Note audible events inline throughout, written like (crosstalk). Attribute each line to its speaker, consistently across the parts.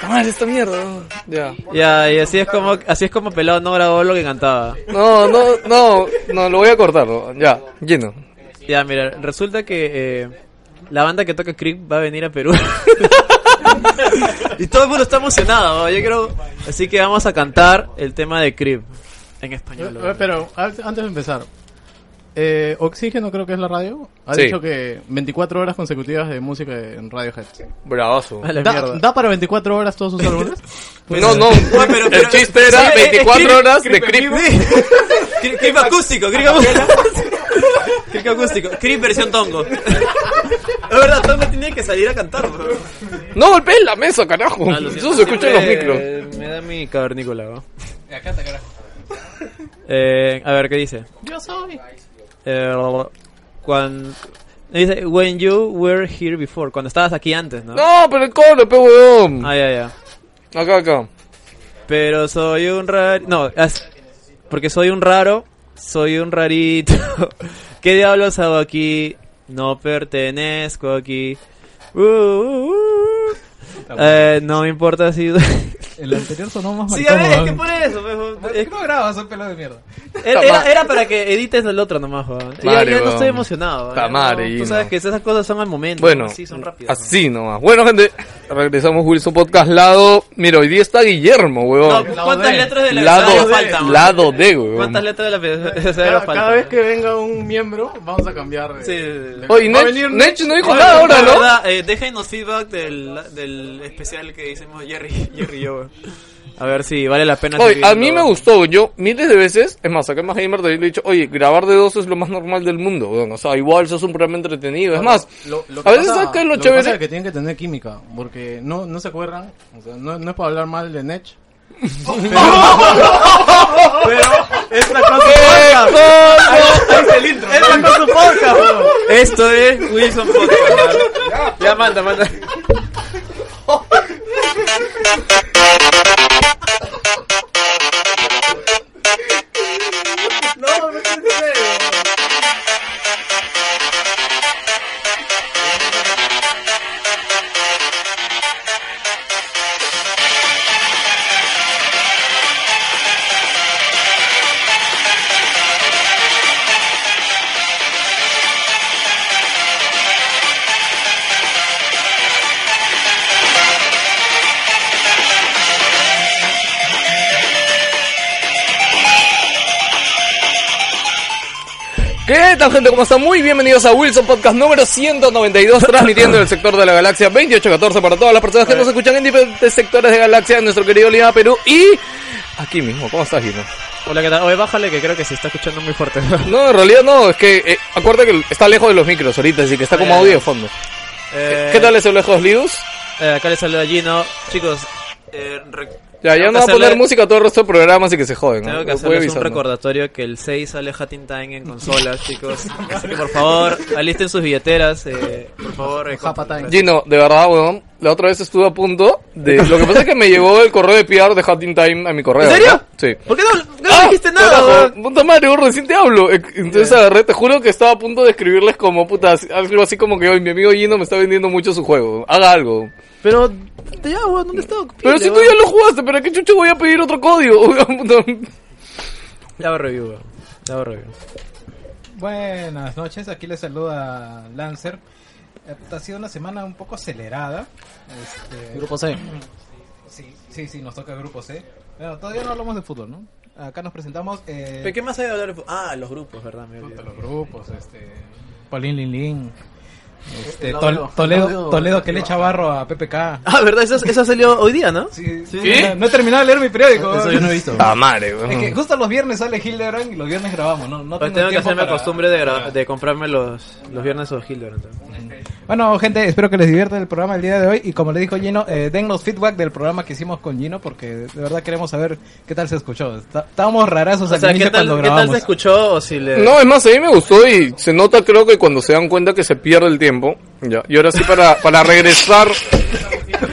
Speaker 1: Tomar esta mierda. Ya.
Speaker 2: Ya, y así es como, así es como Pelado no grabó lo que cantaba.
Speaker 1: No, no, no, no, lo voy a cortar. ¿no? Ya, lleno.
Speaker 2: Ya, mira, resulta que eh, la banda que toca Creep va a venir a Perú. (laughs) y todo el mundo está emocionado, ¿no? yo creo. Así que vamos a cantar el tema de Creep en español.
Speaker 3: Eh, Pero a- antes de empezar, eh, Oxígeno creo que es la radio. Ha
Speaker 1: Sí.
Speaker 3: dicho que 24 horas consecutivas de música en Radiohead.
Speaker 1: Bravazo.
Speaker 2: A la
Speaker 3: ¿Da,
Speaker 2: mierda. Pues,
Speaker 3: da para 24 horas todos sus álbumes?
Speaker 1: No,
Speaker 2: (laughs)
Speaker 1: no, el chiste era 24 horas de creep.
Speaker 2: (laughs) Creep, Creep acústico, Creep acústico. (laughs) Creep acústico, Creep versión Tongo. (laughs) Es verdad, Tongo tenía que salir a cantar. bro.
Speaker 1: No golpees la mesa, carajo.
Speaker 2: Ah, (laughs) lo
Speaker 1: Eso
Speaker 2: siento.
Speaker 1: se escucha en los
Speaker 2: Siempre,
Speaker 1: micros.
Speaker 2: eh, Me da mi cavernícola, ¿no? Eh, a ver, ¿qué dice?
Speaker 3: Yo soy.
Speaker 2: Eh, cuando... Dice, when you were here before. Cuando estabas aquí antes, ¿no?
Speaker 1: No, pero el coro, pe huevón.
Speaker 2: Ah, ya, ya.
Speaker 1: Acá, acá.
Speaker 2: Pero soy un raro... No, as- porque soy un raro, soy un rarito. (laughs) ¿Qué diablos hago aquí? No pertenezco aquí. Uh, uh, uh. Eh, no me importa si... (laughs)
Speaker 4: El anterior sonó más
Speaker 2: sí, a
Speaker 4: marcado,
Speaker 2: ver, es
Speaker 4: weón.
Speaker 2: que por eso. pues, es-
Speaker 4: no grabas un pelo de mierda?
Speaker 2: era, era- era para que edites el otro nomás, weón. Ya-
Speaker 1: Madre,
Speaker 2: ya, no
Speaker 1: weón.
Speaker 2: estoy emocionado.
Speaker 1: Ta
Speaker 2: ya
Speaker 1: madre,
Speaker 2: no,
Speaker 1: Gino.
Speaker 2: tú sabes que esas cosas son al momento.
Speaker 1: Bueno,
Speaker 2: sí, son rápidas.
Speaker 1: así nomás. Bueno, gente, regresamos Wilson Podcast lado. Mira, hoy día está Guillermo,
Speaker 2: No,
Speaker 1: huevón.
Speaker 2: ¿Cuántas letras de la
Speaker 1: lado,
Speaker 2: abecedario faltan?
Speaker 1: lado D,
Speaker 2: ¿Cuántas
Speaker 1: huevón.
Speaker 2: letras de (laughs) la abecedario
Speaker 3: Cada,
Speaker 2: faltan?
Speaker 3: cada vez que venga un miembro, vamos a cambiar. eh,
Speaker 2: Sí, sí, sí.
Speaker 3: de-
Speaker 1: Oye,
Speaker 3: va a
Speaker 1: Nech,
Speaker 3: venir-
Speaker 1: Nech no dijo
Speaker 2: Oye,
Speaker 1: nada ahora,
Speaker 2: la
Speaker 1: ¿no?
Speaker 2: verdad, eh, déjenos feedback del, del especial que hicimos Jerry, (laughs) Jerry y yo. weón. A ver si vale la pena.
Speaker 1: Oye,
Speaker 2: seguir
Speaker 1: a mí me
Speaker 2: viendo.
Speaker 1: gustó, yo miles de veces, es más, acá en Gamer te he dicho, oye, grabar de dos es lo más normal del mundo, weón. o sea, igual sos un programa entretenido, es más,
Speaker 3: Lo- lo que
Speaker 1: a veces
Speaker 3: pasa-
Speaker 1: acá lo
Speaker 3: que pasa
Speaker 1: chévere, (laughs)
Speaker 3: es que tienen que tener química, porque no, no se acuerdan, o sea, no, no es para hablar mal de Nech. pero, pero es
Speaker 1: (laughs)
Speaker 3: la cosa
Speaker 2: Ah,
Speaker 3: es la cosa poca, weón.
Speaker 2: Esto es Wilson Podcast. weón. ya manda, manda.
Speaker 1: ¿Qué tal gente? ¿Cómo están? Muy bienvenidos a Wilson Podcast número 192, transmitiendo en el sector de la galaxia 2814 para todas las personas que nos escuchan en diferentes sectores de galaxia en nuestro querido Lima, Perú y aquí mismo. ¿Cómo estás, Gino?
Speaker 2: Hola, ¿qué tal? Oye, bájale que creo que se está escuchando muy fuerte.
Speaker 1: No, en realidad no, es que eh, acuérdate que está lejos de los micros ahorita, así que está como
Speaker 2: Ah, ya,
Speaker 1: audio
Speaker 2: ya.
Speaker 1: de fondo.
Speaker 2: Eh,
Speaker 1: ¿Qué tal ese lejos, Lidus?
Speaker 2: eh, acá les saluda Gino. Chicos, eh, re-
Speaker 1: Ya,
Speaker 2: tengo
Speaker 1: ya no
Speaker 2: que
Speaker 1: va a poner
Speaker 2: hacerle-
Speaker 1: música a todo el resto de programas y que se joden. ¿no?
Speaker 2: Tengo que
Speaker 1: Voy
Speaker 2: hacerles un
Speaker 1: avisando.
Speaker 2: recordatorio que el 6 sale Hatin Time en consolas, chicos. Así que por favor, alisten sus billeteras. eh, por favor, eh,
Speaker 3: Japa Time.
Speaker 1: Gino, de verdad, weón, la otra vez estuve a punto de... Lo que pasa es que me llegó el correo de PR de Hot in Time a mi correo.
Speaker 2: ¿En serio?
Speaker 1: ¿no? Sí.
Speaker 2: ¿Por qué no, no
Speaker 1: Ah,
Speaker 2: dijiste nada?
Speaker 1: carajo,
Speaker 2: weón?
Speaker 1: puta madre, gordo, recién te hablo. Eh, Entonces agarré, te juro que estaba a punto de escribirles como puta, así- algo así como que hoy mi amigo Gino me está vendiendo mucho su juego. Haga algo.
Speaker 2: Pero, ya, weón, ¿dónde está?
Speaker 1: Pero si tú ya lo jugaste, ¿para qué chucho voy a pedir otro código? (laughs) Puta.
Speaker 2: Ya hago review, weón. Ya hago review.
Speaker 4: Buenas noches, aquí les saluda Lancer. Eh, Ha sido una semana un poco acelerada. Este,
Speaker 3: Grupo C.
Speaker 4: Sí, sí, sí, nos toca grupo C. Bueno, todavía no hablamos de fútbol, ¿no? Acá nos presentamos. eh,
Speaker 2: ¿Pero qué más hay de hablar? Ah, los grupos, ¿verdad? Me olvidé.
Speaker 4: de los grupos, este. Paulín Lin Lin. Este,
Speaker 3: El
Speaker 4: Tol-
Speaker 3: audio,
Speaker 4: Toledo,
Speaker 3: el audio.
Speaker 4: Toledo que le echa barro a PPK.
Speaker 2: Ah, ¿verdad? Eso, eso salió hoy día, ¿no?
Speaker 4: Sí, sí,
Speaker 1: ¿Sí?
Speaker 4: No, no he terminado de leer mi periódico.
Speaker 3: Eso yo no he visto.
Speaker 1: Ah, madre,
Speaker 4: Es que
Speaker 1: weón.
Speaker 4: justo los viernes sale Hildebrand y los viernes grabamos, ¿no? no
Speaker 2: Pues tengo
Speaker 4: tengo
Speaker 2: que
Speaker 4: tiempo
Speaker 2: hacerme
Speaker 4: para-
Speaker 2: costumbre de, gra- de comprarme los, los viernes o Hilder.
Speaker 4: Bueno, gente, espero que les divierta el programa el día de hoy. Y como le dijo Gino, eh, dennos feedback del programa que hicimos con Gino, porque de verdad queremos saber qué tal se escuchó. Está- Estábamos rarazos
Speaker 2: O
Speaker 4: al
Speaker 2: sea,
Speaker 4: inicio
Speaker 2: ¿qué tal,
Speaker 4: cuando
Speaker 2: ¿qué tal
Speaker 4: grabamos.
Speaker 2: se escuchó o si le...
Speaker 1: No, es más, a mí me gustó y se nota creo que cuando se dan cuenta que se pierde el tiempo. Ya. Y ahora sí, para,
Speaker 2: (laughs)
Speaker 1: para regresar...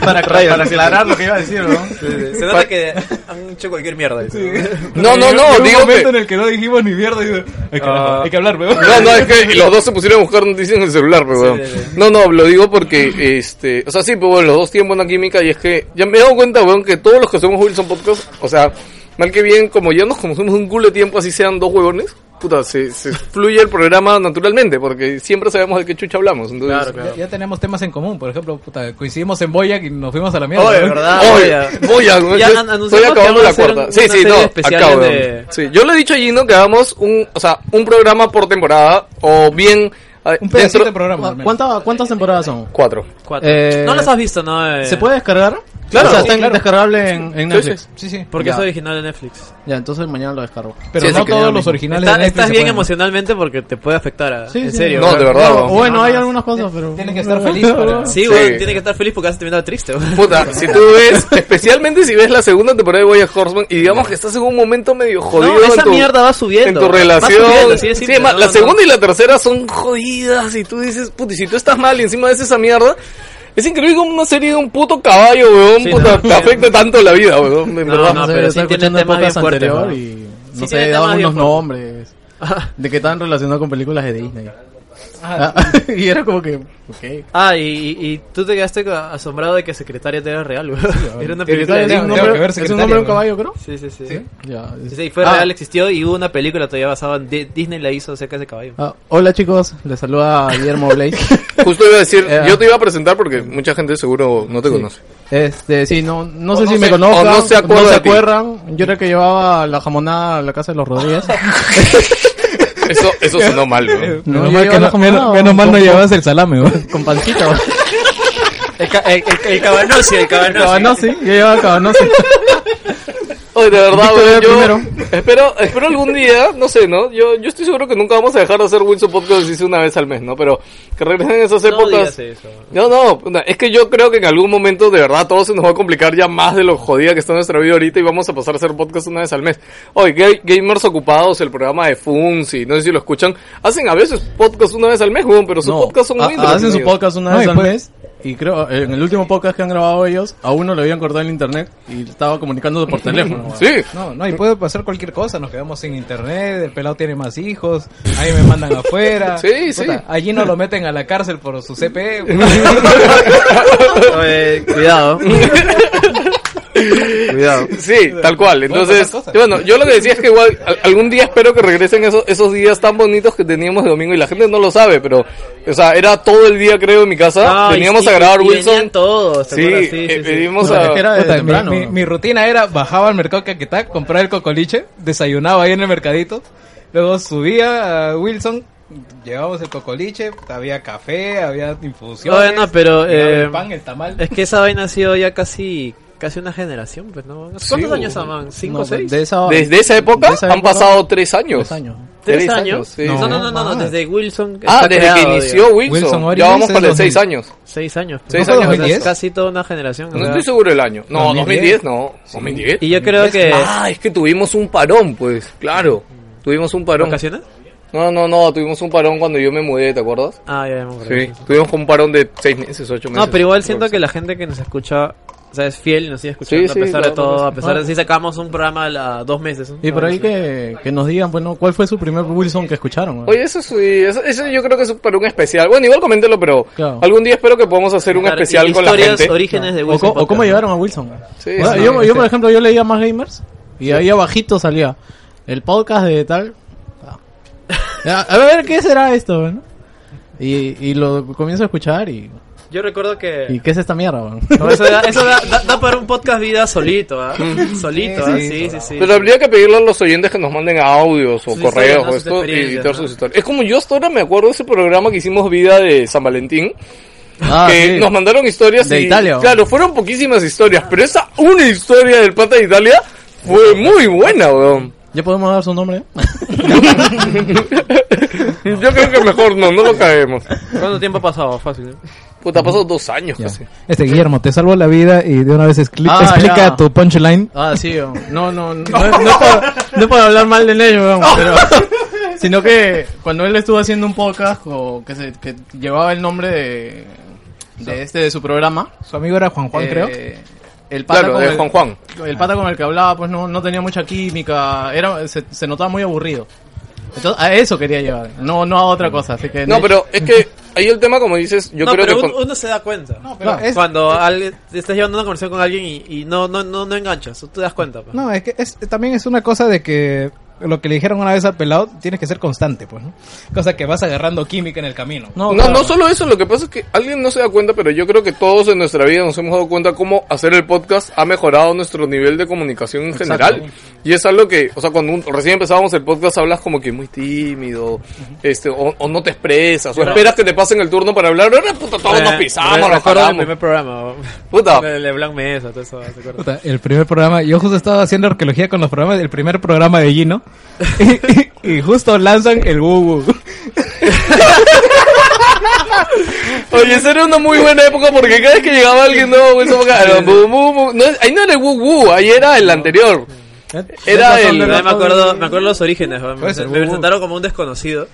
Speaker 3: Para, para aclarar lo que iba a decir, ¿no?
Speaker 2: Sí, sí. Se nota que han han hecho cualquier mierda. dice.
Speaker 1: No, no, no,
Speaker 4: Hubo
Speaker 1: digo
Speaker 4: un momento
Speaker 1: que-
Speaker 4: en el que no dijimos ni mierda. y- Hay que,
Speaker 2: Ah.
Speaker 4: hay que hablar, weón.
Speaker 1: No, no, es que los dos se pusieron a buscar noticias en el celular, pero weón.
Speaker 2: sí, sí.
Speaker 1: No, no, lo digo porque, este, o sea, sí, pero bueno, los dos tienen buena química y es que ya me he dado cuenta, weón, que todos los que hacemos Wilson Podcast, o sea, mal que bien, como ya nos conocemos un culo de tiempo, así sean dos huevones, puta, se, se fluye el programa naturalmente, porque siempre sabemos de qué chucha hablamos, entonces...
Speaker 2: Claro, claro.
Speaker 4: Ya, ya tenemos temas en común, por ejemplo, puta, coincidimos en Boyac y nos fuimos a la mierda.
Speaker 2: Oye,
Speaker 4: weón.
Speaker 2: ¿verdad?
Speaker 1: Oye,
Speaker 2: Oye.
Speaker 1: voy a,
Speaker 2: Ah, Ya
Speaker 1: yo
Speaker 2: an- anunciamos
Speaker 1: estoy
Speaker 2: que
Speaker 1: acabando
Speaker 2: vamos a
Speaker 1: la
Speaker 2: hacer
Speaker 1: cuarta.
Speaker 2: un-
Speaker 1: sí,
Speaker 2: una
Speaker 1: sí,
Speaker 2: serie
Speaker 1: no,
Speaker 2: especial
Speaker 1: acabo.
Speaker 2: de-
Speaker 1: Sí, yo le he dicho a Gino que hagamos un, o sea, un programa por temporada o bien eh,
Speaker 4: Un
Speaker 1: dentro-
Speaker 4: pedacito de programa. al menos. Eh,
Speaker 3: ¿Cuánta- ¿Cuántas temporadas son?
Speaker 1: cuatro.
Speaker 2: Cuatro.
Speaker 3: Eh,
Speaker 2: no las has visto, ¿no? Eh,
Speaker 3: ¿Se puede descargar?
Speaker 1: Claro.
Speaker 3: O sea, está
Speaker 4: Sí, claro.
Speaker 3: descargable en, en
Speaker 1: Sí,
Speaker 3: Netflix.
Speaker 1: sí.
Speaker 4: Sí, sí.
Speaker 2: Porque
Speaker 3: Ya.
Speaker 2: es original de Netflix.
Speaker 3: Ya, entonces mañana lo descargo.
Speaker 4: Pero
Speaker 1: Sí,
Speaker 4: no
Speaker 1: sí, que
Speaker 4: todos
Speaker 1: ya
Speaker 4: los
Speaker 1: mismo.
Speaker 4: originales
Speaker 2: Está-
Speaker 4: de Netflix
Speaker 2: estás
Speaker 4: se
Speaker 2: bien
Speaker 4: pueden-
Speaker 2: emocionalmente porque te puede afectar. ah,
Speaker 3: Sí,
Speaker 2: en
Speaker 3: sí,
Speaker 2: serio.
Speaker 1: No, de verdad,
Speaker 3: No,
Speaker 1: weón.
Speaker 3: bueno, hay algunas cosas, pero...
Speaker 4: Tienes que estar feliz para-
Speaker 2: Sí,
Speaker 1: Sí.
Speaker 2: güey, tiene que estar feliz porque has terminado triste. güey.
Speaker 1: Puta, si tú
Speaker 2: (laughs)
Speaker 1: ves, especialmente si ves la segunda temporada de Voyage Horseman y digamos que estás en un momento medio jodido
Speaker 2: No, esa
Speaker 1: en tu,
Speaker 2: mierda va subiendo.
Speaker 1: en tu
Speaker 2: Va
Speaker 1: relación.
Speaker 2: subiendo, así de
Speaker 1: Sí,
Speaker 2: simple,
Speaker 1: además,
Speaker 2: no,
Speaker 1: la
Speaker 2: no.
Speaker 1: segunda y la tercera son jodidas y tú dices, puta, y si tú estás mal y encima ves esa mierda, es increíble como una serie de un puto caballo, weón,
Speaker 2: Sí,
Speaker 1: puta,
Speaker 2: no.
Speaker 1: te afecta tanto la vida, weón, en
Speaker 2: No,
Speaker 1: verdad.
Speaker 2: no,
Speaker 3: sé,
Speaker 2: pero sí
Speaker 3: estaba
Speaker 2: tiene
Speaker 3: escuchando el
Speaker 2: temas
Speaker 3: podcast
Speaker 2: bien fuertes,
Speaker 3: anterior
Speaker 2: ¿no?
Speaker 3: y
Speaker 2: Sí
Speaker 3: no
Speaker 2: tiene
Speaker 3: sé,
Speaker 2: temas
Speaker 3: daban
Speaker 2: bien
Speaker 3: unos
Speaker 2: fuertes.
Speaker 3: nombres de que estaban relacionados con películas de Disney. Ah, (laughs) y era como que, ok.
Speaker 2: (laughs) Ah, y, y- y tú te quedaste ca- asombrado de que Secretaria te era real, güey. (laughs) Era una película
Speaker 3: Secretaria
Speaker 2: de
Speaker 3: es un
Speaker 4: tengo
Speaker 2: Disney.
Speaker 4: que
Speaker 3: nombre- es
Speaker 4: ver
Speaker 3: un
Speaker 4: Secretaria,
Speaker 3: nombre de un
Speaker 4: bro.
Speaker 3: caballo, creo.
Speaker 2: Sí, sí, sí.
Speaker 3: Ya, es-
Speaker 2: Sí, sí, fue
Speaker 3: Ah,
Speaker 2: real, existió y hubo una película todavía basada en Di- Disney la hizo acerca de ese caballo.
Speaker 3: ah, hola chicos, les saluda Guillermo Blake.
Speaker 1: Justo iba a decir,
Speaker 3: Eh,
Speaker 1: yo te iba a presentar porque mucha gente seguro no te conoce.
Speaker 3: Este, sí, no, no
Speaker 1: O
Speaker 3: sé
Speaker 1: no
Speaker 3: si
Speaker 1: se-
Speaker 3: me conozcan,
Speaker 1: o no se acuerda de ti.
Speaker 3: acuerdan. Yo era el que llevaba la jamonada a la casa de los Rodríguez.
Speaker 1: Eso, eso
Speaker 3: (laughs)
Speaker 1: sonó mal, weón.
Speaker 3: No,
Speaker 4: Menos
Speaker 3: yo
Speaker 4: mal que
Speaker 3: iba
Speaker 4: no-
Speaker 3: a la-
Speaker 4: menos-
Speaker 3: no,
Speaker 4: menos mal no
Speaker 3: con-
Speaker 4: llevabas el salame, weón.
Speaker 3: con pancita.
Speaker 2: El, ca- el, el, el Cabanossi, el Cabanossi.
Speaker 1: (laughs)
Speaker 3: Cabanossi, yo llevaba Cabanossi.
Speaker 1: Oye, de verdad,
Speaker 3: Víctor
Speaker 1: weón,
Speaker 3: era
Speaker 1: yo
Speaker 3: primero.
Speaker 1: espero, espero algún día, no sé, ¿no? Yo, yo estoy seguro que nunca vamos a dejar de hacer Wilson Podcast dice una vez al mes, ¿no? Pero que regresen esas
Speaker 2: No
Speaker 1: épocas.
Speaker 2: digas eso.
Speaker 1: No, no, puta, es que yo creo que en algún momento de verdad todo se nos va a complicar ya más de lo jodida que está nuestra vida ahorita y vamos a pasar a hacer podcast una vez al mes. Hoy, Ga- Gamers Ocupados, el programa de Funsi, no sé si lo escuchan, hacen a veces podcast una vez al mes, weón, pero sus
Speaker 3: No,
Speaker 1: podcasts son
Speaker 3: ha-
Speaker 1: muy
Speaker 3: Hacen su
Speaker 1: entretenidos.
Speaker 3: podcast una
Speaker 4: No, y
Speaker 3: vez al
Speaker 4: pues-
Speaker 3: mes. Y creo, eh, en el último podcast que han grabado ellos, a uno lo habían cortado el internet y estaba comunicándose por teléfono.
Speaker 1: Sí.
Speaker 4: No, no, y puede pasar cualquier cosa. Nos quedamos sin internet, el pelado tiene más hijos, ahí me mandan
Speaker 2: (laughs)
Speaker 4: afuera.
Speaker 1: Sí, sí.
Speaker 4: Allí no lo meten a la cárcel por su (laughs) CP.
Speaker 2: Oye, eh,
Speaker 1: (laughs)
Speaker 2: cuidado. cuidado.
Speaker 1: Sí, tal cual. Entonces,
Speaker 4: pasar cosas.
Speaker 1: bueno, yo lo que decía es que igual al- algún día espero que regresen esos, esos días tan bonitos que teníamos de domingo y la gente no lo sabe, pero, o sea, era todo el día creo en mi casa.
Speaker 2: Ah, y
Speaker 1: Veníamos
Speaker 2: sí,
Speaker 1: a grabar
Speaker 2: y
Speaker 1: Wilson.
Speaker 2: venían todos, ¿te
Speaker 1: sí,
Speaker 2: acuerdas? Sí,
Speaker 1: eh,
Speaker 2: sí, sí.
Speaker 1: venimos
Speaker 3: Puta,
Speaker 1: a...
Speaker 3: es que era de
Speaker 4: Puta, mi-
Speaker 3: temprano.
Speaker 4: mi, mi rutina era, bajaba al mercado Caquetá, compraba el cocoliche, desayunaba ahí en el mercadito, luego subía a Wilson, llevábamos el cocoliche, había café, había infusiones,
Speaker 2: Oye, no, pero,
Speaker 4: había
Speaker 2: eh,
Speaker 4: el pan, el tamal.
Speaker 2: Es que esa vaina ha sido ya casi casi una generación, pues, ¿no? ¿Cuántos
Speaker 1: Sí,
Speaker 2: años
Speaker 1: güey.
Speaker 2: años aman? ¿Cinco,
Speaker 3: No,
Speaker 4: pues,
Speaker 2: seis?
Speaker 3: de esa-
Speaker 1: Desde esa época
Speaker 3: de esa
Speaker 1: han
Speaker 3: época,
Speaker 1: pasado tres años.
Speaker 3: tres años.
Speaker 2: ¿Tres,
Speaker 1: tres
Speaker 2: años?
Speaker 1: años, sí.
Speaker 2: no, no, no, no, no,
Speaker 4: No,
Speaker 2: desde Wilson.
Speaker 1: Ah,
Speaker 2: está
Speaker 1: desde
Speaker 2: creado,
Speaker 1: que
Speaker 2: digamos.
Speaker 1: inició Wilson.
Speaker 4: Wilson
Speaker 1: ya
Speaker 4: Orioles
Speaker 1: vamos
Speaker 4: es
Speaker 1: para los
Speaker 4: 2000.
Speaker 1: seis años.
Speaker 2: Seis años.
Speaker 1: Seis
Speaker 2: No,
Speaker 1: años.
Speaker 2: o sea, es
Speaker 4: 2010.
Speaker 2: casi toda una generación.
Speaker 1: No
Speaker 2: ¿verdad?
Speaker 1: estoy seguro del año. No, 2010,
Speaker 4: 2010.
Speaker 1: no. 2010.
Speaker 2: Y yo creo que...
Speaker 1: Ah, es que tuvimos un parón, pues, claro. Tuvimos un parón.
Speaker 2: ¿Vacaciones?
Speaker 1: No, no, no, tuvimos un parón cuando yo me mudé, ¿te acuerdas?
Speaker 2: Ah, ya, ya me acuerdo.
Speaker 1: Sí, tuvimos como un parón de seis meses, ocho meses.
Speaker 2: No, pero igual siento que la gente que nos escucha, o sea, es fiel y nos sigue escuchando
Speaker 1: Sí, sí,
Speaker 2: a pesar
Speaker 1: claro,
Speaker 2: de todo, a pesar
Speaker 3: Ah.
Speaker 2: de si sacamos un programa a la- dos meses. ¿no?
Speaker 3: Y por ahí
Speaker 2: Sí.
Speaker 3: que, que nos digan, bueno, ¿cuál fue su primer Wilson que escucharon? güey?
Speaker 1: Oye, eso sí, eso, eso yo creo que es para un especial. Bueno, igual coméntelo, pero
Speaker 3: Claro.
Speaker 1: algún día espero que podamos hacer un
Speaker 2: Claro,
Speaker 1: especial
Speaker 2: y
Speaker 1: con la
Speaker 2: historias,
Speaker 1: gente.
Speaker 2: orígenes de
Speaker 3: o,
Speaker 2: Wilson.
Speaker 3: co- o cómo
Speaker 2: Podcast.
Speaker 3: llegaron a Wilson. güey.
Speaker 1: Sí,
Speaker 3: O sea,
Speaker 1: sí, este-
Speaker 3: yo,
Speaker 1: sí.
Speaker 3: yo, por ejemplo, yo leía más gamers y ahí abajito salía el podcast de tal. Ah. Ya, A ver, ¿qué será esto? güey, no? Y, y lo comienzo a escuchar y...
Speaker 2: Yo recuerdo que...
Speaker 3: ¿Y qué es esta mierda?
Speaker 1: (laughs)
Speaker 3: güey?
Speaker 2: No, eso da, eso da, da- da para un podcast vida solito, ¿ah? Solito, ¿ah?
Speaker 4: Sí,
Speaker 2: Sí, sí, sí.
Speaker 1: Pero habría que pedirle a los oyentes que nos manden audios o
Speaker 2: Sus
Speaker 1: correos
Speaker 2: historias, ¿no?
Speaker 1: o
Speaker 2: Sus
Speaker 1: esto y
Speaker 2: experiencias,
Speaker 1: editar
Speaker 2: ¿no?
Speaker 1: sus historias. Es como yo hasta ahora me acuerdo de ese programa que hicimos vida de San Valentín.
Speaker 3: Ah,
Speaker 1: que
Speaker 3: sí.
Speaker 1: nos mandaron historias
Speaker 3: De
Speaker 1: y-
Speaker 3: Italia.
Speaker 1: Claro, fueron poquísimas historias, pero esa una historia del pata de Italia fue muy buena, weón.
Speaker 3: ¿Ya podemos dar su nombre?
Speaker 1: yo creo que mejor no, no lo caemos.
Speaker 2: ¿Cuánto tiempo ha pasado? Fácil. ¿eh?
Speaker 1: Puta, pasó dos años casi.
Speaker 4: Este Guillermo, te salvo la vida y de una vez expli-
Speaker 3: Ah,
Speaker 4: explica
Speaker 3: ya.
Speaker 4: tu punchline.
Speaker 3: Ah, sí, yo. no, no, no, (laughs) no, es- no es para, no es para hablar mal de ellos, weón, pero, (laughs) sino que cuando él estuvo haciendo un podcast o que, se, que llevaba el nombre de, de este de su programa,
Speaker 4: Su amigo era Juan Juan,
Speaker 3: eh,
Speaker 4: creo.
Speaker 3: el pata
Speaker 1: Claro,
Speaker 3: con
Speaker 1: de
Speaker 3: el-
Speaker 1: Juan Juan.
Speaker 3: El pata con el que hablaba, pues no, no tenía mucha química, era, se, se notaba muy aburrido. Entonces, a eso quería llevar, no, no a otra cosa, así que...
Speaker 1: No, pero es que ahí el tema, como dices, yo
Speaker 2: no,
Speaker 1: creo
Speaker 2: pero
Speaker 1: que...
Speaker 2: un-
Speaker 1: con-
Speaker 2: uno se da cuenta.
Speaker 4: pero
Speaker 3: Claro.
Speaker 4: es-
Speaker 2: Cuando alguien- estás llevando una conversación con alguien y, y no, no, no, no enganchas, tú te das cuenta. pues. pa.
Speaker 4: No, es que es, también es una cosa de que lo que le dijeron una vez al pelado, tienes que ser constante, pues, ¿no? Cosa que vas agarrando química en el camino.
Speaker 1: No,
Speaker 3: claro.
Speaker 1: no solo eso, lo que pasa es que alguien no se da cuenta, pero yo creo que todos en nuestra vida nos hemos dado cuenta cómo hacer el podcast ha mejorado nuestro nivel de comunicación en general. Y es algo que, o sea, cuando un- recién empezábamos el podcast hablas como que muy tímido, este, o, o no te expresas, o esperas que te pasen el turno para hablar, ahora puta, todos
Speaker 2: Eh,
Speaker 1: nos pisamos,
Speaker 2: me
Speaker 1: nos
Speaker 2: recuerdo del
Speaker 1: jalamos.
Speaker 2: primer programa.
Speaker 1: Puta.
Speaker 2: (laughs) Le, Leblanc Mesa, todo eso, ¿te acuerdas?
Speaker 4: Puta, el primer programa, yo justo estaba haciendo arqueología con los programas, el primer programa de Gino, y, y justo lanzan el Wubu.
Speaker 1: Oye, esa era una muy buena época porque cada vez que llegaba alguien nuevo, güey, somos acá, bu, bu, bu. no, ahí no era el woo woo, ahí era el anterior. (laughs)
Speaker 3: Eh,
Speaker 1: Era
Speaker 2: Yo
Speaker 1: el...
Speaker 2: me acuerdo, me acuerdo los orígenes. ¿no? Me,
Speaker 4: Puede ser,
Speaker 2: me
Speaker 4: uh, uh.
Speaker 2: presentaron como un desconocido.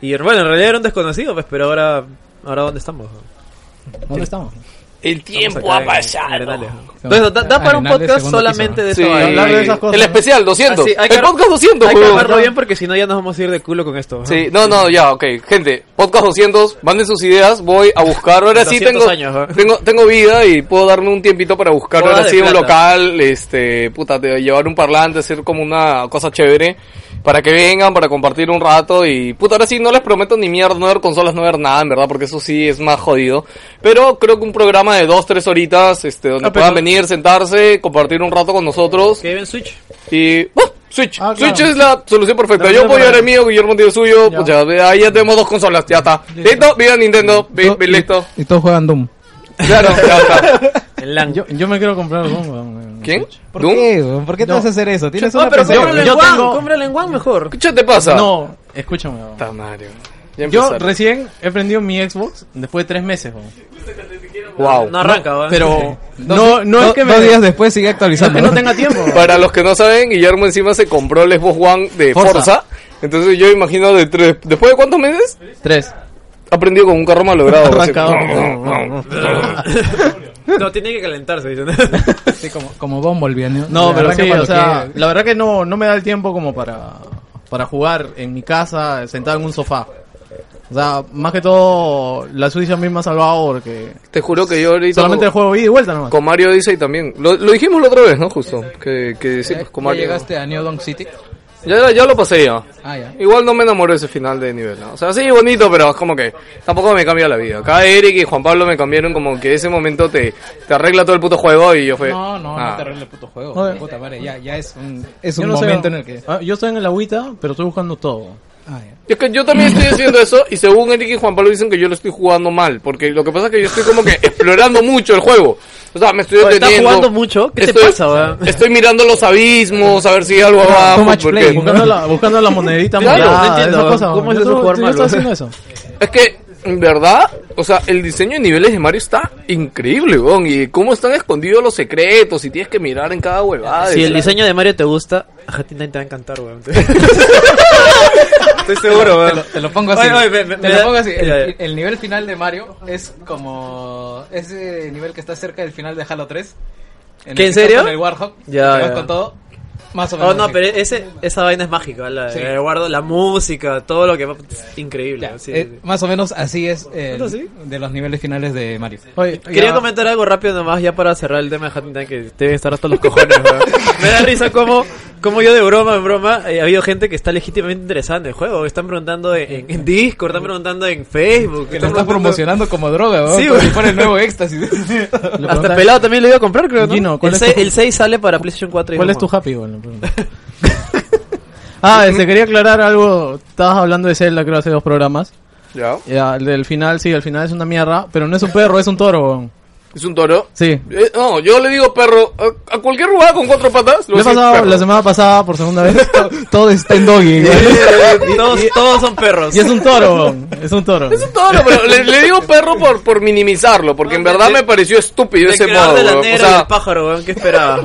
Speaker 2: Y bueno, en realidad era un desconocido, pues, pero ahora, ahora ¿dónde estamos? no?
Speaker 1: eh,
Speaker 3: ¿Dónde estamos?
Speaker 1: El tiempo
Speaker 2: Acá
Speaker 1: ha
Speaker 2: en- en
Speaker 1: pasado.
Speaker 2: Arenales, ¿no? Entonces, da, da para un
Speaker 4: Arenales,
Speaker 2: podcast
Speaker 4: segundo
Speaker 2: solamente de
Speaker 1: Sí,
Speaker 2: esa vaina.
Speaker 3: hablar de esas cosas,
Speaker 1: el
Speaker 3: ¿no?
Speaker 1: especial 200.
Speaker 2: Así, Ah, hay que
Speaker 1: eh, el
Speaker 2: ar-
Speaker 1: podcast 200,
Speaker 2: Hay que
Speaker 1: huevón.
Speaker 2: armarlo bien porque si no ya nos vamos a ir de culo con esto. ¿no?
Speaker 1: Sí, no, no, ya, ok. Gente, podcast 200, manden sus ideas, voy a buscar. Ahora sí
Speaker 2: 200
Speaker 1: tengo,
Speaker 2: años, ¿eh?
Speaker 1: tengo tengo vida y puedo darme un tiempito para buscar
Speaker 2: Boda
Speaker 1: ahora
Speaker 2: de
Speaker 1: sí un
Speaker 2: plata.
Speaker 1: local, este, puta, de llevar un parlante, hacer como una cosa chévere para que vengan, para compartir un rato y puta, ahora sí no les prometo ni mierda, no ver consolas, no ver nada, en verdad, porque eso sí es más jodido. Pero creo que un programa de dos, tres horitas, este, donde
Speaker 2: Ah, pero-
Speaker 1: puedan venir, sentarse, compartir un rato con nosotros.
Speaker 2: Que ven Switch.
Speaker 1: Y. ¡buah! Switch.
Speaker 3: Ah, claro.
Speaker 1: Switch es la solución perfecta.
Speaker 3: La
Speaker 1: Yo
Speaker 3: mejor
Speaker 1: puedo llevar el
Speaker 3: manera.
Speaker 1: mío, Guillermo tiene el suyo. Pues ya, de ahí ya tenemos dos consolas. Ya está. Listo. Viva Nintendo. vi- vi- listo.
Speaker 4: Y, y todos juegan Doom.
Speaker 1: Claro, ya
Speaker 3: (laughs)
Speaker 1: está.
Speaker 2: En LAN.
Speaker 3: Yo, yo me quiero comprar algo.
Speaker 1: ¿Quién?
Speaker 4: ¿Por
Speaker 1: ¿Doom?
Speaker 4: qué? weón? ¿Por qué te
Speaker 3: No.
Speaker 4: vas a hacer eso? Tienes
Speaker 2: No,
Speaker 4: una
Speaker 2: pero
Speaker 4: PC,
Speaker 2: cómpralo en
Speaker 3: Yo
Speaker 2: One,
Speaker 3: tengo-
Speaker 2: cómpralo en One mejor.
Speaker 1: ¿Qué chucha te pasa?
Speaker 3: No, escúchame. weón.
Speaker 1: Puta madre. Ya
Speaker 3: Yo
Speaker 1: empezaron.
Speaker 3: recién he prendido mi Xbox después de tres meses, weón.
Speaker 1: Wow.
Speaker 2: No arranca, ¿va?
Speaker 3: pero
Speaker 4: weón.
Speaker 3: no, no
Speaker 4: Do-
Speaker 3: es que me...
Speaker 4: Dos días después sigue
Speaker 3: no es
Speaker 4: actualizando.
Speaker 3: que no tenga
Speaker 1: (laughs)
Speaker 3: tiempo. weón.
Speaker 1: Para los que no saben, Guillermo encima se compró el Xbox One de Forza.
Speaker 3: Forza.
Speaker 1: Entonces yo imagino de tres, después de cuántos meses
Speaker 3: Tres.
Speaker 1: ha aprendido con un carro
Speaker 3: (laughs)
Speaker 1: malogrado.
Speaker 3: Arrancado.
Speaker 2: (laughs) No, tiene que calentarse, (laughs) dicen.
Speaker 4: Sí, como, como Bumblebee, ¿no?
Speaker 3: No, pero
Speaker 4: Arranca
Speaker 3: sí,
Speaker 4: cuando
Speaker 3: o sea,
Speaker 4: quiere.
Speaker 3: la verdad que no, no me da el tiempo como para, para jugar en mi casa, sentado en un sofá. O sea, más que todo, la Switch a mí me ha salvado porque
Speaker 1: Te juro que yo ahorita
Speaker 3: solamente
Speaker 1: con,
Speaker 3: juego ida y vuelta nomás.
Speaker 1: con Mario dice y también. Lo, lo dijimos la otra vez, ¿no? Justo. Que, que sí, pues con
Speaker 4: ¿Ya
Speaker 1: Mario.
Speaker 4: llegaste a New Donk City?
Speaker 1: Ya, ya lo pasé ya.
Speaker 4: Ah, ya.
Speaker 1: Igual no me enamoró ese final de nivel, ¿no? O sea, sí, bonito, pero es como que tampoco me cambia la vida. Acá Eric y Juan Pablo me cambiaron como que ese momento te, te arregla todo el puto juego y yo fue...
Speaker 4: No, no,
Speaker 1: ah.
Speaker 4: no te arregla el puto juego.
Speaker 3: Joder.
Speaker 4: Puta madre, ya, ya es un, es
Speaker 3: Yo
Speaker 4: un
Speaker 3: no sé,
Speaker 4: momento en el que...
Speaker 3: ah, yo estoy en el agüita, pero estoy buscando todo.
Speaker 4: Ah, ya.
Speaker 1: Es que yo también estoy haciendo eso y según Eric y Juan Pablo dicen que yo lo estoy jugando mal, porque lo que pasa es que yo estoy como que explorando mucho el juego. O sea, me estoy
Speaker 2: Oye, Pues, ¿estás
Speaker 1: deteniendo.
Speaker 2: jugando mucho? ¿Qué te
Speaker 1: Estoy-
Speaker 2: pasa, weón?
Speaker 1: Estoy mirando los abismos, a ver si hay algo abajo.
Speaker 4: much
Speaker 1: porque-
Speaker 4: play, ¿no?
Speaker 3: Buscando la, buscando la monerita
Speaker 1: Claro,
Speaker 3: morada,
Speaker 2: no entiendo,
Speaker 3: esas cosas.
Speaker 2: ¿cómo es
Speaker 3: Yo
Speaker 2: eso
Speaker 3: estoy-
Speaker 2: jugar
Speaker 3: yo
Speaker 2: mal,
Speaker 3: estoy
Speaker 2: bro?
Speaker 3: haciendo eso.
Speaker 1: Es que, en verdad, o sea, el diseño de niveles de Mario está increíble, weón. Y cómo están escondidos los secretos y tienes que mirar en cada huevada.
Speaker 2: Si
Speaker 1: Es-
Speaker 2: el diseño de Mario te gusta, a ti te va a encantar, weón.
Speaker 4: Estoy seguro, Te lo, te lo pongo así.
Speaker 2: Oye, oye, me- me-
Speaker 4: te
Speaker 2: me
Speaker 4: lo
Speaker 2: da-
Speaker 4: pongo así. El,
Speaker 2: ya, ya.
Speaker 4: el nivel final de Mario es como ese nivel que está cerca del final de Halo 3. el
Speaker 2: ¿Qué,
Speaker 4: que
Speaker 2: en
Speaker 4: estás
Speaker 2: serio?
Speaker 4: Con el Warhawk.
Speaker 2: Ya,
Speaker 4: que vas
Speaker 2: ya.
Speaker 4: con todo. Más o menos.
Speaker 2: Oh, no,
Speaker 4: así.
Speaker 2: pero ese, esa vaina es mágica, la,
Speaker 4: Sí.
Speaker 2: el guardo, la música, todo lo que va. es Increíble.
Speaker 4: Ya,
Speaker 2: sí,
Speaker 4: eh,
Speaker 2: sí.
Speaker 4: Más o menos así es el-
Speaker 2: ¿Esto sí?
Speaker 4: de los niveles finales de Mario.
Speaker 3: Oye,
Speaker 2: Quería
Speaker 3: ya-
Speaker 2: comentar algo rápido nomás, ya para cerrar el tema de Hatton Tank, que deben estar hasta los cojones. weón. (laughs) Me da risa como, como yo de broma en broma, eh, ha habido gente que está legítimamente interesada en el juego. Están preguntando en, en Discord, están preguntando en Facebook.
Speaker 4: Que lo
Speaker 2: están
Speaker 4: estás
Speaker 2: preguntando-
Speaker 4: promocionando como droga, ¿no?
Speaker 2: Sí,
Speaker 4: Como si
Speaker 2: güey.
Speaker 4: fuera el
Speaker 2: (laughs)
Speaker 4: nuevo éxtasis.
Speaker 3: lo
Speaker 2: Hasta
Speaker 3: preguntas,
Speaker 2: Pelado también lo iba a comprar, creo, ¿no?
Speaker 3: Gino, ¿cuál
Speaker 2: el,
Speaker 3: es
Speaker 2: 6,
Speaker 3: tu-
Speaker 2: sale para PlayStation 4 y
Speaker 3: ¿Cuál
Speaker 2: no
Speaker 3: es tu
Speaker 2: más.
Speaker 3: happy? Bueno, pregunta. ah, este, quería aclarar algo. Estabas hablando de Zelda, creo, hace dos programas.
Speaker 1: Ya.
Speaker 3: Ya, el del final, sí, el final es una mierda, pero no es un perro, es un toro, weón.
Speaker 1: ¿Es un toro?
Speaker 3: Sí.
Speaker 1: Eh, no, yo le digo perro. A, a cualquier jugada con cuatro patas.
Speaker 3: Lo he
Speaker 1: voy a decir
Speaker 3: pasado
Speaker 1: perro.
Speaker 3: la semana pasada por segunda vez. (laughs)
Speaker 4: todo está en dogging.
Speaker 2: (laughs)
Speaker 4: güey.
Speaker 2: Todos, todos son perros.
Speaker 3: y es un toro, weón. Es un toro.
Speaker 1: Es un toro, pero le, le digo perro por, por minimizarlo, porque en
Speaker 2: No,
Speaker 1: verdad
Speaker 2: Ah, de-
Speaker 1: me pareció estúpido
Speaker 2: El
Speaker 1: ese
Speaker 2: creador
Speaker 1: modo.
Speaker 2: de la
Speaker 1: weón. O
Speaker 2: negra y el
Speaker 1: sea,
Speaker 2: pájaro, weón, ¿qué esperabas?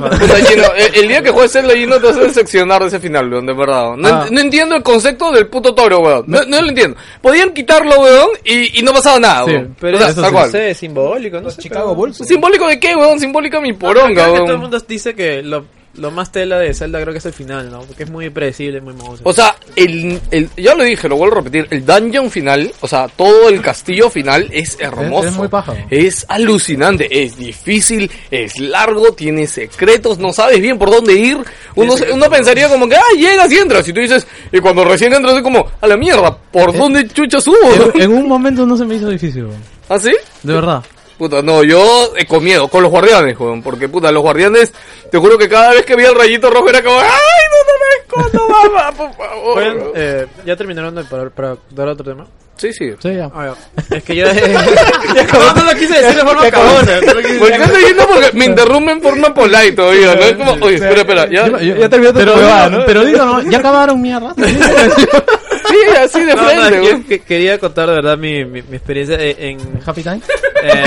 Speaker 1: (laughs)
Speaker 2: weón?
Speaker 1: Puta, Gino, el, el día que juegues Zelda Gino te vas a decepcionar de ese final, weón, de verdad. No,
Speaker 3: Ah.
Speaker 1: en- no entiendo el concepto del puto toro, weón. No, no lo entiendo. Podían quitarlo, weón, y, y no pasaba nada,
Speaker 3: Sí,
Speaker 1: weón.
Speaker 2: Pero
Speaker 1: O sea,
Speaker 2: eso
Speaker 1: tal
Speaker 2: sí,
Speaker 1: cual.
Speaker 2: no sé, es simbólico, no sé,
Speaker 4: Chicago a bolso.
Speaker 1: ¿Simbólico de qué, weón? Simbólico de mi poronga,
Speaker 2: Creo que
Speaker 1: weón.
Speaker 2: todo el mundo dice que lo, lo más tela de Zelda creo que es el final, ¿no? Porque es muy predecible, muy mogoso.
Speaker 1: O sea, el, el, ya lo dije, lo vuelvo a repetir, el dungeon final, o sea, todo el castillo final es hermoso.
Speaker 3: Es- es muy paja.
Speaker 1: Es alucinante, es difícil, es largo, tiene secretos, no sabes bien por dónde ir. Uno, se- uno pensaría como que, ah, llegas y entras. Y tú dices, y cuando recién entras es como, a la mierda,
Speaker 3: Eh,
Speaker 1: ¿por dónde chucha (laughs) subo?
Speaker 3: En, en un momento no se me hizo difícil, weón.
Speaker 1: ¿Ah, sí?
Speaker 3: De verdad.
Speaker 1: Puta, no, yo eh, con miedo, con los guardianes, weón, porque puta, los guardianes, te juro que cada vez que veía el rayito rojo era como, ay, no, no, no, ¿cuándo mamá, por favor?
Speaker 2: Oigan, eh, ¿ya terminaron de- para, para dar otro tema?
Speaker 1: Sí, sí.
Speaker 3: Sí, ya.
Speaker 2: Ah, ya. Es que yo... (laughs) no, lo quise decir de forma cabona. no lo (laughs) quise
Speaker 1: Pues
Speaker 2: decir.
Speaker 1: yo estoy yendo porque me interrumpen en forma polite todavía, ¿no? Es como, oye, espera, espera, ya.
Speaker 3: Yo- yo-
Speaker 4: ya terminó tu
Speaker 3: pero,
Speaker 4: huevada,
Speaker 3: digo,
Speaker 4: ¿no?
Speaker 3: pero digo, no, ya acabaron mierda.
Speaker 1: Sí, así de
Speaker 2: No, no,
Speaker 1: frente,
Speaker 2: yo
Speaker 1: güey.
Speaker 2: que- quería contar de verdad mi, mi, mi experiencia eh, en...
Speaker 3: Happy Time.
Speaker 2: eh,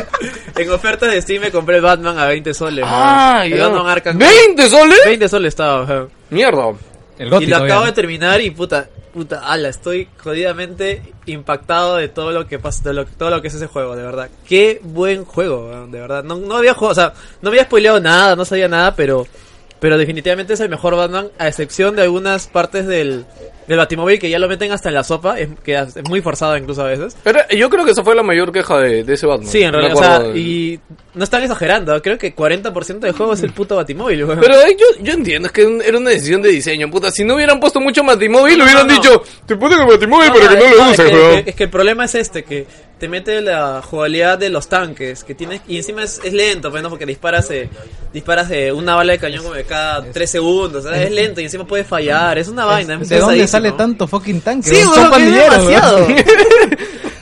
Speaker 2: (laughs) en ofertas de Steam me compré el Batman a 20 soles.
Speaker 1: Ah,
Speaker 2: weón. El
Speaker 1: ya.
Speaker 2: Batman Arkham.
Speaker 1: ¿20 soles?
Speaker 2: 20 soles estaba, weón.
Speaker 1: Mierda.
Speaker 4: El Gotti
Speaker 2: y lo
Speaker 4: todavía,
Speaker 2: acabo
Speaker 4: ¿no?
Speaker 2: de terminar y puta, puta, ala, estoy jodidamente impactado de todo lo que pasa, de lo, todo lo que es ese juego, de verdad. Qué buen juego, weón, de verdad. No, no había jugado, o sea, no había spoileado nada, no sabía nada, pero, pero definitivamente es el mejor Batman, a excepción de algunas partes del, del Batimóvil que ya lo meten hasta en la sopa, es, que es muy forzado incluso a veces.
Speaker 1: Era- eh, yo creo que esa fue la mayor queja de, de ese Batman.
Speaker 2: Sí, en
Speaker 1: Me
Speaker 2: realidad, o
Speaker 1: acuerdo
Speaker 2: sea,
Speaker 1: de-
Speaker 2: y no están exagerando, creo que 40% del juego es el puto Batimóvil, weón.
Speaker 1: Pero eh, yo, yo entiendo, es que un- era una decisión de diseño, puta. Si no hubieran puesto mucho Matimóvil,
Speaker 2: No, no,
Speaker 1: hubieran
Speaker 2: no.
Speaker 1: dicho, te puse con Matimóvil,
Speaker 2: No,
Speaker 1: pero
Speaker 2: no,
Speaker 1: que no
Speaker 2: es-
Speaker 1: lo
Speaker 2: no, es
Speaker 1: uses,
Speaker 2: que-
Speaker 1: weón.
Speaker 2: es que- Es que el problema es este, que te mete la jugabilidad de los tanques, que tienes, y encima es, es lento, pues, ¿no? porque disparas, eh, disparas eh, una bala de cañón como de cada 3 segundos, o sea, es lento y encima puede fallar, es una vaina. es
Speaker 4: ¿De dónde
Speaker 2: pesadísimo.
Speaker 4: sale tanto fucking tanque?
Speaker 2: Sí,
Speaker 4: weón?
Speaker 2: weón,
Speaker 4: Son
Speaker 2: que es
Speaker 4: pandilleros, weón.
Speaker 3: (laughs)
Speaker 2: demasiado.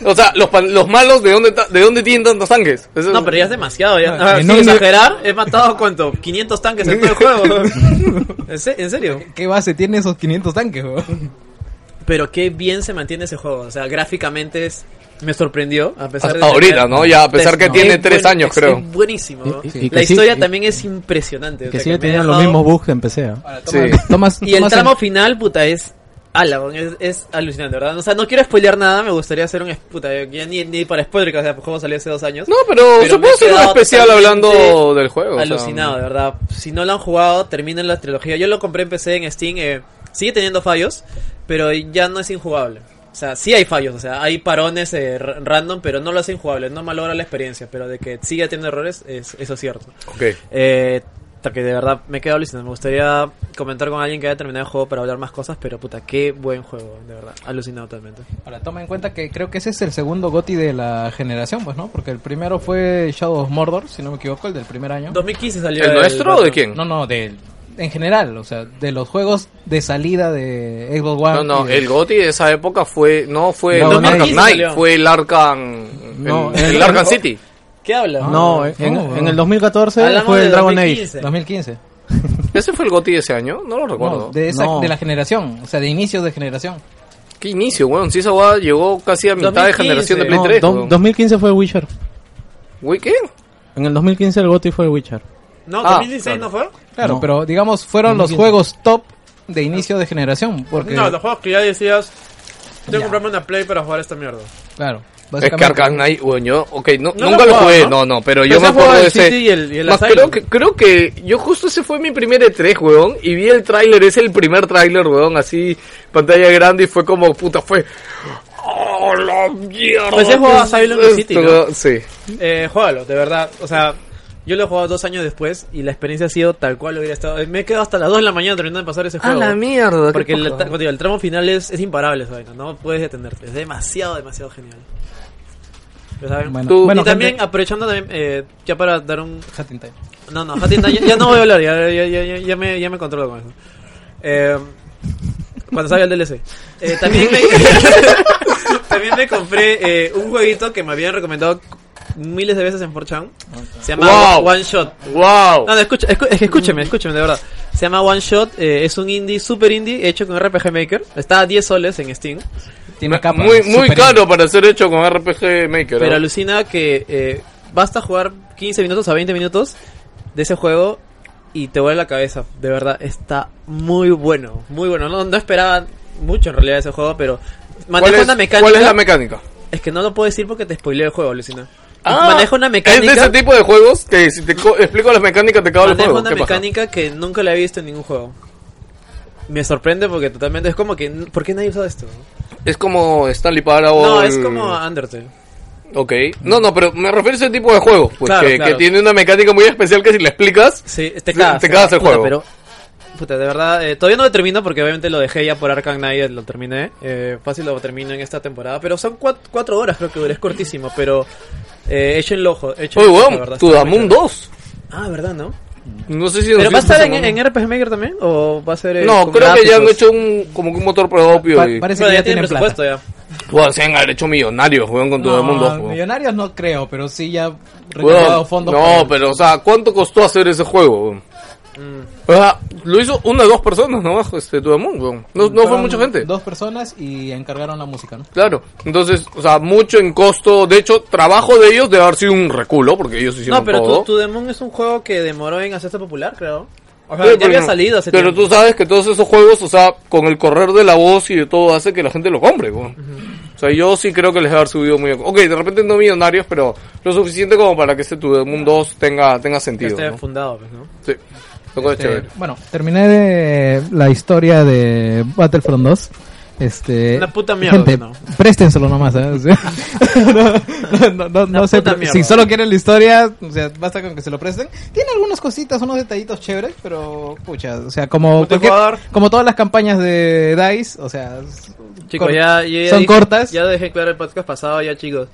Speaker 1: O sea, los, pan- los malos, ¿de dónde, ta- ¿de dónde tienen tantos tanques? Eso-
Speaker 2: No, pero ya es demasiado. Ya.
Speaker 4: No,
Speaker 2: Ah,
Speaker 4: en
Speaker 2: sin
Speaker 4: un-
Speaker 2: exagerar, he matado, ¿cuánto? 500 tanques en todo el
Speaker 4: (laughs)
Speaker 2: juego. ¿En se- en serio?
Speaker 4: ¿Qué base tiene esos 500 tanques, weón?
Speaker 2: Pero qué bien se mantiene ese juego. O sea, gráficamente es- me sorprendió. A pesar
Speaker 1: Hasta
Speaker 2: de tener-
Speaker 1: ahorita, ¿no? Ya, a pesar que
Speaker 2: Es
Speaker 1: tiene
Speaker 2: buen-
Speaker 1: tres años,
Speaker 2: es-
Speaker 1: creo.
Speaker 2: Es buenísimo. ¿no?
Speaker 3: Y- y- y
Speaker 2: la
Speaker 3: que sí-
Speaker 2: historia
Speaker 3: y-
Speaker 2: también es impresionante. o
Speaker 3: Que
Speaker 2: sea,
Speaker 3: sigue
Speaker 2: me ha
Speaker 3: teniendo los
Speaker 2: dejado-
Speaker 3: mismos bugs que empecé. ¿ah?
Speaker 1: Sí.
Speaker 4: Tomas,
Speaker 3: (laughs)
Speaker 2: Y el
Speaker 4: tomas
Speaker 2: tramo final, puta, es. ala, weón, es, es alucinante, ¿verdad? O sea, no quiero spoilear nada, me gustaría hacer un. es- Puta, ya ni, ni para spoiler, que, o sea, el juego salió hace dos años.
Speaker 1: No, pero,
Speaker 2: Pero
Speaker 1: supongo
Speaker 2: me he
Speaker 1: que es un
Speaker 2: quedado
Speaker 1: especial
Speaker 2: totalmente
Speaker 1: hablando del juego. o sea.
Speaker 2: Alucinado, de verdad. Si no lo han jugado, terminen la trilogía. Yo lo compré en PC, en Steam. eh, sigue teniendo fallos, pero ya no es injugable. O sea, sí hay fallos, o sea, hay parones eh, ra- random, pero no lo hace injugable, no malogra la experiencia, pero de que siga teniendo errores, es- eso es cierto.
Speaker 1: Ok.
Speaker 2: Eh, hasta que de verdad me quedo alucinado. Me gustaría comentar con alguien que haya terminado el juego para hablar más cosas, pero puta, qué buen juego, de verdad. Alucinado totalmente.
Speaker 4: (laughs) Ahora, toma en cuenta que creo que ese es el segundo GOTI de la generación, pues, ¿no? Porque el primero fue Shadow of Mordor, si no me equivoco, el del primer año.
Speaker 2: 2015 salió.
Speaker 1: ¿El nuestro o de
Speaker 2: Batman.
Speaker 1: quién?
Speaker 4: No, no, del... En general, o sea, de los juegos de salida de Xbox One.
Speaker 1: No, no,
Speaker 4: y de-
Speaker 1: el GOTY de esa época fue. No, fue
Speaker 3: Ah, No,
Speaker 1: el
Speaker 3: no,
Speaker 1: Arkham
Speaker 2: sí
Speaker 1: Knight,
Speaker 2: salió.
Speaker 1: fue el Arkham. El,
Speaker 3: No,
Speaker 1: el
Speaker 3: el-
Speaker 1: Arkham City.
Speaker 2: ¿Qué habla?
Speaker 3: No,
Speaker 4: Ah,
Speaker 3: en,
Speaker 4: no,
Speaker 3: en
Speaker 4: no.
Speaker 3: el 2014
Speaker 2: Hablamos
Speaker 3: fue
Speaker 2: de
Speaker 3: el Dragon
Speaker 2: 2015.
Speaker 3: Age.
Speaker 4: 2015.
Speaker 1: ¿Ese fue el GOTY de ese año? No lo recuerdo.
Speaker 4: No, de, esa,
Speaker 3: No.
Speaker 4: de la generación, o sea, de inicios de generación.
Speaker 1: ¿Qué inicio, weón? Si esa weá llegó casi a mitad de
Speaker 2: 2015.
Speaker 1: generación de Play
Speaker 3: No,
Speaker 1: 3.
Speaker 3: do-
Speaker 1: weón.
Speaker 3: 2015 fue Witcher.
Speaker 1: Güey, ¿qué?
Speaker 3: En el 2015 el GOTY fue Witcher.
Speaker 2: No,
Speaker 1: Ah,
Speaker 2: 2016 no fue.
Speaker 4: Claro,
Speaker 3: No.
Speaker 4: pero digamos, fueron los
Speaker 3: 2015.
Speaker 4: juegos top de inicio de generación. Porque,
Speaker 2: No, los juegos que ya decías, tengo que comprarme una Play para jugar esta mierda.
Speaker 4: claro,
Speaker 1: Es que Arkham Knight, weón, yo. Ok, no,
Speaker 2: No
Speaker 1: nunca
Speaker 2: lo
Speaker 1: lo
Speaker 2: jugaba,
Speaker 1: jugué,
Speaker 2: ¿no?
Speaker 1: ¿no? no, pero
Speaker 2: Pero
Speaker 1: yo
Speaker 2: ese
Speaker 1: me acuerdo
Speaker 2: juego
Speaker 1: de
Speaker 2: del
Speaker 1: ese.
Speaker 2: City y el- y el
Speaker 1: Más
Speaker 2: Asylum.
Speaker 1: creo que, creo que yo justo ese fue mi primer E3, weón, y vi el tráiler, es el primer tráiler, weón, así, pantalla grande, y fue como, puta, fue... ¡Oh, la mierda!
Speaker 2: Pues ya jugaba
Speaker 1: ¿qué es
Speaker 2: Asylum
Speaker 1: esto,
Speaker 2: City, ¿no?
Speaker 1: weón? Sí.
Speaker 2: Eh, juégalo, de verdad. O sea, yo lo he jugado dos años después y la experiencia ha sido tal cual hubiera estado. Me he quedado hasta las 2 de Ah, la mañana terminando de pasar ese juego.
Speaker 1: mierda!
Speaker 2: Porque el, tra- como digo, el tramo final es, es imparable, esa vaina, no puedes detenerte. Es demasiado, demasiado genial. ¿Ya saben?
Speaker 4: Bueno,
Speaker 1: Tú-
Speaker 4: bueno,
Speaker 2: y también,
Speaker 4: gente-
Speaker 2: aprovechando también, eh, ya para dar un
Speaker 4: Hat in Time.
Speaker 2: No, no, Hat in Time, ya, ya no voy a hablar, ya, ya, ya, ya, ya me, ya me controlo con eso. Eh, cuando salga el DLC. Eh, también, me, también me (laughs) compré eh, un jueguito que me habían recomendado miles de veces en 4chan. Se llama
Speaker 1: Wow.
Speaker 2: One Shot.
Speaker 1: ¡Wow!
Speaker 2: No, no, escucha, escu- es que escúcheme, escúcheme, de verdad. Se llama One Shot, eh, es un indie, super indie, hecho con RPG Maker. Está a 10 soles en Steam.
Speaker 4: Tiene capa.
Speaker 1: muy muy
Speaker 4: super-
Speaker 1: caro para ser hecho con RPG Maker.
Speaker 2: Pero
Speaker 1: ¿no?
Speaker 2: alucina que eh, basta jugar 15 minutos a 20 minutos de ese juego y te vuelve la cabeza. De verdad, está muy bueno, muy bueno. No, no esperaba mucho en realidad ese juego, pero
Speaker 1: ¿Cuál
Speaker 2: maneja
Speaker 1: es,
Speaker 2: una mecánica.
Speaker 1: cuál es la mecánica? Ah,
Speaker 2: es que no lo puedo decir porque te spoileo el juego, alucina. maneja una mecánica.
Speaker 1: Es de ese tipo de juegos que si te co- explico las mecánicas te cago el
Speaker 2: Maneja
Speaker 1: juego.
Speaker 2: una
Speaker 1: ¿Qué pasa?
Speaker 2: mecánica que nunca la he visto en ningún juego. Me sorprende porque totalmente es como que. ¿Por qué nadie usa esto?
Speaker 1: Es como Stanley Parable.
Speaker 2: No, es como Undertale.
Speaker 1: Ok. No, no, pero me refiero a ese tipo de juegos. Pues
Speaker 2: Claro,
Speaker 1: que,
Speaker 2: claro.
Speaker 1: que tiene una mecánica muy especial que si le explicas.
Speaker 2: Sí, te
Speaker 1: Sí,
Speaker 2: cagas. ¿eh?
Speaker 1: te cagas el
Speaker 2: puta,
Speaker 1: juego.
Speaker 2: Pero, puta, de verdad, eh, todavía no lo termino porque obviamente lo dejé ya por Arkham Knight, lo terminé. Eh, fácil lo termino en esta temporada. Pero son cuat- cuatro, horas, creo que dura, es cortísimo. Pero eh, échenlo, ojo. échenlo,
Speaker 1: Oye,
Speaker 2: la verdad,
Speaker 1: weón,
Speaker 2: está
Speaker 1: tu
Speaker 2: muy
Speaker 1: Damun
Speaker 2: chévere.
Speaker 1: 2.
Speaker 2: Ah, ¿verdad, no?
Speaker 1: No sé si.
Speaker 2: ¿Pero
Speaker 1: nos
Speaker 2: va a
Speaker 1: hizo
Speaker 2: estar
Speaker 1: esa
Speaker 2: en,
Speaker 1: mano.
Speaker 2: en RPG Maker también? ¿O va a ser.? eh,
Speaker 1: No,
Speaker 2: con
Speaker 1: creo que ya han
Speaker 2: gráficos?
Speaker 1: hecho un, como que un motor propio.
Speaker 4: Pa-
Speaker 1: y-
Speaker 4: parece
Speaker 2: Bueno,
Speaker 4: que
Speaker 2: ya,
Speaker 4: ya
Speaker 2: tienen
Speaker 4: tienen plata.
Speaker 2: presupuesto ya.
Speaker 1: Weón, se han hecho millonarios, weón, con tu Damun 2. weón.
Speaker 4: millonarios no creo, pero sí ya
Speaker 1: Weón,
Speaker 4: recaudado fondos.
Speaker 1: no,
Speaker 4: para-
Speaker 1: pero o sea, ¿cuánto costó hacer ese juego? weón?
Speaker 2: Mm.
Speaker 1: O sea, lo hizo una o dos personas nomás, este tu Damun, weón. No, no fue
Speaker 4: fueron
Speaker 1: mucha gente.
Speaker 4: Dos personas y encargaron la música, ¿no?
Speaker 1: Claro, entonces, o sea, mucho en costo. De hecho, trabajo de ellos debe haber sido un reculo, porque ellos hicieron
Speaker 2: No, pero
Speaker 1: todo.
Speaker 2: tu, tu Demon es un juego que demoró en hacerse popular, creo. O sea,
Speaker 1: Pero,
Speaker 2: ya había salido hace
Speaker 1: Pero
Speaker 2: tiempo.
Speaker 1: tú sabes que todos esos juegos, o sea, con el correr de la voz y de todo, hace que la gente lo compre, weón. O sea, yo sí creo que les debe haber subido muy... Ok, de repente no millonarios, pero lo suficiente como para que este Tu Demon 2 tenga, tenga
Speaker 2: Que
Speaker 1: sentido,
Speaker 2: esté
Speaker 1: ¿no?
Speaker 2: fundado, pues, ¿no?
Speaker 1: Sí, lo cual es
Speaker 4: Este,
Speaker 1: chévere.
Speaker 4: bueno, terminé de la historia de Battlefront 2. Este,
Speaker 2: Una puta mierda,
Speaker 4: Gente,
Speaker 2: ¿no?
Speaker 4: préstenselo nomás. ¿eh? O sea, (laughs) no no, no,
Speaker 2: Una
Speaker 4: no sé,
Speaker 2: puta
Speaker 4: pero
Speaker 2: mierda.
Speaker 4: si solo quieren la historia, o sea, basta con que se lo presten. Tiene algunas cositas, unos detallitos chéveres, pero pucha, o sea, como, cualquier-
Speaker 2: Multijugador.
Speaker 4: como todas las campañas de DICE, o sea, s-
Speaker 2: Chicos,
Speaker 4: cor-
Speaker 2: ya, ya- ya
Speaker 4: son
Speaker 2: dije-
Speaker 4: cortas.
Speaker 2: Ya dejé claro el podcast pasado, ya chicos.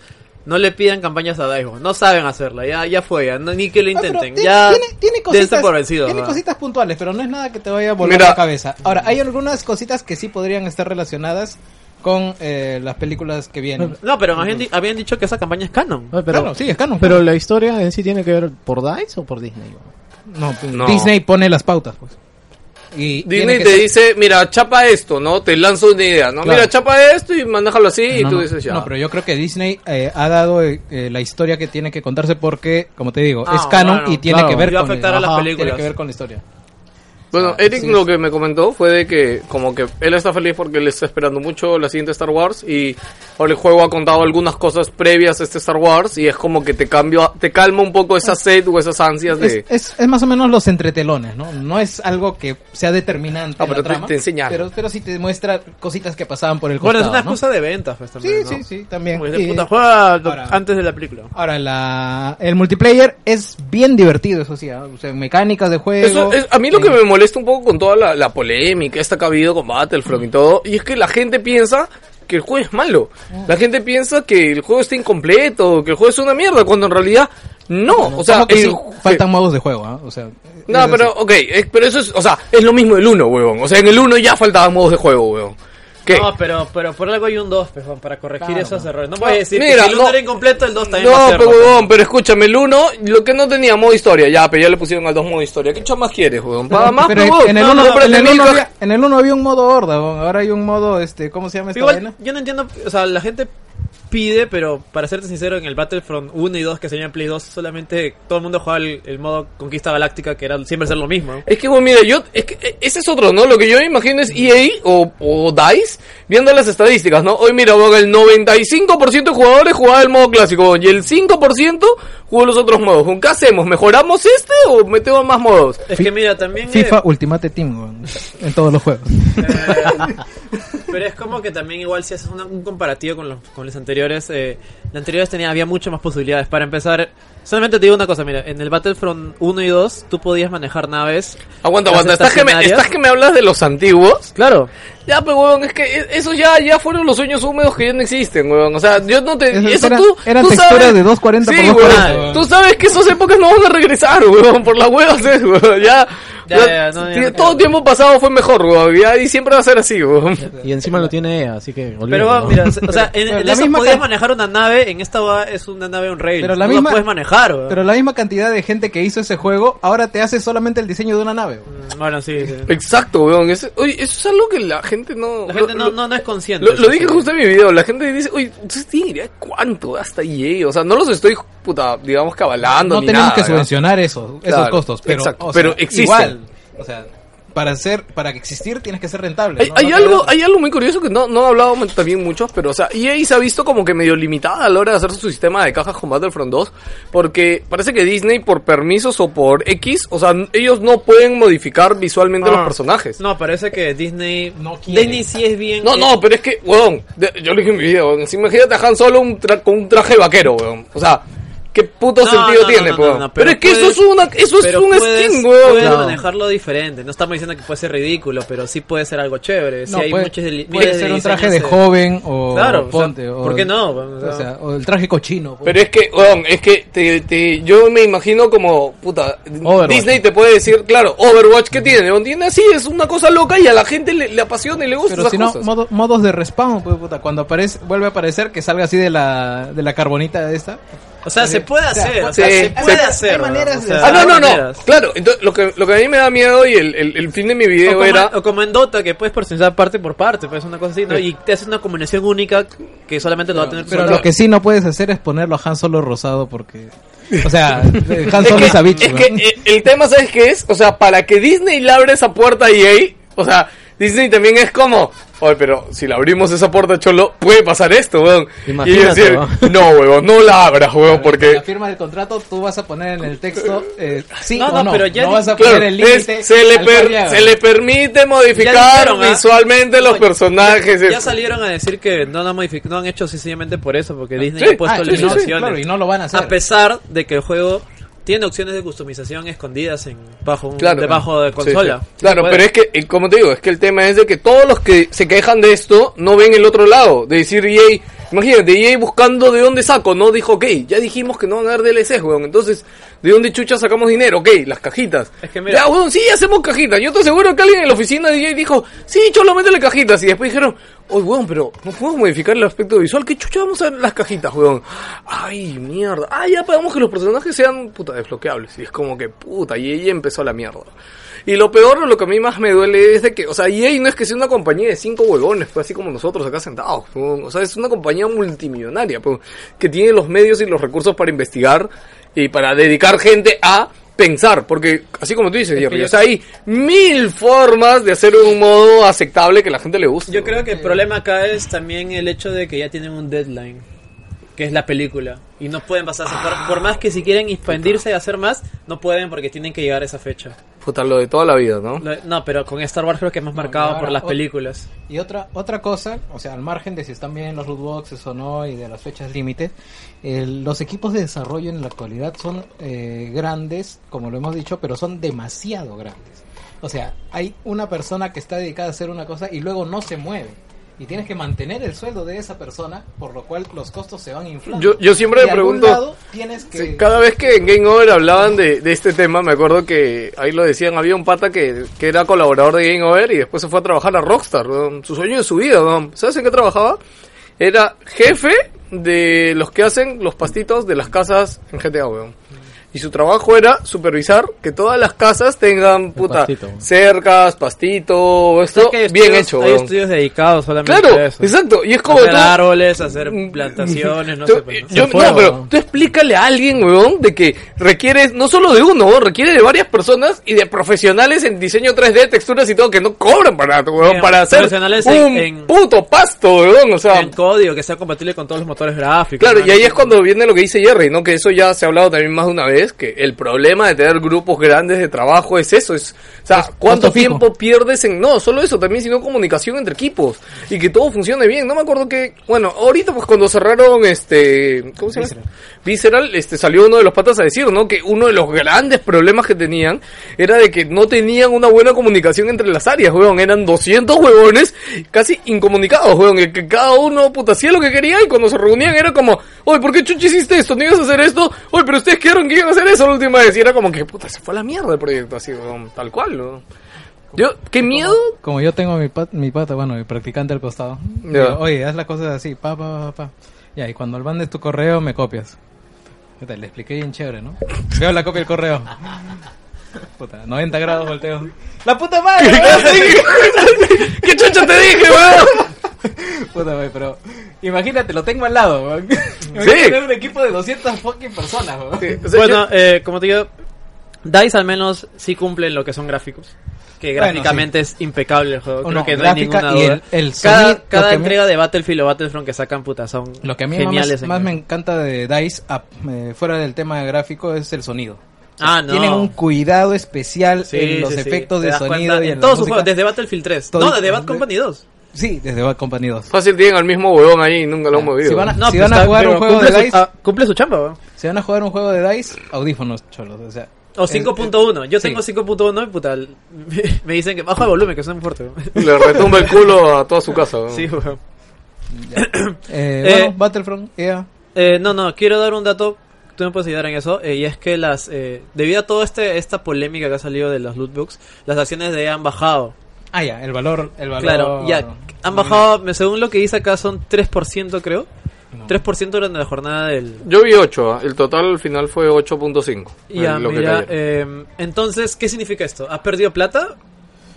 Speaker 2: No le pidan campañas a Daigo, no saben hacerla, ya, ya fue, ya, no- ni que lo
Speaker 4: Ah, pero
Speaker 2: intenten.
Speaker 4: tiene-
Speaker 2: ya
Speaker 4: tiene, tiene
Speaker 2: dense
Speaker 4: cositas,
Speaker 2: por vencidos,
Speaker 4: tiene
Speaker 2: ¿no?
Speaker 4: cositas puntuales, pero no es nada que te vaya a volar
Speaker 1: Mira.
Speaker 4: la cabeza. Ahora, hay algunas cositas que sí podrían estar relacionadas con eh, las películas que vienen.
Speaker 2: No, pero más bien di- habían dicho que esa campaña es canon.
Speaker 3: Oye, Ah, pero,
Speaker 4: Claro, sí, es canon.
Speaker 3: pero la historia en sí tiene que ver por DICE o por Disney. weón?
Speaker 4: no, pues,
Speaker 1: No.
Speaker 4: Disney pone las pautas, pues. Y tiene
Speaker 1: Disney
Speaker 4: que
Speaker 1: te
Speaker 4: ser-
Speaker 1: dice, mira, chapa esto, ¿no? Te lanzo una idea, ¿no?
Speaker 4: Claro.
Speaker 1: Mira, chapa esto y manéjalo así y
Speaker 4: No,
Speaker 1: tú
Speaker 4: no,
Speaker 1: dices ya.
Speaker 4: no, pero yo creo que Disney eh, ha dado eh, eh, la historia que tiene que contarse porque, como te digo,
Speaker 2: Ah,
Speaker 4: es canon
Speaker 2: bueno,
Speaker 4: y tiene
Speaker 3: claro.
Speaker 4: que ver
Speaker 2: Iba a
Speaker 4: con
Speaker 2: afectar a las películas.
Speaker 4: tiene que ver con la historia.
Speaker 1: Bueno,
Speaker 4: Ah,
Speaker 1: Eric
Speaker 4: sí.
Speaker 1: lo que me comentó fue de que como que él está feliz porque le está esperando mucho la siguiente Star Wars y ahora el juego ha contado algunas cosas previas a este Star Wars y es como que te cambia, te calma un poco esa sed o esas ansias
Speaker 4: Es,
Speaker 1: de...
Speaker 4: es- es más o menos los entretelones, ¿no? No es algo que sea determinante.
Speaker 1: Ah,
Speaker 4: en la
Speaker 1: pero te-
Speaker 4: trama,
Speaker 1: te enseña algo.
Speaker 4: Pero, pero sí te muestra cositas que pasaban por el
Speaker 2: Bueno, es
Speaker 4: costado,
Speaker 2: una
Speaker 4: ¿no?
Speaker 2: excusa de ventas, pues, también,
Speaker 4: Sí,
Speaker 2: ¿no?
Speaker 4: sí, sí, también.
Speaker 2: Como dice,
Speaker 4: Y-
Speaker 2: puta, juega lo-
Speaker 4: Ahora-
Speaker 2: antes de la película.
Speaker 4: Ahora, la, el multiplayer es bien divertido, eso sí. ¿ah? O sea, mecánicas de juego.
Speaker 1: Eso es- a mí lo que
Speaker 4: eh,
Speaker 1: me molesta un poco con toda la, la polémica esta que ha habido con Battlefront y todo, y es que la gente piensa que el juego es malo. La gente piensa que el juego está incompleto, que el juego es una mierda, cuando en realidad no.
Speaker 4: no,
Speaker 1: o sea,
Speaker 4: como que
Speaker 1: el
Speaker 4: sí,
Speaker 1: ju-
Speaker 4: faltan modos de juego, ¿ah? O sea.
Speaker 1: No,
Speaker 4: es-
Speaker 1: pero, ok, es- pero eso es, o sea, es lo mismo del 1, huevón. O sea, en el 1 ya faltaban modos de juego, huevón. ¿Qué?
Speaker 2: No, pero, pero por algo hay un 2, pues, Juan, para corregir
Speaker 4: Claro,
Speaker 2: esos
Speaker 4: no.
Speaker 2: errores. No puedes decir que
Speaker 1: mira,
Speaker 2: si el 1
Speaker 1: no.
Speaker 2: era incompleto, el 2 también va a
Speaker 1: No,
Speaker 2: serlo,
Speaker 1: pero
Speaker 2: pues.
Speaker 1: huevón, pero escúchame, el 1, lo que no tenía modo historia, ya, pero ya le pusieron al 2 modo historia. ¿Qué chas más quieres, huevón? Paga más,
Speaker 4: pero
Speaker 1: huevón.
Speaker 4: en el
Speaker 1: No,
Speaker 4: 1
Speaker 1: no, pero
Speaker 4: en el
Speaker 1: tenés
Speaker 4: uno
Speaker 1: que-
Speaker 4: había, en el uno había un modo horda, ¿no? ahora hay un modo, este, ¿cómo se llama esta
Speaker 2: Igual,
Speaker 4: vaina?
Speaker 2: yo no entiendo, o sea, la gente pide, pero para serte sincero, en el Battlefront 1 y 2 que salían en Play 2, solamente todo el mundo jugaba el, el modo Conquista Galáctica, que era siempre ser lo mismo.
Speaker 1: Es que, bueno, mira, yo, es que eh, ese es otro, ¿no? Lo que yo me imagino es EA o, o DICE viendo las estadísticas, ¿no? Hoy, mira, bueno, el 95% de jugadores jugaba el modo clásico bueno, y el 5% jugó los otros modos. ¿Qué hacemos? ¿Mejoramos este o metemos más modos?
Speaker 2: Es que mira, también... eh,
Speaker 4: FIFA Ultimate Team, weón, en todos los juegos.
Speaker 2: pero es como que también igual si haces una- un comparativo con los, con los anteriores, eh, los anteriores tenía, había muchas más posibilidades. Para empezar, solamente te digo una cosa, mira, en el Battlefront 1 y 2 tú podías manejar naves.
Speaker 1: Aguanta,
Speaker 2: las
Speaker 1: aguanta. ¿Estás que, me,
Speaker 2: estacionarias.
Speaker 1: ¿Estás que me hablas de los antiguos?
Speaker 2: Claro.
Speaker 1: Ya, pero, weón, es que e- esos ya, ya fueron los sueños húmedos que ya no existen, weón. O sea, yo no te...
Speaker 4: Eso
Speaker 1: Eso,
Speaker 4: era-
Speaker 1: tú,
Speaker 4: era
Speaker 1: tú
Speaker 4: textura
Speaker 1: sabes...
Speaker 4: de 240
Speaker 1: sí,
Speaker 4: por 240,
Speaker 1: weón.
Speaker 4: weón.
Speaker 1: Tú sabes que esas épocas no van a regresar, weón. Por las huevas, eh, weón. Ya...
Speaker 2: Ya,
Speaker 1: ya-
Speaker 2: ya, no, ya,
Speaker 1: ti-
Speaker 2: no
Speaker 1: todo
Speaker 2: creo.
Speaker 1: tiempo pasado fue mejor, weón. Ya, y siempre va a ser así, weón.
Speaker 3: Y encima lo tiene EA, así que... olvídate,
Speaker 2: Pero
Speaker 3: ¿no? (laughs)
Speaker 2: mira, o sea, en,
Speaker 4: Pero
Speaker 2: en
Speaker 4: la
Speaker 2: eso
Speaker 4: misma
Speaker 2: podías
Speaker 4: ca-
Speaker 2: manejar una nave, en esta va- es una nave un rail.
Speaker 4: Pero la
Speaker 2: Tú
Speaker 4: misma-
Speaker 2: puedes manejar, weón.
Speaker 4: Pero la misma cantidad de gente que hizo ese juego, ahora te hace solamente el diseño de una nave. weón.
Speaker 2: Mm, Bueno, sí, sí.
Speaker 1: Exacto, weón. Ese- oye, eso es algo que la gente no...
Speaker 2: La gente
Speaker 1: lo-
Speaker 2: no,
Speaker 1: lo-
Speaker 2: no, no es
Speaker 4: (laughs)
Speaker 2: consciente.
Speaker 1: Lo, lo
Speaker 2: Sí,
Speaker 1: dije
Speaker 2: sí.
Speaker 1: justo en mi video, la gente dice, oye, ¿ustedes tienen idea de cuánto hasta EA? O sea, no los estoy, puta, digamos, cabalando
Speaker 4: no
Speaker 1: ni
Speaker 4: tenemos
Speaker 1: nada,
Speaker 4: que
Speaker 1: ¿verdad?
Speaker 4: subvencionar eso, esos
Speaker 1: Claro,
Speaker 4: costos, pero,
Speaker 1: exacto,
Speaker 4: o sea,
Speaker 1: pero existen.
Speaker 4: igual, o sea, para ser, para existir tienes que ser rentable.
Speaker 1: Hay,
Speaker 4: ¿no?
Speaker 1: hay
Speaker 4: No te
Speaker 1: algo,
Speaker 4: queda
Speaker 1: hay algo muy curioso que no, no he hablado mu- también muchos, pero o sea, EA se ha visto como que medio limitada a la hora de hacer su sistema de cajas con Battlefront 2, porque parece que Disney por permisos o por X, o sea, n- ellos no pueden modificar visualmente los
Speaker 2: Ah.
Speaker 1: personajes. No.
Speaker 2: No, parece que Disney.
Speaker 4: No quiere.
Speaker 2: Disney sí es bien.
Speaker 1: No, pero es que, weón, de- yo le dije en mi video, weón, si imagínate a Han Solo un tra- con un traje vaquero, weón. O sea, ¿qué puto
Speaker 2: No,
Speaker 1: sentido
Speaker 2: no, no,
Speaker 1: tiene,
Speaker 2: no,
Speaker 1: weón?
Speaker 2: no, no,
Speaker 1: pero,
Speaker 2: pero
Speaker 1: es que eso
Speaker 2: puedes-
Speaker 1: es, una, eso es
Speaker 2: pero
Speaker 1: un
Speaker 2: puedes-
Speaker 1: skin, weón.
Speaker 2: Puedes
Speaker 1: Claro.
Speaker 2: manejarlo diferente. No estamos diciendo que puede ser ridículo, pero sí puede ser algo chévere.
Speaker 4: No,
Speaker 2: sí, hay
Speaker 4: puede,
Speaker 2: muchos deli-
Speaker 4: puede
Speaker 2: miles
Speaker 4: ser un
Speaker 2: diseños
Speaker 4: traje de
Speaker 2: de-
Speaker 4: joven o
Speaker 2: Claro, o sea,
Speaker 4: ponte. o-
Speaker 2: ¿por qué no?
Speaker 4: O, sea, o el traje cochino. pues.
Speaker 1: Pero es que, weón, es que te, te- yo me imagino como, puta,
Speaker 3: Overwatch.
Speaker 1: Disney te puede decir, claro, Overwatch, ¿qué tiene? ¿No tiene así? Es una cosa loca y a la gente le, le apasiona y le gusta
Speaker 4: Pero
Speaker 1: esas
Speaker 4: si no,
Speaker 1: cosas.
Speaker 4: modo- modos de respawn, pues, puta, cuando aparece, vuelve a aparecer que salga así de la, de la carbonita esta.
Speaker 2: O sea, se puede hacer. O sea,
Speaker 1: sí.
Speaker 2: se puede
Speaker 1: Hay- hay
Speaker 2: hacer. ¿no?
Speaker 4: maneras
Speaker 2: O
Speaker 4: de
Speaker 2: sea,
Speaker 1: Ah, no,
Speaker 2: hay
Speaker 1: no, no.
Speaker 2: maneras.
Speaker 1: Claro, entonces, lo que, lo que a mí me da miedo y el, el- el fin de mi
Speaker 2: O
Speaker 1: video
Speaker 2: como,
Speaker 1: era...
Speaker 2: o como en Dota, que puedes personalizar parte por parte, pues una cosa así, ¿no? Y te haces una combinación única que solamente lo va a tener tu
Speaker 4: Pero
Speaker 2: soldado.
Speaker 4: lo que sí no puedes hacer es ponerlo a Han Solo rosado porque... O sea, eh,
Speaker 1: (laughs)
Speaker 4: Han
Speaker 1: Es
Speaker 4: Solo
Speaker 1: que,
Speaker 4: es, sabicho.
Speaker 1: es que, eh, el tema, ¿sabes qué es? O sea, para que Disney le abra esa puerta a EA, o sea, Disney también es como, oye, pero si le abrimos esa puerta, Cholo, puede pasar esto, weón.
Speaker 3: Imagínate,
Speaker 1: y decir,
Speaker 3: weón.
Speaker 1: no, weón, no la abras, weón,
Speaker 4: la
Speaker 1: porque...
Speaker 4: firma del contrato tú vas a poner en el texto eh, sí
Speaker 2: No,
Speaker 4: o
Speaker 2: no,
Speaker 4: no,
Speaker 2: pero ya
Speaker 4: no
Speaker 2: di-
Speaker 4: vas a poner
Speaker 1: Claro,
Speaker 4: el
Speaker 1: es-
Speaker 4: límite
Speaker 1: se, le
Speaker 4: al
Speaker 1: per-
Speaker 4: cual llega.
Speaker 1: se le permite
Speaker 2: Ya
Speaker 1: modificar
Speaker 2: dijeron, ¿ah?
Speaker 1: visualmente los
Speaker 2: No,
Speaker 1: personajes.
Speaker 2: Ya, ya
Speaker 1: es-
Speaker 2: salieron a decir que no, la modific- no han hecho sencillamente por eso, porque Disney
Speaker 1: Sí.
Speaker 2: ha puesto
Speaker 4: Ah, sí, sí, sí,
Speaker 2: limitaciones.
Speaker 4: claro, y no lo van a hacer.
Speaker 2: A pesar de que el juego tiene opciones de customización escondidas en bajo un-
Speaker 1: Claro.
Speaker 2: debajo de
Speaker 1: Sí,
Speaker 2: consola.
Speaker 1: sí. Claro,
Speaker 2: Puede-
Speaker 1: pero es que, eh, como te digo, es que el tema es de que todos los que se quejan de esto no ven el otro lado. De decir EA, imagínate, EA buscando de dónde saco, no dijo, ok, ya dijimos que no van a dar DLCs, weón. Entonces, ¿de dónde chucha sacamos dinero? Ok, las cajitas.
Speaker 2: Es que mira-
Speaker 1: Ya, weón, sí, hacemos cajitas. Yo te aseguro que alguien en la oficina de EA dijo, sí, cholo, métele cajitas. Y después dijeron, oye, weón, pero no podemos modificar el aspecto visual. ¿Qué chucha vamos a ver en las cajitas, weón? Ay, mierda. Ah, ya pagamos que los personajes sean, puta, desbloqueables. Y es como que, puta, y EA empezó la mierda. Y lo peor, lo que a mí más me duele es de que, o sea, EA no es que sea una compañía de cinco huevones, pues así como nosotros acá sentados. weón. O sea, es una compañía multimillonaria, pues, que tiene los medios y los recursos para investigar y para dedicar gente a pensar, porque así como tú dices, Jerry,
Speaker 2: yo-
Speaker 1: o sea, hay mil formas de hacer un modo aceptable que la gente le guste.
Speaker 2: Yo creo que el problema acá es también el hecho de que ya tienen un deadline, que es la película, y no pueden basarse. Por, por más que si quieren expandirse y hacer más, no pueden porque tienen que llegar a esa fecha.
Speaker 1: Puta, lo de toda la vida, ¿no?
Speaker 2: Lo- No, pero con Star Wars creo que es más marcado
Speaker 4: ahora
Speaker 2: por las
Speaker 4: ot-
Speaker 2: películas.
Speaker 4: Y otra, otra cosa, o sea, al margen de si están bien los loot boxes o no y de las fechas límites, el- los equipos de desarrollo en la actualidad son eh, grandes, como lo hemos dicho, pero son demasiado grandes. O sea, hay una persona que está dedicada a hacer una cosa y luego no se mueve. Y tienes que mantener el sueldo de esa persona, por lo cual los costos se van inflando.
Speaker 1: Yo- yo siempre
Speaker 4: De
Speaker 1: me
Speaker 4: algún
Speaker 1: pregunto-
Speaker 4: lado tienes que...
Speaker 1: Sí, cada vez que en Game Over hablaban de, de este tema, me acuerdo que ahí lo decían, había un pata que, que era colaborador de Game Over y después se fue a trabajar a Rockstar, weón. su sueño de su vida, weón. ¿sabes en qué trabajaba? Era jefe de los que hacen los pastitos de las casas en GTA, weón. Y su trabajo era supervisar que todas las casas tengan puta
Speaker 3: pastito, weón.
Speaker 1: cercas, pastito, esto
Speaker 2: Sé que hay
Speaker 1: bien
Speaker 2: estudios-
Speaker 1: hecho,
Speaker 2: Hay
Speaker 1: weón.
Speaker 2: estudios dedicados solamente
Speaker 1: Claro,
Speaker 2: a eso.
Speaker 1: exacto. Y es como
Speaker 2: hacer
Speaker 1: tú-
Speaker 2: árboles, hacer plantaciones, no
Speaker 1: Tú-
Speaker 2: sé. pues, ¿no?
Speaker 1: yo-
Speaker 3: Se fue,
Speaker 1: no, pero
Speaker 3: weón.
Speaker 1: tú explícale a alguien, weón, de que requiere no solo de uno, weón, requiere de varias personas y de profesionales en diseño 3D, texturas y todo, que no cobran para, weón,
Speaker 2: Mira,
Speaker 1: para hacer
Speaker 2: profesionales
Speaker 1: un
Speaker 2: en- en-
Speaker 1: puto pasto, weón, o sea...
Speaker 2: En código que sea compatible con todos los motores gráficos.
Speaker 1: Claro,
Speaker 2: ¿no?
Speaker 1: y ahí es cuando viene lo que dice Jerry, ¿no? Que eso ya se ha hablado también más de una vez, que el problema de tener grupos grandes de trabajo es eso, es, o sea, cuánto
Speaker 4: costo fijo.
Speaker 1: tiempo pierdes en, no, solo eso también, sino comunicación entre equipos, y que todo funcione bien, no me acuerdo que, bueno, ahorita pues cuando cerraron este, ¿cómo se llama? Visceral, este, salió uno de los patas a decir, ¿no? Que uno de los grandes problemas que tenían era de que no tenían una buena comunicación entre las áreas, weón, eran 200 huevones casi incomunicados, weón, que- que cada uno, puta, hacía lo que quería y cuando se reunían era como, oye, ¿por qué chuchi hiciste esto? ¿No ibas a hacer esto? Oye, pero ustedes quedaron que iban a hacer eso la última vez y era como que, puta, se fue a la mierda el proyecto, así, weón, tal cual, weón. Yo, qué (laughs) miedo,
Speaker 4: Como yo tengo mi, pat- mi pata, bueno, mi practicante al costado.
Speaker 1: Ya.
Speaker 4: Digo, Oye, haz las cosas así, pa, pa, pa, pa. Ya, y cuando mandes tu correo, me copias. Puta, le expliqué bien chévere, ¿no? Veo la copia del correo. Puta, 90 grados volteo. ¡La puta madre! (laughs)
Speaker 1: (laughs) ¿Qué chucha te dije, weón?
Speaker 4: Puta, güey, pero imagínate, lo tengo al lado, güey. Imagínate tener un equipo de 200 fucking personas, güey.
Speaker 1: Sí, o sea,
Speaker 2: bueno, eh, como te digo, DICE al menos sí cumplen lo que son gráficos. que
Speaker 4: Bueno,
Speaker 2: gráficamente es impecable el juego.
Speaker 4: Oh,
Speaker 2: Creo
Speaker 4: no,
Speaker 2: que no hay
Speaker 4: gráfica
Speaker 2: ninguna
Speaker 4: y
Speaker 2: duda.
Speaker 4: el- el
Speaker 2: cada
Speaker 4: sonido,
Speaker 2: cada
Speaker 4: lo que a mí-
Speaker 2: entrega de Battlefield o Battlefront que sacan puta son
Speaker 4: Lo que a mí
Speaker 2: geniales.
Speaker 4: más,
Speaker 2: en-
Speaker 4: más me encanta de DICE, ap- eh, fuera del tema gráfico, es el sonido.
Speaker 2: Ah, no.
Speaker 4: Tienen un cuidado especial
Speaker 2: Sí,
Speaker 4: en los
Speaker 2: sí, sí.
Speaker 4: efectos
Speaker 2: Te
Speaker 4: de
Speaker 2: das
Speaker 4: sonido
Speaker 2: cuenta
Speaker 4: y
Speaker 2: en
Speaker 4: en la
Speaker 2: todos sus
Speaker 4: música.
Speaker 2: juegos, desde Battlefield 3.
Speaker 4: Todo-
Speaker 2: no, desde Bad Company 2.
Speaker 4: Sí, desde Bad Company 2.
Speaker 1: Fácil tienen al mismo huevón ahí y nunca lo han movido.
Speaker 4: Si van a-
Speaker 2: No,
Speaker 4: si
Speaker 2: pues
Speaker 4: van a
Speaker 2: está-
Speaker 4: jugar un
Speaker 2: pero
Speaker 4: juego de
Speaker 2: cumple su-
Speaker 4: DICE,
Speaker 2: ah, Cumple su chamba, weón.
Speaker 4: si van a jugar un juego de DICE, audífonos cholos, o sea.
Speaker 2: O
Speaker 4: es-
Speaker 2: 5.1. Yo
Speaker 4: sí.
Speaker 2: tengo 5.1 y puta. Me, me dicen que baja el volumen, que suena muy fuerte.
Speaker 4: Oh.
Speaker 2: weón.
Speaker 1: Le retumba el culo a toda su casa. weón.
Speaker 2: Sí, weón.
Speaker 4: eh,
Speaker 2: Eh,
Speaker 4: bueno, Battlefront, EA.
Speaker 2: Eh, no, no, quiero dar un dato. Tú me puedes ayudar en eso. eh, y es que las. eh, debido a toda este, esta polémica que ha salido de los lootbooks, las acciones de EA han bajado.
Speaker 4: Ah, ya, el valor. El valor
Speaker 2: Claro, ya. Han bajado, me- según lo que dice acá, son 3%, creo.
Speaker 4: No.
Speaker 2: 3% durante la jornada del.
Speaker 1: Yo vi 8, el total al final fue 8.5.
Speaker 2: Ya,
Speaker 1: eh, lo que
Speaker 2: mira.
Speaker 1: cayó.
Speaker 2: eh, entonces, ¿qué significa esto? ¿Ha perdido plata?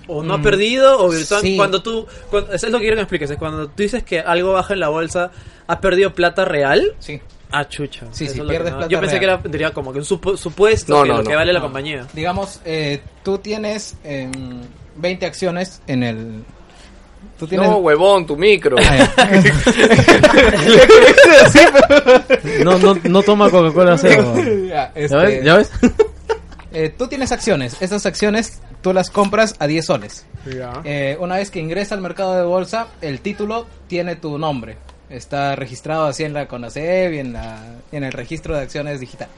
Speaker 2: ¿O no ha perdido? ¿O virtual?
Speaker 4: sí.
Speaker 2: Cuando tú. cuando- eso es lo que quiero que me expliques. Es cuando tú dices que algo baja en la bolsa, ¿ha perdido plata real?
Speaker 4: Sí.
Speaker 2: Ah, chucha.
Speaker 4: Sí,
Speaker 2: Eso
Speaker 4: sí,
Speaker 2: es lo que
Speaker 4: pierdes
Speaker 2: no-
Speaker 4: plata
Speaker 2: Yo pensé
Speaker 4: real.
Speaker 2: que era diría como que un supo- supuesto
Speaker 1: No,
Speaker 2: que
Speaker 1: no,
Speaker 2: lo
Speaker 1: no.
Speaker 2: que vale la
Speaker 4: No.
Speaker 2: compañía.
Speaker 4: Digamos, eh, tú tienes em, 20 acciones en el. Tú tienes.
Speaker 1: No, huevón, tu micro.
Speaker 2: (laughs)
Speaker 4: Ah, ya. (laughs)
Speaker 3: No, no, no toma
Speaker 2: (laughs)
Speaker 3: Coca-Cola cero.
Speaker 4: Ya, este,
Speaker 3: ¿Ya ves? ¿Ya ves?
Speaker 4: eh, tú tienes acciones. Esas acciones tú las compras a 10 soles. Eh, una vez que ingresa al mercado de bolsa, el título tiene tu nombre. Está registrado así en la CONACEB y en, la, en el registro de acciones digital.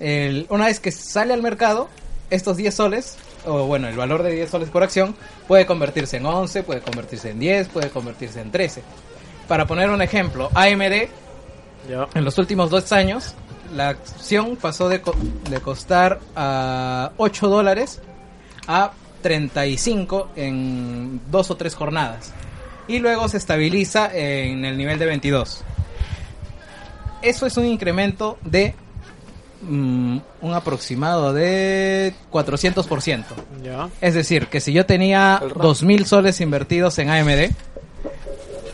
Speaker 4: El- una vez que sale al mercado, estos 10 soles, o bueno, el valor de 10 soles por acción, puede convertirse en 11, puede convertirse en 10, puede convertirse en 13. Para poner un ejemplo, AMD
Speaker 2: Ya.
Speaker 4: en los últimos dos años, la acción pasó de, co- de costar a 8 dólares a 35 en dos o tres jornadas. Y luego se estabiliza en el nivel de 22. Eso es un incremento de mm, un aproximado de 400%.
Speaker 2: Ya.
Speaker 4: Es decir, que si yo tenía 2.000 soles invertidos en AMD,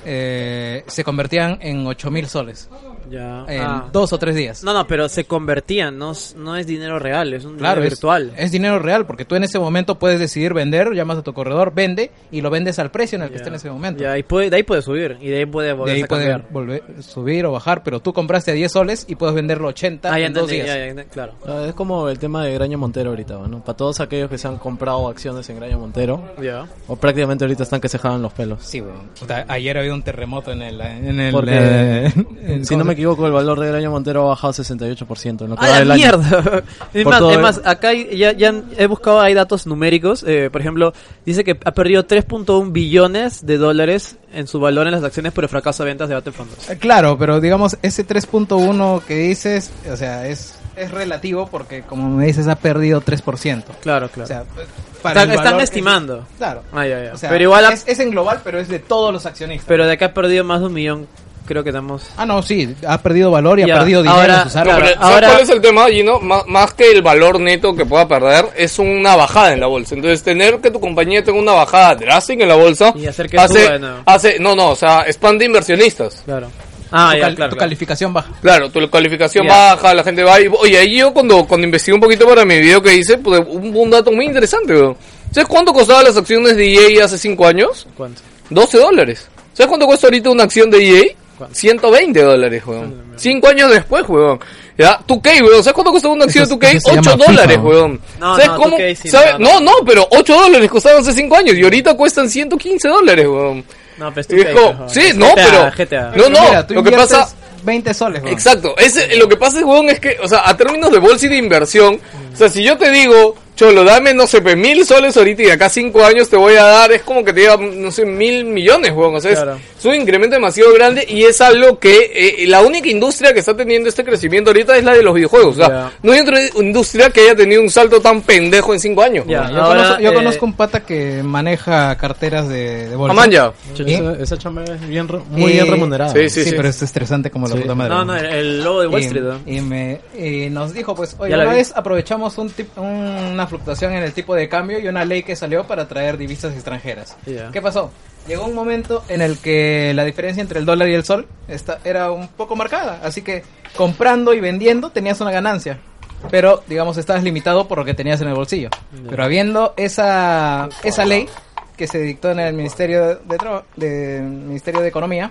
Speaker 4: eh, se convertían en 8.000 soles
Speaker 2: Ya.
Speaker 4: en
Speaker 2: Ah.
Speaker 4: dos o tres días.
Speaker 2: No, no, pero se convertían, no, s- no es dinero real, es un
Speaker 4: claro,
Speaker 2: dinero
Speaker 4: es,
Speaker 2: virtual.
Speaker 4: es dinero real porque tú en ese momento puedes decidir vender, llamas a tu corredor, vende y lo vendes al precio en el que
Speaker 2: Ya.
Speaker 4: está en ese momento.
Speaker 2: Ya, y puede, de ahí puede subir, y de ahí puede
Speaker 4: De
Speaker 2: volver
Speaker 4: ahí
Speaker 2: a
Speaker 4: puede
Speaker 2: cambiar.
Speaker 4: volver, subir o bajar, pero tú compraste a 10 soles y puedes venderlo 80
Speaker 2: Ah, ya
Speaker 4: en dos
Speaker 2: entendí,
Speaker 4: días.
Speaker 2: ya, ya, ent- claro.
Speaker 3: (laughs) Ah, Es como el tema de Graña Montero ahorita, ¿no? Para todos aquellos que se han comprado acciones en Graña Montero,
Speaker 2: Ya.
Speaker 3: o prácticamente ahorita están que se jalan los pelos.
Speaker 4: Sí, weón. Puta, ayer había un terremoto en el... En el
Speaker 3: Porque,
Speaker 4: eh,
Speaker 2: (laughs)
Speaker 4: en-
Speaker 3: si no me equivoco, el valor de Graña Montero ha bajado 68% en lo que va
Speaker 2: ¡A
Speaker 3: del
Speaker 2: la
Speaker 3: año.
Speaker 2: mierda! es,
Speaker 3: Por
Speaker 2: más,
Speaker 3: todo
Speaker 2: es
Speaker 3: el-
Speaker 2: más, acá hay- ya, ya han- he buscado, hay datos numéricos. eh, por ejemplo, dice que ha perdido 3.1 billones de dólares en su valor en las acciones por el fracaso de ventas de Battlefront 2.
Speaker 4: Eh, Claro, pero digamos, ese 3.1 que dices, o sea, es, es relativo porque como me dices ha perdido 3%.
Speaker 2: Claro, claro.
Speaker 4: O sea,
Speaker 2: Están-
Speaker 4: el
Speaker 2: están
Speaker 4: valor es-
Speaker 2: estimando.
Speaker 4: claro.
Speaker 2: Ah, ya, ya.
Speaker 4: O sea,
Speaker 2: pero igual, ha-
Speaker 4: es, es en global, pero es de todos los accionistas.
Speaker 2: pero de acá ha perdido más de un millón, creo que estamos...
Speaker 4: Ah, no, sí, ha perdido valor y
Speaker 2: Ya,
Speaker 4: ha perdido dinero.
Speaker 2: ahora-
Speaker 4: Susana.
Speaker 1: No, pero
Speaker 2: claro,
Speaker 1: ¿sabes
Speaker 2: ahora-
Speaker 1: cuál es el tema, Gino? Má- más que el valor neto que pueda perder, es una bajada en la bolsa. Entonces, tener que tu compañía tenga una bajada drástica en la bolsa
Speaker 2: Y hacer que
Speaker 1: hace,
Speaker 2: suba de nuevo.
Speaker 1: hace, no, no, o sea, expande inversionistas.
Speaker 2: Claro. Ah,
Speaker 4: tu,
Speaker 2: ya,
Speaker 4: cal-
Speaker 2: claro. claro.
Speaker 4: tu calificación baja.
Speaker 1: Claro, tu calificación
Speaker 2: Ya.
Speaker 1: baja, la gente va y... Oye, ahí yo cuando, cuando investigué un poquito para mi video que hice, pues, un, un dato muy interesante, weón. ¿Sabes cuánto costaban las acciones de EA hace 5 años?
Speaker 2: ¿Cuánto?
Speaker 1: 12 dólares. ¿Sabes cuánto cuesta ahorita una acción de E EA?
Speaker 2: ¿Cuánto?
Speaker 1: 120 dólares, weón. 5 años después, weón. Ya, 2K, weón. ¿Sabes cuánto costaba una acción
Speaker 4: Eso-
Speaker 1: de 2K?
Speaker 4: eso se
Speaker 1: 8
Speaker 4: llama FIFA,
Speaker 1: dólares,
Speaker 4: weón.
Speaker 1: weón.
Speaker 2: No,
Speaker 1: ¿Sabes
Speaker 2: no,
Speaker 1: cómo?
Speaker 2: 2K sí,
Speaker 1: ¿sabes? No,
Speaker 2: no,
Speaker 1: no, pero 8 dólares costaban hace 5 años y ahorita cuestan 115 dólares, weón.
Speaker 2: No, pues tú
Speaker 1: Hijo,
Speaker 2: te- mejor.
Speaker 1: sí, no,
Speaker 2: GTA,
Speaker 1: pero...
Speaker 2: GTA.
Speaker 1: No, no,
Speaker 4: Mira, tú
Speaker 1: lo que
Speaker 4: inviertes
Speaker 1: pasa...
Speaker 4: 20 soles,
Speaker 2: Ah.
Speaker 4: weón.
Speaker 1: Exacto, ese, lo que pasa es, weón, es que, o sea, a términos de bolsa y de inversión, o sea, si yo te digo, cholo, dame, no sé, pues, mil soles ahorita y de acá cinco años te voy a dar, es como que te diga, no sé, mil millones, weón, o sea, es-
Speaker 2: Claro.
Speaker 1: es, un incremento demasiado grande y es algo que eh, la única industria que está teniendo este crecimiento ahorita es la de los videojuegos, o sea,
Speaker 2: Ya.
Speaker 1: no hay otra industria que haya tenido un salto tan pendejo en cinco años.
Speaker 2: Ya.
Speaker 1: weón.
Speaker 4: Yo,
Speaker 2: Ahora,
Speaker 4: conozco, yo
Speaker 2: eh,
Speaker 4: conozco un pata que maneja carteras de, de bolsa.
Speaker 1: Amán ya.
Speaker 3: Che,
Speaker 4: ¿Sí?
Speaker 3: Esa, esa chamba es bien, re- muy
Speaker 4: Eh,
Speaker 3: bien remunerada.
Speaker 1: sí,
Speaker 4: Sí, pero es estresante como la
Speaker 3: Sí.
Speaker 4: puta madre.
Speaker 2: No, no, el, el logo de Wall
Speaker 4: Y-
Speaker 2: Street. ¿no?
Speaker 4: Y, me, y nos dijo, pues, oye,
Speaker 2: Ya la
Speaker 4: una
Speaker 2: vi.
Speaker 4: vez aprovechamos un tip- una fluctuación en el tipo de cambio y una ley que salió para traer divisas extranjeras.
Speaker 2: Ya.
Speaker 4: ¿Qué pasó? Llegó un momento en el que la diferencia entre el dólar y el sol esta- era un poco marcada, así que comprando y vendiendo tenías una ganancia. Pero, digamos, estabas limitado por lo que tenías en el bolsillo. Pero habiendo esa, esa ley que se dictó en el Ministerio de, Tro- de- Ministerio de Economía,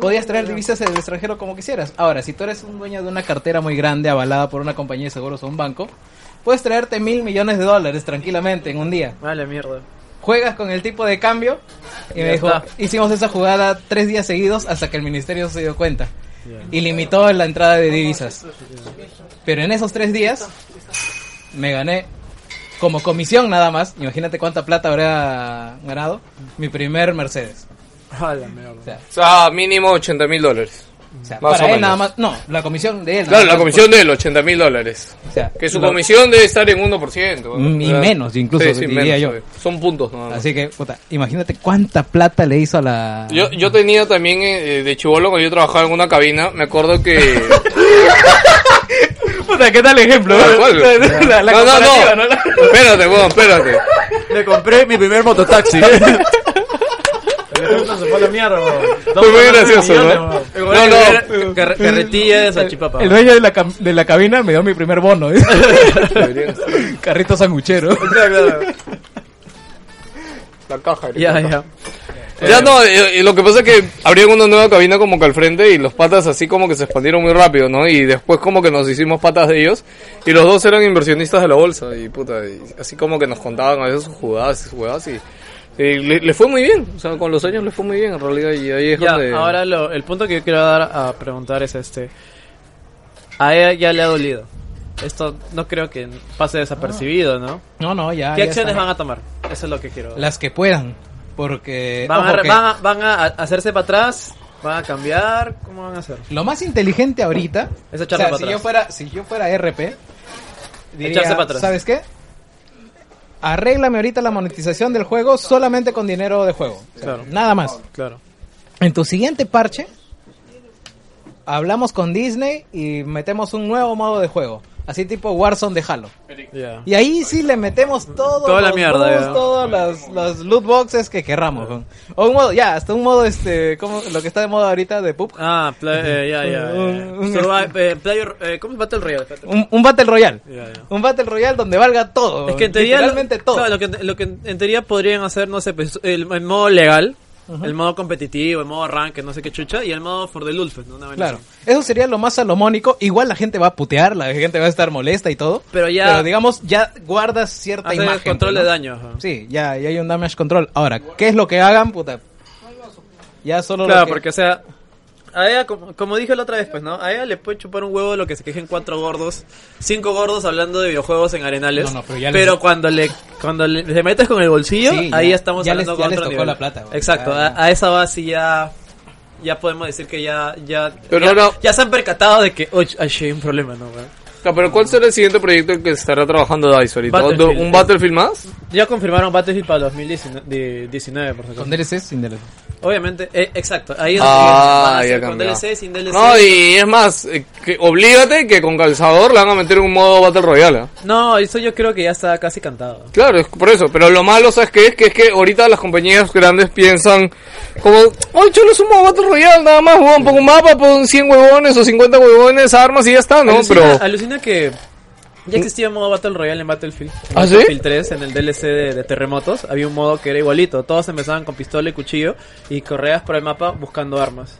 Speaker 4: podías traer divisas del extranjero como quisieras. Ahora, si tú eres un dueño de una cartera muy grande avalada por una compañía de seguros o un banco, puedes traerte mil millones de dólares tranquilamente en un día
Speaker 2: Vale, mierda.
Speaker 4: juegas con el tipo de cambio. Y me
Speaker 2: Ya
Speaker 4: dijo,
Speaker 2: está.
Speaker 4: hicimos esa jugada tres días seguidos hasta que el ministerio se dio cuenta. Y limitó la entrada de divisas. Pero en esos tres días me gané como comisión nada más. Imagínate cuánta plata habrá ganado mi primer Mercedes.
Speaker 2: A la mierda.
Speaker 4: O sea,
Speaker 1: O sea, mínimo 80 mil dólares.
Speaker 4: o sea,
Speaker 1: Más
Speaker 4: para
Speaker 1: o
Speaker 4: él
Speaker 1: menos.
Speaker 4: nada más. No, la comisión de él. nada
Speaker 1: Claro, la
Speaker 4: más. pues,
Speaker 1: comisión de él, 80 mil dólares.
Speaker 4: O sea,
Speaker 1: Que su
Speaker 4: lo-
Speaker 1: comisión debe estar en 1%.
Speaker 4: Mm, y
Speaker 1: ¿verdad?
Speaker 4: menos, incluso, diría yo.
Speaker 1: obvio. eh. Son puntos, nada más.
Speaker 4: Así que, puta, imagínate cuánta plata le hizo a la.
Speaker 1: Yo, yo tenía también eh, de chivolo cuando yo trabajaba en una cabina, me acuerdo
Speaker 4: (laughs)
Speaker 1: que...
Speaker 4: Puta, ¿qué tal ejemplo?
Speaker 1: Tal cual.
Speaker 4: La- la
Speaker 1: no, no,
Speaker 4: comparativa,
Speaker 1: no. Espérate, weón, espérate.
Speaker 5: Le compré mi primer mototaxi.
Speaker 2: No se fue a la mierda, weón.
Speaker 1: Fue muy gracioso, ¿no?
Speaker 2: weón.
Speaker 1: No, no.
Speaker 5: Carre- carretilla de
Speaker 2: Ah.
Speaker 5: salchipapa.
Speaker 4: El dueño de la, cam- de la cabina me dio mi primer bono. ¿eh? Carrito sanguchero.
Speaker 1: La caja.
Speaker 2: (laughs) Ya, ya.
Speaker 1: Ya no, eh, eh, lo que pasa es que abrieron una nueva cabina como que al frente y los patas así como que se expandieron muy rápido, ¿no? Y después como que nos hicimos patas de ellos y los dos eran inversionistas de la bolsa y puta, y así como que nos contaban a veces sus jugadas, sus jugadas y, y le, le fue muy bien, o sea, con los años le fue muy bien en realidad y ahí es
Speaker 2: Ya,
Speaker 1: donde...
Speaker 2: ahora lo- el punto que yo quiero dar a preguntar es este. A ella ya le ha dolido. Esto no creo que pase desapercibido, ¿no?
Speaker 4: No, no, Ah, ya.
Speaker 2: ¿Qué
Speaker 4: ya
Speaker 2: acciones
Speaker 4: está.
Speaker 2: van a tomar? Eso es lo que quiero.
Speaker 4: Las que puedan. Porque.
Speaker 2: ¿Van, a,
Speaker 4: ojo
Speaker 2: re-
Speaker 4: que
Speaker 2: van a- van a hacerse para atrás? ¿Van a cambiar? ¿Cómo van a hacer?
Speaker 4: Lo más inteligente ahorita.
Speaker 2: Es echarse
Speaker 4: o sea,
Speaker 2: para
Speaker 4: si
Speaker 2: atrás.
Speaker 4: Yo fuera, si yo fuera RP. diría,
Speaker 2: Echarse para atrás.
Speaker 4: ¿Sabes qué? Arréglame ahorita la monetización del juego solamente con dinero de juego. O sea,
Speaker 2: Claro.
Speaker 4: Nada más.
Speaker 2: Claro.
Speaker 4: En tu siguiente parche, hablamos con Disney y metemos un nuevo modo de juego. Así tipo Warzone de Halo.
Speaker 2: Ya.
Speaker 4: Y ahí sí le metemos todo
Speaker 2: Toda la mierda, ya.
Speaker 4: todas las, las loot boxes que querramos. weón. O un modo, ya, hasta un modo, este, como lo que está de moda ahorita de PUBG.
Speaker 2: Ah, pla- eh, ya, ya.
Speaker 4: (laughs) Un- un-
Speaker 2: ya. Survive- eh, player, eh, ¿Cómo es Battle Royale?
Speaker 4: Un, un Battle Royale.
Speaker 2: Ya, ya.
Speaker 4: Un Battle Royale donde valga todo.
Speaker 2: Es que en
Speaker 4: weón.
Speaker 2: teoría.
Speaker 4: Literalmente
Speaker 2: lo,
Speaker 4: todo.
Speaker 2: claro, lo, que, lo que en teoría podrían hacer, no sé, pues, el, el modo legal, el modo competitivo, el modo rank, no sé qué chucha, y el modo for the loot, pues, ¿no? Una vaina
Speaker 4: Claro.
Speaker 2: así.
Speaker 4: Eso sería lo más salomónico. Igual la gente va a putear, la gente va a estar molesta y todo.
Speaker 2: Pero ya-
Speaker 4: Pero digamos, ya guardas cierta
Speaker 2: Hacer
Speaker 4: imagen.
Speaker 2: control
Speaker 4: ¿no?
Speaker 2: de daño. ajá.
Speaker 4: Sí, ya, ya hay un damage control. Ahora, ¿qué es lo que hagan, puta? Ya solo lo
Speaker 2: Claro,
Speaker 4: que-
Speaker 2: porque, o sea, a ella, como, como dije la otra vez, pues, ¿no? A ella le puede chupar un huevo lo que se quejen cuatro gordos, cinco gordos hablando de videojuegos en arenales.
Speaker 4: No, no, pero ya les-
Speaker 2: cuando le cuando le, le metes con el bolsillo,
Speaker 4: Sí, ya.
Speaker 2: ahí ya estamos
Speaker 4: Ya
Speaker 2: hablando
Speaker 4: les- ya
Speaker 2: con
Speaker 4: les
Speaker 2: otro
Speaker 4: tocó
Speaker 2: nivel.
Speaker 4: la plata, güey. Ah.
Speaker 2: Exacto,
Speaker 4: Ya,
Speaker 2: a-
Speaker 4: ya.
Speaker 2: A, esa base ya... Ya podemos decir que ya ya,
Speaker 1: Pero
Speaker 2: ya,
Speaker 1: no.
Speaker 2: ya se han percatado de que oye, ay, sí, hay un problema, ¿no, güey?
Speaker 1: Ya, pero ¿cuál será el siguiente proyecto en que estará trabajando DICE ahorita?
Speaker 2: Battlefield.
Speaker 1: ¿Un Battlefield más?
Speaker 2: Ya confirmaron Battlefield para 2019, por si acaso.
Speaker 4: Con DLC, sin DLC.
Speaker 2: Obviamente, eh, exacto, ahí es
Speaker 1: Ah,
Speaker 2: donde
Speaker 1: ya
Speaker 2: van a hacer eh, con
Speaker 1: cambió.
Speaker 2: DLC, sin DLC.
Speaker 1: No, y es más, eh, que, oblígate que con calzador le van a meter un modo Battle Royale. ¿ah?
Speaker 2: No, eso yo creo que ya está casi cantado.
Speaker 1: Claro, es por eso. Pero lo malo, ¿sabes qué es? Que es que ahorita las compañías grandes piensan como, oye, chulo, es un modo Battle Royale, nada más, weón, pon un mapa, pon 100 huevones o 50 huevones, armas y ya está, ¿no?
Speaker 2: alucina,
Speaker 1: Pero...
Speaker 2: alucina que ya existía modo Battle Royale en Battlefield. En
Speaker 1: ¿Ah, sí?
Speaker 2: Battlefield 3, en el DLC de, de terremotos, había un modo que era igualito. Todos empezaban con pistola y cuchillo y correas por el mapa buscando armas.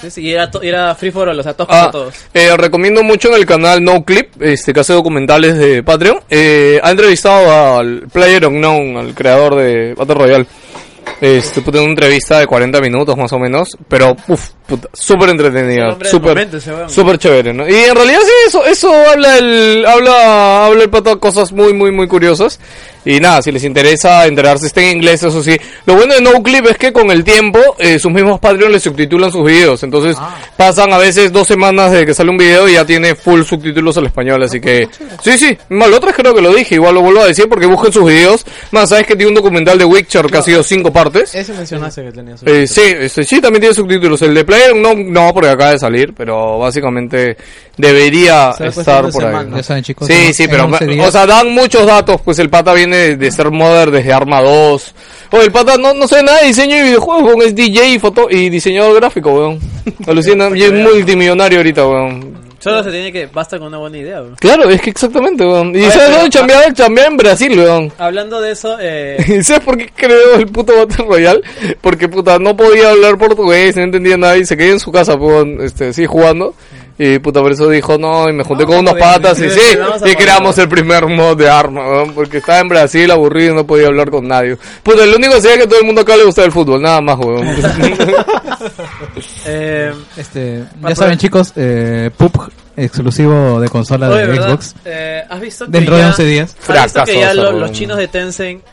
Speaker 2: Sí, sí, y era, to- era free for all, o sea, todos
Speaker 1: Ah,
Speaker 2: contra todos.
Speaker 1: eh, recomiendo mucho en el canal No Clip, este, que hace documentales de Patreon. Eh, ha entrevistado al Player Unknown, al creador de Battle Royale. Este, puta, una entrevista de 40 minutos más o menos, pero uff, puta, súper
Speaker 2: el
Speaker 1: entretenida,
Speaker 2: hombre del
Speaker 1: súper,
Speaker 2: momento, ese weón.
Speaker 1: súper chévere, ¿no? Y en realidad sí, eso, eso habla el, habla, habla el pato de cosas muy, muy, muy curiosas. Y nada, si les interesa enterarse, está en inglés, eso sí. Lo bueno de No Clip es que con el tiempo, eh, sus mismos Patreon les subtitulan sus videos, entonces pasan a veces dos semanas desde que sale un video y ya tiene full subtítulos al español, así que, sí, sí, mal, otra vez creo que lo dije, igual lo vuelvo a decir porque busquen sus videos. Más, sabes que tiene un documental de Witcher que ha sido cinco partes.
Speaker 3: Ese mencionaste que tenía su...
Speaker 1: Eh, sí, este, sí, también tiene subtítulos. El de Player no, no, porque acaba de salir, pero básicamente debería
Speaker 3: Se da cuestión
Speaker 1: estar
Speaker 3: de
Speaker 1: por ahí.
Speaker 3: semana.
Speaker 1: ¿no?
Speaker 4: Ya saben, chicos,
Speaker 1: Sí,
Speaker 4: en-
Speaker 1: sí,
Speaker 4: en
Speaker 1: pero,
Speaker 4: 11
Speaker 1: o
Speaker 4: días.
Speaker 1: sea, dan muchos datos. Pues el pata viene de, de ser modder desde Arma 2. Oye, el pata no, no sabe nada de diseño y videojuegos, weón, es DJ y, foto y diseñador gráfico, weón. Alucina, y es multimillonario ahorita, weón.
Speaker 2: Solo se tiene que. Basta con una buena idea, bro.
Speaker 1: Claro, es que exactamente, weón. Y
Speaker 2: ver,
Speaker 1: sabes
Speaker 2: pero-
Speaker 1: dónde chambeaba? Chambeaba en Brasil, weón.
Speaker 2: Hablando de eso, eh, (laughs)
Speaker 1: ¿Y (laughs) sabes por qué creó el puto Battle Royale? Porque puta, no podía hablar portugués, no entendía nada y se quedó en su casa, weón, este, sí, jugando. Y puta, por eso dijo, no, y me junté con unos
Speaker 2: joder,
Speaker 1: patas y
Speaker 2: sí,
Speaker 1: sí,
Speaker 2: vamos a
Speaker 1: y creamos el primer mod de arma, weón, porque estaba en Brasil aburrido y no podía hablar con nadie. Puta, el único sería que todo el mundo acá le gustaba el fútbol, nada más,
Speaker 4: (laughs)
Speaker 1: weón.
Speaker 2: eh,
Speaker 4: Este,
Speaker 2: Apro-
Speaker 4: ya saben chicos, eh, PUBG exclusivo de consola
Speaker 2: oye,
Speaker 4: de
Speaker 2: ¿verdad?
Speaker 4: Xbox
Speaker 2: Eh, ¿Has visto que
Speaker 4: dentro
Speaker 2: ya,
Speaker 4: de 11 días.
Speaker 2: ¿has visto que ya
Speaker 1: Fracaso,
Speaker 2: lo-
Speaker 1: bro.
Speaker 2: los chinos de Tencent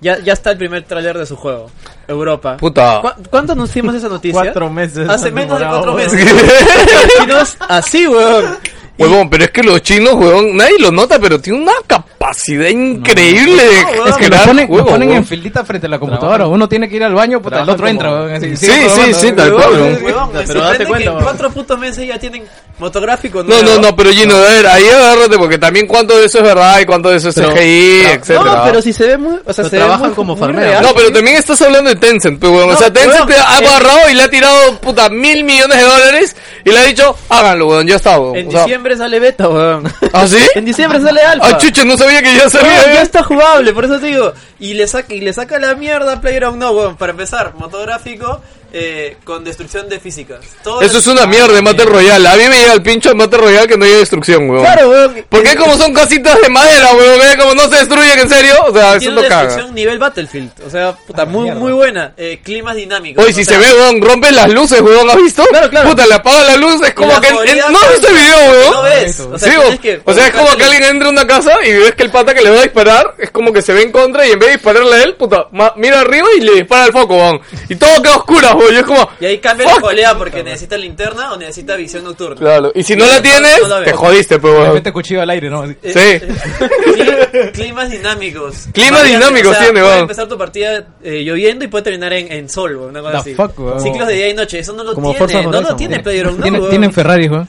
Speaker 2: ya, ya está el primer tráiler de su juego? Europa.
Speaker 4: (laughs)
Speaker 1: Puta.
Speaker 2: ¿Cu- ¿Cuándo anunciamos esa noticia?
Speaker 5: Cuatro meses.
Speaker 2: Hace menos de cuatro
Speaker 5: Demorado,
Speaker 2: meses. (laughs) Los chinos así, weón.
Speaker 1: (laughs) Huevón, pero es que los chinos, huevón, nadie lo nota, pero tiene una capacidad increíble de
Speaker 4: Es que lo
Speaker 1: crear
Speaker 4: ponen, lo
Speaker 1: juegos,
Speaker 4: ponen en
Speaker 1: huevón.
Speaker 4: filita frente a la computadora. Uno tiene que ir al baño, puta, el otro entra. weón, así,
Speaker 1: Sí,
Speaker 4: sigue
Speaker 1: sí,
Speaker 4: probando,
Speaker 1: sí,
Speaker 4: weón.
Speaker 1: tal cual, huevón.
Speaker 2: Weón, me
Speaker 5: Pero
Speaker 2: sorprende
Speaker 5: date
Speaker 2: que
Speaker 5: cuenta,
Speaker 2: en
Speaker 5: weón.
Speaker 2: cuatro putos meses ya tienen motográfico.
Speaker 1: No, no, no, pero Gino, a ver, ahí agárrate porque también cuánto de eso es verdad y cuánto de eso es CGI, etcétera.
Speaker 2: No, pero si se ve muy. O sea,
Speaker 5: Pero
Speaker 2: se ve
Speaker 5: trabajan
Speaker 2: muy,
Speaker 5: como
Speaker 2: muy
Speaker 5: farmeros.
Speaker 2: real.
Speaker 1: No, pero también estás hablando de Tencent, pues, weón. o
Speaker 2: No,
Speaker 1: sea, Tencent
Speaker 2: weón,
Speaker 1: te ha
Speaker 2: en-
Speaker 1: agarrado y le ha tirado puta mil millones de dólares y le ha dicho, háganlo, weón, ya está, weón.
Speaker 2: En
Speaker 1: O sea,
Speaker 2: diciembre sale beta, weón.
Speaker 1: ¿Ah, sí?
Speaker 2: En diciembre sale alfa.
Speaker 1: Ah, chucha, no sabía que ya eh.
Speaker 2: Weón,
Speaker 1: sabía.
Speaker 2: ya está jugable, por eso te digo. Y le saca, y le saca la mierda a PlayerUnknown, no, weón. Para empezar, motográfico eh, con destrucción de físicas. Todo
Speaker 1: Eso es una mierda de Mate Royal. A mí me llega el pincho de Mate Royal que no hay destrucción, weón.
Speaker 2: Claro, weón.
Speaker 1: Porque como son casitas de madera, weón, ¿eh? como no se destruyen en serio, o sea, eso
Speaker 2: Tiene
Speaker 1: lo
Speaker 2: una
Speaker 1: caga.
Speaker 2: destrucción nivel Battlefield. O sea, puta, muy,
Speaker 4: mierda.
Speaker 2: muy buena. Eh, climas dinámicos.
Speaker 1: Oye,
Speaker 2: o
Speaker 1: si
Speaker 2: sea,
Speaker 1: se ve, weón, rompen las luces, weón, ¿has visto?
Speaker 2: Claro, claro.
Speaker 1: Puta, le apaga la luz, es como
Speaker 2: la
Speaker 1: que...
Speaker 2: jodida
Speaker 1: ¿No has visto el video, weón?
Speaker 2: No ves. O sea,
Speaker 1: Sí,
Speaker 2: tienes
Speaker 1: o-
Speaker 2: que
Speaker 1: o sea, es como que alguien entra a una casa y ves que el pata que le va a disparar es como que se ve en contra y en vez de dispararle a él, puta, ma- mira arriba y le dispara al foco, weón. Y todo queda oscuro, weón. Y es como.
Speaker 2: Y ahí cambia la
Speaker 1: Fuck.
Speaker 2: polea porque necesita linterna o necesita visión nocturna.
Speaker 1: Claro, y si no
Speaker 2: No,
Speaker 1: la
Speaker 2: no,
Speaker 1: tienes,
Speaker 2: no la
Speaker 1: te
Speaker 2: veo.
Speaker 1: jodiste, pues,
Speaker 4: De
Speaker 1: weón.
Speaker 4: repente cuchillo al aire, ¿no? Así.
Speaker 2: Eh,
Speaker 1: Sí.
Speaker 2: eh, cli- climas dinámicos.
Speaker 1: Climas
Speaker 2: Variante,
Speaker 1: dinámicos
Speaker 2: o sea,
Speaker 1: tiene,
Speaker 2: Puede
Speaker 1: weón.
Speaker 2: empezar tu partida eh, lloviendo y puede terminar en, en sol, weón, una cosa
Speaker 4: The
Speaker 2: así.
Speaker 4: fuck, weón.
Speaker 2: Ciclos de día y noche, eso no lo
Speaker 5: Como Forza
Speaker 2: tiene, no lo
Speaker 5: Horizon,
Speaker 2: tiene
Speaker 5: weón.
Speaker 2: Player
Speaker 4: Tiene- tienen Ferrari, weón.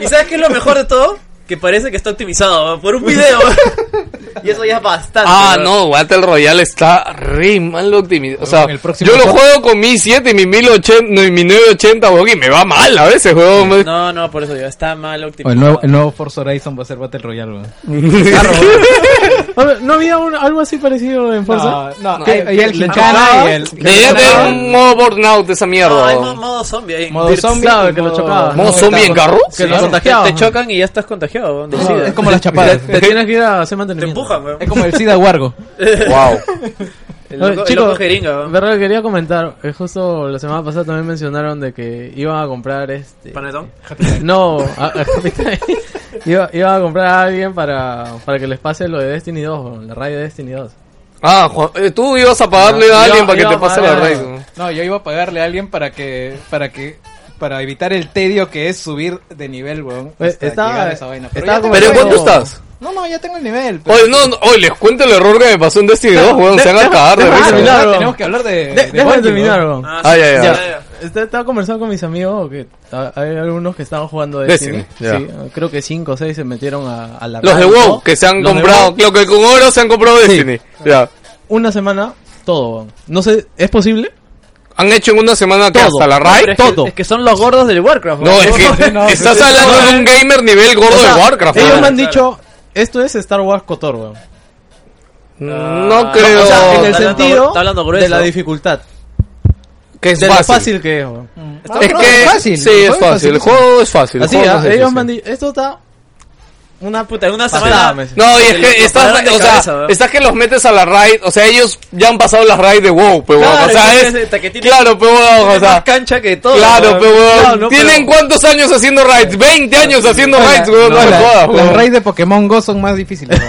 Speaker 2: ¿Y sabes qué es lo mejor de todo? Que parece que está optimizado weón, por un
Speaker 4: (laughs)
Speaker 2: video. weón. y eso ya es bastante.
Speaker 1: Ah,
Speaker 2: weón.
Speaker 1: no, Battle Royale está re mal optimizado. O sea,
Speaker 4: El próximo
Speaker 1: yo lo
Speaker 4: juego-
Speaker 1: juego con mi 7 y mi 1080, no, y mi 980, weón, y me va mal a veces, weón.
Speaker 2: No, no, por eso yo, está mal
Speaker 4: O
Speaker 2: optimizado.
Speaker 4: el, nuevo, el nuevo Forza Horizon va a ser Battle Royale, weón.
Speaker 5: A ver, ¿No había un- algo así parecido en Forza?
Speaker 4: No, no.
Speaker 5: ¿Qué?
Speaker 4: Hay, hay el
Speaker 5: ¿Le
Speaker 4: Gincana
Speaker 5: chocaba?
Speaker 4: y el...
Speaker 1: Debería tener un modo burnout esa mierda.
Speaker 2: No, hay mo-
Speaker 1: weón.
Speaker 2: modo zombie ahí.
Speaker 4: Modo
Speaker 2: Dirts.
Speaker 4: zombie.
Speaker 5: Claro, que lo
Speaker 4: modo-
Speaker 5: chocaba.
Speaker 1: ¿Modo zombie en carro?
Speaker 4: Sí, eh.
Speaker 2: Que lo
Speaker 4: claro.
Speaker 2: contagian, te chocan y ya estás contagiado. weón,
Speaker 5: (laughs)
Speaker 2: del SIDA.
Speaker 4: Es como las
Speaker 5: Te,
Speaker 4: chapadas.
Speaker 5: te tienes que ir a hacer
Speaker 2: Te
Speaker 5: mantenimiento.
Speaker 2: empujan, weón.
Speaker 4: Es como el SIDA Wargo.
Speaker 1: Wow.
Speaker 2: El
Speaker 5: Oye,
Speaker 2: loco, el
Speaker 5: chicos,
Speaker 2: loco jeringa, weón.
Speaker 5: verdad que quería comentar, eh, justo la semana pasada también mencionaron de que iban a comprar este...
Speaker 2: Panetón.
Speaker 5: No, a- a- (laughs) iba, iba a comprar a alguien para, para que les pase lo de Destiny 2, weón, la raid de Destiny 2.
Speaker 1: Ah, Juan, eh, tú ibas a pagarle
Speaker 5: No,
Speaker 1: a alguien
Speaker 5: iba-
Speaker 1: para que
Speaker 5: iba
Speaker 1: te
Speaker 5: a
Speaker 1: pase la
Speaker 5: pagar-
Speaker 1: raid. ¿no?
Speaker 4: No, yo iba a pagarle a alguien para que... Para que... Para evitar el tedio que es subir de nivel, weón.
Speaker 5: Oye,
Speaker 4: hasta
Speaker 5: Eh, estaba-
Speaker 4: llegar a esa vaina.
Speaker 5: estaba
Speaker 4: ya tengo
Speaker 5: como-
Speaker 1: Pero
Speaker 4: el
Speaker 1: ¿en cuánto
Speaker 4: juego.
Speaker 1: estás?
Speaker 4: No, no, ya tengo el nivel. pero- Ah,
Speaker 1: Oye, no, no, oye, les cuento el error que me pasó en Destiny 2, weón. Se van a cagar de
Speaker 5: deja-
Speaker 1: risa.
Speaker 5: deja-
Speaker 1: weón.
Speaker 5: Claro.
Speaker 4: Tenemos que hablar
Speaker 3: Eh,
Speaker 4: de...
Speaker 5: De- déjame
Speaker 4: Bungie,
Speaker 5: terminar,
Speaker 4: weón.
Speaker 5: weón.
Speaker 2: Ah,
Speaker 1: Ah,
Speaker 2: sí,
Speaker 1: ya, ya.
Speaker 2: ya, ya.
Speaker 5: Este- Estaba conversando con mis amigos que a- hay algunos que estaban jugando
Speaker 1: Destiny,
Speaker 5: Destiny.
Speaker 1: ya.
Speaker 5: Sí, creo que 5 o 6 se metieron a, a la
Speaker 1: Los de
Speaker 5: raid,
Speaker 1: WoW
Speaker 5: ¿no?
Speaker 1: que se han
Speaker 5: Los de
Speaker 1: comprado,
Speaker 5: WoW,
Speaker 1: creo que con oro se han comprado Destiny. Ya.
Speaker 5: una semana, todo. weón. No sé, ¿es posible?
Speaker 1: Han hecho en una semana que
Speaker 5: Todo.
Speaker 1: hasta la
Speaker 2: Pero
Speaker 1: raid.
Speaker 2: es que-
Speaker 5: Todo.
Speaker 2: Es que son los gordos del Warcraft.
Speaker 1: No,
Speaker 2: weón.
Speaker 5: (laughs)
Speaker 1: es
Speaker 2: (laughs)
Speaker 1: que (laughs)
Speaker 4: no,
Speaker 1: estás
Speaker 4: no,
Speaker 1: hablando de un gamer nivel gordo
Speaker 5: O sea,
Speaker 1: de Warcraft.
Speaker 5: Ellos
Speaker 1: weón.
Speaker 5: me han
Speaker 2: Claro.
Speaker 5: dicho, esto es Star Wars Cotor, weón.
Speaker 1: No
Speaker 2: Ah,
Speaker 1: creo
Speaker 5: O sea, en el
Speaker 2: Está hablando-
Speaker 5: sentido
Speaker 2: está hablando grueso.
Speaker 5: de la dificultad.
Speaker 1: que es
Speaker 5: de lo
Speaker 1: fácil.
Speaker 5: fácil que es, weón.
Speaker 2: (laughs)
Speaker 4: Está-
Speaker 1: Ah, Es
Speaker 4: no,
Speaker 1: que
Speaker 4: fácil,
Speaker 1: sí,
Speaker 4: el
Speaker 1: es
Speaker 4: juego
Speaker 1: fácil. El
Speaker 4: facilísimo.
Speaker 1: juego es fácil. el
Speaker 5: Así,
Speaker 1: juego
Speaker 5: ah,
Speaker 1: no es
Speaker 5: ellos
Speaker 1: difícil.
Speaker 5: me han dicho, esto
Speaker 1: (laughs)
Speaker 5: está una puta,
Speaker 2: En una
Speaker 5: pasada,
Speaker 2: semana.
Speaker 5: me dicen.
Speaker 1: No, y es
Speaker 2: Te los
Speaker 1: que estás,
Speaker 2: pasaron de
Speaker 1: o sea,
Speaker 2: cabeza, ¿no?
Speaker 1: estás que los metes a la raid, o sea, ellos ya han pasado las raid de WoW, pero
Speaker 2: Claro,
Speaker 1: o sea,
Speaker 2: entonces,
Speaker 1: es,
Speaker 2: hasta que tienen-
Speaker 1: claro, pero o
Speaker 2: Tiene más
Speaker 1: sea,
Speaker 2: cancha que todo.
Speaker 1: claro,
Speaker 2: weón.
Speaker 1: pero
Speaker 2: No, no,
Speaker 1: tienen
Speaker 2: pero-
Speaker 1: cuántos años haciendo raids, 20 años haciendo raids,
Speaker 4: No,
Speaker 1: weón, no, le
Speaker 4: la-
Speaker 1: jodas,
Speaker 4: Las
Speaker 1: weón.
Speaker 4: raids de Pokémon Go son más difíciles,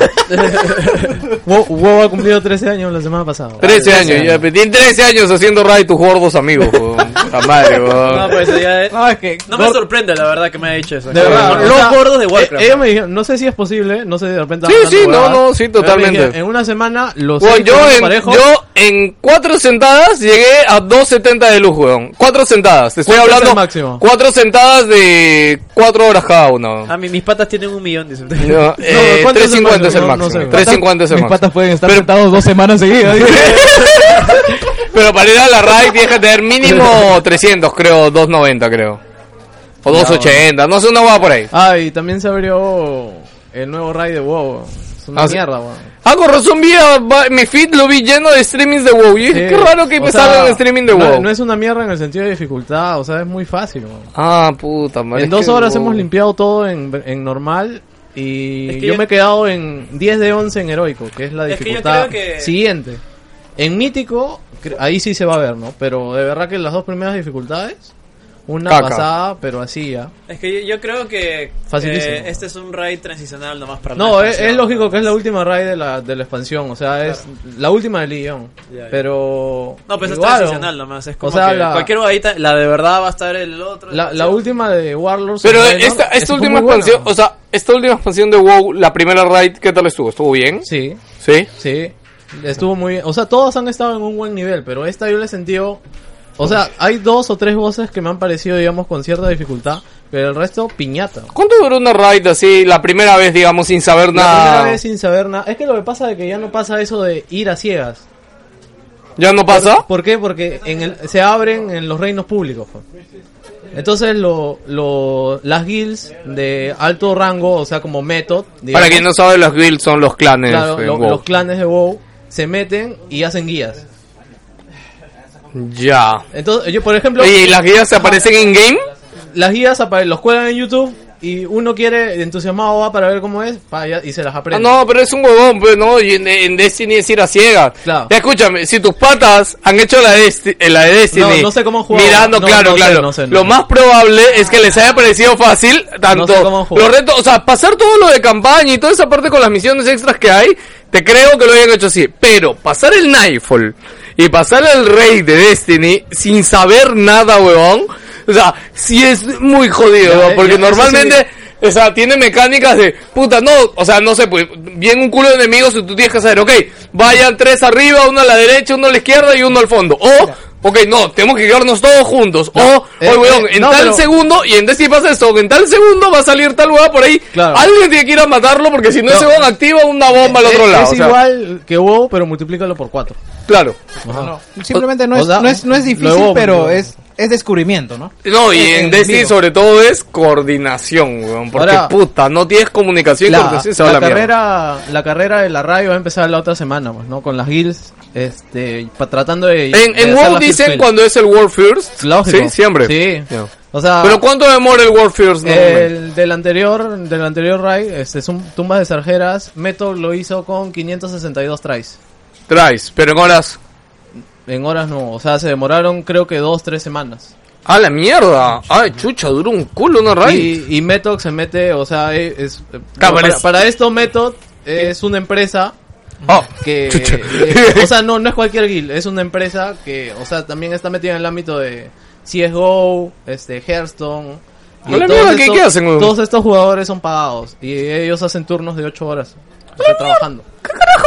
Speaker 4: weón.
Speaker 5: WoW, WoW ha cumplido 13 años la semana pasada. weón.
Speaker 1: 13 años, ya, pero tienen 13 años haciendo raid tus gordos amigos, weón. La madre, weón.
Speaker 2: No, pues, por eso ya es-
Speaker 4: No, es que...
Speaker 2: No me sorprende, la verdad, que me haya dicho eso.
Speaker 5: De verdad,
Speaker 2: Los
Speaker 5: o sea,
Speaker 2: gordos de Este Warcraft.
Speaker 5: eh, ellos me dijeron, no sé si es posible, no sé de repente.
Speaker 1: Sí,
Speaker 5: hablando
Speaker 1: sí, no,
Speaker 5: huevadas,
Speaker 1: no,
Speaker 5: pero
Speaker 1: sí,
Speaker 5: me
Speaker 1: totalmente.
Speaker 5: dijeron, en una semana los
Speaker 1: Weón,
Speaker 5: seis
Speaker 1: yo,
Speaker 5: primeros
Speaker 1: en,
Speaker 5: parejos,
Speaker 1: yo en cuatro sentadas llegué a 2.70 de luz, weón. Cuatro sentadas, te estoy
Speaker 5: ¿Cuánto es el
Speaker 1: hablando.
Speaker 5: máximo?
Speaker 1: Cuatro sentadas de cuatro horas cada una. weón.
Speaker 2: A mí, mis patas tienen un
Speaker 1: (laughs)
Speaker 2: millón, dicen.
Speaker 1: No, eh,
Speaker 5: ¿cuánto es el
Speaker 1: 350 es el
Speaker 5: máximo? No, no
Speaker 1: máximo.
Speaker 5: sé.
Speaker 1: 350 es el
Speaker 4: Mis patas
Speaker 1: máximo.
Speaker 4: pueden estar
Speaker 1: Pero-
Speaker 4: sentados dos semanas seguidas.
Speaker 1: Pero para ir a la raid tienes que tener mínimo 300, creo, 290, creo. O 280, no sé, una hueá por ahí.
Speaker 3: (laughs) Ah, y también se abrió el nuevo raid de WoW. Es una
Speaker 1: Ah, sí.
Speaker 3: mierda, weón.
Speaker 1: Ah, con razón vi, a- va- mi feed lo vi lleno de streamings de WoW. Y dije,
Speaker 3: Sí.
Speaker 1: qué raro que
Speaker 3: O
Speaker 1: me
Speaker 3: sea,
Speaker 1: salgan streaming de
Speaker 3: no-
Speaker 1: WoW.
Speaker 3: No, es una mierda en el sentido de dificultad, o sea, es muy fácil, weón.
Speaker 1: Ah, puta madre.
Speaker 3: En
Speaker 1: es
Speaker 3: dos
Speaker 1: que
Speaker 3: horas
Speaker 1: WoW.
Speaker 3: hemos limpiado todo en, en normal. Y
Speaker 5: Es que
Speaker 3: yo
Speaker 5: yo-
Speaker 3: me he quedado en 10 de 11 en heroico, que es la
Speaker 5: Es que yo
Speaker 3: dificultad
Speaker 5: creo que-
Speaker 3: siguiente. En mítico, cre- ahí sí se va a ver, ¿no? Pero de verdad que las dos primeras dificultades, una
Speaker 1: Caca.
Speaker 3: pasada, pero así ya.
Speaker 5: Es que yo, yo creo que
Speaker 3: Facilísimo.
Speaker 5: eh, este es un raid transicional nomás para
Speaker 3: No,
Speaker 5: la
Speaker 3: es, es
Speaker 5: expansión,
Speaker 3: lógico
Speaker 5: ¿no?
Speaker 3: que es la última raid de la, de la expansión, o sea, es la última del guión.
Speaker 5: Ya, ya.
Speaker 3: Pero.
Speaker 5: No, pues
Speaker 3: igual,
Speaker 5: es transicional nomás, es como
Speaker 3: o sea,
Speaker 5: que
Speaker 3: la-
Speaker 5: cualquier huevadita, la de verdad va a estar el otro.
Speaker 3: La, la
Speaker 5: ¿sí?
Speaker 3: última de Warlords.
Speaker 1: Pero eh,
Speaker 3: Draenor
Speaker 1: esta, esta
Speaker 3: estuvo
Speaker 1: última
Speaker 3: muy buena.
Speaker 1: expansión, o sea, esta última expansión de WoW, la primera raid, ¿qué tal estuvo? ¿Estuvo bien?
Speaker 3: Sí.
Speaker 1: Sí.
Speaker 3: Sí, estuvo muy bien. O sea, todos han estado en un buen nivel, pero esta yo le he sentido... O sea, hay dos o tres voces que me han parecido, digamos, con cierta dificultad, pero el resto, piñata.
Speaker 1: ¿Cuánto duró una raid así, la primera vez, digamos, sin saber
Speaker 3: La
Speaker 1: nada?
Speaker 3: primera vez sin saber nada. Es que lo que pasa es que ya no pasa eso de ir a ciegas.
Speaker 1: ¿Ya no pasa?
Speaker 3: ¿Por qué? Porque en el, se abren en los reinos públicos. jo. Entonces, lo, lo, las guilds de alto rango, o sea, como Method...
Speaker 1: Para
Speaker 3: digamos,
Speaker 1: quien no sabe, los guilds son los clanes.
Speaker 3: claro,
Speaker 1: en
Speaker 3: lo-
Speaker 1: WoW.
Speaker 3: los clanes de WoW se meten y hacen guías.
Speaker 1: Ya.
Speaker 3: Entonces, yo, por ejemplo...
Speaker 1: Oye, ¿y las guías se aparecen en game?
Speaker 3: las guías apare- los cuelgan en YouTube y uno quiere entusiasmado va para ver cómo es pa, ya- y se las
Speaker 1: Ah,
Speaker 3: aprende.
Speaker 1: no, pero es un huevón, pues, no, y en, en Destiny es ir a ciegas.
Speaker 3: Claro.
Speaker 1: Ya escúchame, si tus patas han hecho la, Desti- eh, la de Destiny.
Speaker 3: No, no sé cómo han jugado.
Speaker 1: Mirando,
Speaker 3: No,
Speaker 1: claro,
Speaker 3: no sé,
Speaker 1: claro.
Speaker 3: no sé, no
Speaker 1: lo
Speaker 3: sé.
Speaker 1: más probable es que les haya parecido fácil, tanto
Speaker 3: No sé cómo han jugado.
Speaker 1: los retos, o sea, pasar todo lo de campaña y toda esa parte con las misiones extras que hay, te creo que lo hayan hecho así. Pero pasar el Nightfall y pasar el Rey de Destiny sin saber nada, huevón, o sea, sí es muy jodido,
Speaker 3: Ya,
Speaker 1: ¿no?
Speaker 3: ya,
Speaker 1: porque
Speaker 3: Eh, eso sí.
Speaker 1: normalmente... O sea, tiene mecánicas de puta, no, o sea, no sé, pues bien un culo de enemigos y tú tienes que saber, ok, vayan tres arriba, uno a la derecha, uno a la izquierda y uno al fondo. O, ok, no, tenemos que quedarnos todos juntos. o,
Speaker 3: eh,
Speaker 1: oye, weón,
Speaker 3: eh,
Speaker 1: en
Speaker 3: no,
Speaker 1: tal
Speaker 3: pero-
Speaker 1: segundo, y en Destiny pasa esto, en tal segundo va a salir tal hueá por ahí.
Speaker 3: Claro.
Speaker 1: Alguien tiene que ir a matarlo porque si no,
Speaker 3: No.
Speaker 1: ese weón activa una bomba al otro
Speaker 3: es,
Speaker 1: lado.
Speaker 3: es
Speaker 1: o sea,
Speaker 3: igual que WoW, pero multiplícalo por cuatro.
Speaker 1: Claro.
Speaker 4: No, simplemente no
Speaker 3: O
Speaker 4: es,
Speaker 3: sea,
Speaker 4: no es, no es difícil,
Speaker 3: luego-
Speaker 4: pero es, es descubrimiento, ¿no?
Speaker 1: No, y
Speaker 4: Eh,
Speaker 1: en
Speaker 4: eh,
Speaker 1: Destiny
Speaker 4: digo,
Speaker 1: sobre todo es coordinación, weón, porque
Speaker 3: Ahora-
Speaker 1: puta, no tienes comunicación y
Speaker 3: La,
Speaker 1: coordinación se va a
Speaker 3: la
Speaker 1: la mierda.
Speaker 3: carrera, la carrera de la radio va a empezar la otra semana, pues, ¿no? Con las guilds, este, pa- tratando de.
Speaker 1: En,
Speaker 3: de
Speaker 1: en
Speaker 3: hacer
Speaker 1: WoW
Speaker 3: las guilds
Speaker 1: dicen
Speaker 3: fail.
Speaker 1: cuando es el World First.
Speaker 3: Lógico.
Speaker 1: Sí, siempre.
Speaker 3: Sí.
Speaker 1: Ya.
Speaker 3: O sea,
Speaker 1: Pero ¿cuánto demora el World First? normalmente?
Speaker 3: el del anterior, del anterior raid, este, son tumbas de sarjeras. Method lo hizo con 562 tries.
Speaker 1: Tries, pero en horas.
Speaker 3: En horas no, o sea, se demoraron creo que dos, tres semanas.
Speaker 1: ¡A la mierda! ¡Ay, chucha! Duró un culo una raid.
Speaker 3: Y, y Method se mete, o sea, eh, es, eh,
Speaker 1: Cámara,
Speaker 3: para,
Speaker 1: es-
Speaker 3: para esto Method es una empresa
Speaker 1: Oh,
Speaker 3: que,
Speaker 1: Chucha.
Speaker 3: eh, o sea, no, no es cualquier guild, es una empresa que, o sea, también está metida en el ámbito de CSGO, este, Hearthstone. y
Speaker 1: A la
Speaker 3: todos
Speaker 1: mierda, ¿qué-
Speaker 3: estos-
Speaker 1: qué hacen, weón?
Speaker 3: Todos estos jugadores son pagados y ellos hacen turnos de 8 horas. o sea, trabajando. ¿Qué carajo?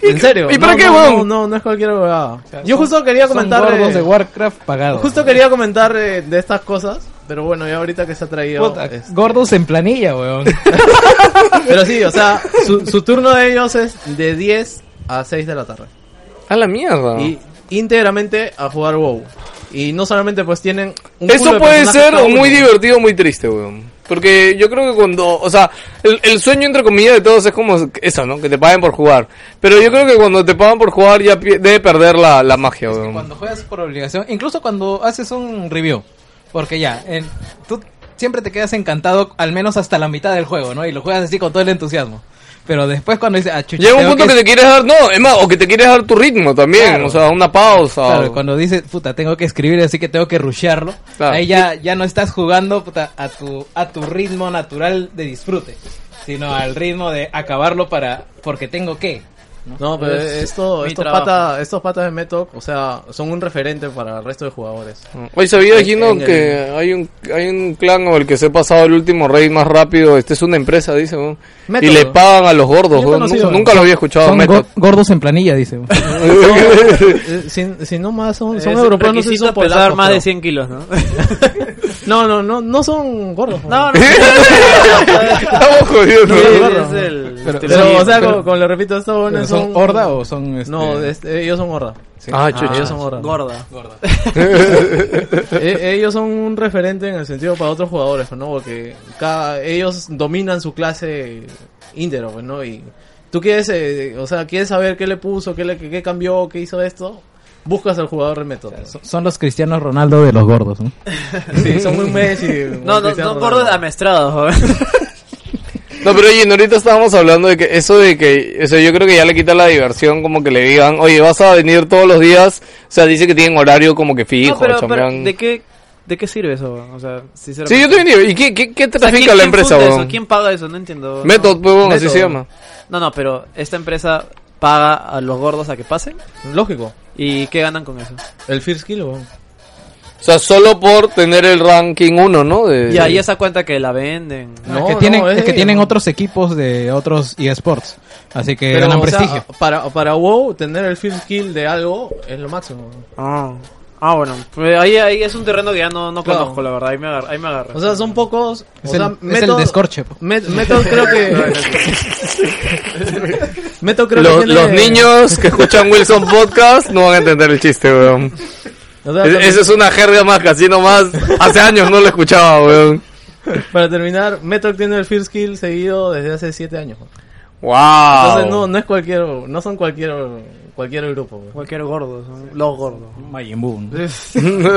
Speaker 3: ¿En serio?
Speaker 1: ¿Y para
Speaker 3: No,
Speaker 1: qué,
Speaker 3: no,
Speaker 1: weón?
Speaker 3: No, no, no es cualquier huevada. Yo justo quería
Speaker 4: Son
Speaker 3: comentar
Speaker 4: gordos
Speaker 3: eh,
Speaker 4: de Warcraft pagados.
Speaker 3: Justo quería comentar eh, de estas cosas, pero bueno, ya ahorita que se ha traído.
Speaker 4: Puta,
Speaker 3: este,
Speaker 4: Gordos en planilla, weón.
Speaker 3: Pero sí, o sea, su, su turno de ellos es de 10 a 6 de la tarde.
Speaker 1: (laughs) ¡A la mierda!
Speaker 3: Y íntegramente a jugar WoW. Y no solamente pues tienen. un culo
Speaker 1: Eso
Speaker 3: de
Speaker 1: puede
Speaker 3: personajes
Speaker 1: ser
Speaker 3: cada
Speaker 1: o muy
Speaker 3: uno.
Speaker 1: divertido o muy triste, weón. Porque yo creo que cuando, o sea, el, el sueño entre comillas de todos es como eso, ¿no? Que te paguen por jugar. Pero yo creo que cuando te pagan por jugar ya pi- debe perder la, la magia, weón.
Speaker 4: Cuando juegas por obligación, incluso cuando haces un review, porque ya, el- tú siempre te quedas encantado, al menos hasta la mitad del juego, ¿no? Y lo juegas así con todo el entusiasmo. Pero después cuando dices, ah, chucha,
Speaker 1: Llega un
Speaker 4: tengo
Speaker 1: punto que,
Speaker 4: que-
Speaker 1: te quieres dar, no, es más, o que te quieres dar tu ritmo también,
Speaker 4: Claro.
Speaker 1: o sea, una pausa.
Speaker 4: Claro,
Speaker 1: o-
Speaker 4: cuando dices, puta, tengo que escribir, así que tengo que rushearlo.
Speaker 1: Claro.
Speaker 4: Ahí ya, ya no estás jugando, puta, a tu, a tu ritmo natural de disfrute, sino al ritmo de acabarlo para, porque tengo que.
Speaker 3: No, pero
Speaker 4: Es
Speaker 3: esto,
Speaker 4: mi
Speaker 3: estos,
Speaker 4: trabajo.
Speaker 3: patas, estos patas de Metoc, o sea, son un referente para el resto de jugadores.
Speaker 1: Hoy sabía,
Speaker 3: En-
Speaker 1: Gino,
Speaker 3: en el-
Speaker 1: que hay un hay un clan o el que se ha pasado el último rey más rápido. Este es una empresa, dice, weón.
Speaker 3: Método.
Speaker 1: Y le pagan a los gordos,
Speaker 3: Yo
Speaker 1: weón.
Speaker 3: conocí,
Speaker 1: Nunca,
Speaker 3: weón.
Speaker 1: nunca lo había escuchado,
Speaker 4: Son
Speaker 1: Método.
Speaker 4: go- gordos en planilla, dice. (laughs)
Speaker 3: Eh, si, si no más, son, son europeos, no sé si
Speaker 5: Requisito
Speaker 3: son
Speaker 5: pesar
Speaker 3: polacos,
Speaker 5: más
Speaker 3: pero-
Speaker 5: de 100 kilos, ¿no?
Speaker 3: (laughs) No, no, no, no son gordos. pues.
Speaker 2: No, no,
Speaker 1: (laughs) Estamos jodidos.
Speaker 2: Sí,
Speaker 1: ¿no?
Speaker 2: es el
Speaker 4: Pero-
Speaker 3: Pero,
Speaker 4: Sí,
Speaker 3: o sea,
Speaker 4: pero-
Speaker 3: como, como le repito, estos
Speaker 4: Pero
Speaker 3: jóvenes
Speaker 4: ¿Son
Speaker 3: son...
Speaker 4: horda o son.? este,
Speaker 3: No, este, ellos son horda.
Speaker 4: sí?
Speaker 1: Ah,
Speaker 3: Ah, ellos son
Speaker 1: chucha.
Speaker 3: horda.
Speaker 2: gorda.
Speaker 3: Eh, ellos son un referente en el sentido para otros jugadores, ¿no? Porque cada, ellos dominan su clase íntero, pues, ¿no? Y tú quieres, eh, o sea, quieres saber qué le puso, qué, le, qué cambió, qué hizo esto. Buscas al jugador de método.
Speaker 4: Son- Son los cristianos Ronaldo de los gordos, ¿no?
Speaker 3: Sí,
Speaker 2: (laughs)
Speaker 3: son muy Messi. un
Speaker 2: No, no,
Speaker 3: Cristiano
Speaker 2: no, gordos
Speaker 3: Ronaldo.
Speaker 2: amestrados, joven.
Speaker 1: No, pero oye, ahorita estábamos hablando de que eso de que, o sea, yo creo que ya le quita la diversión, como que le digan, oye, vas a venir todos los días, o sea, dice que tienen horario como que fijo,
Speaker 2: No, pero, pero,
Speaker 1: chambean.
Speaker 2: ¿de qué, de qué sirve eso? weón? O sea, sinceramente.
Speaker 1: Sí, yo también digo, ¿y qué, qué, qué
Speaker 2: O sea, ¿quién-
Speaker 1: trafica la
Speaker 2: quién
Speaker 1: empresa,
Speaker 2: funda
Speaker 1: weón?
Speaker 2: eso? ¿Quién paga eso? No entiendo.
Speaker 1: Method, pues, weón, así
Speaker 3: Method.
Speaker 1: se llama.
Speaker 2: No, no, pero esta empresa paga a los gordos a que pasen.
Speaker 3: Lógico.
Speaker 2: ¿Y qué ganan con eso?
Speaker 3: El first kill, weón.
Speaker 4: Eh,
Speaker 1: O sea, solo por tener el ranking uno, ¿no? De,
Speaker 2: Y ahí esa cuenta que la venden.
Speaker 3: No,
Speaker 4: que
Speaker 3: no,
Speaker 4: tienen,
Speaker 3: es-
Speaker 4: es que tienen otros equipos de otros eSports. Así que
Speaker 3: Pero,
Speaker 4: ganan
Speaker 3: o sea,
Speaker 4: prestigio.
Speaker 3: para, para WoW, tener el first kill de algo es lo máximo.
Speaker 2: Ah, ah bueno. Pues ahí, ahí es un terreno que ya no, no
Speaker 3: Claro.
Speaker 2: conozco, la verdad. Ahí me agarra. Ahí me agarra.
Speaker 3: O sea, son pocos.
Speaker 4: Es
Speaker 3: o
Speaker 4: el-
Speaker 3: sea,
Speaker 4: es el descorche, po.
Speaker 3: Met- Method creo
Speaker 4: (laughs)
Speaker 3: que. Method creo
Speaker 1: Los,
Speaker 3: que. tiene-
Speaker 1: los niños que
Speaker 2: (laughs)
Speaker 1: escuchan Wilson Podcast no van a entender el chiste, weón.
Speaker 3: O sea,
Speaker 1: Es-
Speaker 3: para-
Speaker 1: Esa es una jerga más que así nomás. Hace años no lo escuchaba, weón.
Speaker 3: Para terminar, Method tiene el first kill seguido desde hace 7 años. weón.
Speaker 1: Wow.
Speaker 3: Entonces, no, no es cualquier. No son cualquier, cualquier grupo. weón.
Speaker 2: Cualquier gordo. son Los gordos.
Speaker 4: Majin Buu, ¿no?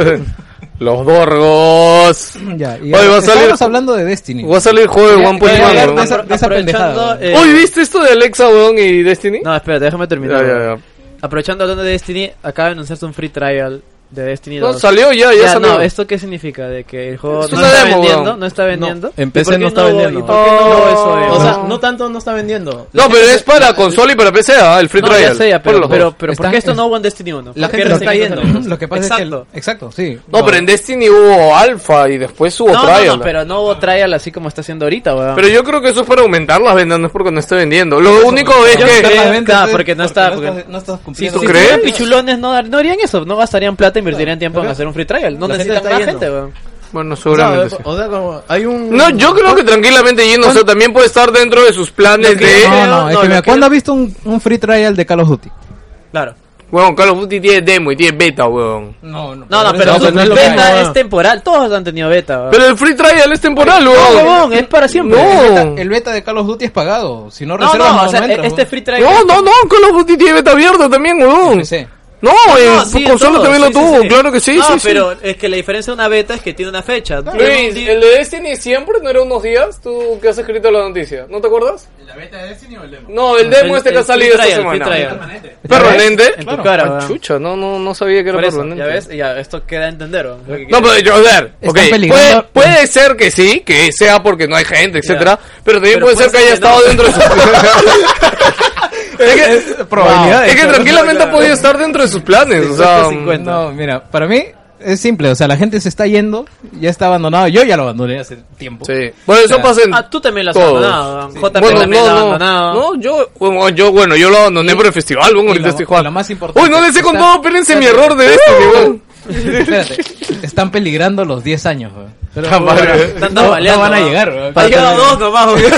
Speaker 1: Los dorgos.
Speaker 4: (laughs) Ya, y
Speaker 1: Oye, va a
Speaker 4: estábamos
Speaker 1: salir-
Speaker 4: hablando de Destiny.
Speaker 1: Va a salir juego de One Punch
Speaker 4: ya,
Speaker 1: Man,
Speaker 4: ya,
Speaker 1: weón.
Speaker 4: de esa- de esa
Speaker 2: Aprovechando,
Speaker 4: pendejada.
Speaker 2: eh,
Speaker 1: Oye, ¿viste esto de Alexa, weón, y Destiny?
Speaker 2: No, espérate, déjame
Speaker 1: Ya,
Speaker 2: terminar.
Speaker 1: ya, ya.
Speaker 2: Aprovechando hablando de Destiny, acaba de anunciarse un free trial de Destiny 2.
Speaker 1: No, salió ya, ya,
Speaker 2: Ya,
Speaker 1: salió.
Speaker 2: no, ¿esto qué significa? ¿De que el juego
Speaker 1: Es
Speaker 2: no
Speaker 1: una
Speaker 2: está,
Speaker 1: demo,
Speaker 2: vendiendo,
Speaker 1: weón.
Speaker 2: no está vendiendo?
Speaker 3: No, en PC
Speaker 2: ¿Y por qué
Speaker 3: no está
Speaker 2: hubo-
Speaker 3: vendiendo.
Speaker 2: ¿Y por qué no hubo eso?
Speaker 1: Oh.
Speaker 2: weón?
Speaker 3: O sea, no tanto no está vendiendo.
Speaker 1: No, pero es para consola y para PC, ah, el free
Speaker 2: No,
Speaker 1: trial.
Speaker 2: ya sé, ya, pero,
Speaker 1: Ponlo.
Speaker 2: pero, pero ¿por
Speaker 4: Están-
Speaker 2: qué esto no hubo en Destiny 1?
Speaker 4: La
Speaker 2: ¿Por qué
Speaker 4: gente lo está
Speaker 2: recién
Speaker 4: yendo.
Speaker 2: saliendo?
Speaker 4: Lo que pasa
Speaker 2: Exacto.
Speaker 4: es que. Exacto, sí.
Speaker 1: no, pero en Destiny hubo alfa y después hubo
Speaker 2: No,
Speaker 1: trial.
Speaker 2: no, no, pero no hubo trial así como está haciendo ahorita, weón.
Speaker 1: Pero yo creo que eso es para aumentar las ventas, no es porque no esté vendiendo. Lo único es
Speaker 2: Yo
Speaker 1: que...
Speaker 2: creo-
Speaker 4: Las ventas,
Speaker 2: claro,
Speaker 4: eh,
Speaker 2: porque no está- porque-
Speaker 4: estás- no estás
Speaker 2: si
Speaker 4: cumpliendo.
Speaker 1: ¿Tú
Speaker 2: si
Speaker 1: crees?
Speaker 2: fueran pichulones no, dar- no harían eso, no gastarían plata, invertirían tiempo en hacer un free trial. No
Speaker 3: La gente
Speaker 2: necesitan
Speaker 3: está
Speaker 2: más
Speaker 3: yendo.
Speaker 2: gente, weón.
Speaker 1: Bueno,
Speaker 3: O sea,
Speaker 1: seguramente sí.
Speaker 3: o sea, como. Hay un.
Speaker 1: No, yo creo que tranquilamente Gino, o sea, también puede estar dentro de sus planes
Speaker 2: Lo que-
Speaker 1: de...
Speaker 4: No, no, es
Speaker 2: No,
Speaker 4: que
Speaker 2: lo
Speaker 4: mira,
Speaker 2: que-
Speaker 4: ¿cuándo has visto un, un free trial de Call of Duty?
Speaker 2: Claro.
Speaker 1: Bueno, Call of Duty tiene demo y tiene beta, weón.
Speaker 2: No,
Speaker 4: No,
Speaker 2: no, pero
Speaker 3: No, pero no es lo que hay,
Speaker 2: beta
Speaker 3: weón.
Speaker 2: es temporal, todos han tenido beta, weón.
Speaker 1: Pero el free trial es temporal,
Speaker 2: No,
Speaker 1: weón.
Speaker 2: huevón, es para siempre.
Speaker 1: No.
Speaker 4: El beta de Call of Duty es pagado. Si no
Speaker 2: No,
Speaker 4: reservas,
Speaker 2: no, o sea,
Speaker 4: entras,
Speaker 2: este
Speaker 4: ¿no?
Speaker 2: free trial
Speaker 1: No, no, no, Call of Duty tiene beta abierta también, weón.
Speaker 4: Sí.
Speaker 1: No, en
Speaker 2: No, sí,
Speaker 1: consola
Speaker 2: todo,
Speaker 1: Eh, también
Speaker 2: sí,
Speaker 1: lo
Speaker 2: sí,
Speaker 1: tuvo,
Speaker 2: sí.
Speaker 1: claro que sí,
Speaker 2: No,
Speaker 1: sí, sí.
Speaker 2: pero es que la diferencia de una beta es que tiene una fecha. Tiene
Speaker 1: Luis,
Speaker 2: un di-
Speaker 1: el de Destiny siempre no era unos días, tú que has escrito la noticia, ¿no te acuerdas?
Speaker 6: ¿La beta de Destiny o el demo?
Speaker 1: No, el demo
Speaker 2: el-
Speaker 1: este que ha
Speaker 2: el
Speaker 1: salido
Speaker 2: free
Speaker 1: esta
Speaker 2: trial, el free
Speaker 1: semana.
Speaker 2: trial.
Speaker 6: Permanente.
Speaker 1: ¿Permanente?
Speaker 2: En tu cara,
Speaker 1: Ah,
Speaker 2: weón.
Speaker 1: chucha, no, no, no sabía que era
Speaker 2: Por eso,
Speaker 1: permanente.
Speaker 2: ya ves, ya, esto queda a entender. weón, lo que
Speaker 1: No,
Speaker 2: quiero.
Speaker 1: pero yo, a ver,
Speaker 4: Están
Speaker 1: ok, puede,
Speaker 4: peligrando.
Speaker 1: puede ser que sí, que sea porque no hay gente, etcétera, pero también
Speaker 2: Pero
Speaker 1: puede ser que
Speaker 2: puede
Speaker 1: haya
Speaker 2: ser que
Speaker 1: estado
Speaker 2: no.
Speaker 1: dentro de sus... es que,
Speaker 4: probabilidad de
Speaker 1: es que
Speaker 4: que-
Speaker 1: tranquilamente ha podido estar dentro de sus planes, o sea...
Speaker 2: 50.
Speaker 4: No, mira, para mí es simple. O sea, la gente se está yendo, ya está abandonado. Yo ya lo abandoné hace tiempo.
Speaker 1: Sí. Bueno, eso
Speaker 4: O sea,
Speaker 1: pasa en
Speaker 2: Ah, tú también lo has
Speaker 1: todos.
Speaker 2: abandonado. weón. JP
Speaker 1: Bueno,
Speaker 2: también lo ha
Speaker 1: no, no,
Speaker 2: abandonado.
Speaker 1: no, yo, bueno, yo, bueno, yo lo abandoné por el festival, bueno, ahorita
Speaker 4: lo-
Speaker 1: estoy jugando.
Speaker 4: lo más importante
Speaker 1: Uy, no les he
Speaker 4: está-
Speaker 1: contado, espérense mi error de esto, mi weón.
Speaker 4: (laughs) Espérate, están peligrando los 10 años, weón. Pero,
Speaker 1: Jamás.
Speaker 2: Están- están
Speaker 4: No, no
Speaker 2: baleando,
Speaker 4: van a
Speaker 2: weón.
Speaker 4: llegar, weón.
Speaker 2: Ha llegado dos
Speaker 1: (laughs)
Speaker 2: nomás, weón.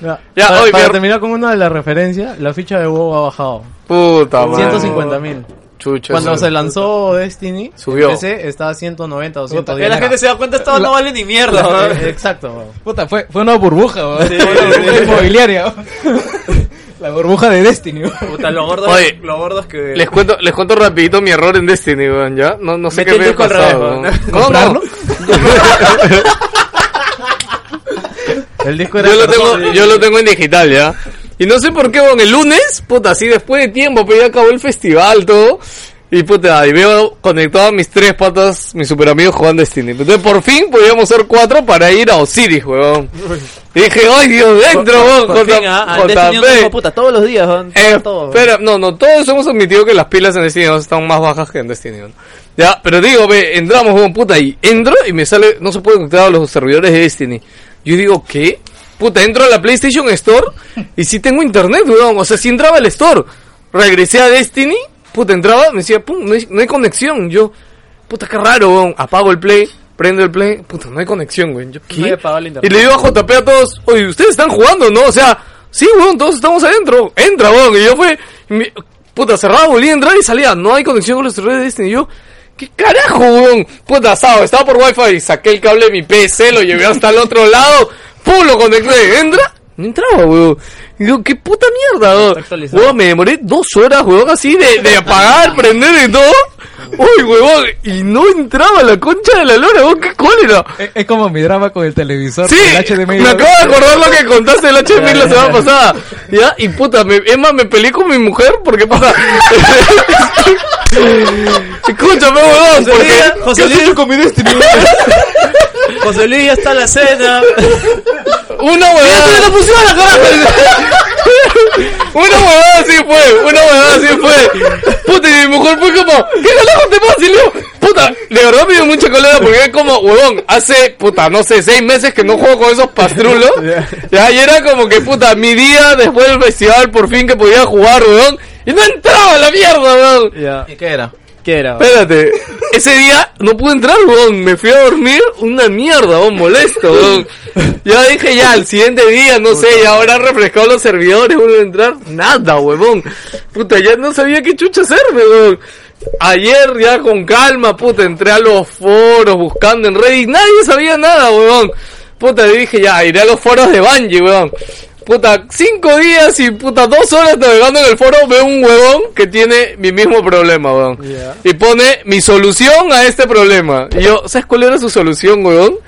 Speaker 3: Ya,
Speaker 1: Ya,
Speaker 3: para,
Speaker 1: oye,
Speaker 3: para
Speaker 1: mira-
Speaker 3: terminar con una de las referencias, la ficha de WoW ha bajado.
Speaker 1: Puta madre.
Speaker 3: 150 mil.
Speaker 1: Chucha.
Speaker 3: Cuando
Speaker 1: eso.
Speaker 3: se lanzó Destiny,
Speaker 1: Subió.
Speaker 3: en PC estaba a 190 o
Speaker 2: Ya
Speaker 3: 110.
Speaker 2: la gente se da cuenta, esto no vale ni mierda. weón.
Speaker 3: (laughs) Eh, Exacto. weón.
Speaker 4: Puta, fue, fue una burbuja, weón. (laughs) Fue una burbuja inmobiliaria, weón. (laughs) La burbuja de Destiny, weón.
Speaker 2: Puta, los gordos,
Speaker 1: Oye.
Speaker 2: los gordos que...
Speaker 1: Les cuento, les cuento rapidito mi error en Destiny, weón, ya. No, no sé
Speaker 2: Metí
Speaker 1: qué
Speaker 2: el
Speaker 1: me ha
Speaker 2: disco al
Speaker 1: pasado. (laughs)
Speaker 2: revés,
Speaker 1: weón. No, no.
Speaker 3: El disco era.
Speaker 1: Yo lo tengo, yo lo tengo en digital, ya. Y no sé por qué, weón, el lunes, puta, así después de tiempo, pero ya acabó el festival, todo. Y puta, y veo conectado a mis tres patas, mis super amigos jugando Destiny. Entonces por fin podíamos ser cuatro para ir a Osiris, weón. Y dije, ay Dios, dentro, weón,
Speaker 2: Por
Speaker 1: contra-
Speaker 2: fin, ah, al
Speaker 1: contra
Speaker 2: Destiny uno,
Speaker 1: P.
Speaker 2: hijo puta, todos los días, weón.
Speaker 1: Eh,
Speaker 2: Todos, weón.
Speaker 1: espera, no, no, todos hemos admitido que las pilas en Destiny 2 están más bajas que en Destiny 1. Ya, pero digo, ve, entramos, weón, puta, y entro y me sale, no se puede conectar a los servidores de Destiny. Yo digo, ¿qué? Puta, entro a la PlayStation Store y si tengo internet, weón, o sea, si entraba al Store, regresé a Destiny, puta, entraba, me decía, pum, no hay, no hay conexión, yo... puta, qué raro, weón. Apago el play, prendo el play, puta, no hay conexión, weón. Yo, ¿qué?
Speaker 2: había apagado el
Speaker 1: y
Speaker 2: internet.
Speaker 1: le digo a JP a todos, oye, ustedes están jugando, ¿no? O sea, sí, weón, todos estamos adentro. Entra, weón. Y yo fue, mi- puta, cerraba, volví a entrar y salía. No hay conexión con los servidores de Disney. Y yo, ¿qué carajo, weón? Puta, estaba, estaba por wifi y saqué el cable de mi PC, lo llevé hasta el otro lado, pum, lo conecté, entra. No entraba, weón. Y Digo, qué puta mierda, weón.
Speaker 2: actualizado.
Speaker 1: Weón, me demoré dos horas, weón, así de, de apagar, prender y todo. Uy, weón, y no entraba la concha de la lora, weón, qué cólera.
Speaker 4: Es, es como mi drama con el televisor,
Speaker 1: Sí,
Speaker 4: el HDMI.
Speaker 1: me acabo de acordar lo que contaste del HDMI la semana pasada. Ya, y puta, me, es más, me peleé con mi mujer porque puta. (laughs) Escúchame, weón,
Speaker 2: José
Speaker 1: porque.
Speaker 2: Luis, José
Speaker 1: ¿qué has
Speaker 2: Luis.
Speaker 1: hecho con mi Destiny?
Speaker 2: (laughs) José Luis ya está en la cena.
Speaker 1: Una huevada. no funciona, (laughs) Una huevada así fue, una huevada así fue. Puta, y mi mujer fue como, ¿qué carajo te pasa? Y le digo, puta, de verdad me dio mucha cólera porque es como, huevón, hace, puta, no sé, seis meses que no juego con esos pastrulos. Ya, y era como que, puta, mi día después del festival, por fin que podía jugar, huevón, y no entraba la mierda, huevón.
Speaker 2: Ya.
Speaker 3: ¿Y qué era?
Speaker 2: ¿Qué era?
Speaker 1: Espérate, ese día no pude entrar, weón. Me fui a dormir una mierda, weón, molesto, weón. Ya dije ya, al siguiente día, no sé, y ahora han refrescado los servidores, vuelvo a entrar. Nada, huevón. Puta, ya no sabía qué chucha hacerme, weón. Ayer ya con calma, puta, entré a los foros buscando en Reddit, nadie sabía nada, huevón. Puta, y dije ya, iré a los foros de Bungie, weón. Puta, cinco días y puta, dos horas navegando en el foro veo un huevón que tiene mi mismo problema, weón. Y pone mi solución a este problema. Y yo, ¿sabes cuál era su solución, huevón?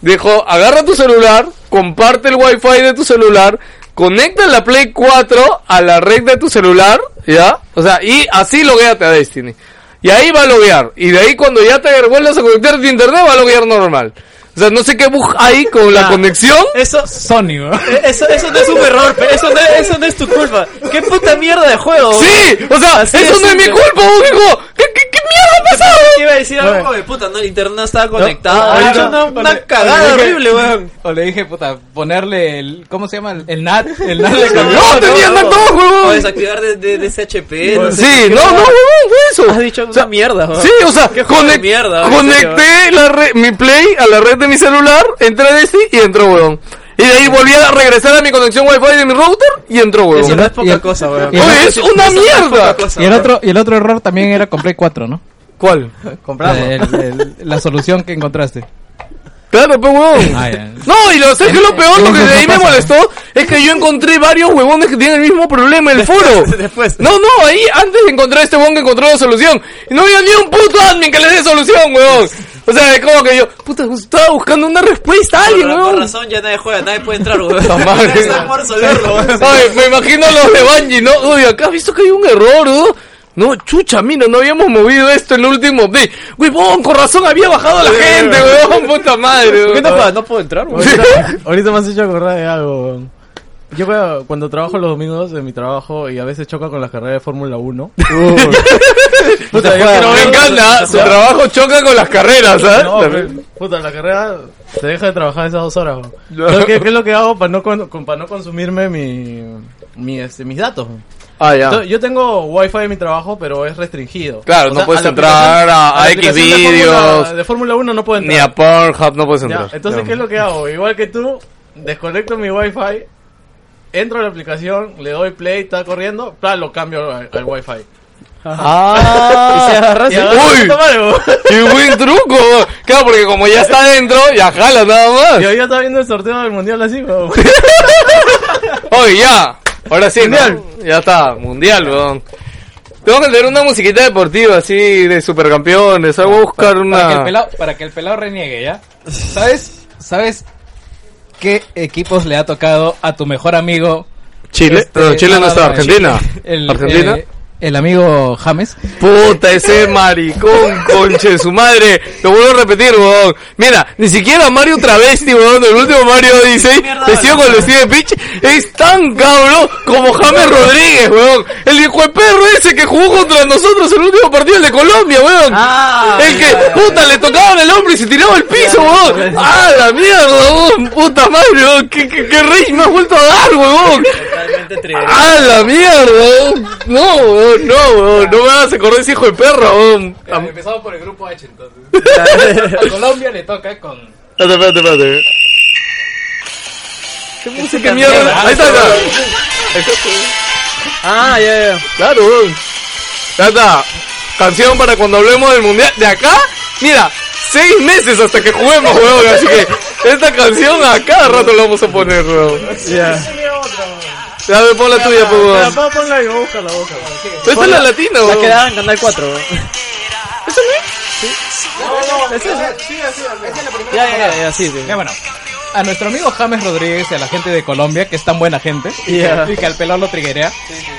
Speaker 1: Dijo, agarra tu celular, comparte el wifi de tu celular, conecta la Play 4 a la red de tu celular, ¿ya? O sea, y así logueate a Destiny. Y ahí va a loguear. Y de ahí cuando ya te vuelvas a conectar de internet va a loguear normal. O sea, no sé qué bug hay con la
Speaker 2: Ah.
Speaker 1: conexión.
Speaker 2: Eso,
Speaker 4: Sony, ¿no?
Speaker 1: Eh.
Speaker 2: eso, eso no es un error, pero eso no, eso no es tu culpa. ¿Qué puta mierda de juego?
Speaker 1: Sí, o sea,
Speaker 2: oh, Así
Speaker 1: eso
Speaker 2: de
Speaker 1: no es mi
Speaker 2: simple.
Speaker 1: culpa, vos, hijo. ¿Qué, qué, qué mierda ha pasado?
Speaker 2: Te iba a decir algo
Speaker 4: Oye.
Speaker 2: como de puta, no, el internet no estaba conectado.
Speaker 4: Ah,
Speaker 2: Ha hecho
Speaker 4: no,
Speaker 2: una,
Speaker 4: vale.
Speaker 2: una
Speaker 4: Oye,
Speaker 2: cagada
Speaker 4: dije-
Speaker 2: horrible, weón.
Speaker 4: (laughs) O le dije, puta, ponerle el. ¿Cómo se llama? El, el NAT.
Speaker 1: (laughs)
Speaker 4: El NAT de
Speaker 1: No,
Speaker 4: camión.
Speaker 1: tenía
Speaker 2: no,
Speaker 1: no,
Speaker 2: no.
Speaker 1: huevón.
Speaker 2: O desactivar de, de, de SHP. no sé.
Speaker 1: Sí, no, no, huevón, fue eso.
Speaker 2: Has dicho
Speaker 1: O sea,
Speaker 2: una mierda, weón.
Speaker 1: Sí, o sea,
Speaker 2: Qué juego de
Speaker 1: conec-
Speaker 2: mierda, en
Speaker 1: conecté la re- mi play a la red de mi celular, entré a este y entró, huevón. Y de ahí volví a regresar a mi conexión wifi de mi router y entró,
Speaker 2: Eso
Speaker 1: huevón.
Speaker 2: no es
Speaker 4: Y
Speaker 2: poca
Speaker 4: el-
Speaker 2: cosa, weón.
Speaker 4: y el-
Speaker 1: Oye, es una
Speaker 2: Eso no es poca
Speaker 1: mierda.
Speaker 2: cosa,
Speaker 4: Y el
Speaker 2: weón.
Speaker 4: otro, y el otro error también era con Play 4, ¿no?
Speaker 1: ¿Cuál?
Speaker 4: El- (laughs) el- la solución que encontraste.
Speaker 1: Claro, pues, huevón.
Speaker 4: Ah, ya.
Speaker 1: No, y lo sé que lo peor, lo que de ahí me
Speaker 4: Pasa.
Speaker 1: molestó, es que yo encontré varios huevones que tienen el mismo problema en el foro.
Speaker 2: después.
Speaker 1: No, no, ahí antes encontré a este huevón que encontró la solución. Y no había ni un puto admin que le dé solución, huevón. O sea, es como que yo, puta, estaba buscando una respuesta a
Speaker 2: Por,
Speaker 1: alguien,
Speaker 2: ra- por
Speaker 1: huevón.
Speaker 2: razón ya nadie juega, nadie puede entrar, weón.
Speaker 1: madre.
Speaker 2: (laughs) Nadie sabe cómo resolverlo, weón.
Speaker 1: Ay, me imagino los de Bungie, ¿no? Uy, acá has visto que hay un error, ¿no? No, chucha, mira, no habíamos movido esto en el último update. Huevón, con razón había bajado la gente, huevón, puta madre,
Speaker 2: ¿Qué
Speaker 1: huevón.
Speaker 2: te pasa? No puedo entrar, weón.
Speaker 3: (laughs) Ahorita, ahorita me has hecho acordar de algo. weón. Yo cuando, cuando trabajo los domingos en mi trabajo y a veces choca con las carreras de Fórmula 1. (laughs) puta, yo
Speaker 1: Pero me
Speaker 3: quiero-
Speaker 1: encanta, ¿ah? su trabajo choca con las carreras, ¿ah? ¿sabes?
Speaker 3: No, pe- puta, la carrera te deja de trabajar esas dos horas. weón. Entonces, ¿Qué, qué es lo que hago para no, con- con- para no consumirme mi, mi, este, mis datos? weón?
Speaker 1: ah, ya.
Speaker 3: Entonces, yo tengo wifi en mi trabajo, pero es restringido.
Speaker 1: Claro, no puedes
Speaker 3: la
Speaker 1: entrar
Speaker 3: aplicación-
Speaker 1: a- a
Speaker 3: la aplicación de
Speaker 1: Xvideos.
Speaker 3: Fórmula- De Fórmula 1 no puedo entrar.
Speaker 1: Ni a Pornhub no puedes
Speaker 3: Ya,
Speaker 1: entrar.
Speaker 3: entonces,
Speaker 1: Ya.
Speaker 3: ¿qué es lo que hago? Igual que tú, desconecto mi wifi, entro a la aplicación, le doy play, está corriendo, plan, lo cambio al, al wifi.
Speaker 1: Ah,
Speaker 3: Y agarro (laughs)
Speaker 1: ¡Uy!
Speaker 3: esta madre, weón.
Speaker 1: ¡Qué buen truco! Claro, porque como ya está adentro, ya jala nada
Speaker 3: Y
Speaker 1: más.
Speaker 3: hoy ya está viendo el sorteo del mundial así, weón.
Speaker 1: Oye, ya. Ahora sí, mundial. Ya está, mundial, weón. Tengo que tener una musiquita deportiva así de supercampeones. Ahí Voy a buscar
Speaker 4: Para que el
Speaker 1: una.
Speaker 4: pelado, para que el pelado reniegue, ¿ya? ¿Sabes? ¿Sabes qué equipos le ha tocado a tu mejor amigo?
Speaker 1: Chile.
Speaker 4: Este,
Speaker 1: Pero Chile no
Speaker 4: nada
Speaker 1: está,
Speaker 4: más.
Speaker 1: Argentina.
Speaker 4: (laughs) El,
Speaker 1: Argentina.
Speaker 4: eh, el amigo James.
Speaker 1: Puta, ese maricón, conche de su madre. Lo vuelvo a repetir, weón. Mira, ni siquiera Mario Travesti, weón, el último Mario dice, vestido con el vestido de Peach, es tan cabrón como James Rodríguez, weón. El hijo de perro ese que jugó contra nosotros el último partido, el de Colombia, weón.
Speaker 2: Ah,
Speaker 1: el que,
Speaker 2: ya, ya,
Speaker 1: puta, le tocaban el hombro y se tiraba al piso, weón. Ah, la mierda, weón. Puta madre, weón. ¿Qué, qué, qué rey me has vuelto a dar, weón?
Speaker 2: totalmente trigger.
Speaker 1: ¡Ah, la mierda! weón! No, weón, no, weón, no me vas a acordar ese hijo de perra, weón. Am-
Speaker 4: Empezamos por el grupo
Speaker 1: (laughs)
Speaker 4: H entonces. A Colombia le toca con.
Speaker 1: Espérate, espérate, espérate. ¿Qué música mierda? Ahí está, acá.
Speaker 2: Ah, ya, ya.
Speaker 1: Claro, weón. Ya está. Canción para cuando hablemos del mundial. De acá, mira, seis meses hasta que juguemos, weón. Así que esta canción a cada rato la vamos a poner, weón. Ya, ve, pon la tuya, pues,
Speaker 3: Ya,
Speaker 1: weón.
Speaker 3: pa, ponla y búscala, búscala.
Speaker 1: Esta es la latina,
Speaker 2: La
Speaker 1: weón.
Speaker 2: quedaba en Canal 4. Ya, ya, ya, ya, sí, sí.
Speaker 4: Ya bueno. A nuestro amigo James Rodríguez y a la gente de Colombia, que es tan buena gente, y que al pelón lo triguerea,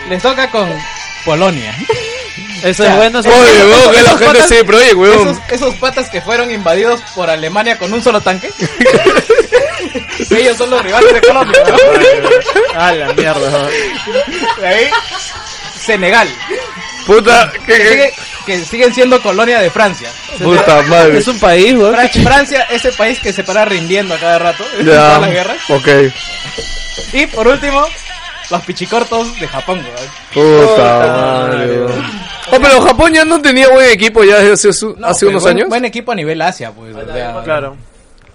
Speaker 4: les toca con Polonia.
Speaker 2: Eso es bueno, eso
Speaker 1: Oye, weón, que la
Speaker 4: Esos
Speaker 1: gente
Speaker 4: patas-
Speaker 1: se proye, weón.
Speaker 4: Esos, esos patas que fueron invadidos por Alemania con un solo
Speaker 1: (laughs)
Speaker 4: tanque. Ellos son los rivales de Colombia.
Speaker 2: Ah, la mierda.
Speaker 4: ¿no? De ahí, Senegal.
Speaker 1: Puta, que,
Speaker 4: Que,
Speaker 1: que-
Speaker 4: sigue- que siguen siendo colonia de Francia.
Speaker 1: puta madre.
Speaker 2: Es un país, weón.
Speaker 4: Fra- Francia, ese país que se para rindiendo a cada rato en
Speaker 1: Ya,
Speaker 4: todas las guerras.
Speaker 1: ok.
Speaker 4: Y por último, los pichicortos de Japón. weón.
Speaker 1: Puta madre, weón. Oh, pero Japón ya no tenía buen equipo ya desde hace, su- hace
Speaker 4: Pero
Speaker 1: unos
Speaker 4: buen-
Speaker 1: años.
Speaker 4: Buen equipo a nivel Asia, pues. o sea,
Speaker 2: Claro.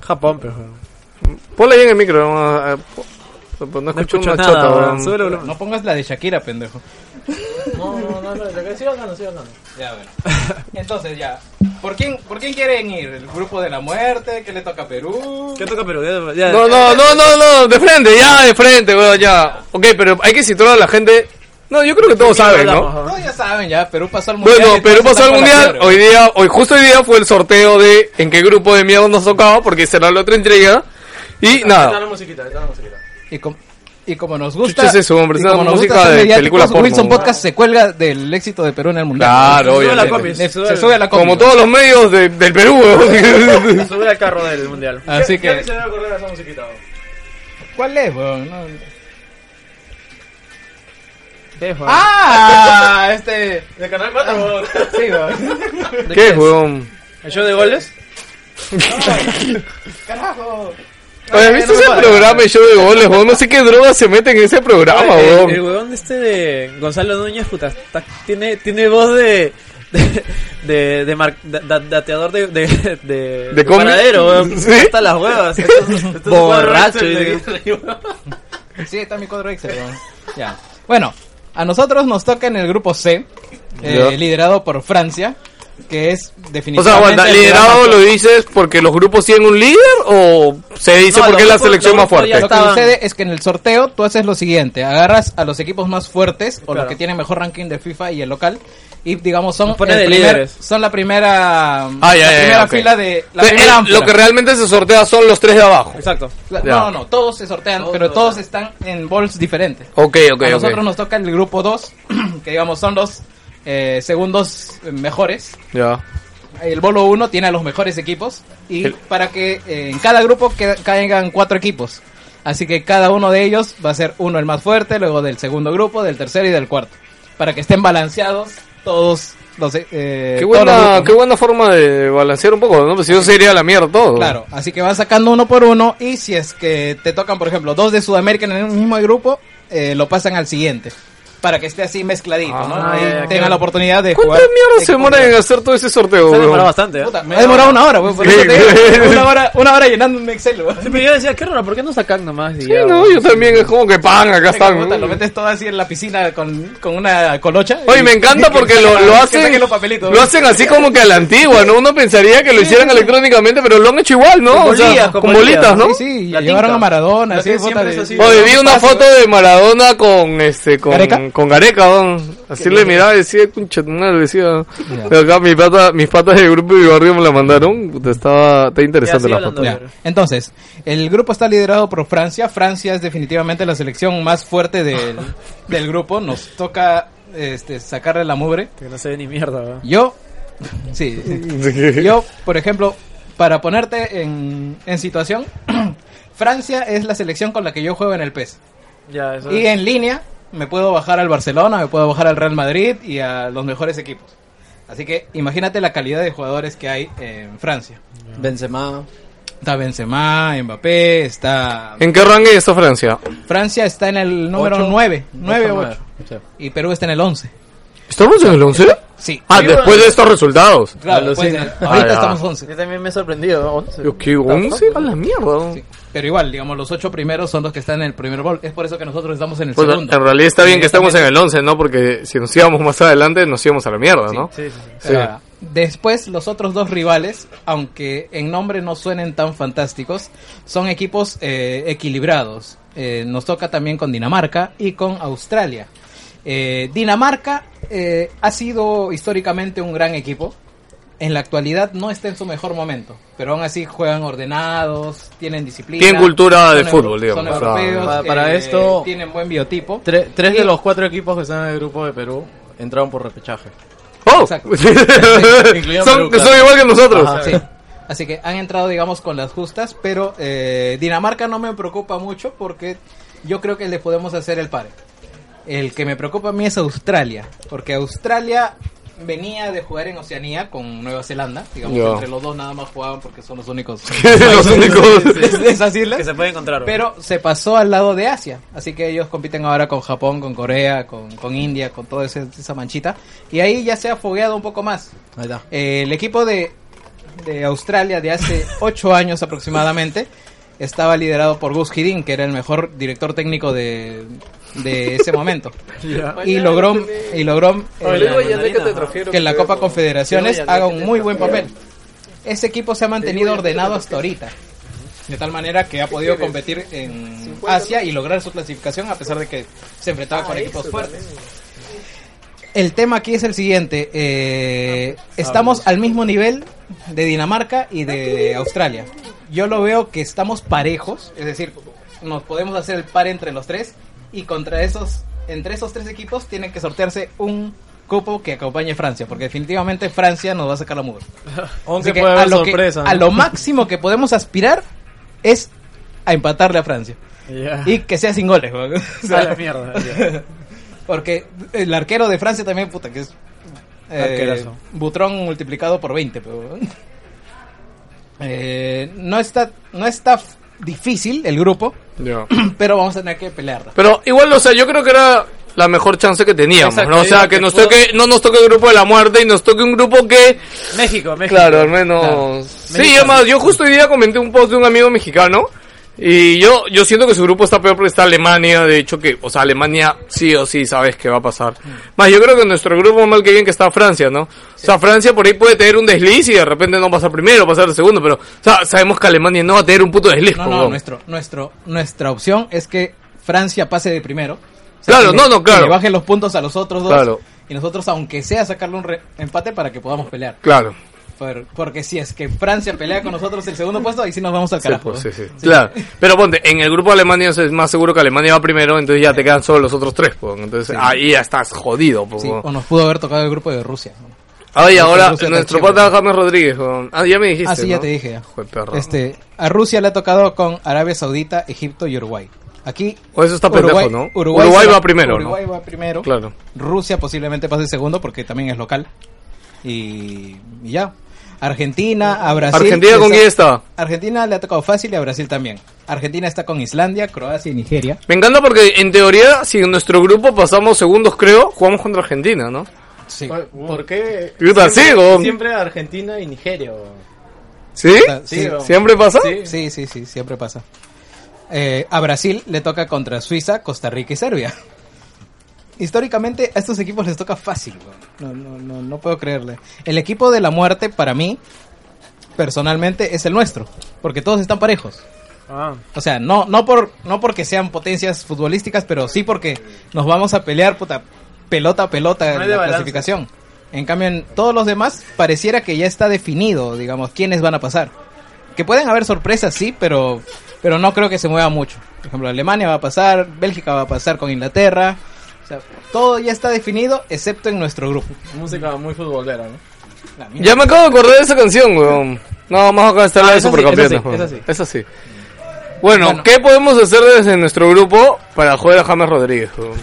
Speaker 2: Japón, pero. weón.
Speaker 1: Ponla ahí en el micro. No, Eh, po- no escucho una
Speaker 2: escucho nada,
Speaker 1: chota,
Speaker 2: weón.
Speaker 1: weón.
Speaker 2: Súbelo, weón.
Speaker 4: No pongas la de Shakira, pendejo.
Speaker 3: No, no, no, no, la que siga ganando, siga ganando.
Speaker 4: Ya, bueno. Entonces, ya. ¿Por quién, ¿Por quién quieren ir? ¿El grupo de la muerte? ¿Qué le toca a Perú?
Speaker 2: ¿Qué toca Perú? Ya, ya.
Speaker 1: No, no, no, no, no, de frente, ya, de frente, weón, ya. Ok, pero hay que situar a la gente. No, yo creo que todos saben, ¿no?
Speaker 4: No, ya saben, ya. Perú pasó al mundial.
Speaker 1: Bueno,
Speaker 4: y
Speaker 1: Perú
Speaker 4: todos
Speaker 1: pasó al
Speaker 4: están con la
Speaker 1: mundial.
Speaker 4: fiebre,
Speaker 1: Hoy día, hoy justo hoy día fue el sorteo de en qué grupo de miedo nos tocaba, porque será la otra entrega. Y
Speaker 3: Está
Speaker 1: nada.
Speaker 3: la musiquita, está la musiquita.
Speaker 4: Y, com- y como nos gusta.
Speaker 1: Chucha es eso, hombre,
Speaker 4: y
Speaker 1: es una
Speaker 4: como nos
Speaker 1: música
Speaker 4: gusta ser
Speaker 1: de
Speaker 4: mediáticos,
Speaker 1: película porno,
Speaker 4: Wilson
Speaker 1: ¿no?
Speaker 4: Podcast se cuelga del éxito de Perú en el mundial.
Speaker 1: Claro,
Speaker 2: Sube la
Speaker 1: obviamente.
Speaker 2: copia,
Speaker 4: Se,
Speaker 2: sube
Speaker 4: se
Speaker 2: la-
Speaker 4: sube a la
Speaker 1: Como
Speaker 4: combi,
Speaker 1: todos los medios de- del Perú, weón.
Speaker 2: Sube al carro del mundial.
Speaker 4: weón. Así que.
Speaker 3: debe acordar esa musiquita?
Speaker 4: ¿Cuál es, weón? No-
Speaker 2: Ah,
Speaker 4: ¡Ah! Este.
Speaker 3: De Canal 4.
Speaker 4: Sí, weón.
Speaker 1: ¿Qué, weón?
Speaker 4: Ah,
Speaker 2: ¿El show de goles?
Speaker 4: Carajo.
Speaker 1: Oye, ¿has visto
Speaker 4: no me
Speaker 1: ese
Speaker 4: paro.
Speaker 1: programa y show de goles, weón? No sé qué drogas se meten en ese
Speaker 4: Eh,
Speaker 1: programa,
Speaker 2: el,
Speaker 1: weón.
Speaker 2: el huevón este de Gonzalo Núñez, puta, está- tiene, tiene voz de. de. de, de mar- da- da- dateador de. de. de,
Speaker 1: ¿De combi?
Speaker 2: paradero, weón.
Speaker 1: ¿Sí?
Speaker 2: Hasta las huevas. Esto es- esto es un
Speaker 5: Borracho.
Speaker 2: cuadro
Speaker 5: y-
Speaker 2: de-
Speaker 4: Sí, está mi cuadro Excel, weón. Ya. Bueno, a nosotros nos toca en el grupo C, eh,
Speaker 1: Ya.
Speaker 4: liderado por Francia, que es
Speaker 1: O sea,
Speaker 4: definitivamente.
Speaker 1: aguanta,
Speaker 4: el lugar
Speaker 1: liderado
Speaker 4: más-
Speaker 1: lo dices porque los grupos tienen un líder o se dice
Speaker 2: No,
Speaker 1: porque es la
Speaker 2: los grupos-
Speaker 1: selección
Speaker 2: los
Speaker 1: más
Speaker 2: grupos ya
Speaker 1: fuerte.
Speaker 4: Lo que
Speaker 2: Estaban-
Speaker 4: sucede es que en el sorteo tú haces lo siguiente: agarras a los equipos más fuertes o los que tienen mejor ranking de FIFA y el local. Y digamos, son,
Speaker 2: Nos pone
Speaker 4: el
Speaker 2: de
Speaker 4: primer-
Speaker 2: líderes.
Speaker 4: son la primera,
Speaker 1: Ah, ya,
Speaker 4: la
Speaker 1: ya, ya,
Speaker 4: primera
Speaker 1: ok.
Speaker 4: fila de. La
Speaker 1: Eh,
Speaker 4: primera
Speaker 1: eh,
Speaker 4: ánfora.
Speaker 1: lo que realmente se sortea son los tres de abajo.
Speaker 2: Exacto.
Speaker 4: La-
Speaker 1: Ya.
Speaker 4: No, no, todos se sortean, pero todos están en bols diferentes.
Speaker 1: Ok, ok,
Speaker 4: a
Speaker 1: ok.
Speaker 4: nosotros nos toca el grupo 2, (clears throat) que digamos son los eh, segundos mejores.
Speaker 1: Ya.
Speaker 4: Eh, El bolo 1 tiene a los mejores equipos y
Speaker 1: El-
Speaker 4: para que eh, en cada grupo que- caigan cuatro equipos. Así que cada uno de ellos va a ser uno el más fuerte, luego del segundo grupo, del tercero y del cuarto. Para que estén balanceados todos los... eh, eh,
Speaker 1: Qué
Speaker 4: todos los
Speaker 1: buena,
Speaker 4: grupos.
Speaker 1: qué buena forma de balancear un poco, ¿no? Pues si no sería la mierda todo.
Speaker 4: Claro, así que van sacando uno por uno y si es que te tocan, por ejemplo, dos de Sudamérica en el mismo grupo, eh, lo pasan al siguiente. Para que esté así mezcladito,
Speaker 1: Ah,
Speaker 4: ¿no?
Speaker 1: ya,
Speaker 4: Y
Speaker 1: ya,
Speaker 4: tengan la oportunidad de jugar.
Speaker 1: ¿Cuántas mierdas se
Speaker 4: Eh,
Speaker 1: demoran en hacer todo ese sorteo,
Speaker 2: Se ha demorado
Speaker 1: Oh, weón?
Speaker 2: bastante, ¿eh?
Speaker 4: Puta, me ha demorado una hora, güey, por
Speaker 1: Sí.
Speaker 4: eso te digo, (laughs) una hora, una hora llenando un Excel, güey.
Speaker 2: Sí, pero yo decía, qué raro, ¿por qué no sacan nomás?
Speaker 1: Sí, no, yo también es como que pan, acá están.
Speaker 4: Puta, Lo metes todo así en la piscina con, con una colocha.
Speaker 1: Oye, me
Speaker 4: y- (laughs)
Speaker 1: encanta
Speaker 4: que
Speaker 1: porque
Speaker 4: saquen-
Speaker 1: lo, lo
Speaker 4: que
Speaker 1: hacen
Speaker 4: saquen los papelitos.
Speaker 1: lo hacen así como que a la antigua, ¿no? Uno pensaría que lo hicieran electrónicamente, pero lo han hecho igual, ¿no?
Speaker 2: Con
Speaker 1: O sea,
Speaker 2: bolillas,
Speaker 1: con,
Speaker 2: con
Speaker 1: bolitas,
Speaker 2: bolillas,
Speaker 1: ¿no?
Speaker 4: Sí, sí,
Speaker 2: La
Speaker 4: llevaron
Speaker 2: tinta.
Speaker 4: a Maradona,
Speaker 5: Lo
Speaker 4: así,
Speaker 5: que siempre
Speaker 4: puta,
Speaker 5: es
Speaker 4: de-
Speaker 5: así.
Speaker 1: Oye, vi una
Speaker 4: Pase,
Speaker 1: foto de Maradona con este con
Speaker 4: ¿Gareca?
Speaker 1: con Gareca, weón. así le miraba y decía, "Concha tu madre", decía. Acá mi pata, mis patas del grupo de mi barrio me la mandaron, Puta, estaba está interesante
Speaker 2: sigue
Speaker 1: la
Speaker 2: hablando.
Speaker 1: foto.
Speaker 4: Ya. Entonces, el grupo está liderado por Francia. Francia es definitivamente la selección más fuerte del, del grupo. Nos toca este, sacarle la mugre.
Speaker 2: Que no se ve ni mierda, weón.
Speaker 4: Yo, (laughs) sí, yo, por ejemplo, para ponerte en, en situación, (clears throat) Francia es la selección con la que yo juego en el PES.
Speaker 2: Ya, eso.
Speaker 4: Y en línea me puedo bajar al Barcelona, me puedo bajar al Real Madrid y a los mejores equipos. Así que imagínate la calidad de jugadores que hay en Francia.
Speaker 3: Benzema.
Speaker 4: Está Benzema, Mbappé, está...
Speaker 1: ¿En qué ranking está Francia?
Speaker 4: Francia está en el número
Speaker 3: Ocho.
Speaker 4: 9, 9
Speaker 3: Ocho,
Speaker 4: o
Speaker 3: nueve.
Speaker 4: 8. Y Perú está en el 11.
Speaker 1: ¿Estamos en el 11?
Speaker 4: Sí.
Speaker 1: Ah, después de estos resultados.
Speaker 4: Claro, después de-
Speaker 1: Ah, ya.
Speaker 4: ahorita estamos 11.
Speaker 2: Yo también me he sorprendido. once.
Speaker 1: Yo, ¿Qué 11? A la mierda.
Speaker 4: Sí. Pero igual, digamos, los 8 primeros son los que están en el primer bol. Es por eso que nosotros estamos en el
Speaker 1: Bueno,
Speaker 4: segundo.
Speaker 1: Pues, en realidad está bien que estemos en el 11, ¿no? Porque si nos íbamos más adelante, nos íbamos a la mierda, ¿no?
Speaker 2: Sí, sí, sí.
Speaker 1: Sí.
Speaker 4: Ahora, Después, los otros dos rivales, aunque en nombre no suenen tan fantásticos, son equipos eh, equilibrados. Eh, nos toca también con Dinamarca y con Australia. Eh, Dinamarca eh, ha sido históricamente un gran equipo. En la actualidad no está en su mejor momento, pero aún así juegan ordenados, tienen disciplina.
Speaker 1: Tienen cultura
Speaker 4: son
Speaker 1: de
Speaker 4: euro-
Speaker 1: fútbol, digamos.
Speaker 4: son
Speaker 1: O sea,
Speaker 4: europeos,
Speaker 3: para- para
Speaker 4: eh,
Speaker 3: esto-
Speaker 4: Tienen buen biotipo.
Speaker 3: Tre- tres de
Speaker 4: Y-
Speaker 3: los cuatro equipos que están en el grupo de Perú entraron por repechaje.
Speaker 1: ¡Oh! (laughs)
Speaker 4: Exacto.
Speaker 1: Sí.
Speaker 3: Incluido
Speaker 1: son,
Speaker 3: Perú, claro.
Speaker 1: son igual que nosotros. (laughs)
Speaker 2: (laughs)
Speaker 3: Ajá.
Speaker 4: Sí. Así que han entrado, digamos, con las justas, pero eh, Dinamarca no me preocupa mucho porque yo creo que le podemos hacer el par. El que me preocupa a mí es Australia, porque Australia venía de jugar en Oceanía con Nueva Zelanda, digamos,
Speaker 1: Ya.
Speaker 4: que entre los dos nada más jugaban porque son
Speaker 2: (laughs)
Speaker 4: los únicos
Speaker 1: Los únicos.
Speaker 4: de de esas islas.
Speaker 2: Que se puede encontrar.
Speaker 4: Pero se pasó al lado de Asia. Así que ellos compiten ahora con Japón, con Corea, con, con India, con toda ese- esa manchita. Y ahí ya se ha fogueado un poco más.
Speaker 3: Ahí está.
Speaker 4: Eh, el equipo de, de Australia de hace 8 años aproximadamente estaba liderado por Gus Hiddink, que era el mejor director técnico de, de ese momento. Y logró, y logró eh, que en la Copa Confederaciones haga un muy buen papel. Ese equipo se ha mantenido ordenado hasta ahorita. De tal manera que ha podido competir en Asia y lograr su clasificación a pesar de que se enfrentaba con equipos fuertes. El tema aquí es el siguiente. eh,
Speaker 3: Ah,
Speaker 4: estamos al mismo nivel de Dinamarca y de Australia. Yo lo veo que estamos parejos, es decir, nos podemos hacer el par entre los tres y contra esos, entre esos tres equipos tiene que sortearse un cupo que acompañe Francia, porque definitivamente Francia nos va a sacar la mugre. Así
Speaker 3: Aunque
Speaker 4: que
Speaker 3: puede haber
Speaker 4: lo que-
Speaker 3: sorpresa.
Speaker 4: a
Speaker 3: ¿no?
Speaker 4: lo máximo que podemos aspirar es a empatarle a Francia.
Speaker 2: (laughs) Ya.
Speaker 4: Y que sea sin goles, weón. (laughs) O sea,
Speaker 2: A la mierda. ya.
Speaker 4: porque el arquero de Francia también, puta, que es. eh,
Speaker 2: Arquerazo.
Speaker 4: Butrón multiplicado por 20, pero. (laughs) eh, no está, no está f- difícil el grupo, (clears throat)
Speaker 1: Ya.
Speaker 4: pero vamos a tener que pelearla.
Speaker 1: Pero igual, o sea, yo creo que era la mejor chance que teníamos,
Speaker 2: Exacto,
Speaker 1: ¿no? O
Speaker 2: yo
Speaker 1: sea,
Speaker 2: digo
Speaker 1: que
Speaker 2: que
Speaker 1: nos
Speaker 2: pudo-
Speaker 1: toque, no nos toque el grupo de la muerte y nos toque un grupo que,
Speaker 2: México, México.
Speaker 1: claro, al menos... Sí,
Speaker 2: México.
Speaker 1: además, yo justo hoy día comenté un post de un amigo mexicano y yo, yo siento que su grupo está peor porque está Alemania, de hecho que, o sea, Alemania sí o sí sabes qué va a pasar.
Speaker 4: Mm.
Speaker 1: Más, yo creo que nuestro grupo mal que bien que está Francia, ¿no? O sea, Francia por ahí puede tener un desliz y de repente no pasar primero, pasar segundo, pero, o sea, sabemos que Alemania no va a tener un puto desliz,
Speaker 4: No,
Speaker 1: po,
Speaker 4: no,
Speaker 1: weón.
Speaker 4: nuestro, nuestro, nuestra opción es que Francia pase de primero. O
Speaker 1: Claro,
Speaker 4: que
Speaker 1: no,
Speaker 4: le-
Speaker 1: no,
Speaker 4: que
Speaker 1: claro.
Speaker 4: le baje los puntos a los otros dos.
Speaker 1: Claro.
Speaker 4: Y nosotros, aunque sea, sacarle un re- empate para que podamos pelear.
Speaker 1: Claro.
Speaker 4: Por- porque si es que Francia pelea con nosotros el segundo puesto, ahí sí nos vamos al
Speaker 1: Sí,
Speaker 4: carajo. ¿eh?
Speaker 1: pues, sí, sí. Claro. Pero ponte, en el grupo de Alemania es más seguro que Alemania va primero, entonces ya te quedan solo los otros tres, pues. Entonces ahí ya estás jodido, pues.
Speaker 4: Sí, o nos pudo haber tocado el grupo de Rusia. ¿no?
Speaker 1: Ay, Ah, ahora
Speaker 4: Rusia
Speaker 1: nuestro
Speaker 4: está
Speaker 1: pata James Rodríguez, weón. Ah, ya me dijiste.
Speaker 4: Ah, sí, ya
Speaker 1: ¿no?
Speaker 4: te dije. ya.
Speaker 1: Joder, perro.
Speaker 4: Este, a Rusia le ha tocado con Arabia Saudita, Egipto y Uruguay. Aquí.
Speaker 1: O eso está pendejo,
Speaker 4: Uruguay,
Speaker 1: ¿no?
Speaker 4: Uruguay,
Speaker 1: Uruguay
Speaker 4: se
Speaker 1: va primero, ¿no?
Speaker 4: Uruguay va primero.
Speaker 1: Claro.
Speaker 4: Rusia posiblemente pase segundo porque también es local. Y, y ya. Argentina, a Brasil.
Speaker 1: ¿Argentina
Speaker 4: les
Speaker 1: con
Speaker 4: ha-
Speaker 1: quién está?
Speaker 4: Argentina le ha tocado fácil y a Brasil también. Argentina está con Islandia, Croacia y Nigeria.
Speaker 1: Me encanta porque en teoría, si en nuestro grupo pasamos segundos, creo, jugamos contra Argentina, ¿no?
Speaker 4: Sí.
Speaker 3: ¿Por- ¿Por qué?
Speaker 1: Puta, sí,
Speaker 3: siempre,
Speaker 1: weón.
Speaker 3: siempre Argentina y Nigeria. weón.
Speaker 1: ¿Sí?
Speaker 4: Sí,
Speaker 3: weón.
Speaker 1: ¿Siempre pasa?
Speaker 3: Sí.
Speaker 4: Sí, sí, sí, siempre pasa. Eh, a Brasil le toca contra Suiza, Costa Rica y Serbia. Históricamente a estos equipos les toca fácil, weón. no, no, no, no puedo creerle. El equipo de la muerte para mí, personalmente, es el nuestro, porque todos están parejos.
Speaker 2: Ah,
Speaker 4: O sea, no, no, por, no porque sean potencias futbolísticas, pero sí porque nos vamos a pelear puta, pelota a pelota
Speaker 2: No
Speaker 4: en
Speaker 2: hay de
Speaker 4: la
Speaker 2: balance.
Speaker 4: clasificación. En cambio, en todos los demás pareciera que ya está definido, digamos, quiénes van a pasar. Que pueden haber sorpresas, sí, pero, pero no creo que se mueva mucho. Por ejemplo, Alemania va a pasar, Bélgica va a pasar con Inglaterra. O sea, todo ya está definido, excepto en nuestro grupo.
Speaker 3: Música muy futbolera, ¿no?
Speaker 4: La mierda.
Speaker 1: Ya me acabo de acordar de esa canción, weón. No, más acá está la de
Speaker 3: Ah, esa sí,
Speaker 1: Supercampeones,
Speaker 3: esa sí,
Speaker 1: weón.
Speaker 3: esa sí.
Speaker 1: Esa sí.
Speaker 3: (laughs)
Speaker 1: Bueno, ¿qué podemos hacer desde nuestro grupo para joder a James Rodríguez, weón?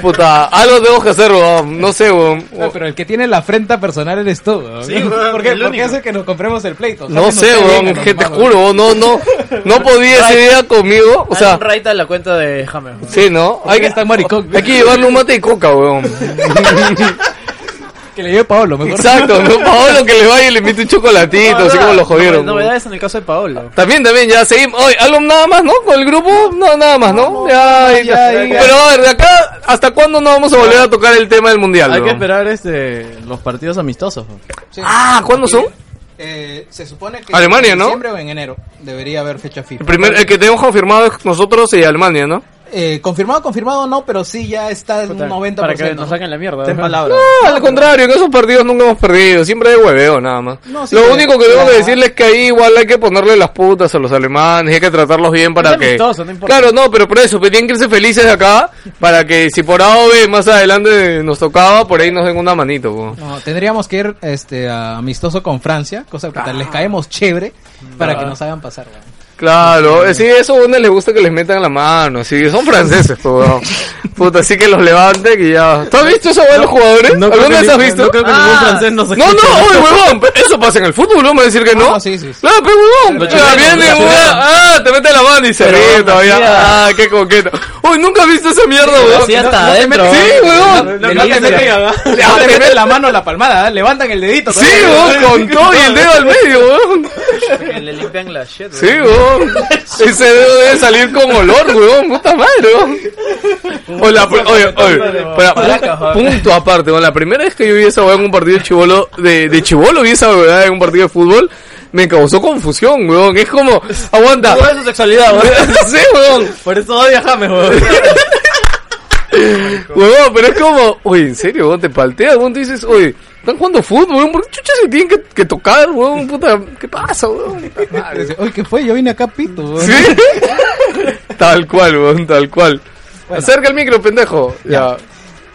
Speaker 1: Puta, algo tengo que hacer, weón. No sé, weón.
Speaker 4: Ah, pero el que tiene la afrenta personal eres tú. weón.
Speaker 5: Sí, weón,
Speaker 4: (laughs) ¿Por qué,
Speaker 5: el
Speaker 4: ¿Por qué
Speaker 5: único.
Speaker 4: hace que nos compremos el pleito?
Speaker 1: No
Speaker 4: Sáquenos
Speaker 1: sé,
Speaker 4: usted bien
Speaker 1: weón.
Speaker 4: a los
Speaker 1: Que te
Speaker 4: magos.
Speaker 1: juro, weón. No, no. No podía ese día conmigo. O sea,
Speaker 2: Ah, un raid a la cuenta de Hammer.
Speaker 1: sí, ¿no? Hay
Speaker 4: Ahí
Speaker 1: que,
Speaker 4: está maricón.
Speaker 1: hay que llevarle un mate y coca, weón.
Speaker 4: Que le lleve Pablo, mejor.
Speaker 1: Exacto, ¿no? Paolo que le vaya y le invite un chocolatito, así como lo jodieron. weón.
Speaker 2: Novedades en el caso de Paolo.
Speaker 1: También, también, ya seguimos. Oye, algo nada más, ¿no? Con el grupo, no, nada más, ¿no? ya, ya,
Speaker 3: ya, ya.
Speaker 1: Pero a ver, de acá, ¿hasta cuándo no vamos a volver a tocar el tema del mundial?
Speaker 3: Hay que
Speaker 1: weón?
Speaker 3: esperar este los partidos amistosos.
Speaker 2: pues.
Speaker 3: weón.
Speaker 4: Sí.
Speaker 1: Ah, ¿cuándo son?
Speaker 4: Eh, se supone que
Speaker 1: Alemania,
Speaker 4: en
Speaker 1: ¿no?
Speaker 4: diciembre o en enero debería haber fecha
Speaker 1: El,
Speaker 4: FIFA.
Speaker 1: primer, eh. el que tenemos confirmado es nosotros y Alemania, ¿no?
Speaker 4: Eh, confirmado, confirmado no, pero sí ya está en un 90%.
Speaker 2: Para que nos saquen la mierda.
Speaker 3: Tres palabras.
Speaker 1: No, Ah, al contrario, en esos partidos nunca hemos perdido, siempre hay hueveo nada más.
Speaker 4: No, sí,
Speaker 1: Lo
Speaker 4: pero-
Speaker 1: único que tengo que
Speaker 4: Ajá.
Speaker 1: decirles es que ahí igual hay que ponerle las putas a los alemanes, y hay que tratarlos bien para
Speaker 2: Es
Speaker 1: que...
Speaker 2: amistoso, no importa.
Speaker 1: claro, no, pero por eso, pues, tienen que irse felices de acá, para que si por A o B más adelante nos tocaba, por ahí nos den una manito. po.
Speaker 4: No, tendríamos que ir este, a amistoso con Francia, cosa que tal les
Speaker 1: Ah.
Speaker 4: caemos chévere para
Speaker 2: Ah.
Speaker 4: que nos hagan pasar. weón.
Speaker 1: Claro, eh, sí, eso a uno les gusta que les metan la mano, sí, son franceses, po,
Speaker 3: (laughs)
Speaker 1: weón. Puta, así que los levanten y ya. ¿Tú has visto eso, weón, los jugadores?
Speaker 3: No creo
Speaker 1: ¿Alguna
Speaker 3: que
Speaker 1: vez has
Speaker 3: ni-
Speaker 1: visto? Ah.
Speaker 3: No creo que ningún francés nos
Speaker 1: No,
Speaker 3: escuche.
Speaker 1: no, oye, huevón, pe- eso pasa en el fútbol, vamos a decir que no.
Speaker 4: Ah, sí, sí, sí.
Speaker 1: Claro, pero huevón, ah, viene, huevón, ah, te mete la mano y se ríe todavía. Ah, qué coqueto. Uy, nunca he visto esa mierda, huevón.
Speaker 2: Sí, hasta adentro.
Speaker 1: Sí, huevón.
Speaker 4: ¿eh? No, no te meten, ¿ah?
Speaker 2: (laughs)
Speaker 1: Le- (laughs) ah,
Speaker 4: No te
Speaker 1: le-
Speaker 4: (laughs) meten la mano a la palmada, ¿ah? levantan el dedito.
Speaker 1: Sí, huevón, con todo y el dedo al medio, huevón.
Speaker 2: Le limpian la shit.
Speaker 1: Sí, huevón. Ese dedo debe salir con olor, huevón, puta madre, huevón. Hola, oye, oye, espera, pu- punto aparte, huevón, la primera vez que yo vi esa huevón en un partido de chivolo, de, de chivolo vi esa huevada en un partido de fútbol, me causó confusión, huevón, es como, aguanta,
Speaker 2: Toda su sexualidad,
Speaker 1: (laughs) sí, huevón,
Speaker 3: Por eso odia James, weón.
Speaker 1: (laughs) huevón, pero es como, uy, en serio, huevón, te palteas, huevón, te dices, oye, están jugando fútbol, huevón, ¿por qué chucha se tienen que, que tocar, huevón, puta, qué pasa, huevón? Puta madre.
Speaker 4: Oye, Ah, ¿qué fue? Yo vine acá pito. weón.
Speaker 1: ¿Sí? (laughs) tal cual, weón, tal cual. Acerca el micro, pendejo. Ya.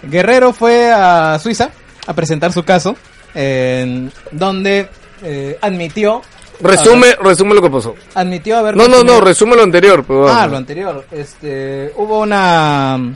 Speaker 4: Guerrero fue a Suiza a presentar su caso, en donde eh, admitió,
Speaker 1: Resume,
Speaker 4: Ah,
Speaker 1: resume lo que pasó.
Speaker 4: admitió haber...
Speaker 1: No, no, no,
Speaker 4: consumido-
Speaker 1: resume lo anterior, pues, weón.
Speaker 4: Ah, lo anterior. Este, hubo una.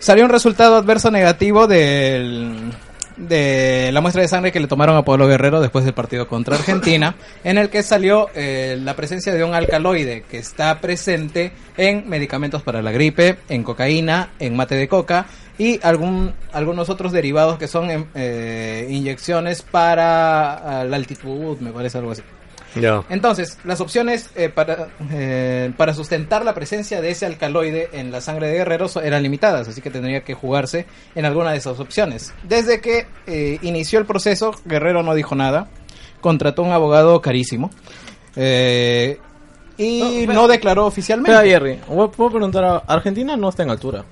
Speaker 4: Salió un resultado adverso negativo del, de la muestra de sangre que le tomaron a Pablo Guerrero después del partido contra Argentina, en el que salió eh, la presencia de un alcaloide que está presente en medicamentos para la gripe, en cocaína, en mate de coca y algún, algunos otros derivados que son em, eh, inyecciones para ah, la altitud, me parece algo así.
Speaker 1: Ya.
Speaker 4: Entonces, las opciones eh, para, eh, para sustentar la presencia de ese alcaloide en la sangre de Guerrero so- eran limitadas, así que tendría que jugarse en alguna de esas opciones. Desde que eh, inició el proceso, Guerrero no dijo nada, contrató un abogado carísimo eh, y no, declaró
Speaker 3: Espera,
Speaker 4: oficialmente.
Speaker 3: Jerry, ¿puedo puedo preguntar a Argentina no está en altura?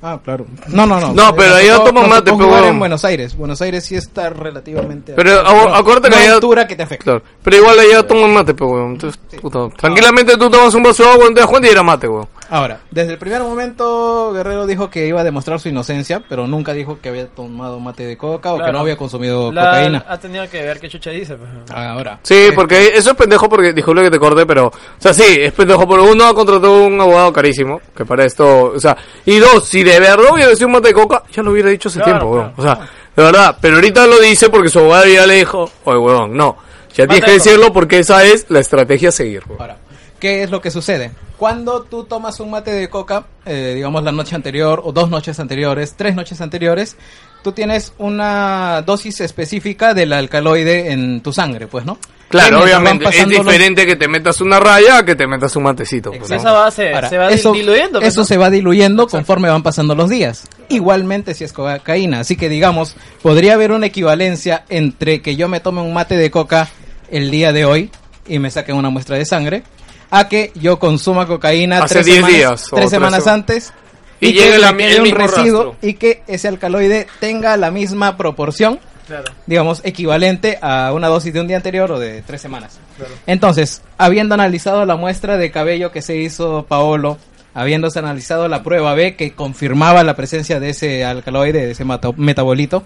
Speaker 4: Ah, claro. No, no, no.
Speaker 1: No, pero
Speaker 4: Nos
Speaker 1: allá
Speaker 4: tocó-
Speaker 1: toman
Speaker 4: nos
Speaker 1: mate,
Speaker 4: tocó
Speaker 1: pe,
Speaker 4: jugar
Speaker 1: huevón.
Speaker 4: en Buenos Aires. Buenos Aires sí está relativamente.
Speaker 1: Pero
Speaker 4: alto.
Speaker 1: agu- acuérdate que
Speaker 4: no
Speaker 1: allá-
Speaker 4: altura que te afecta.
Speaker 1: Claro. Pero igual allá toman mate, pues, weón. Entonces, puta, Tranquilamente tú tomas un vaso de agua, no te das cuenta y era mate, weón.
Speaker 4: Ahora, desde el primer momento Guerrero dijo que iba a demostrar su inocencia, pero nunca dijo que había tomado mate de coca o que
Speaker 2: Claro.
Speaker 4: no había consumido
Speaker 2: La-
Speaker 4: cocaína.
Speaker 2: Ha tenido que ver qué chucha dice. pues.
Speaker 4: Ahora.
Speaker 1: Sí, porque eso es pendejo porque, disculpe que te corte, pero, o sea, sí, es pendejo porque uno contrató un abogado carísimo, que para esto, o sea, y dos, si de verdad hubiera sido un mate de coca, ya lo hubiera dicho hace
Speaker 2: Claro,
Speaker 1: tiempo, weón.
Speaker 2: claro.
Speaker 1: O sea, de verdad, pero ahorita lo dice porque su abogado ya le dijo, oye, weón, no, ya tienes que
Speaker 2: de coca.
Speaker 1: decirlo porque esa es la estrategia a seguir, weón.
Speaker 4: Ahora, ¿qué es lo que sucede? Cuando tú tomas un mate de coca, eh, digamos la noche anterior o dos noches anteriores, tres noches anteriores, tú tienes una dosis específica del alcaloide en tu sangre, pues, ¿no?
Speaker 1: Claro,
Speaker 4: Y mientras van
Speaker 1: obviamente, es
Speaker 4: pasando los-
Speaker 1: diferente que te metas una raya a que te metas un matecito, pues, weón.
Speaker 2: (laughs) Esa base
Speaker 4: Ahora,
Speaker 2: Ah, se va
Speaker 4: eso,
Speaker 2: diluyendo. pues,
Speaker 4: Eso
Speaker 2: ¿no?
Speaker 4: se va diluyendo conforme van pasando los días. Igualmente si es cocaína. Así que digamos, podría haber una equivalencia entre que yo me tome un mate de coca el día de hoy y me saquen una muestra de sangre, a que yo consuma cocaína
Speaker 1: Hace
Speaker 4: tres
Speaker 1: 10
Speaker 4: semanas,
Speaker 1: días o
Speaker 4: tres
Speaker 1: tres
Speaker 4: semanas
Speaker 1: semanas.
Speaker 4: antes.
Speaker 1: Y
Speaker 4: que
Speaker 1: llegue
Speaker 4: me
Speaker 1: la-
Speaker 4: quede
Speaker 1: el
Speaker 4: un
Speaker 1: mismo
Speaker 4: residuo
Speaker 1: rastro.
Speaker 4: y que ese alcaloide tenga la misma proporción
Speaker 2: Claro.
Speaker 4: digamos, equivalente a una dosis de un día anterior o de tres semanas. Entonces, habiendo analizado la muestra de cabello que se hizo Paolo, habiéndose analizado la prueba B que confirmaba la presencia de ese alcaloide, de ese mata- metabolito,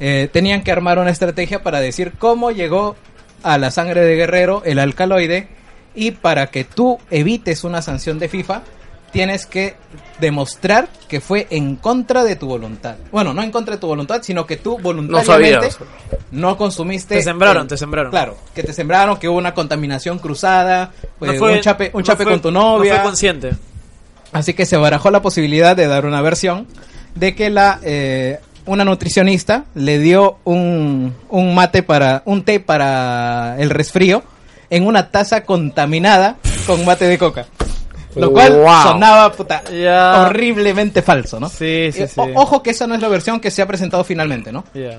Speaker 4: eh, tenían que armar una estrategia para decir cómo llegó a la sangre de Guerrero el alcaloide y para que tú evites una sanción de FIFA, tienes que demostrar que fue en contra de tu voluntad. Bueno, no en contra de tu voluntad, sino que tú voluntariamente
Speaker 1: sabías.
Speaker 4: no consumiste.
Speaker 2: Te sembraron,
Speaker 4: el-
Speaker 2: te sembraron.
Speaker 4: eh, Claro, que te sembraron, que hubo una contaminación cruzada,
Speaker 2: No
Speaker 4: eh,
Speaker 2: fue-
Speaker 4: un chape, un
Speaker 2: no
Speaker 4: chape
Speaker 2: fue-
Speaker 4: con tu novia.
Speaker 2: No fue consciente.
Speaker 4: Así que se barajó la posibilidad de dar una versión de que la eh, una nutricionista le dio un, un mate para un té para el resfrío en una taza contaminada con mate de coca. Lo cual
Speaker 1: Wow.
Speaker 4: sonaba puta,
Speaker 2: Ya.
Speaker 4: horriblemente falso, ¿no?
Speaker 2: Sí, sí,
Speaker 4: Eh,
Speaker 2: sí.
Speaker 4: o- ojo que esa no es la versión que se ha presentado finalmente, ¿no?
Speaker 2: Ya.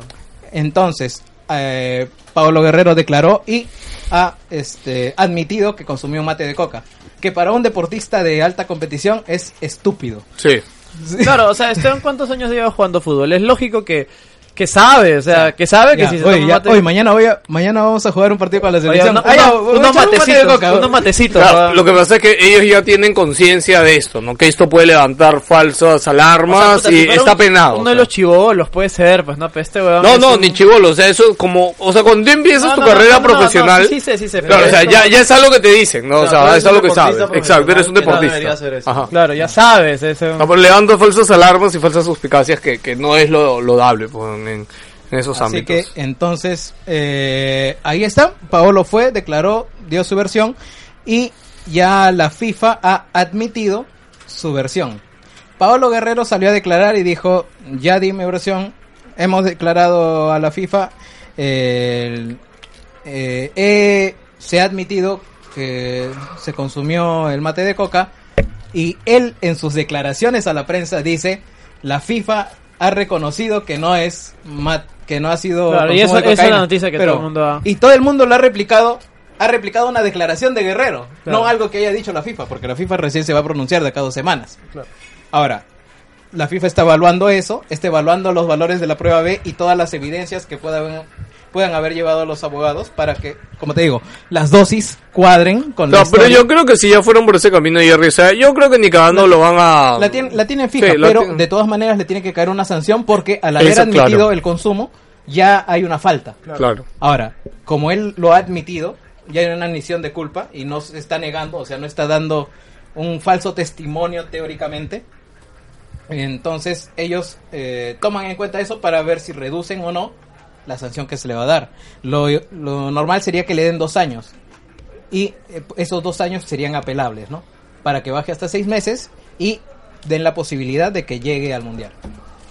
Speaker 4: Entonces, eh, Pablo Guerrero declaró y ha este, admitido que consumió mate de coca. Que para un deportista de alta competición es estúpido.
Speaker 1: Sí.
Speaker 2: Claro, o sea, Esteban, ¿cuántos años lleva jugando fútbol? Es lógico que, que sabe, o sea, que sabe que
Speaker 4: Ya,
Speaker 2: si se
Speaker 4: oye,
Speaker 2: toma un
Speaker 4: ya,
Speaker 2: mate...
Speaker 4: oye, mañana, voy a- mañana vamos a jugar un partido con la
Speaker 2: Oye,
Speaker 4: selección.
Speaker 2: uno-
Speaker 4: Ah, ya,
Speaker 2: uno-
Speaker 4: voy a
Speaker 2: unos
Speaker 4: echar un mate de
Speaker 2: matecitos,
Speaker 4: coca.
Speaker 2: unos matecitos.
Speaker 1: Claro,
Speaker 2: ¿verdad?
Speaker 1: lo que pasa es que ellos ya tienen conciencia de esto, ¿no? Que esto puede levantar falsas
Speaker 2: O sea,
Speaker 1: alarmas
Speaker 2: puta, si
Speaker 1: y
Speaker 2: fuera
Speaker 1: está
Speaker 2: un-
Speaker 1: penado.
Speaker 2: Uno
Speaker 1: o
Speaker 2: de
Speaker 1: sea.
Speaker 2: los chivolos puede ser, pues no, pero este weón.
Speaker 1: No,
Speaker 2: es
Speaker 1: no,
Speaker 2: un-
Speaker 1: ni chivolo, o sea, eso es como, o sea, cuando empiezas
Speaker 2: No,
Speaker 1: tu
Speaker 2: no,
Speaker 1: carrera
Speaker 2: no, no, no,
Speaker 1: profesional,
Speaker 2: no, sí, sí, sí, sí, pero
Speaker 1: claro, o sea,
Speaker 2: esto-
Speaker 1: ya, ya es algo que te dicen, ¿no? O
Speaker 5: Claro,
Speaker 1: sea,
Speaker 5: tú eres
Speaker 1: es algo
Speaker 5: un
Speaker 1: que sabes,
Speaker 5: deportista
Speaker 1: exacto, eres
Speaker 5: profesional
Speaker 1: un
Speaker 5: que no
Speaker 1: deportista.
Speaker 5: debería hacer eso.
Speaker 1: Ajá.
Speaker 2: Claro, ya sabes. ese-
Speaker 1: No, pero le dando falsas alarmas y falsas suspicacias que, que no es lo, lo dable pues, en, en esos
Speaker 4: Así
Speaker 1: ámbitos.
Speaker 4: que entonces, eh, ahí está. Paolo fue, declaró, dio su versión y ya la FIFA ha admitido su versión. Paolo Guerrero salió a declarar y dijo, ya di mi versión, hemos declarado a la FIFA, eh, eh, eh, se ha admitido que se consumió el mate de coca y él en sus declaraciones a la prensa dice, la FIFA ha reconocido que no es mat- que no ha sido
Speaker 2: Claro, y
Speaker 4: consumo
Speaker 2: eso- esa
Speaker 4: de
Speaker 2: es la
Speaker 4: cocaína".
Speaker 2: noticia que todo el mundo ha-
Speaker 4: y todo el mundo lo ha replicado ha replicado una declaración de Guerrero
Speaker 2: Claro.
Speaker 4: no algo que haya dicho la FIFA porque la FIFA recién se va a pronunciar de acá a dos semanas ahora la FIFA está evaluando eso, está evaluando los valores de la prueba B y todas las evidencias que puedan, puedan haber llevado los abogados para que, como te digo, las dosis cuadren con
Speaker 1: No,
Speaker 4: la
Speaker 1: pero
Speaker 4: historia.
Speaker 1: yo creo que si ya fueron por ese camino Jerry, o sea, yo creo que ni cagando lo van a...
Speaker 4: La, tiene, la tienen fija,
Speaker 1: Sí, la
Speaker 4: pero
Speaker 1: tienen.
Speaker 4: de todas maneras le tiene que caer una sanción porque al haber
Speaker 1: Eso,
Speaker 4: admitido
Speaker 1: claro.
Speaker 4: el consumo ya hay una falta.
Speaker 1: Claro.
Speaker 4: Ahora, como él lo ha admitido, ya hay una admisión de culpa y no se está negando, o sea, no está dando un falso testimonio teóricamente. Entonces, ellos eh, toman en cuenta eso para ver si reducen o no la sanción que se le va a dar. Lo, lo normal sería que le den dos años y eh, esos dos años serían apelables, ¿no? Para que baje hasta seis meses y den la posibilidad de que llegue al mundial.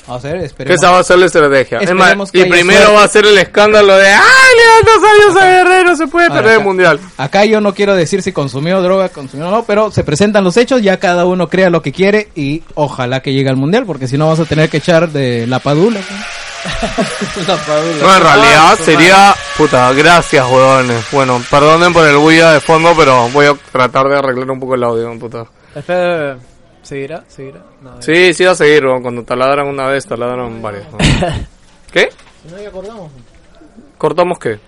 Speaker 4: Vamos a ver,
Speaker 1: Que
Speaker 4: esperemos.
Speaker 1: esa va a ser la estrategia. Es más,
Speaker 4: Esperemos que
Speaker 1: y
Speaker 4: haya
Speaker 1: primero
Speaker 4: suerte.
Speaker 1: va a ser el escándalo de ¡Ay, le dan dos años a Guerrero! Se puede
Speaker 4: Ahora,
Speaker 1: perder el
Speaker 4: acá-
Speaker 1: mundial.
Speaker 4: Acá yo no quiero decir si consumió droga, consumió o no, pero se presentan los hechos, ya cada uno crea lo que quiere y ojalá que llegue al mundial, porque si no vas a tener que echar de la padula. ¿no? La padula.
Speaker 1: No, en
Speaker 3: Ah,
Speaker 1: realidad sería... Puta, gracias, huevones. Bueno, perdonen por el bulla de fondo, pero voy a tratar de arreglar un poco el audio, puta.
Speaker 2: Espera, espera, este, ¿Seguirá? ¿Seguirá? No,
Speaker 1: Sí, sí va a seguir, huevón. Cuando taladran una vez, taladran varias.
Speaker 3: (laughs)
Speaker 1: ¿no? ¿Qué?
Speaker 3: No ya acordamos.
Speaker 1: ¿Cortamos qué?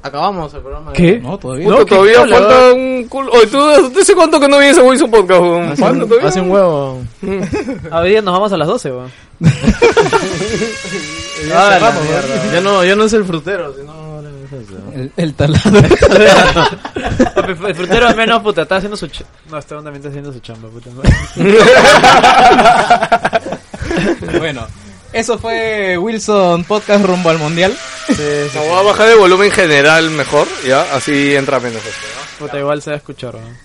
Speaker 3: Acabamos el programa. de-
Speaker 2: ¿Qué?
Speaker 4: No, todavía.
Speaker 1: Puta, todavía falta un culo. Oye, ¿tú, ¿tú hace cuánto que no vienes a Wilson Podcast? huevón?
Speaker 3: Hace
Speaker 1: ¿Cuándo
Speaker 3: un,
Speaker 1: todavía?
Speaker 3: hace un huevo. (laughs)
Speaker 2: A ver, nos vamos a las 12, weón.
Speaker 3: Ah, la mierda. Ya no, ya no es el frutero, sino...
Speaker 4: El, el taladro.
Speaker 2: El frutero al menos, puta, está haciendo su... ch- No, Esteban también está haciendo su chamba, puta.
Speaker 3: (laughs)
Speaker 4: (laughs) bueno, eso fue Wilson Podcast rumbo al mundial.
Speaker 1: No, (laughs) voy a bajar el volumen general mejor, ya, así entra menos esto, ¿no?
Speaker 2: Puta, igual se va a escuchar, weón.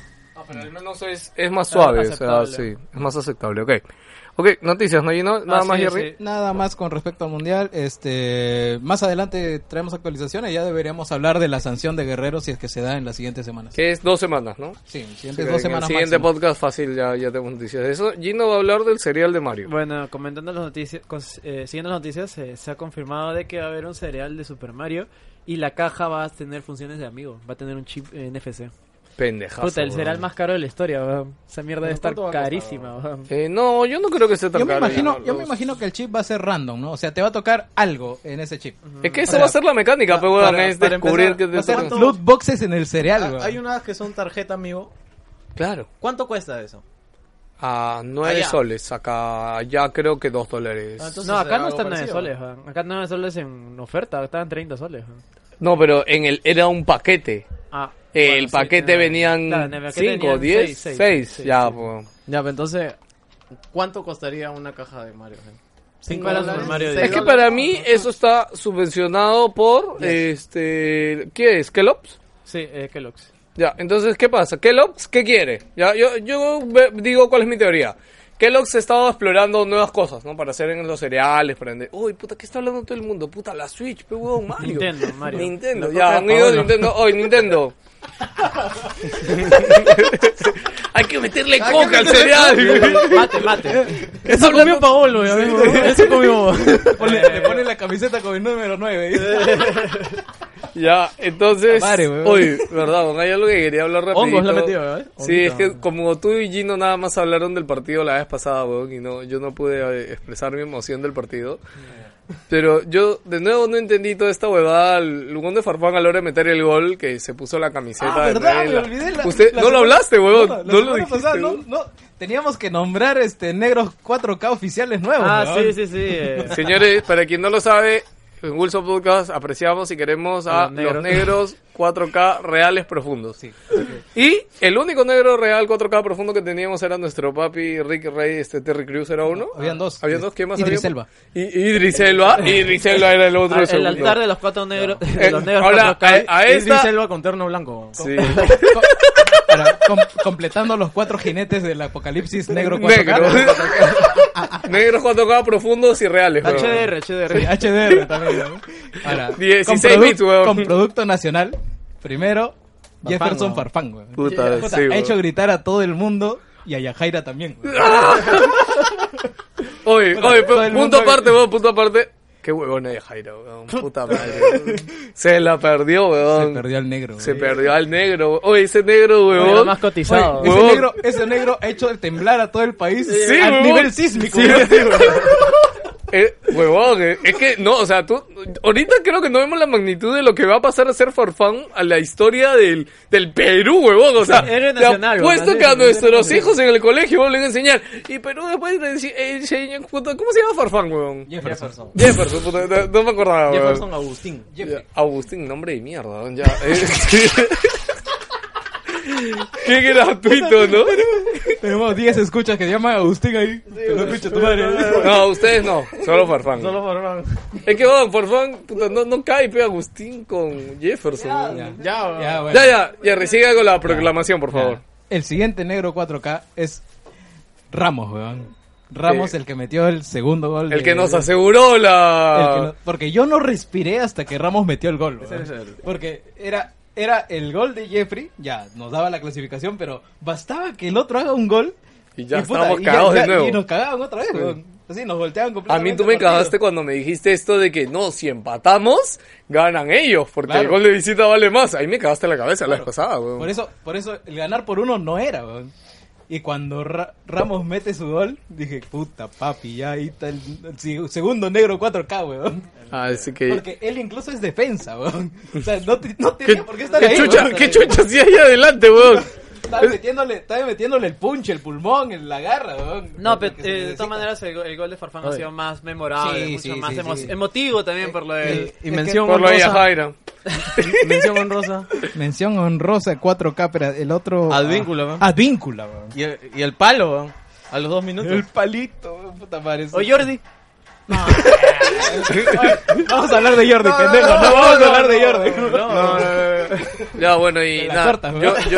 Speaker 1: pero al menos es, es más suave, o sea, sí,
Speaker 2: aceptable.
Speaker 1: es más aceptable, ok. Ok, noticias, ¿no? ¿Y no? ¿Nada
Speaker 2: Ah,
Speaker 1: más,
Speaker 2: sí,
Speaker 1: Jerry?
Speaker 2: sí.
Speaker 4: Nada más con respecto al mundial, este, más adelante traemos actualizaciones, ya deberíamos hablar de la sanción de Guerrero si es que se da en las siguientes semanas.
Speaker 1: Que es dos semanas, ¿no?
Speaker 4: Sí, siguientes
Speaker 1: En
Speaker 4: dos
Speaker 1: el
Speaker 4: semanas
Speaker 1: siguiente
Speaker 4: máximo.
Speaker 1: podcast fácil, ya, ya tengo noticias de eso. Gino va a hablar del serial de Mario.
Speaker 2: Bueno, comentando las noticias, cons- eh, siguiendo las noticias, eh, se ha confirmado de que va a haber un cereal de Super Mario y la caja va a tener funciones de amigo, va a tener un chip eh, NFC.
Speaker 1: Pendejazo.
Speaker 2: Puta, el
Speaker 1: weón.
Speaker 2: cereal más caro de la historia, weón. Esa mierda debe estar carísima, weón.
Speaker 1: Eh, no, yo no creo que sea tan
Speaker 4: Yo me
Speaker 1: caro,
Speaker 4: imagino,
Speaker 1: no,
Speaker 4: yo me
Speaker 1: los-
Speaker 4: imagino que el chip va a ser random, ¿no? O sea, te va a tocar algo en ese chip.
Speaker 1: Es que
Speaker 4: O
Speaker 1: esa
Speaker 4: sea,
Speaker 1: va a ser la mecánica, pero
Speaker 5: para-
Speaker 1: es
Speaker 5: para
Speaker 1: descubrir
Speaker 5: empezar,
Speaker 1: que
Speaker 4: Va a
Speaker 1: te
Speaker 4: ser
Speaker 1: toca.
Speaker 4: loot boxes en el cereal, güey.
Speaker 3: Hay unas que son tarjeta, amigo.
Speaker 1: Claro.
Speaker 3: ¿Cuánto cuesta eso?
Speaker 1: A nueve
Speaker 3: Allá.
Speaker 1: soles, acá ya creo que dos dólares.
Speaker 3: Ah, entonces-
Speaker 2: no, acá
Speaker 3: será
Speaker 2: no
Speaker 3: algo
Speaker 2: están 9
Speaker 3: parecido.
Speaker 2: soles, weón. Acá 9 soles en oferta, estaban 30 soles, weón.
Speaker 1: No, pero en el era un paquete.
Speaker 2: Ah,
Speaker 1: Eh, El
Speaker 2: bueno, sí,
Speaker 1: paquete
Speaker 2: tenía-
Speaker 1: venían
Speaker 2: Claro, en el paquete
Speaker 1: 5,
Speaker 2: venían
Speaker 1: 10,
Speaker 2: seis, seis,
Speaker 1: 6.
Speaker 2: seis,
Speaker 1: Ya,
Speaker 2: seis.
Speaker 1: pues.
Speaker 3: Ya, pero entonces, ¿cuánto costaría una caja de Mario? gente?
Speaker 5: Cinco
Speaker 3: Cinco
Speaker 5: horas por
Speaker 3: dólares,
Speaker 5: Mario
Speaker 3: seis
Speaker 1: Es que
Speaker 3: dólares.
Speaker 1: para mí eso está subvencionado por este ¿qué es? ¿Kellogg's?
Speaker 2: Sí, eh, Kellogg's.
Speaker 1: Ya, entonces ¿qué pasa? ¿Kellogg's qué quiere? Ya, yo, yo ve- digo cuál es mi teoría. Kellogg's ha estado explorando nuevas cosas, ¿no? Para hacer en los cereales, para vender. Uy, puta, ¿qué está hablando todo el mundo? Puta, la Switch, pe huevón, Mario.
Speaker 2: Nintendo, Mario.
Speaker 1: Nintendo,
Speaker 2: La
Speaker 1: ya,
Speaker 2: coca
Speaker 1: han
Speaker 2: de
Speaker 1: ido a
Speaker 2: Paolo.
Speaker 1: Nintendo. Hoy,
Speaker 2: (laughs)
Speaker 1: Nintendo. Hay que meterle coca al cereal.
Speaker 5: Mate,
Speaker 2: (laughs)
Speaker 5: mate.
Speaker 3: Eso comió Paolo, ya ves, huevón. Eso comió.
Speaker 4: (laughs) Ponle- le pones la camiseta con el número 9.
Speaker 1: Ya, entonces.
Speaker 4: Apare, weón.
Speaker 1: Oye, verdad, weón, hay algo que quería hablar rapidito.
Speaker 3: Hongos la metió, ¿eh?
Speaker 1: Sí, es
Speaker 3: Honguito.
Speaker 1: que como tú y Gino nada más hablaron del partido la vez pasada, weón, y no, yo no pude eh, expresar mi emoción del partido. Pero yo, de nuevo, no entendí toda esta huevada. El huevón de Farfán a la hora de meter el gol, que se puso la camiseta.
Speaker 4: (laughs) Ah,
Speaker 1: de
Speaker 4: verdad, me
Speaker 1: Nela.
Speaker 4: olvidé. la-
Speaker 1: Usted,
Speaker 4: la
Speaker 1: no lo
Speaker 4: semana-
Speaker 1: hablaste, weón. No,
Speaker 4: la
Speaker 1: lo
Speaker 4: semana
Speaker 1: dijiste.
Speaker 4: pasada, no,
Speaker 1: weón.
Speaker 4: no, teníamos que nombrar este negros 4K oficiales nuevos.
Speaker 5: Ah, sí,
Speaker 4: weón.
Speaker 5: sí, sí. eh.
Speaker 1: Señores, para quien no lo sabe, en Wilson Podcast apreciamos y queremos a,
Speaker 5: A los
Speaker 1: los negros 4K reales profundos. Y el único negro real 4K profundo que teníamos era nuestro papi Rick Rey, este Terry Crews era uno.
Speaker 4: Habían dos.
Speaker 1: Habían dos, ¿qué más
Speaker 4: Idris
Speaker 1: había?
Speaker 4: Elba.
Speaker 1: Y, Idris Elba. Idris Elba era el otro.
Speaker 5: Ah, el
Speaker 1: segundo.
Speaker 5: altar de los cuatro negros. (laughs) de los
Speaker 1: Eh,
Speaker 5: negros
Speaker 1: ahora,
Speaker 5: cuatro K.
Speaker 1: a- a
Speaker 3: Es
Speaker 1: esta...
Speaker 3: Selva con terno blanco. huevón.
Speaker 5: (laughs)
Speaker 1: Sí.
Speaker 4: Co- para- com- completando los cuatro jinetes del apocalipsis negro 4K.
Speaker 1: Negro. (laughs) Negros 4K profundos y reales. weón.
Speaker 5: HDR, HDR.
Speaker 4: Sí, HDR también. ¿no? Ahora,
Speaker 1: 16
Speaker 4: con, produ-
Speaker 1: bits, weón.
Speaker 4: con producto nacional, primero
Speaker 3: Farfán,
Speaker 4: Jefferson
Speaker 3: weón.
Speaker 4: Farfán, weón.
Speaker 1: Puta,
Speaker 4: Puta,
Speaker 1: sí,
Speaker 4: ha
Speaker 1: weón.
Speaker 4: hecho gritar a todo el mundo y a Yajaira también, weón.
Speaker 1: Ah. Oye, oye,
Speaker 4: todo el
Speaker 1: punto
Speaker 4: mundo-
Speaker 1: aparte, weón, punto aparte. Qué huevona de Jairo, weón. Puta madre. weón. Se la perdió, weón.
Speaker 4: Se perdió al negro,
Speaker 1: Se
Speaker 4: weón.
Speaker 1: perdió al negro. weón. Oye, ese negro,
Speaker 5: Era
Speaker 1: weón.
Speaker 5: más cotizado.
Speaker 1: Oye,
Speaker 4: Ese
Speaker 1: Weón.
Speaker 4: negro, ese negro ha hecho temblar a todo el país
Speaker 1: Oh. Sí,
Speaker 4: a
Speaker 1: weón.
Speaker 4: nivel sísmico.
Speaker 1: Sí,
Speaker 4: weón.
Speaker 1: (laughs) Eh, huevón, eh, es que no, o sea, tú. Ahorita creo que no vemos la magnitud de lo que va a pasar a ser Farfán a la historia del, del Perú, huevón. O
Speaker 5: (laughs)
Speaker 1: sea,
Speaker 5: Héroe
Speaker 1: te
Speaker 5: nacional, weón,
Speaker 1: apuesto
Speaker 5: así
Speaker 1: que a
Speaker 5: es,
Speaker 1: nuestros
Speaker 5: héroe
Speaker 1: hijos en el colegio weón, le van a enseñar. Y Perú después de decir, eh, enseñan, puta, ¿cómo se llama Farfán, huevón?
Speaker 4: Jefferson.
Speaker 1: Jefferson, puta, no, no me acordaba, weón.
Speaker 3: Jefferson Agustín.
Speaker 1: Ya, Agustín, nombre de mierda, weón, ya. eh, (laughs) Qué gratuito, ¿no?
Speaker 4: Tenemos 10 escuchas que llaman a Agustín ahí. Pero pinche tu madre.
Speaker 1: No, ustedes no, solo Farfán. Es que, weón, Farfán, puta, no, no cae, pe, Agustín con Jefferson. weón. Ya,
Speaker 3: Ya, huevón.
Speaker 4: Ya, bueno.
Speaker 1: ya, ya, recibe con la proclamación, por favor.
Speaker 4: El siguiente negro 4K es Ramos, weón. Ramos,
Speaker 1: Sí.
Speaker 4: el que metió el segundo gol.
Speaker 1: El
Speaker 4: de-
Speaker 1: que nos aseguró
Speaker 4: Eh, el que
Speaker 1: la...
Speaker 4: no- porque yo no respiré hasta que Ramos metió el gol. weón. Porque era, era el gol de Jeffrey, ya nos daba la clasificación, pero bastaba que el otro haga un gol.
Speaker 1: Y ya
Speaker 4: puta,
Speaker 1: estábamos
Speaker 4: y ya-
Speaker 1: cagados de
Speaker 4: ya-
Speaker 1: nuevo.
Speaker 4: Y nos cagaban otra vez, weón. Así nos volteaban
Speaker 1: A
Speaker 4: completamente.
Speaker 1: mí tú
Speaker 4: el
Speaker 1: me
Speaker 4: partido.
Speaker 1: cagaste cuando me dijiste esto de que no, si empatamos, ganan ellos, porque el
Speaker 4: Claro.
Speaker 1: gol de visita vale más. Ahí me cagaste la cabeza la vez
Speaker 4: Claro.
Speaker 1: pasada, weón.
Speaker 4: Por eso, por eso el ganar por uno no era, weón. Y cuando Ra- Ramos mete su gol, dije, puta papi, ya ahí está el, el si- segundo negro 4K, weón.
Speaker 1: Así que...
Speaker 4: Porque él incluso es defensa, weón. O sea, no, te- no
Speaker 1: ¿Qué,
Speaker 4: tenía por qué estar
Speaker 1: qué
Speaker 4: ahí.
Speaker 1: chucha,
Speaker 4: weón.
Speaker 1: qué chucha hacía ahí adelante, weón?
Speaker 4: Estaba metiéndole, estaba metiéndole el punch, el pulmón, el- la garra, weón.
Speaker 5: No, pero eh,
Speaker 4: Porque se
Speaker 5: de
Speaker 4: necesita.
Speaker 5: todas maneras el, go- el gol de Farfán ha
Speaker 3: Oye.
Speaker 5: sido más memorable,
Speaker 4: Sí,
Speaker 5: mucho
Speaker 4: sí,
Speaker 5: más
Speaker 4: sí,
Speaker 5: emo-
Speaker 4: sí.
Speaker 5: emotivo también por lo del...
Speaker 3: Y
Speaker 4: Es
Speaker 3: mención
Speaker 1: Por lo de
Speaker 3: honrosa.
Speaker 1: Yajaira.
Speaker 3: Mención honrosa.
Speaker 4: Mención honrosa 4K, pero el otro...
Speaker 3: Advíncula, weón.
Speaker 4: Advíncula, weón.
Speaker 3: Y el, y el palo, weón. A los dos minutos.
Speaker 4: El palito, weón, puta madre.
Speaker 5: O Jordi.
Speaker 4: (laughs) Vamos a hablar de Jordi, pendejo. No, vamos a hablar
Speaker 1: (laughs)
Speaker 4: de Jordi. No,
Speaker 1: Ya, bueno, y
Speaker 4: la
Speaker 1: nada.
Speaker 4: cortas,
Speaker 1: yo,
Speaker 4: ¿verdad?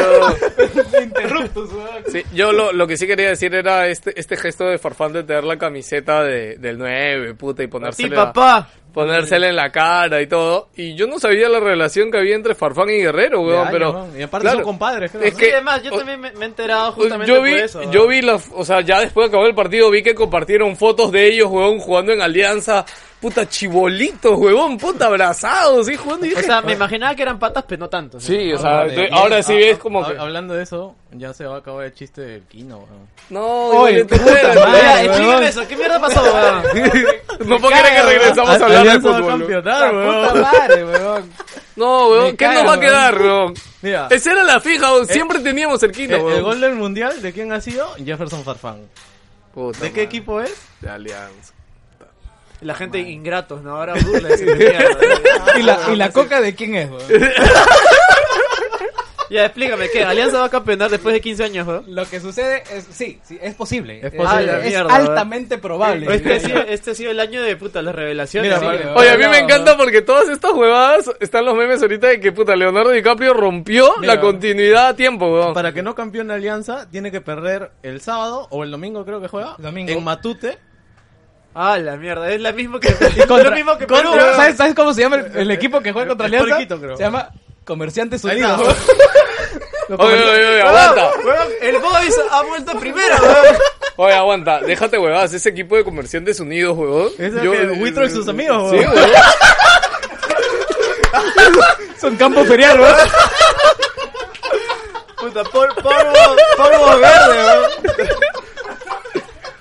Speaker 1: yo,
Speaker 4: Interruptus, (laughs) weón.
Speaker 1: sí, yo lo, lo que sí quería decir era este, este gesto de Farfán de tener la camiseta de, del 9, puta, y
Speaker 5: Sí,
Speaker 1: ponérsela,
Speaker 5: papá.
Speaker 1: ponérsela en la cara y todo. Y yo no sabía la relación que había entre Farfán y Guerrero,
Speaker 3: De
Speaker 1: weón,
Speaker 3: años,
Speaker 1: pero...
Speaker 3: weón. Y aparte
Speaker 1: claro,
Speaker 3: son compadres, creo.
Speaker 1: es
Speaker 3: ¿no?
Speaker 1: que-
Speaker 5: Sí, además, yo
Speaker 1: o-
Speaker 5: también me, me he enterado
Speaker 1: Pues
Speaker 5: justamente
Speaker 1: yo vi,
Speaker 5: por eso.
Speaker 1: yo vi la, o sea, ya después de acabar el partido vi que compartieron fotos de ellos, huevón, jugando en Alianza, puta chibolitos, huevón, puta abrazados, sí, jugando y
Speaker 5: O
Speaker 1: dije,
Speaker 5: sea,
Speaker 4: (laughs)
Speaker 5: me imaginaba que eran patas, pero no tanto. ¿sí?
Speaker 1: sí, o sea,
Speaker 3: Ahora,
Speaker 1: estoy-
Speaker 3: de-
Speaker 1: ahora sí
Speaker 3: ah,
Speaker 1: ves
Speaker 3: ah,
Speaker 1: como
Speaker 3: ah,
Speaker 1: que,
Speaker 3: Hablando de eso, ya se va a acabar el chiste del Kino, weón.
Speaker 1: no,
Speaker 4: Oye,
Speaker 1: igual te
Speaker 4: puta
Speaker 5: Ah,
Speaker 1: juegas,
Speaker 4: madre,
Speaker 1: ¿no?
Speaker 5: ya,
Speaker 4: weón.
Speaker 5: explícame eso, ¿qué mierda
Speaker 4: (laughs)
Speaker 5: pasó, weón?
Speaker 1: no puedo creer que regresamos a hablar de
Speaker 3: Alianza va a
Speaker 1: fútbol. huevón.
Speaker 3: campeonar,
Speaker 4: Puta
Speaker 3: weón.
Speaker 4: madre, weón.
Speaker 1: No, huevón,
Speaker 4: Me
Speaker 1: ¿qué nos
Speaker 4: cago,
Speaker 1: va a
Speaker 4: huevón.
Speaker 1: quedar, huevón?
Speaker 3: Mira,
Speaker 1: Esa era la fija, huevón, siempre teníamos el quino,
Speaker 3: Eh, el, el gol
Speaker 1: huevón.
Speaker 3: del mundial, ¿de quién ha sido? Jefferson Farfán.
Speaker 1: Puta
Speaker 3: ¿De
Speaker 1: madre.
Speaker 3: qué equipo es?
Speaker 1: De Alianza.
Speaker 5: La gente ingratos, ¿no? Ahora
Speaker 4: (laughs)
Speaker 5: burla de esa mierda.
Speaker 4: ¿Y la, y la coca de quién es, weón?
Speaker 5: Ya, explícame, ¿qué? ¿Alianza va a campeonar después de 15 años, weón?
Speaker 4: Lo que sucede es, sí, sí, es posible.
Speaker 3: Es posible.
Speaker 4: Es,
Speaker 5: Ah, mierda,
Speaker 4: altamente probable.
Speaker 5: Este ha, sido, este ha sido el año de puta, las revelaciones.
Speaker 4: Mira,
Speaker 5: sí,
Speaker 4: vale.
Speaker 1: Oye, a mí me encanta porque todas estas huevadas están los memes ahorita de que puta Leonardo DiCaprio rompió
Speaker 3: Mira.
Speaker 1: la continuidad a tiempo, weón.
Speaker 3: Para que no campeone Alianza, tiene que perder el sábado o el domingo, creo que juega.
Speaker 4: Domingo.
Speaker 3: En Matute.
Speaker 5: Ah, la mierda, es la misma que,
Speaker 4: Contra-
Speaker 5: lo mismo que
Speaker 4: contra-
Speaker 5: Perú, Eh, weón.
Speaker 4: ¿sabes, sabes cómo se llama el, el equipo que juega contra
Speaker 3: Es
Speaker 4: Alianza?
Speaker 3: Porquito, creo.
Speaker 4: Se llama Comerciantes
Speaker 3: Ahí está.
Speaker 4: Unidos.
Speaker 1: Oye, oye, oye, aguanta.
Speaker 5: (laughs) Weón, el Boys ha vuelto primero, weón.
Speaker 1: Oye, aguanta. Déjate huevadas. Ese equipo de comerciantes unidos, huevón. eh,
Speaker 3: Es el que- Huitro y sus amigos,
Speaker 1: Sí,
Speaker 3: huevón.
Speaker 1: huevón.
Speaker 4: Son campo ferial, ¿verdad?
Speaker 5: Puta, por, polvo, polvo verde, weón.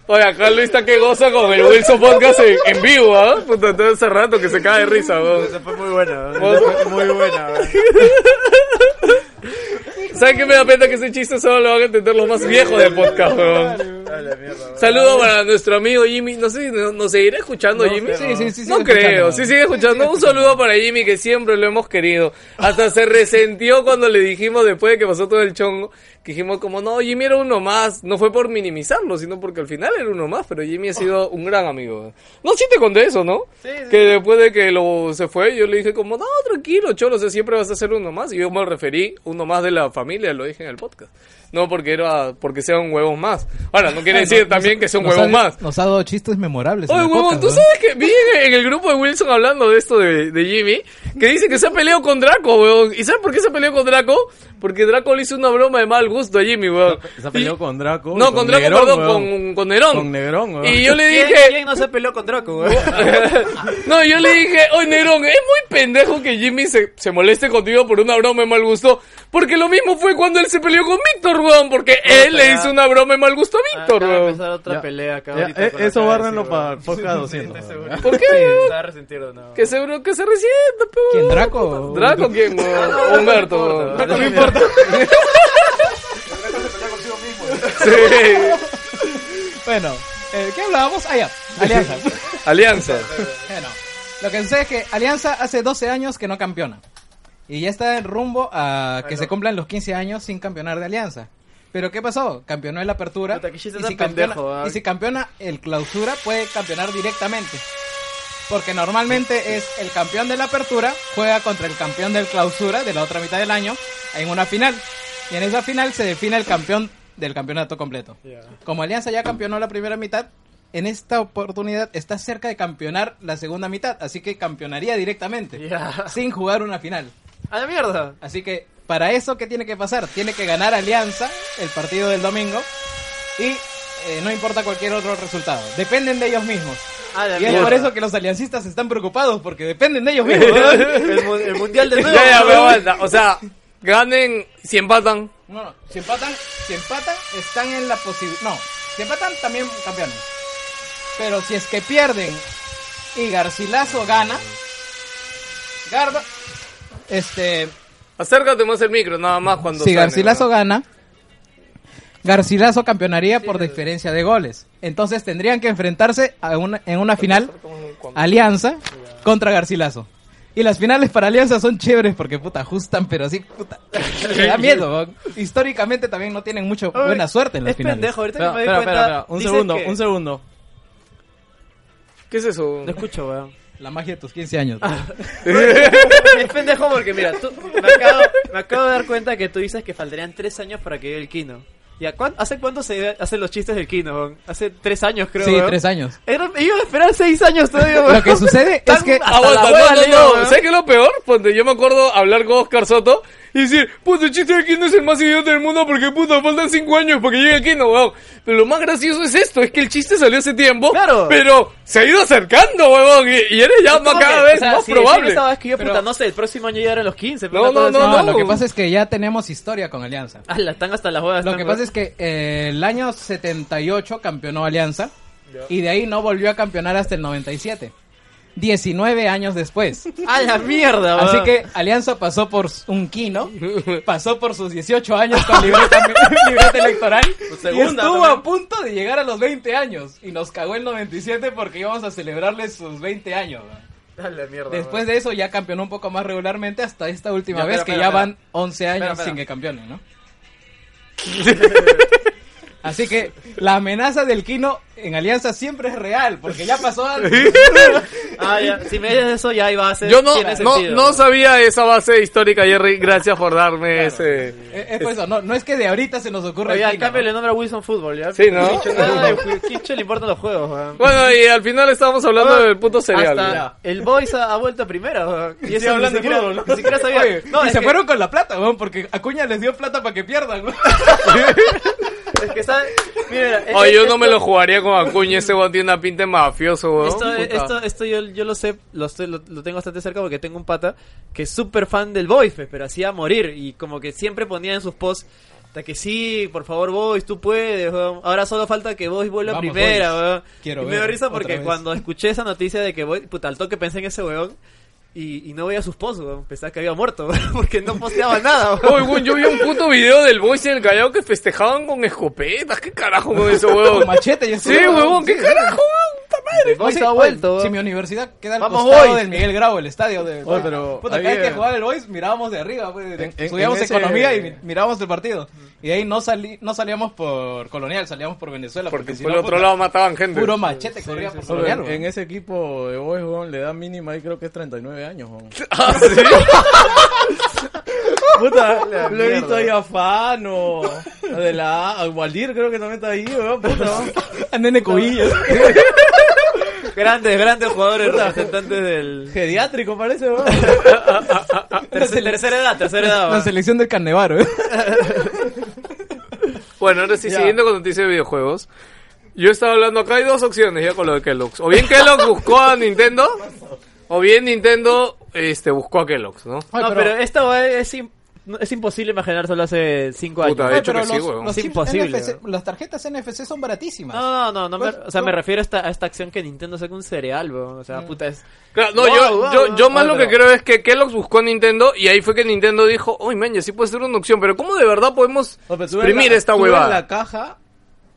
Speaker 1: Oye, acá Luis está que goza con el Wilson Podcast en, en vivo, ¿ah? Puta, todo ese rato que se cae de risa, huevón.
Speaker 5: Esa fue muy buena, weón.
Speaker 1: Vos-
Speaker 5: Esa fue muy buena, weón.
Speaker 1: ¿Saben qué me da pena que ese chiste solo lo van a entender los más viejos del podcast, weón? Saludo para nuestro amigo Jimmy. No sé si no- nos seguirá escuchando, Jimmy.
Speaker 4: sí, sí, sí,
Speaker 1: No
Speaker 4: sigue
Speaker 1: creo.
Speaker 4: escuchando.
Speaker 1: Sí, sigue escuchando. Un saludo para Jimmy que siempre lo hemos querido. Hasta se resentió cuando le dijimos, después de que pasó todo el chongo, que dijimos como, no, Jimmy era uno más. No fue por minimizarlo, sino porque al final era uno más. Pero Jimmy ha sido un gran amigo. No, sí te conté eso, ¿no? Que después de que lo, se fue, yo le dije como, no, tranquilo, Cholo, o sea, siempre vas a ser uno más. Y yo me referí, uno más de la familia, lo dije en el podcast. No porque era, porque sea un huevón más. Ahora, no quiere decir también que sea un
Speaker 4: Nos
Speaker 1: huevón
Speaker 4: ha-
Speaker 1: más.
Speaker 4: Nos ha dado chistes memorables. en
Speaker 1: Oye,
Speaker 4: el
Speaker 1: huevón,
Speaker 4: podcast,
Speaker 1: ¿tú
Speaker 4: ¿no?
Speaker 1: sabes que vi en el grupo de Wilson hablando de esto de, de Jimmy? Que dice que se ha peleado con Draco, huevón. ¿Y sabes por qué se peleó con Draco? Porque Draco le hizo una broma de mal gusto a Jimmy, huevón.
Speaker 3: (laughs) Se ha peleado
Speaker 1: Y-
Speaker 3: con Draco.
Speaker 1: No, con Draco,
Speaker 3: Negrón,
Speaker 1: perdón,
Speaker 3: huevón.
Speaker 1: con, con Nerón.
Speaker 3: Con Negrón, huevón.
Speaker 1: Y yo le
Speaker 5: ¿Quién,
Speaker 1: dije...
Speaker 5: quién no se peleó con Draco, weón?
Speaker 3: Eh,
Speaker 1: (laughs) no, yo le dije, oye Nerón, es muy pendejo que Jimmy se, se moleste contigo por una broma de mal gusto. Porque lo mismo fue cuando él se peleó con Víctor, weón. Porque
Speaker 3: Ah,
Speaker 1: él le
Speaker 5: ya.
Speaker 1: hizo una broma de mal gusto a Víctor,
Speaker 2: Ah,
Speaker 5: Acaba de
Speaker 1: weón.
Speaker 5: empezar otra pelea acá
Speaker 3: Ya,
Speaker 5: ahorita
Speaker 3: eh,
Speaker 5: con la
Speaker 3: eso
Speaker 5: cabeza,
Speaker 3: bárrenlo
Speaker 5: weón.
Speaker 3: para el podcast 200. huevón.
Speaker 1: ¿Por qué?
Speaker 5: Está resentido, no.
Speaker 1: Que se, que se resienta, pe,
Speaker 4: ¿Quién,
Speaker 1: weón.
Speaker 4: Draco?
Speaker 1: Draco,
Speaker 5: (laughs)
Speaker 1: ¿quién? weón? O Humberto, weón.
Speaker 5: Draco
Speaker 1: (laughs) no importa. Sí,
Speaker 4: Bueno, eh, ¿qué hablábamos? Ah, ya, Alianza.
Speaker 1: Alianza.
Speaker 4: bueno, lo que sucede es que Alianza hace 12 años que no campeona. Y ya está en rumbo a que se cumplan los 15 años sin campeonar de Alianza. Pero ¿qué pasó? Campeonó en la apertura.
Speaker 5: Puta, qué chiste
Speaker 4: y,
Speaker 5: tan
Speaker 4: si campeona,
Speaker 5: pendejo, ah.
Speaker 4: y si campeona el clausura, puede campeonar directamente. Porque normalmente es el campeón de la apertura juega contra el campeón del clausura de la otra mitad del año en una final. Y en esa final se define el campeón del campeonato completo. Como Alianza ya campeonó la primera mitad, en esta oportunidad está cerca de campeonar la segunda mitad, así que campeonaría directamente,
Speaker 5: Ya.
Speaker 4: sin jugar una final.
Speaker 5: ¡A la mierda!
Speaker 4: Así que para eso, ¿qué tiene que pasar? Tiene que ganar Alianza el partido del domingo y eh, no importa cualquier otro resultado. Dependen de ellos mismos.
Speaker 5: ¡A la
Speaker 4: Y es
Speaker 5: mierda!
Speaker 4: por eso que los aliancistas están preocupados, porque dependen de ellos mismos.
Speaker 5: (laughs)
Speaker 2: (laughs)
Speaker 5: el, mu- el mundial de
Speaker 1: Ya,
Speaker 5: nuevo.
Speaker 1: ya, pero
Speaker 5: weón.
Speaker 1: aguanta. O sea, ganen si empatan.
Speaker 4: No, no, si empatan, si empatan, están en la posibilidad. No, si empatan, también campeones. Pero si es que pierden y Garcilaso gana, Garba, este.
Speaker 1: Acércate más el micro, nada más cuando.
Speaker 4: Si
Speaker 1: suene,
Speaker 4: Garcilaso
Speaker 1: weón.
Speaker 4: gana, Garcilaso campeonaría por diferencia de goles. Entonces tendrían que enfrentarse a una- en una final Alianza contra Garcilaso. Y las finales para Alianza son chéveres porque puta ajustan, pero sí, puta, me da miedo. weón. Históricamente también no tienen mucho
Speaker 5: Ay,
Speaker 4: buena suerte en las
Speaker 5: es
Speaker 4: finales.
Speaker 5: pendejo, ahorita
Speaker 3: Espera,
Speaker 5: que me di
Speaker 3: espera,
Speaker 5: cuenta.
Speaker 3: espera, espera. Un
Speaker 5: dices
Speaker 3: segundo,
Speaker 5: que-
Speaker 3: un segundo.
Speaker 1: ¿Qué es eso?
Speaker 5: No escucho, weón.
Speaker 4: La magia de tus 15 años.
Speaker 5: Ah, Es pendejo porque, mira, tú, me, acabo, me acabo de dar cuenta que tú dices que faltarían tres años para que llegue el Kino. ¿Y a cuán- ¿Hace cuánto se hacen los chistes del Kino? weón? Hace tres años, creo.
Speaker 4: sí,
Speaker 5: weón.
Speaker 4: tres años.
Speaker 5: Era- iba a esperar seis años todavía, weón.
Speaker 4: Lo
Speaker 5: (laughs)
Speaker 4: que sucede es
Speaker 5: Tan-
Speaker 4: que
Speaker 5: hasta la
Speaker 1: (laughs) Aguanta,
Speaker 5: hueva
Speaker 1: no,
Speaker 5: leo,
Speaker 1: no, no.
Speaker 5: weón.
Speaker 1: ¿Sabes qué es lo peor? Ponte, yo me acuerdo hablar con Oscar Soto y decir, puta, el chiste de Kino es el más idiota del mundo porque, puta, faltan 5 años porque llegue Kino, weón. Pero lo más gracioso es esto, es que el chiste salió hace tiempo,
Speaker 5: Claro.
Speaker 1: pero se ha ido acercando, weón, y, y eres ya más
Speaker 5: Como que,
Speaker 1: cada vez
Speaker 5: o sea,
Speaker 1: más
Speaker 5: si
Speaker 1: probable.
Speaker 5: Esta vez que yo,
Speaker 4: Pero-
Speaker 5: puta, no sé, el próximo año ya eran los 15.
Speaker 1: No, no, no,
Speaker 4: No,
Speaker 1: no.
Speaker 4: lo que pasa es que ya tenemos historia con Alianza.
Speaker 2: "Ah,
Speaker 5: la están hasta las huevas.
Speaker 4: Lo que pasa es que eh, el año 78 campeonó Alianza y de ahí no volvió a campeonar hasta el 97. 19 años después.
Speaker 5: ¡A la mierda, weón!
Speaker 2: Ah.
Speaker 4: Así que Alianza pasó por un quino, pasó por sus 18 años con libreta, (laughs) libreta electoral y
Speaker 5: segunda
Speaker 4: estuvo
Speaker 5: también.
Speaker 4: a punto de llegar a los 20 años y nos cagó el 97 porque íbamos a celebrarle sus 20 años. ¿no?
Speaker 7: la mierda.
Speaker 4: Después de eso ya campeonó un poco más regularmente hasta esta última
Speaker 7: Ya,
Speaker 4: vez
Speaker 7: pero,
Speaker 4: que
Speaker 7: pero,
Speaker 4: ya
Speaker 7: pero.
Speaker 4: van 11 años
Speaker 7: Pero, pero.
Speaker 4: sin que campeone, ¿no? Así que la amenaza del Kino en Alianza siempre es real, porque ya pasó al-
Speaker 2: Ah, ya. Si me dices eso, ya hay base.
Speaker 1: Yo no,
Speaker 2: Tiene
Speaker 1: no,
Speaker 2: sentido.
Speaker 1: no sabía esa base histórica, Jerry. Gracias por darme ese.
Speaker 4: Es, es por eso, no, no es que de ahorita se nos ocurra
Speaker 2: Oye,
Speaker 4: el
Speaker 2: al
Speaker 4: Kino,
Speaker 2: cambio
Speaker 4: ¿no?
Speaker 2: le nombra Wilson Fútbol, ¿ya?
Speaker 1: Sí, ¿no?
Speaker 2: Kicho,
Speaker 1: (laughs)
Speaker 2: nada de- Kicho le importan los juegos, weón.
Speaker 1: Bueno, y al final estábamos hablando del puto cereal.
Speaker 2: Ah, Hasta el Boys ha, ha vuelto a primera. weón. Y eso
Speaker 8: hablando
Speaker 2: ni siquiera,
Speaker 8: de fútbol,
Speaker 2: ni siquiera sabía.
Speaker 4: Oye,
Speaker 2: (laughs) no,
Speaker 4: y
Speaker 2: es
Speaker 4: se
Speaker 2: que,
Speaker 4: fueron con la plata, weón, porque Acuña les dio plata para que pierdan, weón.
Speaker 2: es que está- mira,
Speaker 1: Oye,
Speaker 2: es-
Speaker 1: yo
Speaker 2: eh, esto-
Speaker 1: no me lo jugaría con Acuña, ese weón tiene una pinta de mafioso, weón.
Speaker 2: Esto,
Speaker 1: Puta.
Speaker 2: esto, esto yo, yo lo sé, lo, estoy- lo, lo tengo bastante cerca porque tengo un pata que es súper fan del Boys, pues, pero hacía morir y como que siempre ponía en sus posts hasta que sí, por favor Boys, tú puedes. weón. Ahora solo falta que Boys vuelva a
Speaker 4: Vamos,
Speaker 2: primera.
Speaker 4: Boys.
Speaker 2: weón.
Speaker 4: Quiero
Speaker 2: y me
Speaker 4: ver
Speaker 2: dio risa
Speaker 4: otra
Speaker 2: porque
Speaker 4: vez.
Speaker 2: cuando escuché esa noticia de que Boys, puta, al toque pensé en ese weón. Y, y no veía sus posts, weón. pensaba que había muerto, (laughs) weón, porque no posteaba nada. weón.
Speaker 1: Oye, weón, yo vi un puto video del Boys en el Callao que festejaban con escopetas. ¿Qué carajo con ese
Speaker 4: Con
Speaker 1: weón?
Speaker 4: machete y así,
Speaker 1: Sí, weón, ¿qué carajo, weón? Puta madre.
Speaker 2: Boys
Speaker 4: Sí,
Speaker 2: ha
Speaker 4: oye,
Speaker 2: vuelto.
Speaker 4: Si
Speaker 2: weón.
Speaker 4: mi universidad queda al
Speaker 2: Vamos,
Speaker 4: costado
Speaker 2: Boys.
Speaker 4: del Miguel Grau, el estadio de.
Speaker 3: Oye, pero
Speaker 4: Puta, cada
Speaker 3: había-
Speaker 4: vez que jugaba el Boys mirábamos de arriba, pues, de-
Speaker 3: En- en-
Speaker 4: estudiábamos
Speaker 3: en ese-
Speaker 4: economía y mi- mirábamos el partido. Y de ahí no salí, no salíamos por Colonial, salíamos por Venezuela.
Speaker 1: Porque
Speaker 4: si
Speaker 1: por el
Speaker 4: no,
Speaker 1: otro
Speaker 4: puta,
Speaker 1: lado mataban gente.
Speaker 4: Puro machete corría por
Speaker 3: Oye,
Speaker 4: Colonial.
Speaker 3: en, en ese equipo de Boys, weón, le da mínima y creo que es 39 años, weón.
Speaker 1: Ah, ¿sí?
Speaker 3: (laughs) Puta, lo he visto ahí a Fano, a de la A, a Waldir creo que también está ahí, weón, puta, weón.
Speaker 4: A Nene Cubillos.
Speaker 2: Grandes, grandes jugadores representantes del...
Speaker 3: Geriátrico parece, weón.
Speaker 2: (laughs) Terce- tercera edad, tercera edad.
Speaker 4: La
Speaker 2: weón.
Speaker 4: selección del Carnevaro, ¿eh?
Speaker 1: Bueno, ahora sí, siguiendo con noticias de videojuegos. Yo estaba hablando acá, hay dos opciones ya con lo de Kellogg's. O bien
Speaker 3: (laughs)
Speaker 1: Kellogg's buscó a Nintendo, o bien Nintendo este, buscó a Kellogg's, ¿no?
Speaker 2: No, pero, esta weá es, im- no, es imposible imaginárselo hace 5 años.
Speaker 1: Puta, eh. de hecho que sí, weón.
Speaker 4: los
Speaker 2: Es
Speaker 4: chips
Speaker 2: imposible,
Speaker 4: NFC
Speaker 2: weón.
Speaker 4: las tarjetas NFC son baratísimas.
Speaker 2: No, no, no, no me-
Speaker 4: Pues,
Speaker 2: o sea,
Speaker 4: no.
Speaker 2: me refiero a esta, a esta acción que Nintendo saca un cereal, weón. O
Speaker 3: Mm.
Speaker 2: sea, puta, es...
Speaker 1: Claro, no,
Speaker 2: Wow,
Speaker 1: yo,
Speaker 2: wow,
Speaker 1: yo,
Speaker 2: wow.
Speaker 1: yo más
Speaker 2: Oye,
Speaker 1: lo que
Speaker 2: pero-
Speaker 1: creo es que Kellogg's buscó a Nintendo y ahí fue que Nintendo dijo, uy, man, ya sí puede ser una opción, pero ¿cómo de verdad podemos
Speaker 3: No, pero tú ves
Speaker 1: exprimir
Speaker 3: la-
Speaker 1: esta
Speaker 3: tú ves
Speaker 1: huevada?
Speaker 3: la caja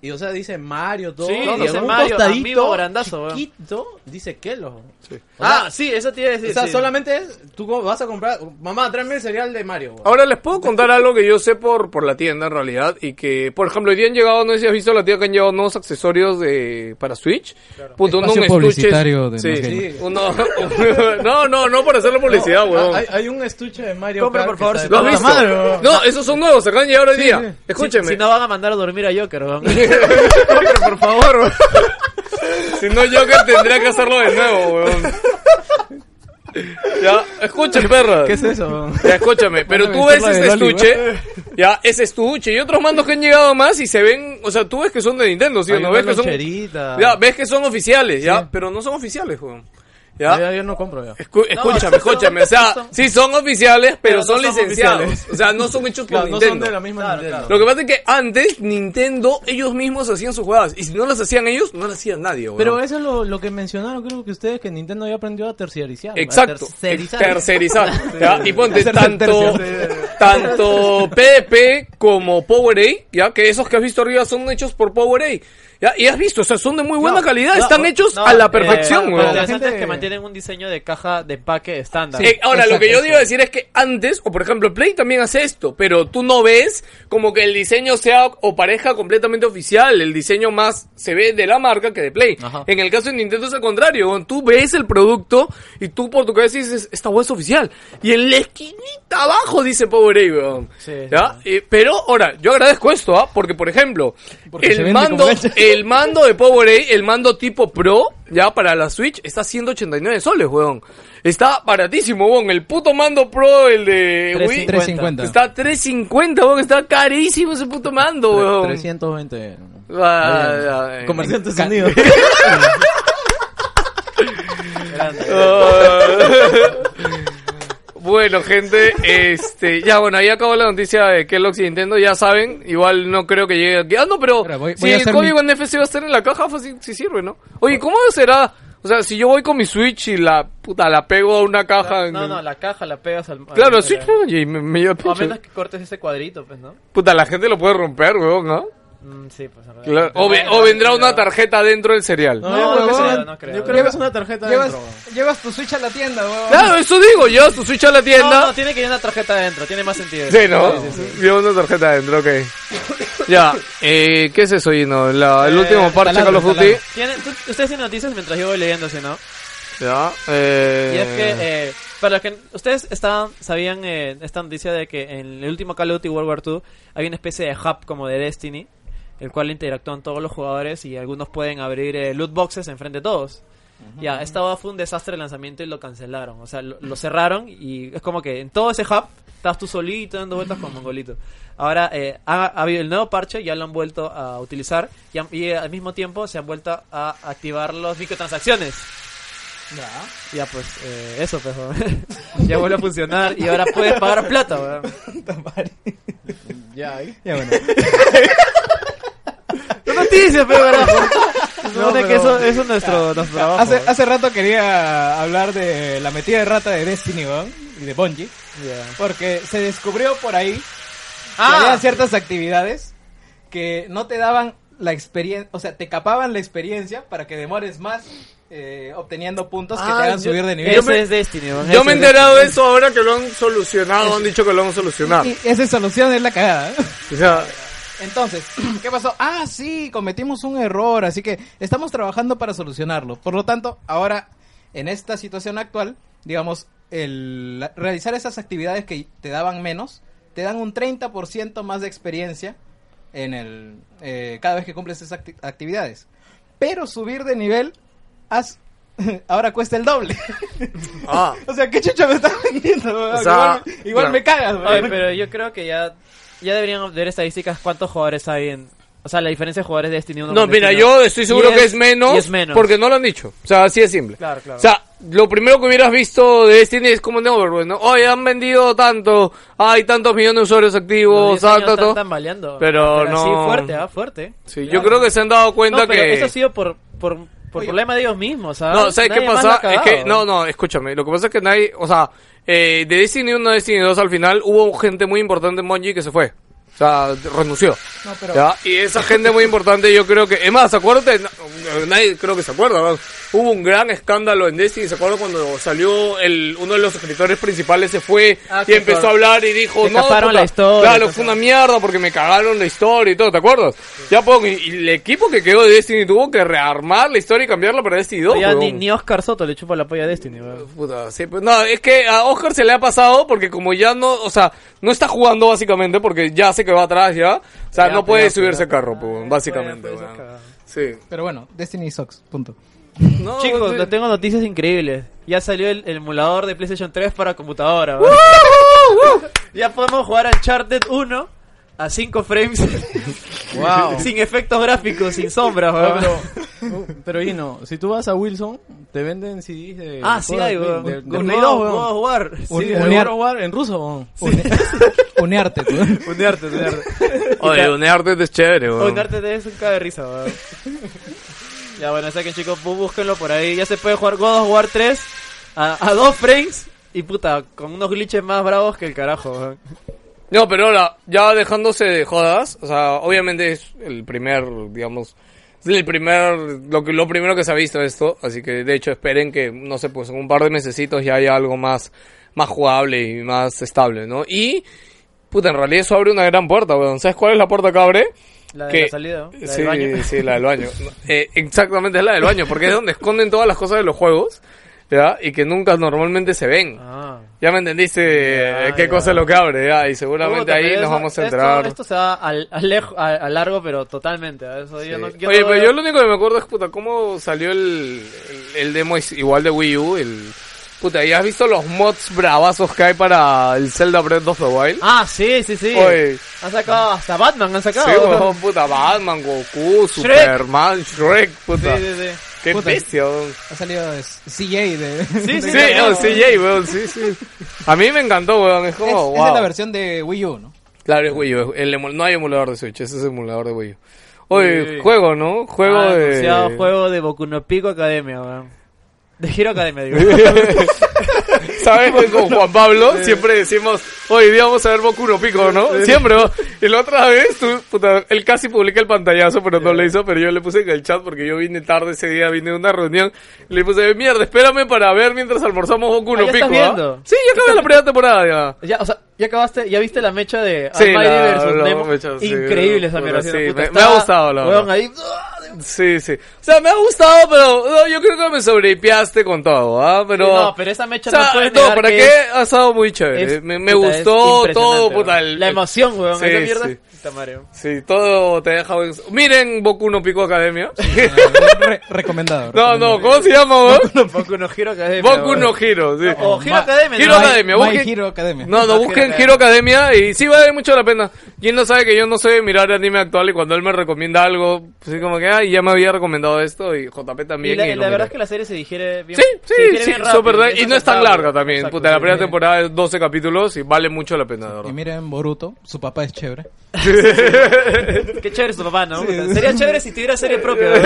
Speaker 3: y, o sea, dice Mario, todo.
Speaker 2: Sí,
Speaker 3: y
Speaker 2: dice
Speaker 3: en un
Speaker 2: Mario,
Speaker 3: costadito
Speaker 2: amigo grandazo, weón.
Speaker 3: chiquito, dice Kelo.
Speaker 2: Ah, sí, eso te iba a decir.
Speaker 3: O sea,
Speaker 2: sí.
Speaker 3: solamente es, tú como vas a comprar, mamá, tráeme el cereal de Mario, weón.
Speaker 1: Ahora les puedo contar (laughs) algo que yo sé por, por la tienda en realidad y que, por ejemplo, hoy día han llegado, no sé si has visto la tienda que han llegado nuevos accesorios de, para Switch. Puto, uno, un
Speaker 4: Espacio
Speaker 1: estuche-
Speaker 4: publicitario de Nos
Speaker 1: sí,
Speaker 3: Gamers.
Speaker 1: uno- (laughs) no, no, no para hacer la publicidad,
Speaker 3: No,
Speaker 1: weón.
Speaker 3: Hay, hay un estuche de Mario.
Speaker 2: Compra,
Speaker 3: Kart
Speaker 2: por
Speaker 3: que
Speaker 2: favor,
Speaker 3: está
Speaker 2: si
Speaker 1: ¿Lo
Speaker 3: de
Speaker 1: has
Speaker 2: puta
Speaker 1: visto?
Speaker 3: puta madre, (laughs) weón.
Speaker 1: No, esos son nuevos, se acaban de llegar hoy día. Escúcheme. (laughs)
Speaker 2: Si, si no van a mandar a dormir a Joker, weón.
Speaker 1: por favor, weón. Si no, Joker tendría que hacerlo de nuevo, weón. Ya, escuchen, perra.
Speaker 4: ¿Qué es eso?
Speaker 1: Ya, escúchame, pero
Speaker 4: Bueno,
Speaker 1: tú
Speaker 4: me
Speaker 1: ves
Speaker 4: hizo la
Speaker 1: este
Speaker 4: de Dolly,
Speaker 1: estuche, ya, ese estuche y otros mandos que han llegado más y se ven, o sea, tú ves que son de Nintendo, ¿sí o
Speaker 3: Hay
Speaker 1: no?
Speaker 3: una
Speaker 1: Ves que son,
Speaker 3: loncherita.
Speaker 1: ya, ves que son oficiales, ya, pero no son oficiales, weón. Ya,
Speaker 3: Ya, yo no compro ya.
Speaker 1: Escu- escúchame, escúchame, o sea, sí son oficiales, pero,
Speaker 2: Pero no
Speaker 1: son
Speaker 2: son
Speaker 1: licenciados,
Speaker 2: oficiales.
Speaker 1: o sea, no son hechos por
Speaker 3: Claro, no son
Speaker 1: Nintendo.
Speaker 3: de la misma Nintendo.
Speaker 1: Lo que pasa es que antes Nintendo ellos mismos hacían sus jugadas y si no las hacían ellos, no las hacía nadie, weón.
Speaker 3: Pero eso es lo, lo que mencionaron, creo que ustedes, que Nintendo ya aprendió a terciarizar.
Speaker 1: Exacto.
Speaker 3: A tercerizar.
Speaker 1: Tercerizar. ¿ya? Y ponte
Speaker 4: Hacerse
Speaker 1: tanto, tanto PDP como PowerA, ya que esos que has visto arriba son hechos por PowerA. ¿ya? Y has visto, o sea, son de muy buena calidad, están hechos
Speaker 2: No,
Speaker 1: a la
Speaker 2: eh,
Speaker 1: perfección,
Speaker 2: lo
Speaker 1: weón.
Speaker 2: interesante
Speaker 4: gente-
Speaker 2: es que mantienen un diseño de caja de empaque estándar.
Speaker 1: Eh, ahora, lo
Speaker 4: exacto,
Speaker 1: que yo digo decir es que antes, o por ejemplo, Play también hace esto, pero tú no ves como que el diseño sea o parezca completamente oficial, el diseño más se ve de la marca que de Play.
Speaker 3: Ajá.
Speaker 1: En el caso de Nintendo es al contrario, tú ves el producto y tú por tu cabeza dices, esta web es oficial. Y en la esquinita abajo dice Power weón. ¿Ya? Eh, pero ahora, yo agradezco esto, ¿ah? Porque, por ejemplo,
Speaker 4: Porque se
Speaker 1: el,
Speaker 4: vende como
Speaker 1: mando,
Speaker 4: gancho.
Speaker 1: el mando de Power el mando tipo Pro, ya para la Switch, está a 189 soles, weón. Está baratísimo, weón. El puto mando Pro, el de Wii,
Speaker 4: 350.
Speaker 1: está a 350, weón. Está carísimo ese puto mando, weón.
Speaker 3: 320.
Speaker 1: Ah, ya, eh.
Speaker 3: Comerciantes Unidos.
Speaker 1: Ah. (laughs) Bueno, gente, este, ya bueno, ahí acabó la noticia de Kellogg's y Nintendo, ya saben, igual no creo que llegue aquí. Ah, no, pero
Speaker 4: Ahora voy-
Speaker 1: si
Speaker 4: voy a
Speaker 1: el
Speaker 4: hacer
Speaker 1: código NFC va a estar en la caja, si sirve, ¿no? Oye, ¿cómo será? O sea, si yo voy con mi Switch y la puta la pego a una caja. en
Speaker 2: No,
Speaker 1: el-
Speaker 2: no, la caja la pegas al... al-
Speaker 1: claro,
Speaker 2: al-
Speaker 1: Switch, oye, y me, me lleva
Speaker 2: O a
Speaker 1: pinche.
Speaker 2: menos que cortes ese cuadrito, pues, ¿no?
Speaker 1: Puta, la gente lo puede romper, weón, ¿no?
Speaker 2: Mm, sí, pues en realidad.
Speaker 1: Claro, o, ve- o vendrá una tarjeta dentro del cereal.
Speaker 3: No,
Speaker 2: No,
Speaker 3: yo creo que es
Speaker 2: huevón,
Speaker 3: una-
Speaker 2: no creo.
Speaker 3: yo creo que es una tarjeta
Speaker 4: Llevas,
Speaker 3: dentro.
Speaker 4: llevas tu Switch a la tienda, weón.
Speaker 1: Claro, eso digo, llevas tu Switch a la
Speaker 2: No, no,
Speaker 1: tienda.
Speaker 2: tiene que ir una tarjeta adentro, tiene más sentido.
Speaker 1: Sí, ¿no? Llevas una tarjeta adentro, ok.
Speaker 2: (coughs)
Speaker 1: Ya, eh, ¿qué es eso, Gino? La- el
Speaker 2: Eh,
Speaker 1: último parche de Call
Speaker 4: taladro,
Speaker 1: of Duty.
Speaker 2: Tiene- tú- ustedes tienen noticias mientras yo voy leyendo, ¿sí, no?
Speaker 1: Ya, eh...
Speaker 2: Y es que, eh, para los que ustedes estaban, sabían eh, esta noticia de que en el último Call of Duty World War II hay una especie de hub como de Destiny, el cual interactúan todos los jugadores y algunos pueden abrir eh, loot boxes enfrente de todos. Ya, esta boda fue un desastre el lanzamiento y lo cancelaron. O sea, lo, lo cerraron y es como que en todo ese hub estás tú solito dando vueltas con Mongolito. Ahora, eh, ha, ha habido el nuevo parche, ya lo han vuelto a utilizar y, han- y al mismo tiempo se han vuelto a activar los microtransacciones.
Speaker 4: Ya.
Speaker 2: Ya, pues, eh, eso, pues, weón. (laughs) Ya vuelve a funcionar y ahora puedes pagar plata, weón.
Speaker 3: (laughs) (laughs) Ya,
Speaker 1: (laughs)
Speaker 3: ahí.
Speaker 4: (laughs) Ya, bueno.
Speaker 2: ¡No noticias, pero, Se
Speaker 3: No,
Speaker 2: supone que
Speaker 3: pero-
Speaker 2: eso, eso es nuestro, nuestro trabajo.
Speaker 4: Hace,
Speaker 3: ¿eh?
Speaker 2: weón.
Speaker 4: hace rato quería hablar de la metida de rata de Destiny, weón. Y de Bungie.
Speaker 2: Ya.
Speaker 4: Porque se descubrió por ahí
Speaker 2: Ah.
Speaker 4: que había ciertas actividades que no te daban la experiencia, o sea, te capaban la experiencia para que demores más eh, obteniendo puntos que te hagan subir de nivel.
Speaker 2: Ese es Destiny, weón.
Speaker 1: Yo
Speaker 2: ese
Speaker 1: me he
Speaker 2: es
Speaker 1: enterado de eso ahora que lo han solucionado, han dicho que lo han solucionado.
Speaker 4: Y esa solución es la cagada. ¿eh?
Speaker 1: O
Speaker 2: (coughs)
Speaker 1: sea,
Speaker 4: Entonces, (clears throat) ¿qué pasó? Ah, sí, cometimos un error, así que estamos trabajando para solucionarlo. Por lo tanto, ahora, en esta situación actual, digamos, el la- realizar esas actividades que te daban menos, te dan un 30% más de experiencia en el eh, cada vez que cumples esas acti- actividades. Pero subir de nivel, haz- (laughs) ahora cuesta el doble. (laughs)
Speaker 1: ah,
Speaker 4: o sea, ¿qué chucha me estás vendiendo? weón?
Speaker 1: O sea,
Speaker 4: igual me- igual
Speaker 1: claro.
Speaker 4: me cagas,
Speaker 2: Oye,
Speaker 4: weón.
Speaker 2: pero yo creo que ya, ya deberían ver estadísticas cuántos jugadores hay en... O sea, la diferencia de jugadores de Destiny 1
Speaker 1: no,
Speaker 2: con
Speaker 1: mira,
Speaker 2: Destiny 2.
Speaker 1: yo estoy seguro
Speaker 2: Y
Speaker 1: que es menos,
Speaker 2: y es menos.
Speaker 1: porque no lo han dicho. O sea, así es simple.
Speaker 2: Claro, claro.
Speaker 1: O sea, lo primero que hubieras visto de Destiny es como en Overwatch, ¿no? Oye, han vendido tanto, hay tantos millones de usuarios activos, tanto,
Speaker 2: están
Speaker 1: todo.
Speaker 2: tambaleando.
Speaker 1: Pero
Speaker 2: Sí,
Speaker 1: no-
Speaker 2: fuerte, ah, fuerte.
Speaker 1: Sí, yo creo que se han dado
Speaker 2: No,
Speaker 1: cuenta
Speaker 2: pero
Speaker 1: que...
Speaker 2: eso ha sido por, por, por
Speaker 4: Oye.
Speaker 2: problema de ellos mismos, ¿sabes?
Speaker 1: No, ¿sabes qué
Speaker 2: Nadie más la
Speaker 1: pasa?
Speaker 2: ha
Speaker 1: Es que,
Speaker 2: cagado.
Speaker 1: no, no, escúchame. Lo que pasa es que nadie, o sea, eh, de Destiny 1 a Destiny 2 al final hubo gente muy importante en Bungie que se fue. O sea, renunció.
Speaker 4: No, pero-
Speaker 1: ¿Ya? Y esa gente muy importante yo creo que... Es más, acuérdate, na- eh, nadie creo que se acuerda, ¿no? Hubo un gran escándalo en Destiny, ¿se acuerdan cuando salió el uno de los escritores principales se fue
Speaker 2: Ah,
Speaker 1: y
Speaker 2: que
Speaker 1: empezó
Speaker 2: por-
Speaker 1: a hablar y dijo...
Speaker 2: se
Speaker 1: no,
Speaker 2: escaparon
Speaker 1: puta,
Speaker 2: la historia,
Speaker 1: Claro,
Speaker 2: cosa".
Speaker 1: fue una mierda porque me cagaron la historia y todo, ¿te acuerdas? Ya, pongo, y, y el equipo que quedó de Destiny tuvo que rearmar la historia y cambiarla para Destiny 2.
Speaker 2: Ya ni,
Speaker 1: huevón.
Speaker 2: ni Oscar Soto le chupa la polla a Destiny, weón.
Speaker 1: Puta, sí, pues, no, es que a Oscar se le ha pasado porque como ya no, o sea, no está jugando básicamente porque ya sé que va atrás ya, o sea,
Speaker 2: Ya,
Speaker 1: no puede
Speaker 2: pues, ya,
Speaker 1: subirse
Speaker 2: pues,
Speaker 1: al carro, pues, básicamente.
Speaker 2: pues, esa
Speaker 1: weón.
Speaker 2: cagada.
Speaker 1: Sí.
Speaker 4: Pero bueno, Destiny sucks, punto.
Speaker 1: No,
Speaker 2: Chicos,
Speaker 1: sí.
Speaker 2: les tengo noticias increíbles. Ya salió el, el emulador de PlayStation 3 para computadora. weón. (laughs) ya podemos jugar Uncharted 1 a 5 frames. (laughs)
Speaker 3: Wow.
Speaker 2: sin efectos gráficos, sin sombras,
Speaker 3: No,
Speaker 4: Ah,
Speaker 2: weón.
Speaker 3: (laughs) pero, uh, pero y no, si tú vas a Wilson, te venden CDs de.
Speaker 2: Ah, sí hay, weón.
Speaker 3: De, de,
Speaker 2: Con
Speaker 3: Play
Speaker 2: modo-
Speaker 3: 2, weón.
Speaker 2: modo jugar.
Speaker 3: Sí,
Speaker 2: Sí,
Speaker 3: de
Speaker 4: Unear-
Speaker 3: World War en ruso, weón.
Speaker 4: (laughs) Unearte, tú.
Speaker 2: Unearte, unearte.
Speaker 1: Oye, unearte es chévere, weón.
Speaker 2: Unearte es un caga de risa, weón. Ya bueno, saquen chicos, bú- búsquenlo por ahí. Ya se puede jugar God of War 3 a, a 2 frames y puta, con unos glitches más bravos que el carajo, weón.
Speaker 1: No, pero ahora, ya dejándose de jodas, o sea, obviamente es el primer, digamos, es el primer, lo, que, lo primero que se ha visto esto, así que de hecho esperen que, no sé, pues en un par de mesecitos ya haya algo más, más jugable y más estable, ¿no? Y, puta, en realidad eso abre una gran puerta, weón. ¿Sabes cuál es la puerta que abre?
Speaker 2: La de
Speaker 1: Que-
Speaker 2: la salida, ¿no? La del
Speaker 1: sí,
Speaker 2: baño.
Speaker 1: sí, la del baño. No, eh, exactamente es la del baño, porque es donde esconden todas las cosas de los juegos, ¿ya? Y que nunca normalmente se ven.
Speaker 2: (laughs) Ah.
Speaker 1: Ya me entendiste eh,
Speaker 2: Ya,
Speaker 1: qué
Speaker 2: ya.
Speaker 1: cosa es lo que abre, ya, y
Speaker 2: Puta,
Speaker 1: seguramente
Speaker 2: pero
Speaker 1: ahí
Speaker 2: eso-
Speaker 1: nos vamos a
Speaker 2: esto-
Speaker 1: entrar.
Speaker 2: Esto, se va al- al lejo- a, a largo, pero totalmente. ¿eh? Eso yo no- yo
Speaker 1: Oye,
Speaker 2: no
Speaker 1: pero
Speaker 2: veo-
Speaker 1: yo lo único que me acuerdo es, puta, cómo salió el, el, el demo is- igual de Wii U, el... Puta, ¿y has visto los mods bravazos que hay para el Zelda Breath of the Wild?
Speaker 2: Ah, sí, sí, sí.
Speaker 1: Oye.
Speaker 2: Han sacado hasta Batman, han sacado.
Speaker 1: sí, weón, puta, Batman, Goku, Superman, Shrek, puta.
Speaker 2: sí, sí, sí.
Speaker 1: Qué
Speaker 4: Puta.
Speaker 1: bestia, weón.
Speaker 4: Ha salido es- CJ de...
Speaker 2: Sí,
Speaker 1: Sí,
Speaker 2: sí, sí,
Speaker 1: oh,
Speaker 2: weón.
Speaker 1: CJ, weón, sí, sí. A mí me encantó, weón, es como,
Speaker 4: (laughs) es,
Speaker 1: Oh, wow.
Speaker 4: Esa es la versión de Wii U, ¿no?
Speaker 1: Claro, es Wii U. El emu- no hay emulador de Switch, ese es emulador de Wii U. Oye,
Speaker 2: Uy, uy.
Speaker 1: juego, ¿no? Juego
Speaker 2: Ah,
Speaker 1: de... (laughs)
Speaker 2: anunciado juego de Boku no Pico Academia, weón. De Hero Academia, digo.
Speaker 1: (laughs) ¿Sabes? Pues Con Juan Pablo siempre decimos, hoy día vamos a ver Boku no Pico, ¿no? Siempre. ¿no? Y la otra vez, tú, puta, él casi publica el pantallazo, pero no le hizo, pero yo le puse en el chat porque yo vine tarde ese día, vine de una reunión. y Le puse, mierda, espérame para ver mientras almorzamos Boku no
Speaker 2: ya
Speaker 1: Pico.
Speaker 2: estás
Speaker 1: ¿ah?".
Speaker 2: viendo.
Speaker 1: Sí, ya acabé la primera temporada ya.
Speaker 2: Ya, o sea, ya acabaste, ya viste la mecha de
Speaker 1: Sí,
Speaker 2: Almighty
Speaker 1: la-
Speaker 2: versus
Speaker 1: la
Speaker 2: Nemo.
Speaker 1: mecha, sí,
Speaker 2: Increíble esa
Speaker 1: puta,
Speaker 2: mierda.
Speaker 1: sí,
Speaker 2: esa puta,
Speaker 1: me-
Speaker 2: está-
Speaker 1: me ha gustado, la
Speaker 2: weón,
Speaker 1: verdad.
Speaker 2: ahí. ¡ah!
Speaker 1: Sí, sí. O sea, me ha gustado, pero no, yo creo que me sobrehipeaste con todo, ¿ah? Pero...
Speaker 2: No, pero esa mecha
Speaker 1: O sea,
Speaker 2: no puedes
Speaker 1: no,
Speaker 2: negar
Speaker 1: ¿para
Speaker 2: que
Speaker 1: qué?
Speaker 2: es-
Speaker 1: Ha estado muy chévere.
Speaker 2: es-
Speaker 1: me me
Speaker 2: puta, es
Speaker 1: gustó todo,
Speaker 2: impresionante,
Speaker 1: puta.
Speaker 2: weón.
Speaker 1: el-
Speaker 2: la emoción, weón.
Speaker 1: Sí,
Speaker 2: esa mierda.
Speaker 1: sí.
Speaker 2: Puta madre, weón. (laughs)
Speaker 1: Sí, todo te deja... buen- Miren Boku no Pico Academia.
Speaker 4: Re- recomendado.
Speaker 1: (laughs) no, no, ¿cómo se llama, weón?
Speaker 2: Boku no Hero Academia.
Speaker 1: Boku no
Speaker 2: weón.
Speaker 1: Hiro, sí.
Speaker 2: O Hero Academia.
Speaker 1: Hero
Speaker 2: ¿no?
Speaker 1: Academia.
Speaker 4: My,
Speaker 1: busquen-
Speaker 4: Hero Academia.
Speaker 1: No, no, busquen Hero Academia y sí vale mucho la pena. ¿Quién no sabe que yo no soy de mirar anime actual y cuando él me recomienda algo, pues, así como que, ay, ya me había recomendado esto y JP
Speaker 2: Y
Speaker 1: también.
Speaker 2: la,
Speaker 1: y
Speaker 2: la
Speaker 1: lo
Speaker 2: verdad
Speaker 1: miro.
Speaker 2: es que la serie se digiere bien.
Speaker 1: Sí, sí,
Speaker 2: se digiere
Speaker 1: sí,
Speaker 2: bien rápido,
Speaker 1: súper
Speaker 2: bien
Speaker 1: y no es tan
Speaker 2: aceptable.
Speaker 1: larga también.
Speaker 2: Exacto,
Speaker 1: Puta, la
Speaker 2: sí.
Speaker 1: primera temporada es 12 capítulos y vale mucho la pena, de
Speaker 4: Y
Speaker 2: (laughs)
Speaker 1: verdad.
Speaker 4: miren Boruto, su papá es chévere.
Speaker 2: Qué chévere su papá, ¿no? Puta, Sería chévere si tuviera serie propia,
Speaker 1: (laughs)
Speaker 2: weón.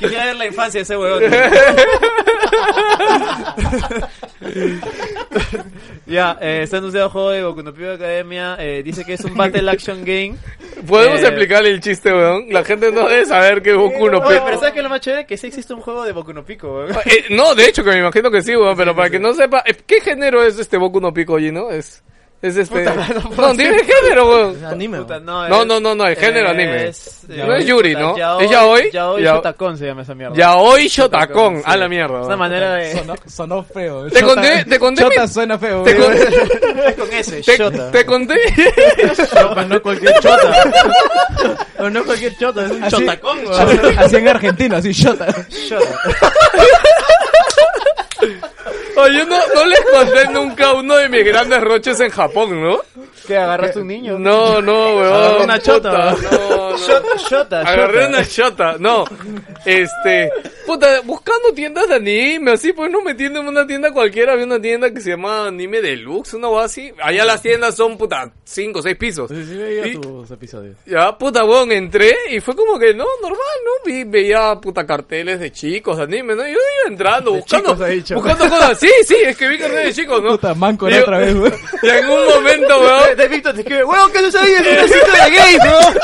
Speaker 2: Quisiera ver la infancia de ese weón. (laughs) ya, eh, está anunciado el juego de Boku no Pico Academia. eh, dice que es un battle action game.
Speaker 1: Podemos
Speaker 2: Eh,
Speaker 1: explicarle el chiste, weón. La gente no debe saber que Goku no
Speaker 2: Oye,
Speaker 1: pe-
Speaker 2: pero ¿sabes qué es lo más chévere? Que sí existe un juego de Boku no Pico, weón.
Speaker 1: Eh, no, de hecho que me imagino que sí, weón, pero para que no sepa, eh, ¿qué género es este Boku no Pico allí, no? Es, es este... no, tiene género,
Speaker 3: Es
Speaker 1: weón.
Speaker 3: anime.
Speaker 2: Puta,
Speaker 3: weón.
Speaker 2: no,
Speaker 1: No,
Speaker 2: es-
Speaker 1: no, no, no, el género
Speaker 2: es-
Speaker 1: anime.
Speaker 2: es-
Speaker 1: No es Yuri, ¿no?
Speaker 2: Yaoi-
Speaker 1: ¿Es yaoi?
Speaker 2: Yaoi
Speaker 1: Yao-
Speaker 2: Shotacon se llama esa mierda.
Speaker 1: Ya hoy Shotacón, a la mierda.
Speaker 2: Es una
Speaker 1: weón.
Speaker 2: manera de...
Speaker 4: Sonó, sonó feo. (laughs)
Speaker 1: Te
Speaker 4: Shota-
Speaker 1: conté- te conté
Speaker 4: Shota
Speaker 1: mi-
Speaker 4: suena feo.
Speaker 1: Te,
Speaker 4: güey.
Speaker 1: con-
Speaker 2: (laughs) Es con ese,
Speaker 1: te-
Speaker 2: Shota.
Speaker 1: te conté...
Speaker 3: No, pues no cualquier chota.
Speaker 2: (laughs)
Speaker 3: Pero no cualquier chota, es un
Speaker 4: Así-
Speaker 3: chotacón, weón.
Speaker 4: Así en Argentina, así Shota.
Speaker 1: Oye, yo no, no les conté nunca uno de mis grandes roches en Japón, ¿no?
Speaker 2: Que agarraste un niño.
Speaker 1: No, no, weón.
Speaker 3: Agarró una chota.
Speaker 1: Puta, no, no.
Speaker 2: Shota, Shota.
Speaker 1: Agarré una chota, no. Este, puta, buscando tiendas de anime, así, pues no metiendo en una tienda cualquiera, había una tienda que se llama Anime Deluxe, una o así. Allá las tiendas son, puta, cinco o seis pisos.
Speaker 3: Sí, sí veía
Speaker 1: Y-
Speaker 3: tus episodios.
Speaker 1: Ya, puta, weón, entré y fue como que, no, normal, ¿no? Vi, veía, puta, carteles de chicos, de anime, ¿no? Y Yo iba entrando, buscando,
Speaker 3: chicos, ha dicho.
Speaker 1: buscando cosas. Sí, sí, es que vi carteles de chicos, ¿no?
Speaker 4: Puta, manco
Speaker 1: Y-
Speaker 4: era otra vez, güey.
Speaker 1: Y en un momento, weón,
Speaker 2: De Víctor te escribe, weón, ¿qué no sabías? Es una cita de gays, weón.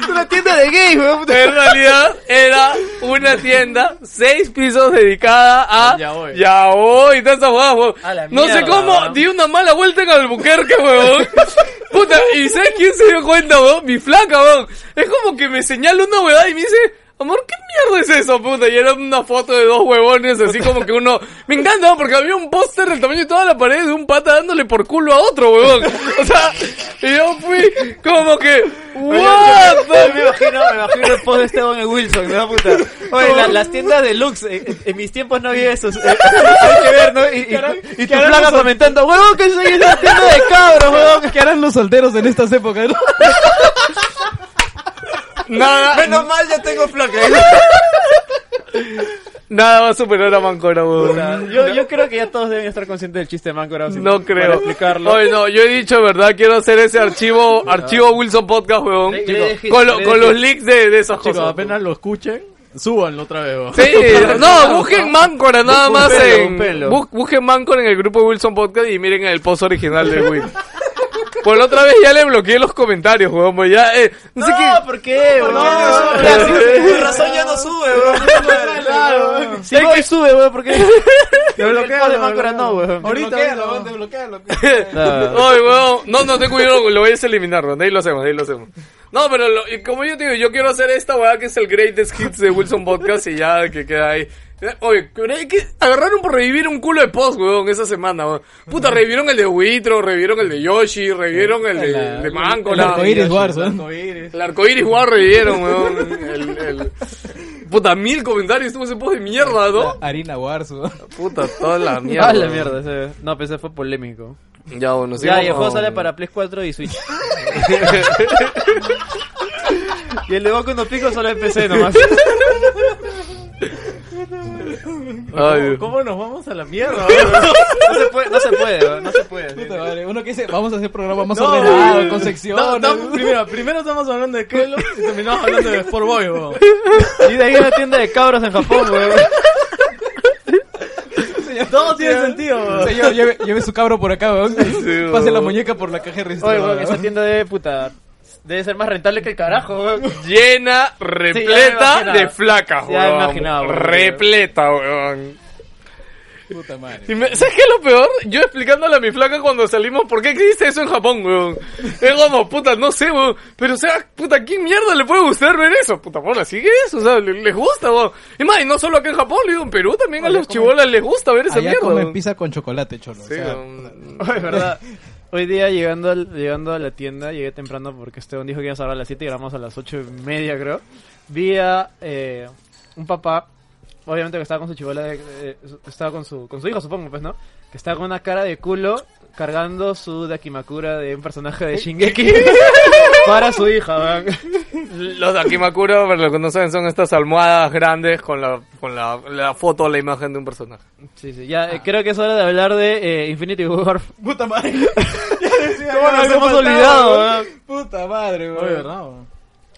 Speaker 2: Es una tienda de gays, weón.
Speaker 1: en realidad era una tienda, seis pisos dedicada a
Speaker 3: Yaoi.
Speaker 1: Yaoi y todas esas huevas, huevón.
Speaker 2: A la
Speaker 1: No sé
Speaker 2: mierda,
Speaker 1: cómo,
Speaker 2: huevón.
Speaker 1: di una mala vuelta en Albuquerque,
Speaker 2: (laughs)
Speaker 1: huevón. Puta, y ¿sabes quién se dio cuenta, huevón? Mi flaca, huevón. Es como que me señala una huevada y me dice... Amor, ¿qué mierda es eso, puta? Y era una foto de dos huevones, así como que uno... Me encanta, ¿no? porque había un póster del tamaño de toda la pared de un pata dándole por culo a otro, huevón. O sea, y yo fui como que... What the
Speaker 2: Me imagino, me imagino el post de Esteban en Wilson, ¿no, puta? Oye, la- las tiendas deluxe, eh, eh, en mis tiempos no había eso. eh, (laughs) hay que ver, ¿no? Y, y, y tu placa comentando, huevón, ¿qué soy? Es una tienda de cabros, huevón.
Speaker 4: ¿Qué harán los solteros en estas épocas? no?
Speaker 1: Nada,
Speaker 2: Menos mal ya tengo placa.
Speaker 1: (laughs) nada va a superar a Mancora, weón.
Speaker 2: Yo, yo creo que ya todos deben estar conscientes del chiste de Mancora. si-
Speaker 1: No creo.
Speaker 2: Para explicarlo.
Speaker 1: Oye, no, yo he dicho, ¿verdad? Quiero hacer ese archivo, archivo Wilson Podcast, weón.
Speaker 2: Le- le dejé-
Speaker 1: Con, lo-
Speaker 2: le
Speaker 1: con
Speaker 2: dejé.
Speaker 1: los leaks de, de esas
Speaker 3: Chicos,
Speaker 1: cosas.
Speaker 3: apenas lo escuchen, súbanlo otra vez,
Speaker 2: (laughs)
Speaker 3: weón.
Speaker 1: Sí, no, busquen Mancora nada más
Speaker 2: Búsquenlo,
Speaker 1: en...
Speaker 2: búsquenlo.
Speaker 1: bus- busquen Mancora en el grupo Wilson Podcast y miren el post original de Will. Por la otra vez ya le bloqueé los comentarios, weón. pues Ya, eh, no sé
Speaker 2: no,
Speaker 1: qué...
Speaker 2: ¿por qué? No,
Speaker 1: no, no.
Speaker 2: Por razón ya no sube, (laughs) weón. Claro. Si no, sube, weón, (laughs) porque... Te bloqueo de Mancora no, weón.
Speaker 4: Ahorita, ahorita, desbloquéalo.
Speaker 1: Ay, weón. No, no, ten cuidado, lo vayas a eliminar, weón. Ahí lo hacemos, ahí lo hacemos. No, pero lo- y como yo te digo, yo quiero hacer esta weá que es el Greatest Hits de Wilson Podcast y ya que queda ahí. Oye, pero hay que agarraron por revivir un culo de post, weón, esa semana, weón. Puta, revivieron el de Huitro, revivieron el de Yoshi, revivieron el de, de Manco,
Speaker 4: El
Speaker 1: la-
Speaker 4: arcoíris Wars, ¿eh?
Speaker 1: el arcoíris War revivieron, weón. El, el- Puta, mil comentarios, tuvo ese post de mierda, ¿no?
Speaker 4: Harina Wars, ¿no?
Speaker 1: Puta, toda la mierda.
Speaker 2: Ah, la
Speaker 1: weón.
Speaker 2: mierda. ese- No, pensé fue polémico.
Speaker 1: Ya, bueno,
Speaker 2: Ya,
Speaker 1: sigamos
Speaker 2: y el juego
Speaker 1: con-
Speaker 2: sale para Play 4 y Switch. (laughs) y el de Boku no Pico solo en PC nomás.
Speaker 1: Ay, Dios.
Speaker 3: (laughs) ¿Cómo nos vamos a la mierda,
Speaker 2: (laughs)
Speaker 3: weón?
Speaker 2: No se puede, no se puede, weón, no se puede.
Speaker 4: Puta madre, Uno que dice, vamos a hacer programa más
Speaker 3: No,
Speaker 4: ordenado, con
Speaker 3: No,
Speaker 4: secciones.
Speaker 3: estamos- primero, primero estamos hablando de Kelo y terminamos
Speaker 2: (laughs)
Speaker 3: hablando de Sport Boy, weón.
Speaker 2: Y de ahí una tienda de cabros en Japón, weón.
Speaker 4: Señor,
Speaker 3: Todo tiene sentido, weón.
Speaker 4: Señor, lleve, lleve su cabro por acá, weón.
Speaker 1: weón.
Speaker 4: (laughs) Pase la muñeca por la caja
Speaker 2: Oye,
Speaker 4: registradora.
Speaker 2: weón, esa
Speaker 4: weón.
Speaker 2: tienda de puta. Debe ser más rentable que el carajo, weón.
Speaker 1: Llena, repleta
Speaker 2: imaginaba.
Speaker 1: de flacas,
Speaker 2: Sí, ya
Speaker 1: weón.
Speaker 2: imaginaba, weón.
Speaker 1: Repleta, weón.
Speaker 4: Puta madre.
Speaker 1: Y me- ¿Sabes qué es lo peor? Yo explicándole a mi flaca cuando salimos por qué existe eso en Japón, weón. Es como, puta, no sé, weón. Pero, o sea, puta, ¿qué mierda le puede gustar ver eso? Puta, bueno, así que es, o sea, le- les gusta, weón. Y más, y no solo acá en Japón, le digo, en Perú también a
Speaker 4: Allá
Speaker 1: los
Speaker 4: comen-
Speaker 1: chibolas les gusta ver esa
Speaker 4: Allá
Speaker 1: mierda,
Speaker 4: comen
Speaker 1: weón.
Speaker 4: pizza con chocolate, cholo. o
Speaker 1: Sí,
Speaker 2: (laughs)
Speaker 4: sea,
Speaker 1: weón.
Speaker 2: Oye, verdad. Hoy día llegando, al- llegando a la tienda, llegué temprano porque Esteban dijo que íbamos a grabar a las 7 y grabamos a las 8 y media, creo. Vi a eh, un papá, obviamente que estaba con su chivola, de- eh, su- estaba con su, con su hijo, supongo, pues, ¿no? Que estaba con una cara de culo cargando su Dakimakura de un personaje de Shingeki (laughs) para su hija, man.
Speaker 1: Los de Akimakura, para los que no saben, son estas almohadas grandes con la, con la, la foto o la imagen de un personaje.
Speaker 2: Sí, sí, ya eh, creo que es hora de hablar de eh, Infinity War.
Speaker 4: Puta (laughs) madre.
Speaker 2: ¿Cómo nos hemos olvidado, weón?
Speaker 4: Puta madre, weón.
Speaker 3: Oye, ¿verdad, weón?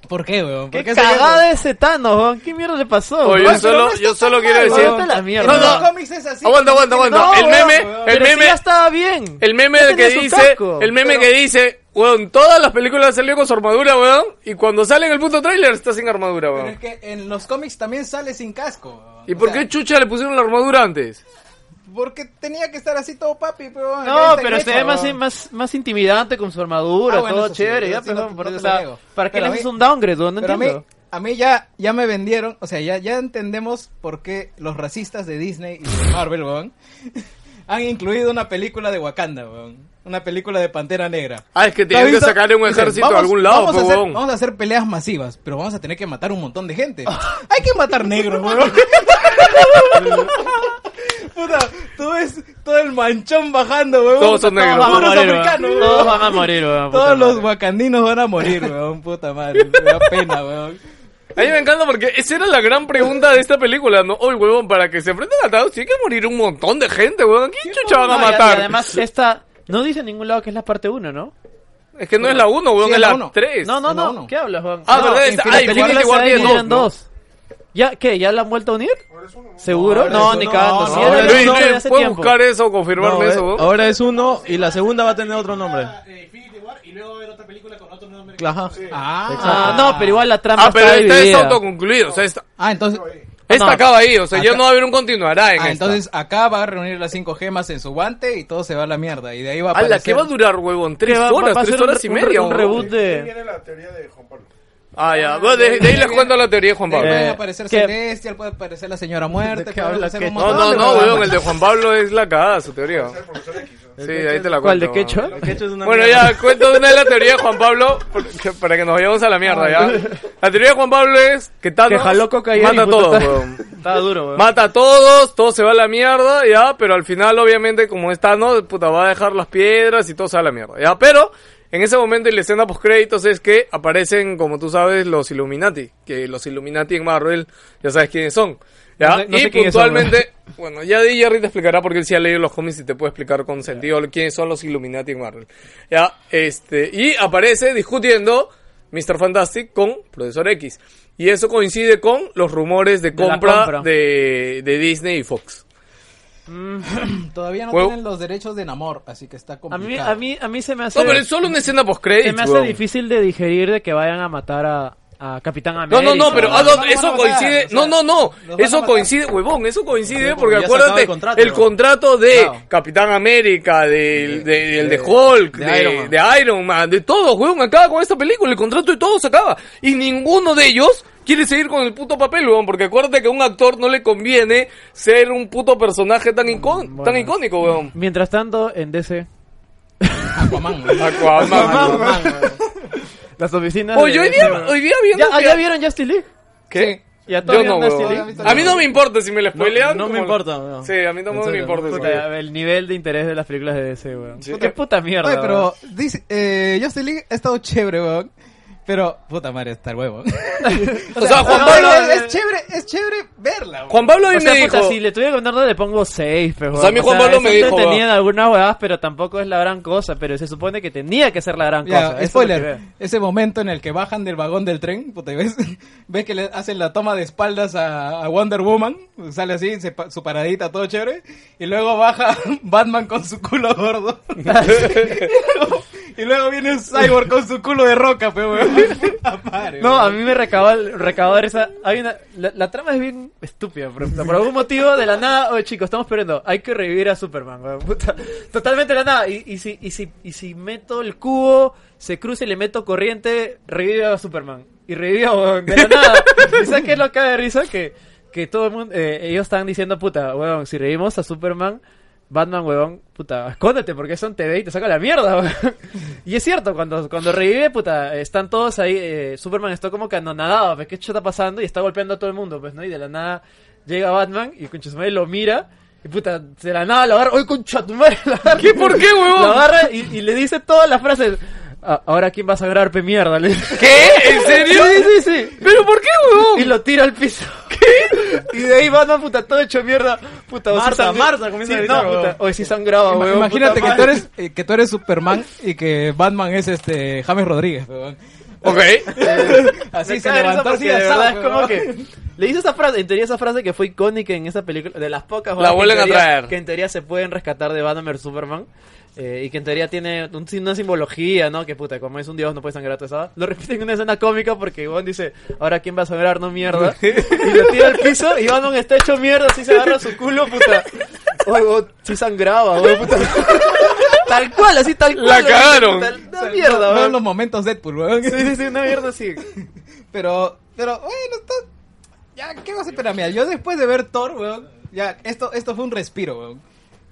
Speaker 4: ¿Por qué, weón? ¿Por
Speaker 2: ¡Qué
Speaker 4: qué hacer eso?
Speaker 2: cagada ese Thanos, weón! ¿Qué mierda le pasó?
Speaker 1: Oye,
Speaker 2: weón?
Speaker 1: yo solo, yo solo quiero
Speaker 2: mal,
Speaker 1: decir...
Speaker 2: weón, vete a la mierda.
Speaker 1: No, no,
Speaker 4: Los cómics es así.
Speaker 1: aguanta, aguanta, aguanta.
Speaker 2: No,
Speaker 1: el
Speaker 2: weón,
Speaker 1: meme,
Speaker 2: weón.
Speaker 1: el
Speaker 2: Pero si
Speaker 1: meme,
Speaker 2: ya estaba bien.
Speaker 1: el meme
Speaker 2: Ya
Speaker 1: del que
Speaker 2: tenía su
Speaker 1: dice,
Speaker 2: casco.
Speaker 1: el meme que dice, weón, todas las películas han salido con su armadura, weón, y cuando sale en el puto tráiler está sin armadura,
Speaker 4: Pero es
Speaker 1: weón.
Speaker 4: que en los cómics también sale sin casco. weón.
Speaker 1: ¿Y
Speaker 4: O
Speaker 1: por
Speaker 4: sea,
Speaker 1: qué chucha le pusieron la armadura antes?
Speaker 4: Porque tenía que estar así todo papi, pero...
Speaker 2: No, pero se ve más, más, más intimidante con su armadura,
Speaker 4: Ah, bueno,
Speaker 2: todo
Speaker 4: eso sí,
Speaker 2: chévere.
Speaker 4: yo
Speaker 2: ya,
Speaker 4: sí
Speaker 2: pues,
Speaker 4: no-
Speaker 2: vamos,
Speaker 4: no
Speaker 2: por
Speaker 4: te
Speaker 2: eso,
Speaker 4: lo
Speaker 2: o sea,
Speaker 4: niego.
Speaker 2: ¿Para qué
Speaker 4: Pero
Speaker 2: le
Speaker 4: a
Speaker 2: haces
Speaker 4: mí-
Speaker 2: un downgrade? weón? No
Speaker 4: Pero a mí,
Speaker 2: entiendo.
Speaker 4: a mí ya, ya me vendieron, o sea, ya, ya entendemos por qué los racistas de Disney y de Marvel, weón, (laughs) han incluido una película de Wakanda, weón. Una película de Pantera Negra.
Speaker 1: Ah, es que
Speaker 4: ¿Tú
Speaker 1: tenían
Speaker 4: has
Speaker 1: que
Speaker 4: visto?
Speaker 1: sacar un
Speaker 4: Dicen,
Speaker 1: ejército a algún lado,
Speaker 4: vamos a,
Speaker 1: pues,
Speaker 4: hacer,
Speaker 1: weón.
Speaker 4: vamos a hacer peleas masivas, pero vamos a tener que matar un montón
Speaker 2: (laughs)
Speaker 4: de gente. Hay que matar negros, weón. Puta, tú ves todo el manchón bajando, weón.
Speaker 1: Todos son
Speaker 2: Todos
Speaker 1: negros.
Speaker 2: van a
Speaker 4: puros
Speaker 2: morir, weón.
Speaker 4: africanos,
Speaker 2: Todos
Speaker 4: weón.
Speaker 2: van a morir, weón, Ah, puta
Speaker 4: Todos los
Speaker 2: madre.
Speaker 4: wakandinos van
Speaker 2: (laughs)
Speaker 4: a morir, weón. Puta madre, me da pena, weón.
Speaker 1: A mí me encanta porque esa era la gran pregunta de esta película, ¿no? Oye, huevón, para que se enfrenten a Thanos tiene que morir un montón de gente, huevón. ¿Quién chucha van a
Speaker 2: No, y- y
Speaker 1: matar?
Speaker 4: (laughs)
Speaker 2: además, esta no dice en ningún lado que es la parte 1, ¿no?
Speaker 1: es que no es la 1, huevón,
Speaker 4: Sí,
Speaker 1: es
Speaker 4: es la
Speaker 1: la
Speaker 4: uno.
Speaker 1: 3.
Speaker 2: No, no,
Speaker 4: no,
Speaker 2: no.
Speaker 4: no.
Speaker 2: ¿Qué hablas, Juan?
Speaker 1: Ah,
Speaker 2: no,
Speaker 1: verdad,
Speaker 2: en
Speaker 1: está-
Speaker 2: fin,
Speaker 1: ah,
Speaker 2: la
Speaker 1: Infinity
Speaker 2: película
Speaker 1: War
Speaker 2: se
Speaker 1: tiene
Speaker 2: divide
Speaker 1: dos,
Speaker 2: en
Speaker 1: ¿no?
Speaker 2: dos. ¿Ya, ¿Qué? ¿Ya la han vuelto a unir? ¿Seguro?
Speaker 4: Ahora
Speaker 2: No,
Speaker 4: es
Speaker 2: ni
Speaker 4: uno,
Speaker 2: cagando.
Speaker 4: no,
Speaker 2: Sí,
Speaker 3: no,
Speaker 2: era el
Speaker 1: Luis,
Speaker 2: nombre de
Speaker 1: Luis,
Speaker 2: hace
Speaker 1: ¿puedes
Speaker 2: tiempo.
Speaker 1: buscar eso o confirmarme
Speaker 3: No,
Speaker 1: eso,
Speaker 3: eh,
Speaker 1: huevón?
Speaker 3: ahora es uno y la segunda va a tener otro nombre. Ajá.
Speaker 2: Ah, no, pero igual la trama
Speaker 1: Ah, pero
Speaker 2: está
Speaker 1: esta es
Speaker 2: dividida.
Speaker 1: autoconcluido, o sea, esta,
Speaker 4: Ah, entonces.
Speaker 1: esta
Speaker 2: No.
Speaker 1: acaba ahí, o sea, ya
Speaker 4: Acá-
Speaker 1: no va a haber un continuará en esta.
Speaker 4: Ah, entonces acá va a reunir las cinco gemas en su guante y todo se va a la mierda. Y de ahí va a
Speaker 1: A la
Speaker 4: aparecer...
Speaker 1: que va a durar, huevón,
Speaker 2: Que
Speaker 1: tres
Speaker 2: va- va-
Speaker 1: horas,
Speaker 2: va a
Speaker 1: tres
Speaker 2: ser un-
Speaker 1: horas y
Speaker 2: un-
Speaker 1: media,
Speaker 2: Un
Speaker 1: huevón.
Speaker 2: reboot de...
Speaker 9: viene la teoría de Juan Pablo.
Speaker 1: Ah, ya, bueno, de, de ahí les cuento la teoría de Juan
Speaker 4: de ahí
Speaker 1: Pablo.
Speaker 4: puede
Speaker 2: Eh,
Speaker 4: aparecer
Speaker 2: ¿qué?
Speaker 4: Celestial, puede aparecer la señora muerte, puede
Speaker 3: habla?
Speaker 4: aparecer
Speaker 3: ¿Qué?
Speaker 4: un
Speaker 1: No,
Speaker 4: montón
Speaker 1: no,
Speaker 4: de
Speaker 1: no,
Speaker 4: programas.
Speaker 1: huevón, el de Juan Pablo es la cagada, su teoría.
Speaker 9: El profesor X. ¿no?
Speaker 1: Sí, ahí te la cuento.
Speaker 2: ¿Cuál, de
Speaker 1: huevón.
Speaker 2: Quechua?
Speaker 1: Bueno, ya, cuento una de la teoría de Juan Pablo, porque- para que nos vayamos a la mierda, ya. La teoría de Juan Pablo es que Thanos
Speaker 2: Que jaló coca ayer
Speaker 1: mata
Speaker 2: y
Speaker 1: a
Speaker 2: puta,
Speaker 1: todos,
Speaker 2: está-
Speaker 1: huevón.
Speaker 2: (laughs) Estaba duro, weón.
Speaker 1: Mata a todos, todo se va a la mierda, ya, pero al final, obviamente, como está, ¿no? Puta, va a dejar las piedras y todo se va a la mierda, ya, pero... En ese momento, en la escena post-créditos, es que aparecen, como tú sabes, los Illuminati. Que los Illuminati en Marvel, ya sabes quiénes son. ¿ya?
Speaker 2: No sé- no sé
Speaker 1: y
Speaker 2: quiénes son,
Speaker 1: puntualmente, (laughs) bueno, ya de Jerry te explicará porque él sí ha leído los cómics y te puede explicar con sentido quiénes son los Illuminati en Marvel. ¿ya? Este, y aparece discutiendo Mr. Fantastic con Profesor X. Y eso coincide con los rumores de
Speaker 2: De la
Speaker 1: compra de,
Speaker 2: compra.
Speaker 1: de Disney y Fox.
Speaker 4: Todavía no
Speaker 1: Huevo.
Speaker 4: tienen los derechos de Namor, así que está
Speaker 2: A mí,
Speaker 4: complicado.
Speaker 2: a, mí, a mí se me hace...
Speaker 1: No, pero es solo una escena
Speaker 2: Se
Speaker 1: post-créditos.
Speaker 2: me hace
Speaker 1: weón.
Speaker 2: difícil de digerir de que vayan a matar a, a Capitán
Speaker 1: No,
Speaker 2: América.
Speaker 1: no, no, pero ah, no,
Speaker 4: Los van a
Speaker 1: eso
Speaker 4: matar,
Speaker 1: coincide.
Speaker 4: o sea,
Speaker 1: no, no, no.
Speaker 4: los van a
Speaker 1: Eso
Speaker 4: matar.
Speaker 1: coincide, huevón, eso coincide porque
Speaker 3: ya se acaba
Speaker 1: acuérdate, el
Speaker 3: el
Speaker 1: contrato,
Speaker 3: contrato, ¿no?
Speaker 1: de
Speaker 4: Claro.
Speaker 1: Capitán América, del de, del de Hulk, de,
Speaker 3: de
Speaker 1: de Iron
Speaker 3: Iron Man.
Speaker 1: Man, de todos, huevón, acaba con esta película. El contrato de todos acaba. Y ninguno de ellos quiere seguir con el puto papel, huevón, porque acuérdate que a un actor no le conviene ser un puto personaje tan, icon- tan icónico, huevón.
Speaker 2: Mientras tanto, en DC,
Speaker 4: Aquaman, weón.
Speaker 1: Aquaman, (laughs) huevón.
Speaker 4: Aquaman, weón.
Speaker 2: las oficinas...
Speaker 1: Oye,
Speaker 2: de-
Speaker 1: Oh, hoy día, hoy día viendo.
Speaker 2: ¿Ya, ah,
Speaker 1: que-
Speaker 2: ¿Ya vieron Justice League?
Speaker 1: ¿Qué?
Speaker 2: Ya
Speaker 1: Yo
Speaker 2: todos
Speaker 1: no,
Speaker 2: vieron Justice
Speaker 1: huevón.
Speaker 2: League.
Speaker 1: A mí no me importa si me la spoilean.
Speaker 3: No me
Speaker 1: como-
Speaker 3: importa. no.
Speaker 1: Sí, a mí no
Speaker 3: En
Speaker 1: me
Speaker 3: serio,
Speaker 1: importa eso.
Speaker 3: puta,
Speaker 1: huevón.
Speaker 2: Puta, el nivel de interés de las películas de DC, weón.
Speaker 1: Sí.
Speaker 2: Qué puta mierda.
Speaker 4: Oye,
Speaker 2: weón.
Speaker 4: pero dice, eh, Justin League ha estado chévere, weón. Pero, puta madre, está
Speaker 2: (laughs)
Speaker 4: el huevo.
Speaker 1: O
Speaker 2: Ah,
Speaker 1: sea, Juan Pablo,
Speaker 2: eh.
Speaker 4: es chévere, es chévere verla. güey.
Speaker 1: Juan Pablo a mí
Speaker 2: O sea,
Speaker 1: me
Speaker 2: puta,
Speaker 1: dijo,
Speaker 2: si le tuviera que contar, no le pongo pues, 6, pero.
Speaker 1: O sea, a mí Juan Pablo me dijo, ah.
Speaker 2: tenían algunas huevadas, pero tampoco es la gran cosa. Pero se supone que tenía que ser la gran cosa. eso es
Speaker 4: Ya,
Speaker 2: lo que
Speaker 4: spoiler,
Speaker 2: veo.
Speaker 4: ese momento en el que bajan del vagón del tren, puta, ¿ves? (laughs) ves que le hacen la toma de espaldas a, a Wonder Woman, sale así, se pa- su paradita, todo chévere, y luego baja (laughs) Batman con su
Speaker 2: (laughs)
Speaker 4: culo gordo, y, luego, y luego viene Cyborg con su culo de roca, pero
Speaker 2: No, a mí me recabó el recabador esa. Hay una, la, la trama es bien estúpida, pero puta, por algún motivo de la nada. Oye, chicos, estamos perdiendo. Hay que revivir a Superman, weón, puta. Totalmente de la nada. Y, y si, y, si, y si meto el cubo, se cruza y le meto corriente, revive a Superman. Y revive weón, de la nada. (laughs) ¿Y sabes qué es lo que da de risa? Que, que todo el mundo. eh, ellos están diciendo, puta, weón, si revivimos a Superman. Batman, huevón, puta, escóndete porque son TV y te saca la mierda, huevón. Y es cierto, cuando, cuando revive, puta, están todos ahí, eh, Superman está como que anonadado, pues qué chucha está pasando y está golpeando a todo el mundo, pues, ¿no? Y de la nada llega Batman y concha su madre lo mira y puta, de la nada lo agarra, ¡oy concha tu madre! Lo agarra,
Speaker 1: ¿Qué? ¿Por qué, huevón?
Speaker 2: Lo agarra y, y le dice todas las frases. "Ah, Ahora quién va a sangrar, pe mierda. le dice.
Speaker 1: ¿qué? ¿En serio?
Speaker 2: Sí, sí, sí.
Speaker 1: ¿Pero por qué, huevón?
Speaker 2: Y lo tira al piso.
Speaker 5: (laughs)
Speaker 2: ¿Qué? Y de ahí Batman, puta, todo hecho mierda. Puta, o sí
Speaker 5: Marta,
Speaker 2: sangre-
Speaker 5: Marta comienza a
Speaker 2: sí,
Speaker 5: gritar,
Speaker 2: no,
Speaker 5: huevón.
Speaker 2: puta, hoy sí sangraba,
Speaker 4: Ima-
Speaker 2: huevón,
Speaker 4: Imagínate
Speaker 2: Ah, puta
Speaker 4: que tú,
Speaker 2: madre.
Speaker 4: eres, eh, que tú eres Superman y que Batman es este James Rodríguez. weón.
Speaker 1: Ok.
Speaker 4: Así
Speaker 2: Me
Speaker 4: se
Speaker 2: cae risa
Speaker 4: levantó
Speaker 2: porque
Speaker 4: así
Speaker 2: de
Speaker 4: asado,
Speaker 2: verdad es como
Speaker 4: weón.
Speaker 2: que le hice esa frase, en teoría esa frase que fue icónica en esa película, de las pocas
Speaker 1: La
Speaker 2: que en
Speaker 1: vuelven a
Speaker 2: teoría-
Speaker 1: traer.
Speaker 2: que en teoría se pueden rescatar de Batman vs Superman. eh, y que en teoría tiene un, una simbología, ¿no? Que puta, como es un dios no puede sangrar toda esa. va. Lo repiten en una escena cómica porque Batman dice, ahora quién va a sangrar, no mierda. Y lo tira al piso y Batman está hecho mierda, así se agarra su culo, puta. Oye, oh, sí sangraba, weón, puta. Tal cual, así tal cual.
Speaker 1: La cagaron.
Speaker 2: Puta, Una
Speaker 4: O sea,
Speaker 2: mierda,
Speaker 4: no- no
Speaker 2: weón.
Speaker 4: los momentos Deadpool, weón.
Speaker 2: Sí, sí, sí, una mierda así.
Speaker 4: Pero, pero, bueno, está... Ya, ¿qué vas a esperar? Mira, yo después de ver Thor, weón, ya, esto, esto fue un respiro, weón.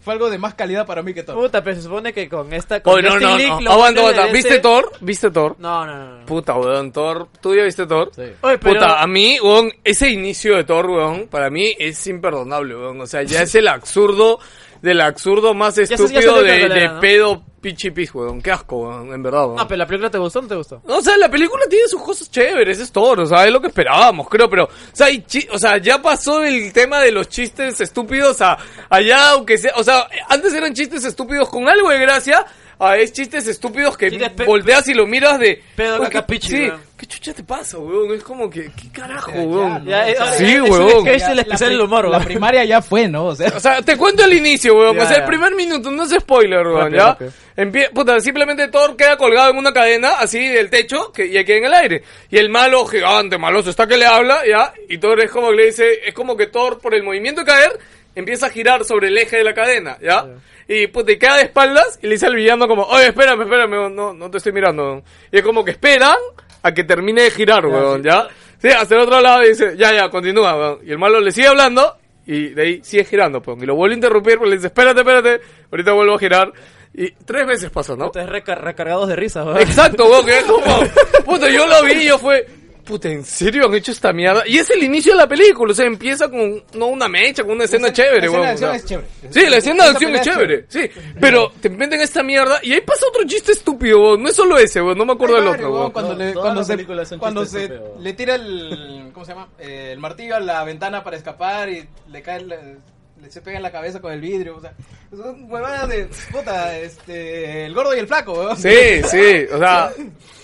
Speaker 4: Fue algo de más calidad para mí que Thor.
Speaker 2: Puta, pero se supone que con esta. Con
Speaker 1: Oye, no,
Speaker 2: Justin
Speaker 1: no, Ah,
Speaker 2: League,
Speaker 1: no.
Speaker 2: lo
Speaker 1: Aguanta,
Speaker 2: que
Speaker 1: aguanta.
Speaker 2: merece-
Speaker 1: ¿Viste Thor? ¿Viste Thor?
Speaker 2: No, no, no. no.
Speaker 1: Puta, weón, Thor. ¿Tú ya viste Thor?
Speaker 3: Sí.
Speaker 2: Oye, pero.
Speaker 1: Puta, a mí, weón, ese inicio de Thor, weón, para mí es imperdonable, weón. O sea, ya es el absurdo del absurdo más
Speaker 2: sé- ya sé
Speaker 1: estúpido
Speaker 2: de qué
Speaker 1: de,
Speaker 2: hablar,
Speaker 1: de
Speaker 2: ¿no?
Speaker 1: pedo pichipis, weón. Qué asco, weón, en verdad, weón.
Speaker 2: No, pero la película te gustó o no te gustó.
Speaker 1: O sea, la película tiene sus cosas chéveres, es todo, o sea, es lo que esperábamos, creo, pero, o sea, hay chi- o sea, ya pasó el tema de los chistes estúpidos a, allá, aunque sea, o sea, antes eran chistes estúpidos con algo de gracia, a es chistes estúpidos que
Speaker 2: Sí, de pe-
Speaker 1: volteas y lo miras de...
Speaker 2: Pedo
Speaker 1: "Uy, qué-
Speaker 2: cacapichi,
Speaker 1: sí,
Speaker 2: weón".
Speaker 1: ¿qué chucha te pasa, weón? Es como que, ¿qué carajo, weón?
Speaker 2: Ya, eh,
Speaker 1: Sí,
Speaker 2: eh, es un
Speaker 1: huevón.
Speaker 2: sketch del
Speaker 4: La
Speaker 2: especial
Speaker 4: pri-
Speaker 2: del humor,
Speaker 4: La
Speaker 2: weón.
Speaker 4: primaria ya fue, ¿no? O sea,
Speaker 1: O sea, te cuento el inicio, weón.
Speaker 2: Ya,
Speaker 1: o sea, el
Speaker 2: ya.
Speaker 1: primer minuto, no es spoiler, weón,
Speaker 2: Rápido,
Speaker 1: ¿ya?
Speaker 2: rápido.
Speaker 1: Empie- puta, simplemente Thor queda colgado en una cadena, así del techo, que, y aquí en el aire. Y el malo, gigante, maloso, está que le habla, ¿ya? Y Thor es como que le dice, es como que Thor, por el movimiento de caer, empieza a girar sobre el eje de la cadena, ¿ya? Y puta, y queda de espaldas, y le dice al villano como, oye, espérame, espérame, weón, no, no te estoy mirando, weón. Y es como que esperan a que termine de girar, weón, ¿ya? Sí, hacia el otro lado y dice, ya, ya, continúa, weón. Y el malo le sigue hablando, y de ahí sigue girando, weón. Y lo vuelve a interrumpir, pero le dice, espérate, espérate, ahorita vuelvo a girar. Y tres veces pasó, ¿no?
Speaker 2: Ustedes reca- recargados de risa, weón.
Speaker 1: Exacto, weón, que es como, puta, yo lo vi y yo fue, puta, ¿en serio han hecho esta mierda? Y es el inicio de la película, o sea, empieza con, no una mecha, con una escena chévere,
Speaker 4: la
Speaker 1: weón.
Speaker 4: escena de acción
Speaker 1: o sea.
Speaker 4: es chévere.
Speaker 1: Sí, la escena de
Speaker 4: Esa
Speaker 1: acción es
Speaker 4: pelea
Speaker 1: chévere, sí. Pero te meten esta mierda y ahí pasa otro chiste estúpido, weón. No es solo ese, weón, no me acuerdo del
Speaker 4: Claro,
Speaker 1: otro,
Speaker 4: weón,
Speaker 1: weón.
Speaker 4: Cuando,
Speaker 3: No,
Speaker 4: le,
Speaker 3: todas
Speaker 4: cuando
Speaker 3: las películas
Speaker 4: se,
Speaker 3: son
Speaker 4: cuando
Speaker 3: chistes
Speaker 4: se
Speaker 3: estúpidos, weón.
Speaker 4: le tira el, ¿cómo se llama? Eh, el martillo a la ventana para escapar y le cae, la- le, se pega en la cabeza con el vidrio, o sea, son huevadas de, puta, este, el gordo y el flaco, weón.
Speaker 1: Sí, sí, o sea,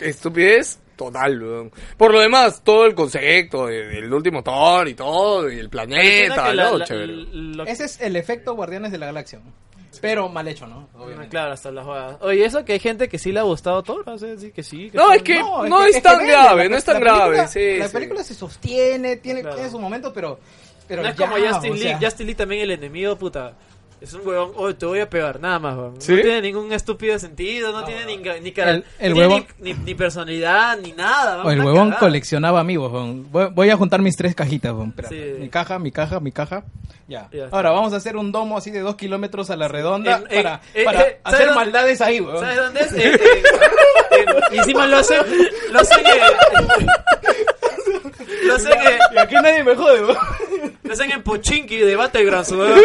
Speaker 1: estupidez total, weón. Por lo demás, todo el concepto de- del último Thor y todo, y el planeta,
Speaker 2: Que la-
Speaker 1: todo
Speaker 2: la-
Speaker 1: chévere.
Speaker 2: lo-
Speaker 4: Ese es el efecto Guardianes de la Galaxia, ¿no? pero mal hecho, ¿no? Obviamente.
Speaker 2: Claro, hasta las jugadas. Oye, eso que hay gente que sí le ha gustado todo, o sea, sí, que sí. que
Speaker 1: No,
Speaker 2: sí.
Speaker 1: es que no, es, tan
Speaker 4: vende,
Speaker 1: grave,
Speaker 4: la-
Speaker 1: no es tan
Speaker 4: la película-
Speaker 1: grave, sí.
Speaker 4: La
Speaker 1: sí.
Speaker 4: película se sostiene, tiene,
Speaker 2: Claro.
Speaker 4: tiene su momento, pero. pero
Speaker 2: No es
Speaker 4: ya,
Speaker 2: como Justin
Speaker 4: o
Speaker 2: League.
Speaker 4: sea,
Speaker 2: Justin League también el enemigo, puta. Es un huevón, oh, te voy a pegar, nada más, huevón.
Speaker 1: ¿Sí?
Speaker 2: No tiene ningún estúpido sentido, no, tiene ni, ga- ni, cara-
Speaker 4: El- el
Speaker 2: no tiene
Speaker 4: huevón-
Speaker 2: ni, ni- ni personalidad, ni nada.
Speaker 4: o
Speaker 2: huevón,
Speaker 4: el
Speaker 2: una
Speaker 4: huevón
Speaker 2: cagada.
Speaker 4: coleccionaba amigos. huevón. Voy, voy a juntar mis tres cajitas. huevón. Espera,
Speaker 2: Sí.
Speaker 4: Mi caja, mi caja, mi caja. Ya.
Speaker 2: Ya está.
Speaker 4: Ahora vamos a hacer un domo así de dos kilómetros a la redonda
Speaker 2: En- en-
Speaker 4: para,
Speaker 2: eh,
Speaker 4: para
Speaker 2: eh, ¿sabes
Speaker 4: hacer
Speaker 2: dónde-
Speaker 4: maldades ahí. huevón.
Speaker 2: ¿Sabes dónde es? Eh, eh, (laughs) en- encima lo hacen. Lo hacen. en- lo hacen en-
Speaker 4: (laughs) Y aquí nadie me jode. huevón.
Speaker 2: lo hacen en Pochinki de Battlegrounds, weón.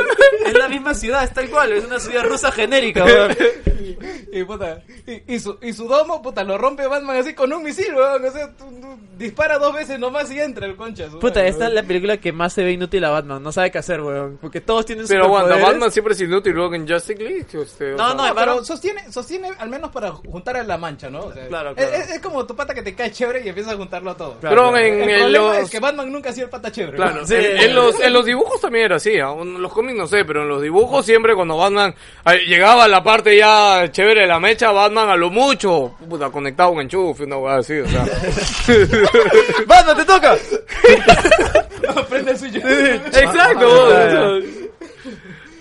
Speaker 2: Es la misma ciudad, es tal cual. Es una ciudad rusa genérica, weón.
Speaker 4: Y Y, puta, y, y su, y su domo, puta, lo rompe Batman así con un misil, weón. O sea, tú- tú dispara dos veces nomás y entra el concha. su
Speaker 2: Puta,
Speaker 4: madre,
Speaker 2: esta es la película que más se ve inútil a Batman. No sabe qué hacer, weón. Porque todos tienen
Speaker 1: Pero aguanta,
Speaker 2: superpoderes.
Speaker 1: Batman siempre es inútil, luego en Justice League. Usted, o
Speaker 2: No,
Speaker 1: sea,
Speaker 2: no,
Speaker 4: No, pero
Speaker 2: hermano.
Speaker 4: sostiene, sostiene al menos para juntar a la mancha, ¿no? O sea,
Speaker 2: Claro,
Speaker 4: es-
Speaker 2: claro.
Speaker 4: Es, es como tu pata que te cae chévere y empieza a juntarlo a todo.
Speaker 2: Claro,
Speaker 1: Pero en,
Speaker 4: El,
Speaker 1: en
Speaker 4: problema
Speaker 1: los...
Speaker 4: es que Batman nunca ha sido el pata chévere.
Speaker 1: Claro,
Speaker 2: Sí.
Speaker 1: en, en los, en los dibujos también era así, aún los cómics no sé, pero en los dibujos siempre cuando Batman eh, llegaba a la parte ya chévere de la mecha, Batman a lo mucho, puta, conectaba un enchufe, una hueá así, o sea.
Speaker 2: (laughs) ¡Batman, te toca!
Speaker 4: (laughs) Prende
Speaker 2: (laughs)
Speaker 4: el suyo.
Speaker 2: Ah,
Speaker 1: Exacto, vos, o sea.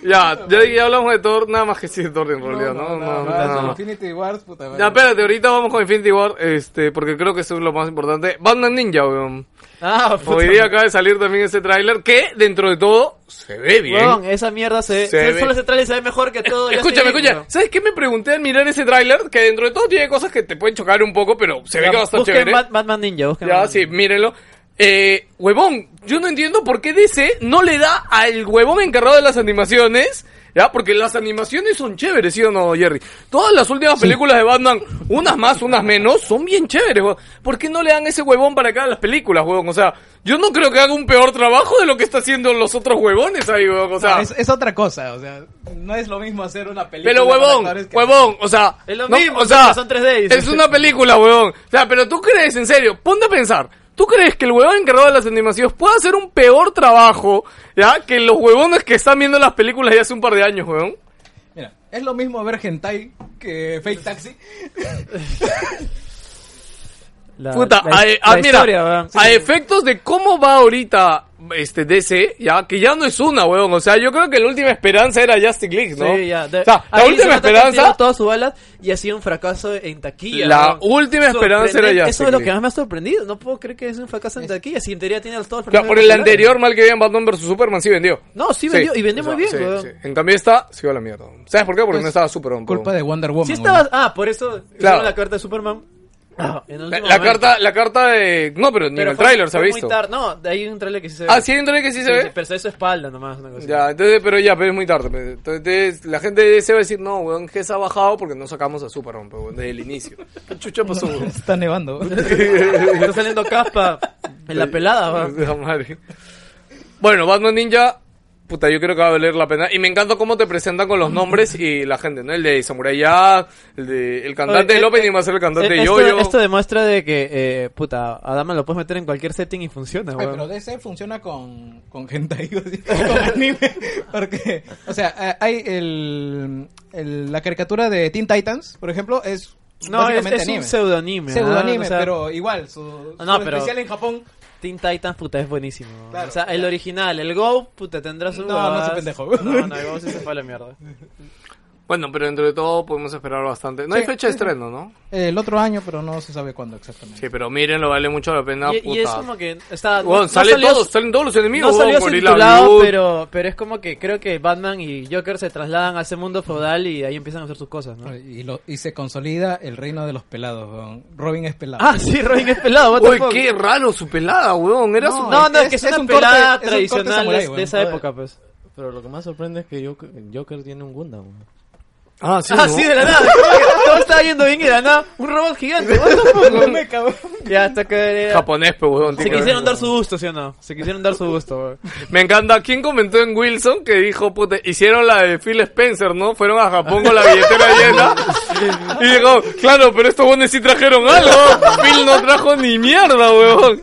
Speaker 1: ya, ya, ya hablamos de Thor, nada más que sí de Thor en realidad, ¿no? No, nada más.
Speaker 4: Infinity Wars, puta madre.
Speaker 1: Ya, espérate, ahorita vamos con Infinity War, este, porque creo que eso es lo más importante. Batman Ninja, weón.
Speaker 2: Ah, puta.
Speaker 1: Hoy día acaba de salir también ese tráiler que, dentro de todo, se ve bien.
Speaker 2: Weón, esa mierda se,
Speaker 1: Se
Speaker 2: se-
Speaker 1: ve.
Speaker 2: Solo ese trailer se ve mejor que todo. ya
Speaker 1: Escúchame,
Speaker 2: estoy
Speaker 1: escúchame.
Speaker 2: viendo.
Speaker 1: ¿Sabes qué me pregunté al mirar ese tráiler? Que dentro de todo tiene cosas que te pueden chocar un poco, pero se ve que va a estar
Speaker 2: Busquen
Speaker 1: chévere.
Speaker 2: Bat- Batman Ninja, busquen
Speaker 1: Ya,
Speaker 2: Batman
Speaker 1: sí, mírenlo. Eh, huevón, yo no entiendo por qué DC no le da al huevón encargado de las animaciones, ya, porque las animaciones son chéveres, ¿sí o no, Jerry? Todas las últimas películas de Batman, unas más, unas menos, son bien chéveres, huevón. ¿Por qué no le dan ese huevón para cada las películas, huevón? O sea, yo no creo que haga un peor trabajo de lo que está haciendo los otros huevones ahí, huevón, o sea.
Speaker 4: es, es otra cosa, o sea, no es lo mismo hacer una película.
Speaker 1: Pero
Speaker 4: con
Speaker 1: huevón,
Speaker 4: actores que-
Speaker 1: huevón, o sea,
Speaker 2: Es lo
Speaker 1: no,
Speaker 2: mismo,
Speaker 1: o sea,
Speaker 2: son 3D, dice.
Speaker 1: Es una película, huevón. O sea, pero tú crees, en serio, ponte a pensar. ¿Tú crees que el huevón encargado de las animaciones puede hacer un peor trabajo, ya, que los huevones que están viendo las películas ya hace un par de años, huevón?
Speaker 4: Mira, es lo mismo ver hentai que fake taxi.
Speaker 2: La-
Speaker 1: Puta,
Speaker 2: Ah, la-
Speaker 1: a, a-
Speaker 2: la
Speaker 1: mira,
Speaker 2: historia, weón.
Speaker 1: a efectos de cómo va ahorita este DC, ya que ya no es una, huevón. O sea, yo creo que la última esperanza era Justice League, ¿no?
Speaker 2: Sí, ya. de-
Speaker 1: o sea, la
Speaker 2: ahí se
Speaker 1: última
Speaker 2: nota que han tirado
Speaker 1: esperanza
Speaker 2: todas sus balas y ha sido un fracaso en taquilla.
Speaker 1: La
Speaker 2: weón.
Speaker 1: última esperanza era
Speaker 2: Sorprendente.
Speaker 1: Justice
Speaker 2: Eso es lo
Speaker 1: League.
Speaker 2: que más me ha sorprendido. No puedo creer que es un fracaso en taquilla. Si en teoría tiene los todos.
Speaker 1: Ya, por el anterior, mal que vean Batman vs Superman, sí vendió.
Speaker 2: No, sí vendió, y vendió
Speaker 1: o sea,
Speaker 2: muy bien, Pues,
Speaker 1: sí,
Speaker 2: weón.
Speaker 1: sí. En cambio esta, se iba a la mierda. ¿Sabes por qué? Porque no estaba Superman.
Speaker 4: Culpa
Speaker 1: weón.
Speaker 4: de Wonder Woman.
Speaker 2: Sí
Speaker 4: weón.
Speaker 2: estaba. Ah, por eso.
Speaker 1: Claro.
Speaker 2: Claro. la carta de Superman. (coughs) En el
Speaker 1: La, la
Speaker 2: último momento.
Speaker 1: carta, la carta de... No, pero ni
Speaker 2: Pero
Speaker 1: en el
Speaker 2: fue-
Speaker 1: tráiler se ha
Speaker 2: fue muy
Speaker 1: visto.
Speaker 2: tar- No, de ahí hay un trailer que sí se ve.
Speaker 1: Ah, sí, hay un tráiler que sí se
Speaker 2: Sí,
Speaker 1: ve.
Speaker 2: Pero se ve su espalda nomás. Una cosa
Speaker 1: Ya, entonces, pero ya, pero es muy tarde. pues. Entonces, la gente se va a decir, no, weón, que se ha bajado porque no sacamos a Superman, pues, weón, desde el
Speaker 2: (laughs)
Speaker 1: inicio. ¿Qué chucha pasó, weón?
Speaker 4: (laughs) Está nevando.
Speaker 2: así. Está saliendo caspa en la pelada,
Speaker 1: (laughs)
Speaker 2: weón.
Speaker 1: La madre. Bueno, Batman Ninja, puta, yo creo que va a valer la pena. Y me encanta cómo te presentan con los nombres y la gente, ¿no? El de Samurai Jack, el de el cantante
Speaker 2: Oye,
Speaker 1: del
Speaker 2: eh,
Speaker 1: opening va a ser el cantante de
Speaker 2: esto,
Speaker 1: Yo-Yo.
Speaker 2: esto demuestra de que, eh, puta, a Dama lo puedes meter en cualquier setting y funciona,
Speaker 4: Ay,
Speaker 2: weón.
Speaker 4: pero DC funciona con, con hentai, o sea, (laughs) con anime. Porque, o sea, eh, hay el, el- la caricatura de Teen Titans, por ejemplo, es
Speaker 2: No, es,
Speaker 4: básicamente
Speaker 2: es
Speaker 4: anime.
Speaker 2: un pseudonime. ¿no?
Speaker 4: Pseudonime,
Speaker 2: O sea,
Speaker 4: pero igual, su,
Speaker 2: Ah, no,
Speaker 4: su
Speaker 2: pero-
Speaker 4: especial en Japón.
Speaker 2: Teen Titans, puta, es buenísimo.
Speaker 4: Claro.
Speaker 2: o sea, el original, el Go, puta, tendrá su.
Speaker 4: No, no
Speaker 2: huevadas.
Speaker 4: soy pendejo.
Speaker 2: No, no, el
Speaker 4: (laughs)
Speaker 2: Go sí se fue a la mierda.
Speaker 1: Bueno, pero dentro de todo podemos esperar bastante. No hay
Speaker 4: Sí,
Speaker 1: fecha de
Speaker 4: sí, sí.
Speaker 1: estreno, ¿no?
Speaker 4: eh, El otro año, pero no se sabe cuándo exactamente.
Speaker 1: Sí, pero miren, lo vale mucho la pena,
Speaker 2: y,
Speaker 1: puta.
Speaker 2: y es como que. Está,
Speaker 1: Weón,
Speaker 2: no
Speaker 1: salen
Speaker 2: salió-
Speaker 1: todos, salen todos los
Speaker 2: No
Speaker 1: enemigos.
Speaker 2: salió
Speaker 1: weón,
Speaker 2: sin
Speaker 1: Gorilla
Speaker 2: titulado,
Speaker 1: Glue.
Speaker 2: pero, pero es como que creo que Batman y Joker se trasladan a ese mundo feudal y ahí empiezan a hacer sus cosas, ¿no?
Speaker 4: Y, lo, y se consolida el reino de los pelados. weón. Robin es pelado.
Speaker 2: Ah, sí, Robin es pelado, what the
Speaker 1: Uy,
Speaker 2: fuck.
Speaker 1: qué raro su pelada, weón. Era
Speaker 4: No,
Speaker 1: su...
Speaker 2: No, no, es,
Speaker 4: Es-
Speaker 2: que es,
Speaker 4: es
Speaker 2: una
Speaker 4: un corte-
Speaker 2: pelada
Speaker 4: es un corte
Speaker 2: tradicional
Speaker 4: samurái,
Speaker 2: de- de,
Speaker 4: weón.
Speaker 2: esa época, pues.
Speaker 3: Pero lo que más sorprende es que Joker, Joker tiene un Gundam. weón.
Speaker 1: Ah, sí,
Speaker 2: ah,
Speaker 1: ¿no?
Speaker 2: sí, de la nada. Todo estaba yendo bien y de la nada. Un robot gigante, what the fuck, (laughs) weón. Ya, hasta que. eh,
Speaker 1: Japonés, pues, weón.
Speaker 2: Se
Speaker 1: tiene que ver.
Speaker 2: quisieron dar su gusto, ¿sí o no? Se quisieron dar su gusto, (laughs) weón.
Speaker 1: Me encanta. ¿Quién comentó en Wilson que dijo, puta, hicieron la de Phil Spencer, ¿no? Fueron a Japón con la billetera llena.
Speaker 2: (laughs)
Speaker 1: Y dijo, claro, pero estos buenos sí trajeron algo. Phil no trajo ni mierda, weón.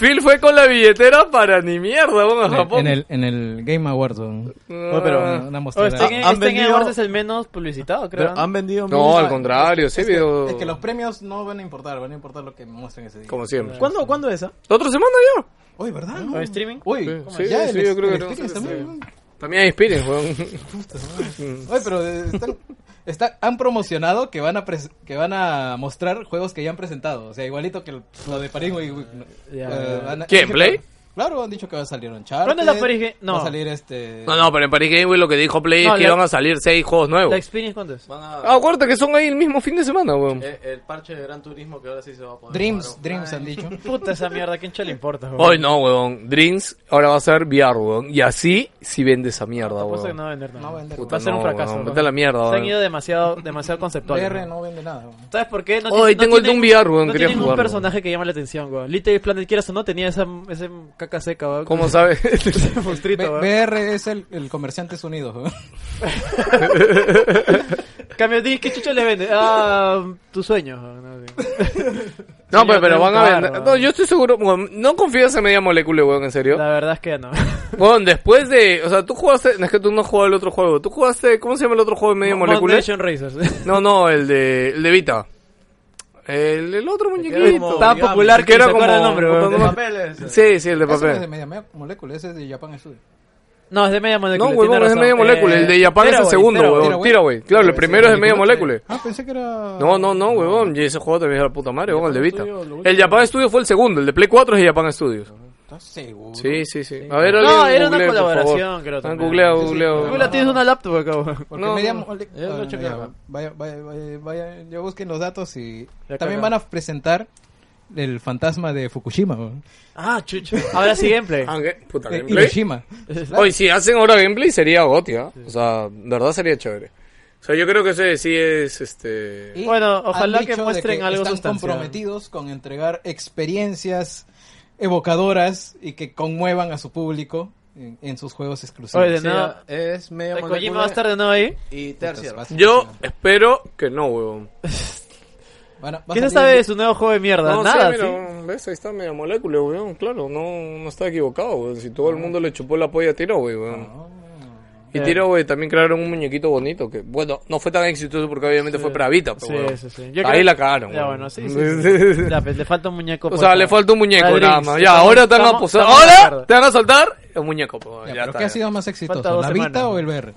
Speaker 1: Phil fue con la billetera para ni mierda, weón, a Japón.
Speaker 4: En el, en el Game Awards. weón.
Speaker 1: Ah.
Speaker 4: Pero una
Speaker 2: O
Speaker 4: mostrada.
Speaker 2: este en,
Speaker 3: han
Speaker 2: este en
Speaker 3: vendido-
Speaker 2: Awards es el menos publicitado, creo.
Speaker 3: Pero han vendido
Speaker 1: No,
Speaker 3: miles-
Speaker 1: al contrario, sí, pero...
Speaker 4: Es que los premios no van a importar, van a importar lo que me muestren ese día.
Speaker 1: Como siempre.
Speaker 3: ¿Cuándo, ¿Cuándo
Speaker 2: ah?
Speaker 3: esa?
Speaker 1: ¿La otra semana ya?
Speaker 4: Uy, ¿verdad?
Speaker 2: ¿Con streaming?
Speaker 4: Uy,
Speaker 1: Sí,
Speaker 4: ¿cómo?
Speaker 1: sí,
Speaker 4: ya
Speaker 1: sí,
Speaker 4: el-
Speaker 1: yo creo
Speaker 4: el
Speaker 1: que no.
Speaker 4: Experience también, weón.
Speaker 1: También hay Spirit, weón.
Speaker 4: Oye, pero eh, están, (laughs) está- han promocionado que van a pres- que van a mostrar juegos que ya han presentado, o sea, igualito que el- lo de París. güey, güey, no.
Speaker 2: Ya,
Speaker 4: Eh,
Speaker 2: ya.
Speaker 4: han-
Speaker 1: ¿Quién,
Speaker 4: han dicho
Speaker 1: Play?
Speaker 4: que- Claro, han dicho que va a salir Uncharted.
Speaker 2: ¿Cuándo es la París Ga- no.
Speaker 4: Va a salir este.
Speaker 1: (laughs) No, no, pero en Paris Game Week lo que dijo Play
Speaker 2: No,
Speaker 1: es que
Speaker 2: la-
Speaker 1: iban a salir seis juegos
Speaker 2: ¿La
Speaker 1: nuevos.
Speaker 2: Experience cuándo es?
Speaker 3: Van a...
Speaker 1: Ah, acuérdate que son ahí el mismo fin de semana, weón.
Speaker 3: eh, el parche de Gran Turismo que ahora sí se va a poner.
Speaker 4: Dreams,
Speaker 3: caro.
Speaker 4: Dreams
Speaker 2: (laughs)
Speaker 4: han dicho.
Speaker 2: Puta esa mierda, ¿a quién le importa, weón?
Speaker 1: Hoy no, weón. Dreams ahora va a ser VR, weón. Y así si vende esa mierda,
Speaker 2: Apuesto que
Speaker 1: weón.
Speaker 2: no va a vender nada.
Speaker 4: No va a vender.
Speaker 1: Puta,
Speaker 2: va a ser
Speaker 1: no,
Speaker 2: un fracaso.
Speaker 1: weón,
Speaker 2: weón.
Speaker 1: vete a la mierda,
Speaker 2: Se han
Speaker 1: weón.
Speaker 2: ido demasiado, demasiado conceptual.
Speaker 4: VR
Speaker 2: weón.
Speaker 4: no vende nada. weón.
Speaker 2: ¿Sabes por qué? No,
Speaker 1: Hoy
Speaker 2: tiene-
Speaker 1: tengo el
Speaker 2: tienen-
Speaker 1: Doom VR, weón,
Speaker 2: No
Speaker 1: quería
Speaker 2: tienen un
Speaker 1: jugarlo.
Speaker 2: personaje que llama la atención, weón. Little Planet, quieras o no, tenía esa, ese caca seca, weón. (laughs)
Speaker 1: ¿Cómo (laughs) sabes?
Speaker 2: Ese monstruito,
Speaker 4: B-
Speaker 2: weón.
Speaker 4: VR es el, el Comerciantes Unidos. weón.
Speaker 2: Cambio, di, ¿qué chucha le vende? Ah, tu sueño. weón, no sé.
Speaker 1: No,
Speaker 2: Sí,
Speaker 1: pero, pero van
Speaker 2: yo tengo que
Speaker 1: a
Speaker 2: probar,
Speaker 1: vender.
Speaker 2: weón.
Speaker 1: No, yo estoy seguro. weón, No confías en media molécula, weón, en serio.
Speaker 2: La verdad es que no.
Speaker 1: Bueno, después de. O sea, tú jugaste. no, Es que tú no jugaste el otro juego. Tú jugaste. ¿Cómo se llama el otro juego de media molécula?
Speaker 2: Modulation Racers. (laughs)
Speaker 1: No, no, el de. El de Vita. El, el otro muñequito.
Speaker 3: como-
Speaker 2: Estaba
Speaker 3: Origami,
Speaker 2: popular que
Speaker 1: que era
Speaker 2: se acuerda el
Speaker 1: como-
Speaker 2: nombre,
Speaker 1: como
Speaker 2: weón.
Speaker 3: De
Speaker 1: no-
Speaker 3: papeles.
Speaker 1: Sí, sí, el de
Speaker 4: Ese no es de
Speaker 1: papel.
Speaker 4: media me- molécula, ese es de Japan Studio.
Speaker 2: No, es de media molécula. Eh,
Speaker 1: No, huevón, es de media molécula. El de Japan es el segundo, huevón. Oh, Tira, güey. Claro, el primero es de media molécula.
Speaker 4: Ah, pensé que era.
Speaker 1: No, no, no, huevón. Y ese juego también es la puta madre, huevón, el de Vita.
Speaker 3: Studio, lo último.
Speaker 1: El Japan Studio fue el segundo. El de Play 4 es de Japan Studios.
Speaker 4: ¿Estás seguro?
Speaker 1: Sí, sí, sí. A ver,
Speaker 2: No,
Speaker 1: alguien
Speaker 2: era una
Speaker 1: googlee, por favor.
Speaker 2: colaboración, creo,
Speaker 1: Ah,
Speaker 2: también.
Speaker 1: Googlea,
Speaker 4: Sí, sí,
Speaker 1: googlea.
Speaker 4: pero-
Speaker 2: Tú la tienes una laptop acá,
Speaker 4: (laughs)
Speaker 2: weón.
Speaker 4: Porque
Speaker 1: No,
Speaker 4: media
Speaker 1: no.
Speaker 4: mole-
Speaker 3: Ya lo
Speaker 4: Ah,
Speaker 3: chequé,
Speaker 4: ya,
Speaker 3: weón.
Speaker 4: vaya, vaya, vaya, vaya, ya busquen los datos y
Speaker 2: Ya cagamos.
Speaker 4: también van a presentar el fantasma de Fukushima, weón.
Speaker 2: Ah, chucha. Ahora sí, gameplay.
Speaker 1: Ah, ¿qué? Puta,
Speaker 4: de
Speaker 1: gameplay.
Speaker 4: Hiroshima.
Speaker 2: Eh,
Speaker 1: Oye, si hacen ahora gameplay sería goti, ¿ah? O sea, de verdad sería chévere. O sea, yo creo que ese sí es, este...
Speaker 4: Y
Speaker 2: Bueno,
Speaker 4: han
Speaker 2: ojalá
Speaker 4: dicho
Speaker 2: que
Speaker 4: de
Speaker 2: muestren algo
Speaker 4: están
Speaker 2: sustancial.
Speaker 4: comprometidos con entregar experiencias evocadoras y que conmuevan a su público en, en sus juegos exclusivos.
Speaker 2: Oye, de
Speaker 3: Sí,
Speaker 2: nuevo.
Speaker 3: es media
Speaker 2: Kojima
Speaker 3: molécula
Speaker 2: va a estar de nuevo ahí.
Speaker 3: y tercio.
Speaker 1: Yo espero que no, huevón.
Speaker 4: Van a- va a
Speaker 2: ¿Qué se
Speaker 4: salir-
Speaker 2: sabe de su nuevo juego de mierda?
Speaker 1: No,
Speaker 2: Nada,
Speaker 1: sí,
Speaker 2: sí.
Speaker 1: mira, ves, ahí está media molécula, huevón. Claro, no, no está equivocado, huevón. Si todo el mundo le chupó la polla a Tiro,
Speaker 2: Ah,
Speaker 1: huevón.
Speaker 2: eh.
Speaker 1: Y Tiro, güey, también crearon un muñequito bonito que, bueno, no fue tan exitoso porque obviamente fue para Vita, pero,
Speaker 2: Sí,
Speaker 1: huevón.
Speaker 2: sí, sí.
Speaker 1: Ahí la cagaron,
Speaker 2: Ya,
Speaker 1: huevón. (laughs)
Speaker 2: bueno, sí, sí. sí. Ya, pues, le falta un muñeco.
Speaker 1: O
Speaker 2: pues,
Speaker 1: sea, le
Speaker 2: para-
Speaker 1: falta un muñeco
Speaker 2: Madrid,
Speaker 1: nada más.
Speaker 2: sí,
Speaker 1: Ya,
Speaker 2: estamos-
Speaker 1: ahora te van a
Speaker 2: estamos-
Speaker 1: posar.
Speaker 2: estamos de
Speaker 1: Ahora
Speaker 2: acuerdo.
Speaker 1: te van a soltar el muñeco. po,
Speaker 4: Ya,
Speaker 1: Pues ya
Speaker 4: pero
Speaker 1: está,
Speaker 4: ¿Qué ha
Speaker 1: ya.
Speaker 4: sido más
Speaker 2: Falta
Speaker 4: exitoso?
Speaker 2: dos
Speaker 4: ¿La Vita
Speaker 2: semanas.
Speaker 4: o el VR?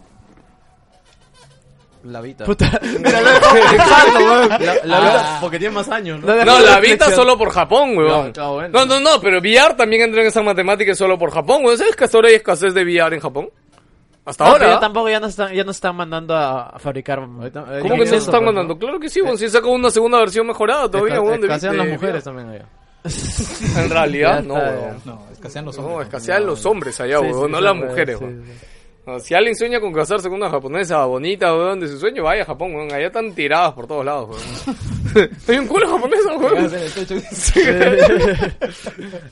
Speaker 3: La
Speaker 1: (laughs)
Speaker 3: Vita.
Speaker 2: Puta.
Speaker 3: Pues (laughs) La, la Vita, porque tiene más años, Ah. ¿no?
Speaker 1: No, la Vita solo por Japón, weón.
Speaker 3: Claro, claro,
Speaker 1: No,
Speaker 3: bueno.
Speaker 1: no, no, pero VR también entra en esa matemática solo por Japón, weón. ¿Sabes que hasta ahora hay escasez de VR en Japón? Hasta
Speaker 2: No, pero
Speaker 1: ahora. ¿ah?
Speaker 2: ya tampoco ya nos están, ya nos están mandando a, a fabricar.
Speaker 3: Ahorita- eh,
Speaker 1: ¿Cómo
Speaker 3: en
Speaker 1: que no se
Speaker 3: exceso,
Speaker 1: están
Speaker 3: pues,
Speaker 1: mandando? Claro que sí, weón. Si sacó una segunda versión mejorada todavía,
Speaker 3: Esca-
Speaker 1: weón. de-
Speaker 3: escasean
Speaker 1: de-
Speaker 3: las mujeres también allá.
Speaker 1: (laughs) En realidad, no, weón.
Speaker 4: No, escasean los hombres.
Speaker 1: No, escasean los hombres allá,
Speaker 2: Sí,
Speaker 1: weón,
Speaker 2: sí,
Speaker 1: no
Speaker 2: sí,
Speaker 1: las
Speaker 2: sí,
Speaker 1: mujeres,
Speaker 2: sí,
Speaker 1: weón.
Speaker 2: sí. (laughs)
Speaker 1: No, Si alguien sueña con casarse con una japonesa bonita, weón, de su sueño, vaya a Japón, weón. Allá están tiradas por todos lados, weón. (laughs) Hay un culo japonesa, weón.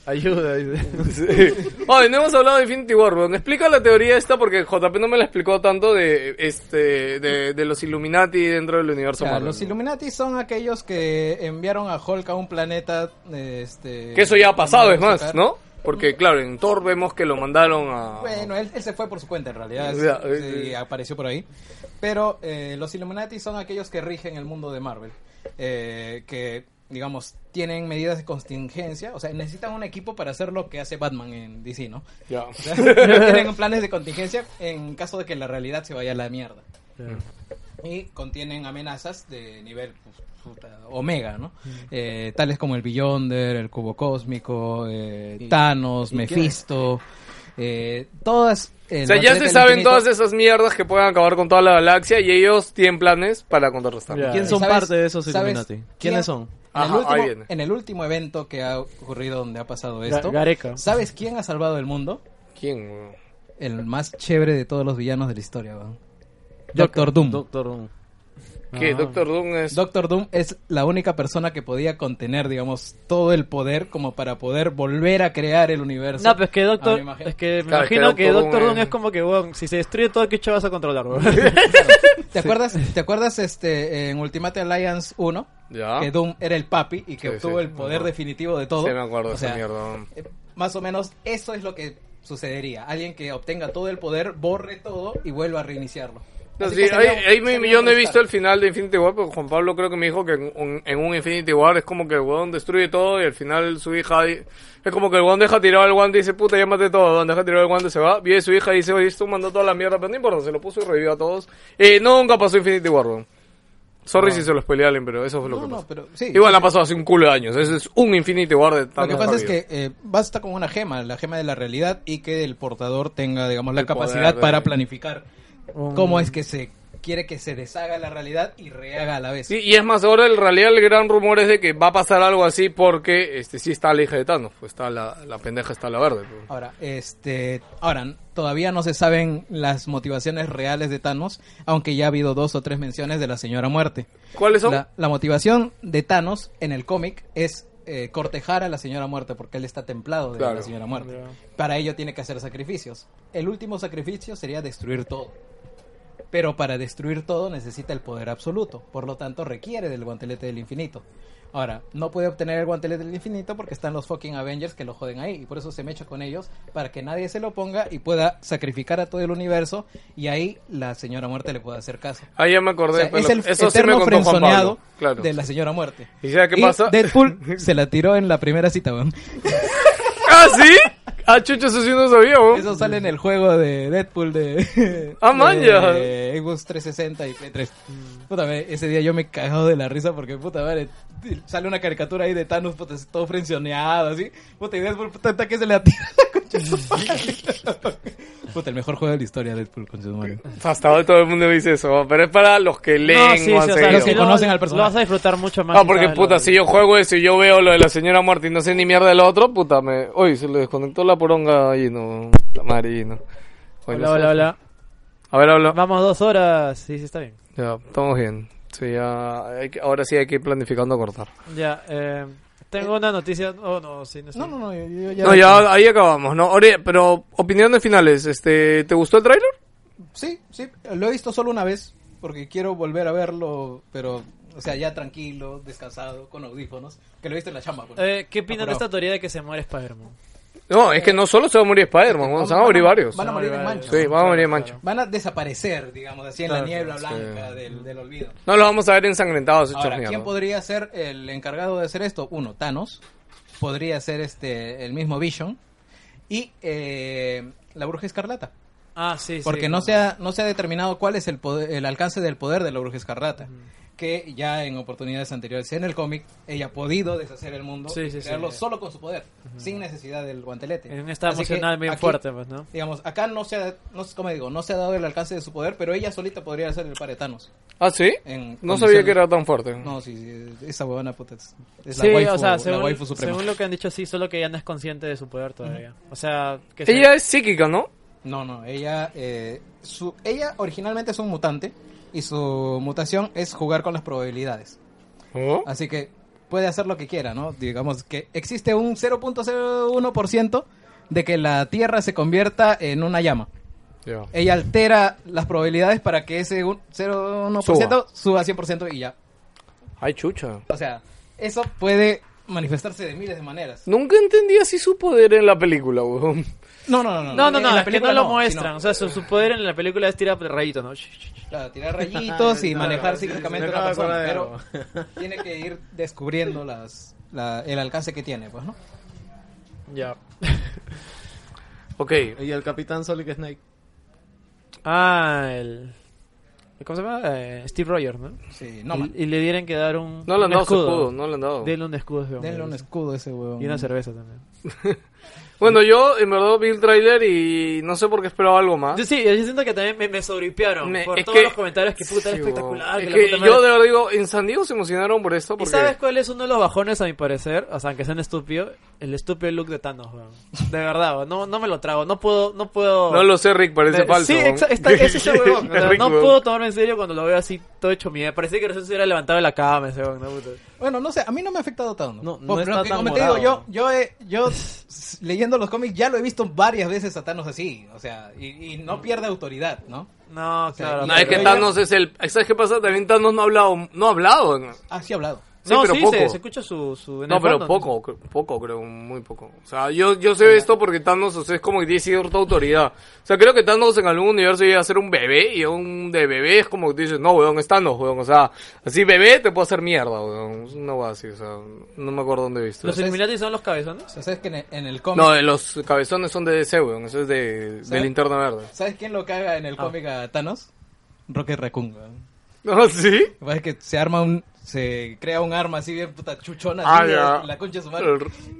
Speaker 1: (laughs)
Speaker 2: Ayuda, dice.
Speaker 1: Oye, no hemos hablado de Infinity War, weón. Explica la teoría esta porque JP no me la explicó tanto de este de, de los Illuminati dentro del universo
Speaker 4: Ya,
Speaker 1: Marvel.
Speaker 4: los Illuminati son aquellos que enviaron a Hulk a un planeta. Este,
Speaker 1: Que eso ya ha pasado, es más,
Speaker 4: sacar-
Speaker 1: ¿no? Porque, claro, en Thor vemos que lo mandaron a...
Speaker 4: Ah. Bueno, él, él se fue por su cuenta en realidad.
Speaker 1: Ya,
Speaker 4: sí,
Speaker 1: eh, eh.
Speaker 4: apareció por ahí. Pero eh, los Illuminati son aquellos que rigen el mundo de Marvel. Eh, que, digamos, tienen medidas de contingencia. O sea, necesitan un equipo para hacer lo que hace Batman en DC, ¿no?
Speaker 1: Ya.
Speaker 4: O sea, (laughs) tienen planes de contingencia en caso de que la realidad se vaya a la mierda.
Speaker 2: (laughs)
Speaker 4: Y contienen amenazas de nivel pues, puta, omega, ¿no? Eh, tales como el Beyonder, el Cubo Cósmico, eh, Thanos, Mephisto, eh, todas...
Speaker 1: O sea, ya se saben todas esas mierdas que pueden acabar con toda la galaxia y ellos tienen planes para contrarrestar.
Speaker 2: Ya.
Speaker 3: ¿Quién son
Speaker 4: ¿Sabes-
Speaker 3: parte de esos
Speaker 4: sabes
Speaker 3: Illuminati?
Speaker 4: quién-
Speaker 3: ¿Quiénes son?
Speaker 4: En el,
Speaker 1: Ajá, ahí viene.
Speaker 4: último, en el último evento que ha ocurrido donde ha pasado
Speaker 2: Ga-
Speaker 4: esto,
Speaker 2: Gareca.
Speaker 4: ¿sabes quién ha salvado el mundo?
Speaker 1: ¿Quién, weón?
Speaker 4: El más chévere de todos los villanos de la historia, weón. Doctor Doom.
Speaker 3: Doctor Doom.
Speaker 4: Ah.
Speaker 1: ¿Qué? Doctor Doom es...
Speaker 4: Doctor Doom es la única persona que podía contener, digamos, todo el poder como para poder volver a crear el universo. Ah,
Speaker 2: No, pero
Speaker 3: Ah,
Speaker 2: es que
Speaker 4: A
Speaker 2: Doctor,
Speaker 4: mi imagen.
Speaker 2: es que me
Speaker 1: Claro, es que
Speaker 2: imagino que
Speaker 1: Doctor
Speaker 2: Doctor
Speaker 1: Doom
Speaker 2: Doom
Speaker 1: es-
Speaker 2: es como que, weón, si se destruye todo, ¿qué chaval vas a controlar, weón?
Speaker 1: (laughs)
Speaker 4: ¿Te acuerdas, ¿te acuerdas este, en Ultimate Alliance 1?
Speaker 1: Ya.
Speaker 4: Que Doom era el papi y que
Speaker 1: Ah. Sí,
Speaker 4: obtuvo
Speaker 1: sí,
Speaker 4: el
Speaker 1: me
Speaker 4: poder
Speaker 1: acuerdo.
Speaker 4: definitivo de todo.
Speaker 1: Sí, me acuerdo
Speaker 4: O
Speaker 1: de esa
Speaker 4: sea,
Speaker 1: mierda. weón.
Speaker 4: eh, Más o menos eso es lo que sucedería. Alguien que obtenga todo el poder, borre todo y vuelva a reiniciarlo.
Speaker 1: No,
Speaker 4: Así
Speaker 1: sí,
Speaker 4: que
Speaker 1: ahí,
Speaker 4: sería un-
Speaker 1: ahí me-
Speaker 4: sería
Speaker 1: yo
Speaker 4: un
Speaker 1: no he
Speaker 4: restart.
Speaker 1: visto el final de Infinity War, pero Juan Pablo creo que me dijo que en un, en un Infinity War es como que el weón destruye todo y al final su hija... di- Es como que el weón deja tirado el guante y dice, puta, ya maté todo, weón, deja tirado el guante, se va. Viene su hija y dice, oye, esto mandó toda la mierda, pero no importa, se lo puso y revivió a todos. Eh, nunca pasó Infinity War, weón. Sorry
Speaker 4: Ah.
Speaker 1: si se los peleé a alguien, pero eso fue lo
Speaker 4: No,
Speaker 1: que
Speaker 4: no,
Speaker 1: pasó.
Speaker 4: pero sí.
Speaker 1: Igual ha pasado hace un culo de años, ese es un Infinity War de
Speaker 4: Lo que
Speaker 1: tantos
Speaker 4: pasa es
Speaker 1: habido.
Speaker 4: que eh, basta con una gema, la gema de la realidad, y que el portador tenga, digamos, la
Speaker 1: El poder
Speaker 4: capacidad
Speaker 1: de-
Speaker 4: para planificar
Speaker 2: Un-
Speaker 4: cómo es que se quiere que se deshaga la realidad y rehaga a la vez.
Speaker 1: Sí, y es más, ahora en realidad el gran rumor es de que va a pasar algo así porque este sí está la hija de Thanos, pues está la, la pendeja está la verde. pues.
Speaker 4: Ahora, este, ahora n- todavía no se saben las motivaciones reales de Thanos, aunque ya ha habido dos o tres menciones de la señora muerte.
Speaker 1: ¿Cuáles son?
Speaker 4: La, la motivación de Thanos en el cómic es eh, cortejar a la señora muerte, porque él está templado de
Speaker 1: Claro.
Speaker 4: la señora muerte. Para ello tiene que hacer sacrificios. El último sacrificio sería destruir todo. Pero para destruir todo necesita el poder absoluto, por lo tanto requiere del guantelete del infinito. Ahora, no puede obtener el guantelete del infinito porque están los fucking Avengers que lo joden ahí, y por eso se mecha con ellos, para que nadie se lo ponga y pueda sacrificar a todo el universo, y ahí la señora muerte le puede hacer caso.
Speaker 1: Ah, ya me acordé.
Speaker 4: O sea,
Speaker 1: pero
Speaker 4: es el
Speaker 1: eso sí me
Speaker 4: eterno
Speaker 1: contó Juan
Speaker 4: frenzoneado
Speaker 1: Pablo. Claro.
Speaker 4: de la señora muerte.
Speaker 1: ¿Y sabes qué pasa?
Speaker 4: Deadpool se la tiró en la primera cita, weón.
Speaker 1: (laughs) ¿Ah, sí? Ah, chucho, eso sí no sabía, weón.
Speaker 4: Eso sale en el juego de Deadpool de.
Speaker 1: (laughs) Ah,
Speaker 4: de-
Speaker 1: man, ya.
Speaker 4: de Xbox 360 y Play 3. Puta madre, ese día yo me he cagado de la risa porque, puta madre, t- sale una caricatura ahí de Thanos, puta, todo frencioneado, así. Puta, y Deadpool, puta, hasta que se le atira la concha de su
Speaker 1: (laughs)
Speaker 4: madre. Puta, el mejor juego de la historia, Deadpool, con su madre.
Speaker 1: Hasta ahora todo el mundo dice eso, pero es para los que leen.
Speaker 2: no, sí, sí,
Speaker 1: o
Speaker 2: o
Speaker 1: han
Speaker 2: sea,
Speaker 1: seguido.
Speaker 4: los
Speaker 2: si
Speaker 4: que
Speaker 2: no,
Speaker 4: conocen al
Speaker 2: Lo
Speaker 4: personaje.
Speaker 2: vas a disfrutar mucho más.
Speaker 1: Ah,
Speaker 2: que
Speaker 1: porque
Speaker 2: nada,
Speaker 1: puta,
Speaker 2: lo-
Speaker 1: si yo juego eso y yo veo lo de la señora muerte y no sé ni mierda del otro, puta, me... Uy, se le desconectó la poronga ahí, no. La marina. Pues
Speaker 2: Hola, hola, hola.
Speaker 1: A ver, habla.
Speaker 2: Vamos dos horas. Sí, sí, está bien.
Speaker 1: Ya, estamos bien. Sí, ya... hay que- Ahora sí hay que ir planificando cortar.
Speaker 2: Ya, eh, tengo una noticia. Oh, no, sí, no,
Speaker 4: No, no, no, yo, yo ya.
Speaker 1: No, ya ahí acabamos, ¿no? Ahora, pero opiniones finales. este ¿Te gustó el tráiler?
Speaker 4: Sí, sí, lo he visto solo una vez porque quiero volver a verlo, pero, o sea, ya tranquilo, descansado, con audífonos. Que lo he visto en la chamba, pues. weón.
Speaker 2: Eh, ¿Qué opinan de
Speaker 4: Apurado.
Speaker 2: esta teoría de que se muere Spider-Man?
Speaker 1: No, es que no solo se va a morir Spider-Man, bueno, se van a morir varios.
Speaker 4: Van a morir en mancha.
Speaker 1: Sí, van a morir en mancha.
Speaker 4: Van a desaparecer, digamos, así en
Speaker 2: Claro,
Speaker 4: la niebla blanca del, del olvido.
Speaker 1: No los vamos a ver ensangrentados, hechos
Speaker 4: Ahora,
Speaker 1: mierda.
Speaker 4: ¿quién podría ser el encargado de hacer esto? Uno, Thanos. Podría ser este el mismo Vision. Y eh, la Bruja Escarlata.
Speaker 2: Ah, sí, sí.
Speaker 4: Porque no, se ha, no se ha determinado cuál es el, poder- el alcance del poder de la Bruja Escarlata. Que ya en oportunidades anteriores en el cómic, ella ha podido deshacer el mundo
Speaker 2: Sí,
Speaker 4: y
Speaker 2: sí, sí.
Speaker 4: crearlo solo con su poder, sin necesidad del guantelete.
Speaker 2: En un estado
Speaker 4: Así que
Speaker 2: emocional bien
Speaker 4: aquí-
Speaker 2: fuerte, pues, ¿no?
Speaker 4: Digamos, acá no se ha, no, sé cómo digo, no se ha dado el alcance de su poder, pero ella solita podría ser el par de Thanos.
Speaker 1: ¿Ah, sí?
Speaker 4: En
Speaker 1: No sabía
Speaker 4: condiciones-
Speaker 1: que era tan fuerte.
Speaker 4: No, sí, sí, esa huevona puta es, es
Speaker 2: Ah. sí,
Speaker 4: la waifu,
Speaker 2: o sea,
Speaker 4: la
Speaker 2: según,
Speaker 4: waifu suprema.
Speaker 2: según lo que han dicho, sí, solo que ella no es consciente de su poder todavía. O sea, que se-
Speaker 1: Ella es psíquica, ¿no?
Speaker 4: No, no, ella, eh, su, ella originalmente es un mutante y su mutación es jugar con las probabilidades.
Speaker 1: ¿Oh?
Speaker 4: Así que puede hacer lo que quiera, ¿no? Digamos que existe un 0.01% de que la Tierra se convierta en una llama.
Speaker 1: Ya.
Speaker 4: Ella altera las probabilidades para que ese un- 0.1% suba a 100% y ya.
Speaker 1: Ay, chucha.
Speaker 4: O sea, eso puede manifestarse de miles de maneras.
Speaker 1: Nunca entendí así su poder en la película, weón.
Speaker 4: No, no, no.
Speaker 2: No, no,
Speaker 4: en
Speaker 2: no,
Speaker 4: la
Speaker 2: es que
Speaker 4: película
Speaker 2: no lo
Speaker 4: sino-
Speaker 2: muestran. O sea, su, su poder en la película es tirar rayito, ¿no?
Speaker 4: Claro, tirar
Speaker 2: (laughs)
Speaker 4: rayitos y manejar psíquicamente a una
Speaker 5: acabo de
Speaker 4: persona, pero
Speaker 5: acordar
Speaker 4: tiene que ir descubriendo las, la- el alcance que tiene, pues, ¿no?
Speaker 2: Ya.
Speaker 1: Ok.
Speaker 5: Y el Capitán Solid Snake.
Speaker 2: Ah, el... ¿Cómo se llama? Eh, Steve Rogers, ¿no?
Speaker 4: Sí, no, man.
Speaker 2: y, y le dieron que dar un,
Speaker 1: No le han
Speaker 2: un
Speaker 1: dado su escudo, no le han dado.
Speaker 2: Denle un escudo. ese hombre.
Speaker 4: Denle un escudo a ese huevón.
Speaker 2: Y una cerveza también.
Speaker 1: Bueno, yo en verdad vi el tráiler y no sé por qué esperaba algo más.
Speaker 2: Yo sí, yo siento que también me, me sobrepipearon
Speaker 1: Ah. Me-
Speaker 2: por
Speaker 1: es
Speaker 2: todos
Speaker 1: que-
Speaker 2: los comentarios que puta, era
Speaker 1: Sí,
Speaker 2: espectacular.
Speaker 1: weón.
Speaker 2: que
Speaker 1: Es
Speaker 2: la
Speaker 1: que
Speaker 2: puta madre.
Speaker 1: yo de verdad digo, en San Diego se emocionaron por esto
Speaker 2: ¿Y
Speaker 1: porque...
Speaker 2: sabes cuál es uno de los bajones a mi parecer? O sea, aunque sean estúpido, el estúpido look de Thanos, weón. De verdad, weón. no, no me lo trago, no puedo, no puedo...
Speaker 1: No lo sé, Rick, parece
Speaker 2: Eh,
Speaker 1: falso.
Speaker 2: Sí,
Speaker 1: weón.
Speaker 2: exa- está-
Speaker 1: (laughs)
Speaker 2: es ese huevón. O sea,
Speaker 1: Rick,
Speaker 2: no
Speaker 1: weón.
Speaker 2: puedo tomarme en serio cuando lo veo así todo hecho mierda. Parecía que recién se hubiera levantado de la cama ese huevón. ¿no, puta?
Speaker 4: Bueno, no sé, a mí no me ha afectado tanto.
Speaker 5: No, no
Speaker 4: Por-
Speaker 5: está
Speaker 4: lo que-
Speaker 5: tan
Speaker 4: como te digo,
Speaker 5: morado.
Speaker 4: yo, yo, he- yo s- s- leyendo los cómics ya lo he visto varias veces a Thanos así, o sea, y, y no pierde autoridad, ¿no?
Speaker 2: No,
Speaker 4: sea,
Speaker 2: claro.
Speaker 1: No, es que
Speaker 4: Pero
Speaker 1: Thanos es el... ¿Sabes qué pasa? También Thanos no ha hablado... No ha hablado. en-
Speaker 4: Así ha Ah, hablado.
Speaker 1: Sí,
Speaker 2: no,
Speaker 1: pero
Speaker 2: sí,
Speaker 1: poco.
Speaker 2: Se, se escucha su... su en
Speaker 1: No,
Speaker 2: el
Speaker 1: pero
Speaker 2: fondo,
Speaker 1: poco, cre- poco creo, muy poco. O sea, yo, yo sé esto porque Thanos o sea, es como que tiene cierta autoridad. O sea, creo que Thanos en algún universo llega a ser un bebé y un de bebé es como que tú dices, no, weón, es Thanos, weón. O sea, así bebé te puedo hacer mierda, weón. Es Una weá así, o sea, no me acuerdo dónde he visto.
Speaker 2: Los Illuminati son los cabezones.
Speaker 4: O sea, sabes que en el, en el cómic,
Speaker 1: No, de los cabezones son de DC, weón. Eso es de, de
Speaker 4: ¿Sabes?
Speaker 1: Linterna
Speaker 2: (laughs)
Speaker 1: Verde.
Speaker 4: ¿sabes quién lo caga en el
Speaker 5: ah.
Speaker 4: cómic a Thanos? Rocket Raccoon. weón.
Speaker 2: ¿Ah,
Speaker 1: ¿No? ¿Sí?
Speaker 4: Lo que pasa es que se arma un. Se crea un arma así bien puta chuchona,
Speaker 1: Ah,
Speaker 4: así,
Speaker 1: ya.
Speaker 4: la concha de su madre.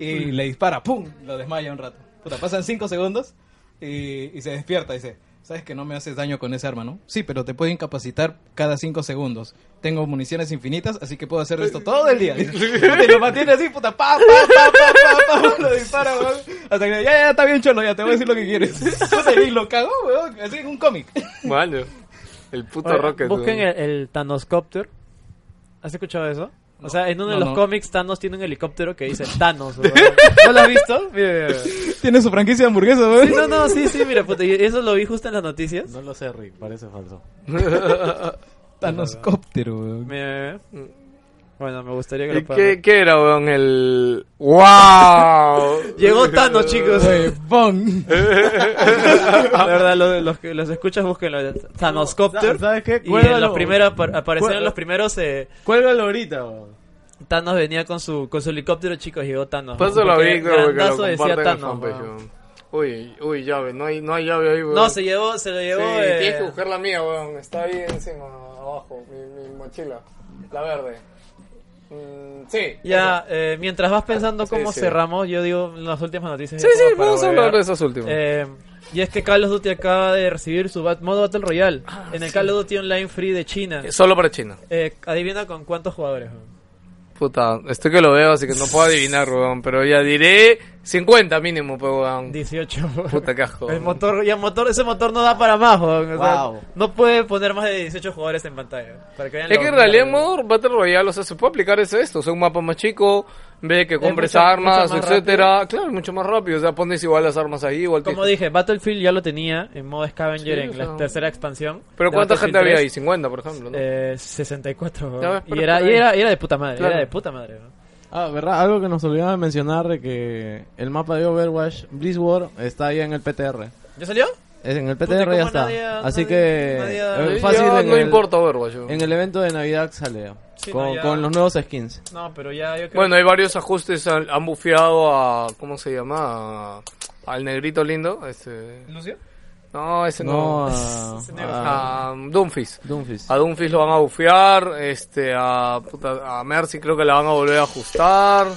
Speaker 4: Y le dispara, ¡pum! Lo desmaya un rato. Puta, pasan 5 segundos y, y se despierta y dice: Sabes que no me haces daño con ese arma, ¿no? Sí, pero te puedo incapacitar cada 5 segundos. Tengo municiones infinitas, así que puedo hacer esto todo el día. (laughs) Te lo mantiene así, puta, pa, pa, pa, pa, pa, pa, lo dispara, weón. Hasta que ya, ya, ya, está bien cholo, ya te voy a decir lo que quieres. (laughs) Puta, Y lo cagó, weón, así en un cómic. (laughs)
Speaker 1: Mano, el puto
Speaker 2: Oye,
Speaker 1: Rocket.
Speaker 2: Busquen
Speaker 1: weón.
Speaker 2: el, el Thanoscopter. ¿Has escuchado eso? O sea, en uno de
Speaker 4: no,
Speaker 2: los
Speaker 4: no.
Speaker 2: cómics Thanos tiene un helicóptero que dice Thanos. weón. ¿No lo has visto? Mira, mira, mira.
Speaker 4: Tiene su franquicia de hamburguesas, weón.
Speaker 2: Sí, no, no, sí, sí, mira, puta, y eso lo vi justo en las noticias.
Speaker 10: No lo sé, Rick, parece falso.
Speaker 4: Thanoscóptero, weón.
Speaker 2: Mira, mira, mira. Bueno, me gustaría que
Speaker 1: ¿Y
Speaker 2: lo
Speaker 1: qué,
Speaker 2: puedan
Speaker 1: qué era, weón? El. ¡Wow!
Speaker 2: (laughs)
Speaker 1: (laughs)
Speaker 2: Llegó Thanos, chicos.
Speaker 4: Oye, bon.
Speaker 2: ver. (laughs) La verdad, los, los que los escuchas, búsquenlo. Thanoscopter.
Speaker 3: ¿Sabes qué?
Speaker 2: Y en la
Speaker 3: Cuélgalo.
Speaker 2: primera apar- aparecieron
Speaker 3: Cuelga-
Speaker 2: los primeros. eh,
Speaker 3: Cuélgalo ahorita, weón.
Speaker 2: Thanos venía con su, con su helicóptero, chicos. Llegó Thanos.
Speaker 1: Pásalo a
Speaker 2: Porque
Speaker 1: Víctor, porque lo
Speaker 2: grandazo decía
Speaker 1: comparten en
Speaker 2: Thanos.
Speaker 1: fanpage,
Speaker 2: weón.
Speaker 1: weón. Uy, uy, llave, no hay, no hay llave ahí, weón.
Speaker 2: No, se llevó, se lo llevó.
Speaker 1: Sí,
Speaker 2: eh,
Speaker 1: tienes que buscar la mía, weón. Está ahí encima, abajo, mi, mi mochila. La verde. Mm, sí.
Speaker 2: Ya, eh, mientras vas pensando
Speaker 1: Sí,
Speaker 2: cómo
Speaker 1: sí.
Speaker 2: cerramos, yo digo las últimas noticias.
Speaker 1: Sí,
Speaker 2: ya
Speaker 1: sí,
Speaker 2: como para
Speaker 1: vamos a
Speaker 2: volver.
Speaker 1: hablar de esos últimos.
Speaker 2: Eh, y es que Call of Duty acaba de recibir su bat- modo Battle Royale
Speaker 1: Ah,
Speaker 2: en el Call of Duty Online Free de China.
Speaker 1: Solo para China.
Speaker 2: Eh, adivina con cuántos jugadores. weón.
Speaker 1: Puta, estoy que lo veo, así que no puedo adivinar, weón. Pero ya diré 50 mínimo, pues, weón.
Speaker 2: 18. weón.
Speaker 1: Puta, qué asco.
Speaker 2: (laughs) El motor, ya motor, ese motor no da para más, weón. O sea,
Speaker 3: Wow.
Speaker 2: no puede poner más de 18 jugadores en pantalla. Para que vean
Speaker 1: Es
Speaker 2: lo-
Speaker 1: que en realidad en modo Battle Royale, o sea, se puede aplicar es esto, o sea, un mapa más chico, ve que compres
Speaker 2: mucho-
Speaker 1: armas,
Speaker 2: mucho más
Speaker 1: etcétera, claro, es mucho más rápido, o sea, pones igual las armas ahí, igual
Speaker 2: Como
Speaker 1: te-
Speaker 2: dije, Battlefield ya lo tenía en modo Scavenger
Speaker 1: Sí,
Speaker 2: en
Speaker 1: o
Speaker 2: la
Speaker 1: sea.
Speaker 2: tercera expansión.
Speaker 1: Pero
Speaker 2: de
Speaker 1: ¿cuánta
Speaker 2: Battlefield
Speaker 1: gente había
Speaker 2: 3.
Speaker 1: ahí? 50, por ejemplo, ¿no?
Speaker 2: Eh, 64. weón.
Speaker 1: Ya ves, pero
Speaker 2: y, era,
Speaker 1: por
Speaker 2: y
Speaker 1: ahí.
Speaker 2: era, y era de puta madre,
Speaker 1: Claro.
Speaker 2: era de puta madre. weón.
Speaker 3: Ah, verdad, algo que nos olvidaba de mencionar de que el mapa de Overwatch, Blizzard, está ya en el PTR.
Speaker 2: ¿Ya salió?
Speaker 3: Es en el
Speaker 2: Puta,
Speaker 3: PTR ya
Speaker 2: ¿cómo
Speaker 3: está.
Speaker 2: nadie-
Speaker 3: Así
Speaker 2: nadie-
Speaker 3: que
Speaker 2: nadie-
Speaker 3: eh,
Speaker 1: Ya
Speaker 3: fácil en
Speaker 1: no
Speaker 3: el,
Speaker 1: importa Overwatch. weón.
Speaker 3: en el evento de Navidad sale.
Speaker 2: Sí,
Speaker 3: con,
Speaker 2: no, ya.
Speaker 3: con los nuevos skins.
Speaker 2: No, pero ya yo creo
Speaker 1: Bueno, hay varios ajustes, han, han bufeado a, ¿cómo se llama? A- al negrito lindo, este...
Speaker 2: ¿Lucio?
Speaker 1: No, ese no. (laughs)
Speaker 2: (laughs)
Speaker 3: No, a,
Speaker 2: Ah.
Speaker 3: a
Speaker 1: A Doomfist.
Speaker 3: Doomfist.
Speaker 1: A Doomfist lo van a bufear, este, a, puta, a Mercy creo que la van a volver a ajustar.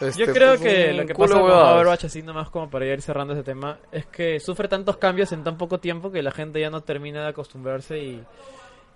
Speaker 2: Yo
Speaker 1: este,
Speaker 2: creo
Speaker 1: pues,
Speaker 2: que
Speaker 1: un
Speaker 2: lo que
Speaker 1: culo
Speaker 2: pasa con
Speaker 1: huevadas.
Speaker 2: Overwatch, así nomás como para ir cerrando ese tema, es que sufre tantos cambios en tan poco tiempo que la gente ya no termina de acostumbrarse y,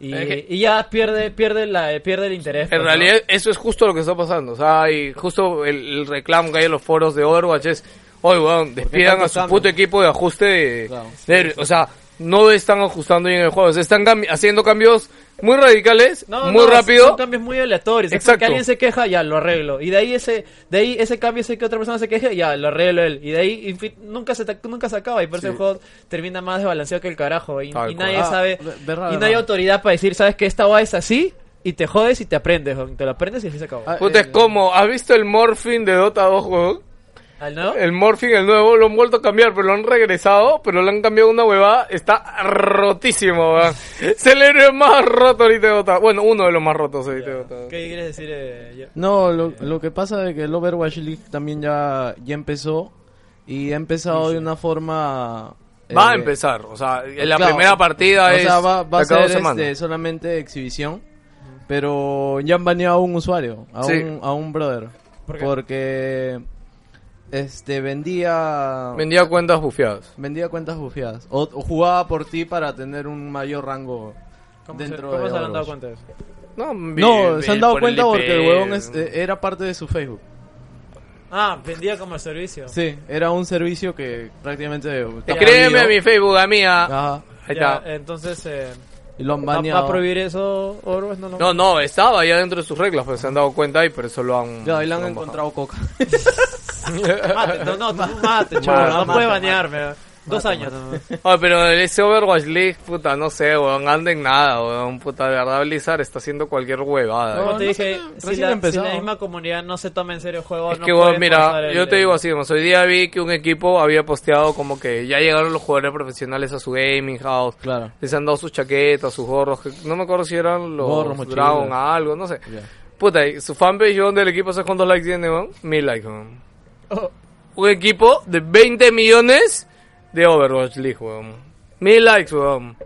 Speaker 2: y,
Speaker 1: Es que-
Speaker 2: y ya pierde pierde la eh, pierde el interés. pues,
Speaker 1: En
Speaker 2: ¿no?
Speaker 1: realidad eso es justo lo que está pasando, o sea, y justo el, el reclamo que hay en los foros de Overwatch es, oye, weón, despidan a
Speaker 3: tantos
Speaker 1: su
Speaker 3: cambios?"
Speaker 1: puto equipo de ajuste de,
Speaker 3: Claro.
Speaker 1: de- o sea, no están ajustando bien el juego, o sea, están cambi- haciendo cambios muy radicales,
Speaker 2: No,
Speaker 1: muy
Speaker 2: no,
Speaker 1: rápido,
Speaker 2: Son cambios muy aleatorios. Exacto.
Speaker 1: Exacto.
Speaker 2: Que alguien se queja, ya lo arreglo. Y de ahí ese, de ahí ese cambio hace que otra persona se queje, ya lo arreglo él. Y de ahí en fin, nunca se ta- nunca se acaba y por eso el juego termina más desbalanceado que el carajo. Y,
Speaker 1: Tal
Speaker 2: y nadie
Speaker 3: cual. Ah,
Speaker 2: sabe,
Speaker 3: ver- verdad,
Speaker 2: y no
Speaker 3: verdad.
Speaker 2: hay autoridad para decir, sabes que esta va es así y te jodes y te aprendes, weón. te lo aprendes y así se acabó.
Speaker 3: Ah,
Speaker 1: puta,
Speaker 3: eh,
Speaker 1: es como, ¿has visto el Morphin de Dota 2, weón?
Speaker 2: ¿Al no?
Speaker 1: El Morphin, el nuevo, lo han vuelto a cambiar, pero lo han regresado, pero lo han cambiado una huevada, está rotísimo,
Speaker 3: (laughs)
Speaker 1: weón. es el héroe más roto ahorita de Dota, bueno, uno de los más rotos ahorita de Dota.
Speaker 2: ¿Qué quieres decir? eh, yo?
Speaker 3: No, lo, lo que pasa es que el Overwatch League también ya, ya empezó y ha empezado de una forma...
Speaker 1: Va a
Speaker 3: eh,
Speaker 1: empezar, o sea, en la
Speaker 3: claro.
Speaker 1: primera partida
Speaker 3: o
Speaker 1: es
Speaker 3: sea, va, va a
Speaker 1: de cada
Speaker 3: ser
Speaker 1: dos semanas.
Speaker 3: este, solamente exhibición, pero ya han baneado a un usuario, a,
Speaker 1: Sí.
Speaker 3: un, a un brother,
Speaker 2: ¿Por qué?
Speaker 3: porque este vendía
Speaker 1: Vendía cuentas bufiadas.
Speaker 3: vendía cuentas bufiadas o, o jugaba por ti para tener un mayor rango
Speaker 2: ¿Cómo, se,
Speaker 3: dentro
Speaker 2: cómo
Speaker 3: de
Speaker 2: se habrán dado
Speaker 3: Overwatch.
Speaker 2: cuenta de eso?
Speaker 1: No,
Speaker 3: No,
Speaker 1: vi-
Speaker 3: se han
Speaker 1: vi
Speaker 3: dado
Speaker 1: por
Speaker 3: cuenta
Speaker 1: el IP,
Speaker 3: porque el huevón es- eh, era parte de su Facebook.
Speaker 2: Ah, vendía como servicio.
Speaker 3: Sí, era un servicio que prácticamente está
Speaker 1: Escríbeme a
Speaker 3: prohibido.
Speaker 1: mi Facebook, a mía.
Speaker 3: Ajá,
Speaker 1: Ahí
Speaker 2: Ya,
Speaker 1: está.
Speaker 2: entonces, eh,
Speaker 3: y lo han
Speaker 2: ¿va, va a
Speaker 3: baneado.
Speaker 2: prohibir eso Orwell? No, no.
Speaker 1: No, no, estaba ya dentro de sus reglas, pero se han dado cuenta y por eso lo han.
Speaker 3: Ya, y le
Speaker 1: lo
Speaker 3: han
Speaker 1: bajado.
Speaker 3: encontrado coca.
Speaker 2: Mate, no, no, tú mate, chaval, no puede banearme. Dos años. nomás.
Speaker 1: Ay, pero ese Overwatch League, puta, no sé, weón, anda en nada, weón, puta, de verdad Blizzard está haciendo cualquier huevada.
Speaker 2: Como
Speaker 1: weón.
Speaker 3: No,
Speaker 2: te
Speaker 3: no
Speaker 2: dije,
Speaker 3: sé,
Speaker 2: si
Speaker 3: recién
Speaker 2: la, si
Speaker 3: empezó.
Speaker 2: la misma comunidad no se toma en serio el juego,
Speaker 1: Es
Speaker 2: no
Speaker 1: que,
Speaker 2: puede
Speaker 1: weón, mira,
Speaker 2: forzar el-
Speaker 1: yo te
Speaker 2: el-
Speaker 1: digo así, más hoy día vi que un equipo había posteado como que ya llegaron los jugadores profesionales a su gaming house.
Speaker 3: Claro.
Speaker 1: Les han dado sus chaquetas, sus gorros, que no me acuerdo si eran los
Speaker 3: Gorros, mochilas.
Speaker 1: Dragon, algo, no sé.
Speaker 3: Ya.
Speaker 1: Puta, y su fanpage weón, del equipo, ¿sabes cuántos likes tiene, weón? Mil likes, weón.
Speaker 3: Oh.
Speaker 1: Un equipo de 20 millones de Overwatch League, weón. Mil likes, weón.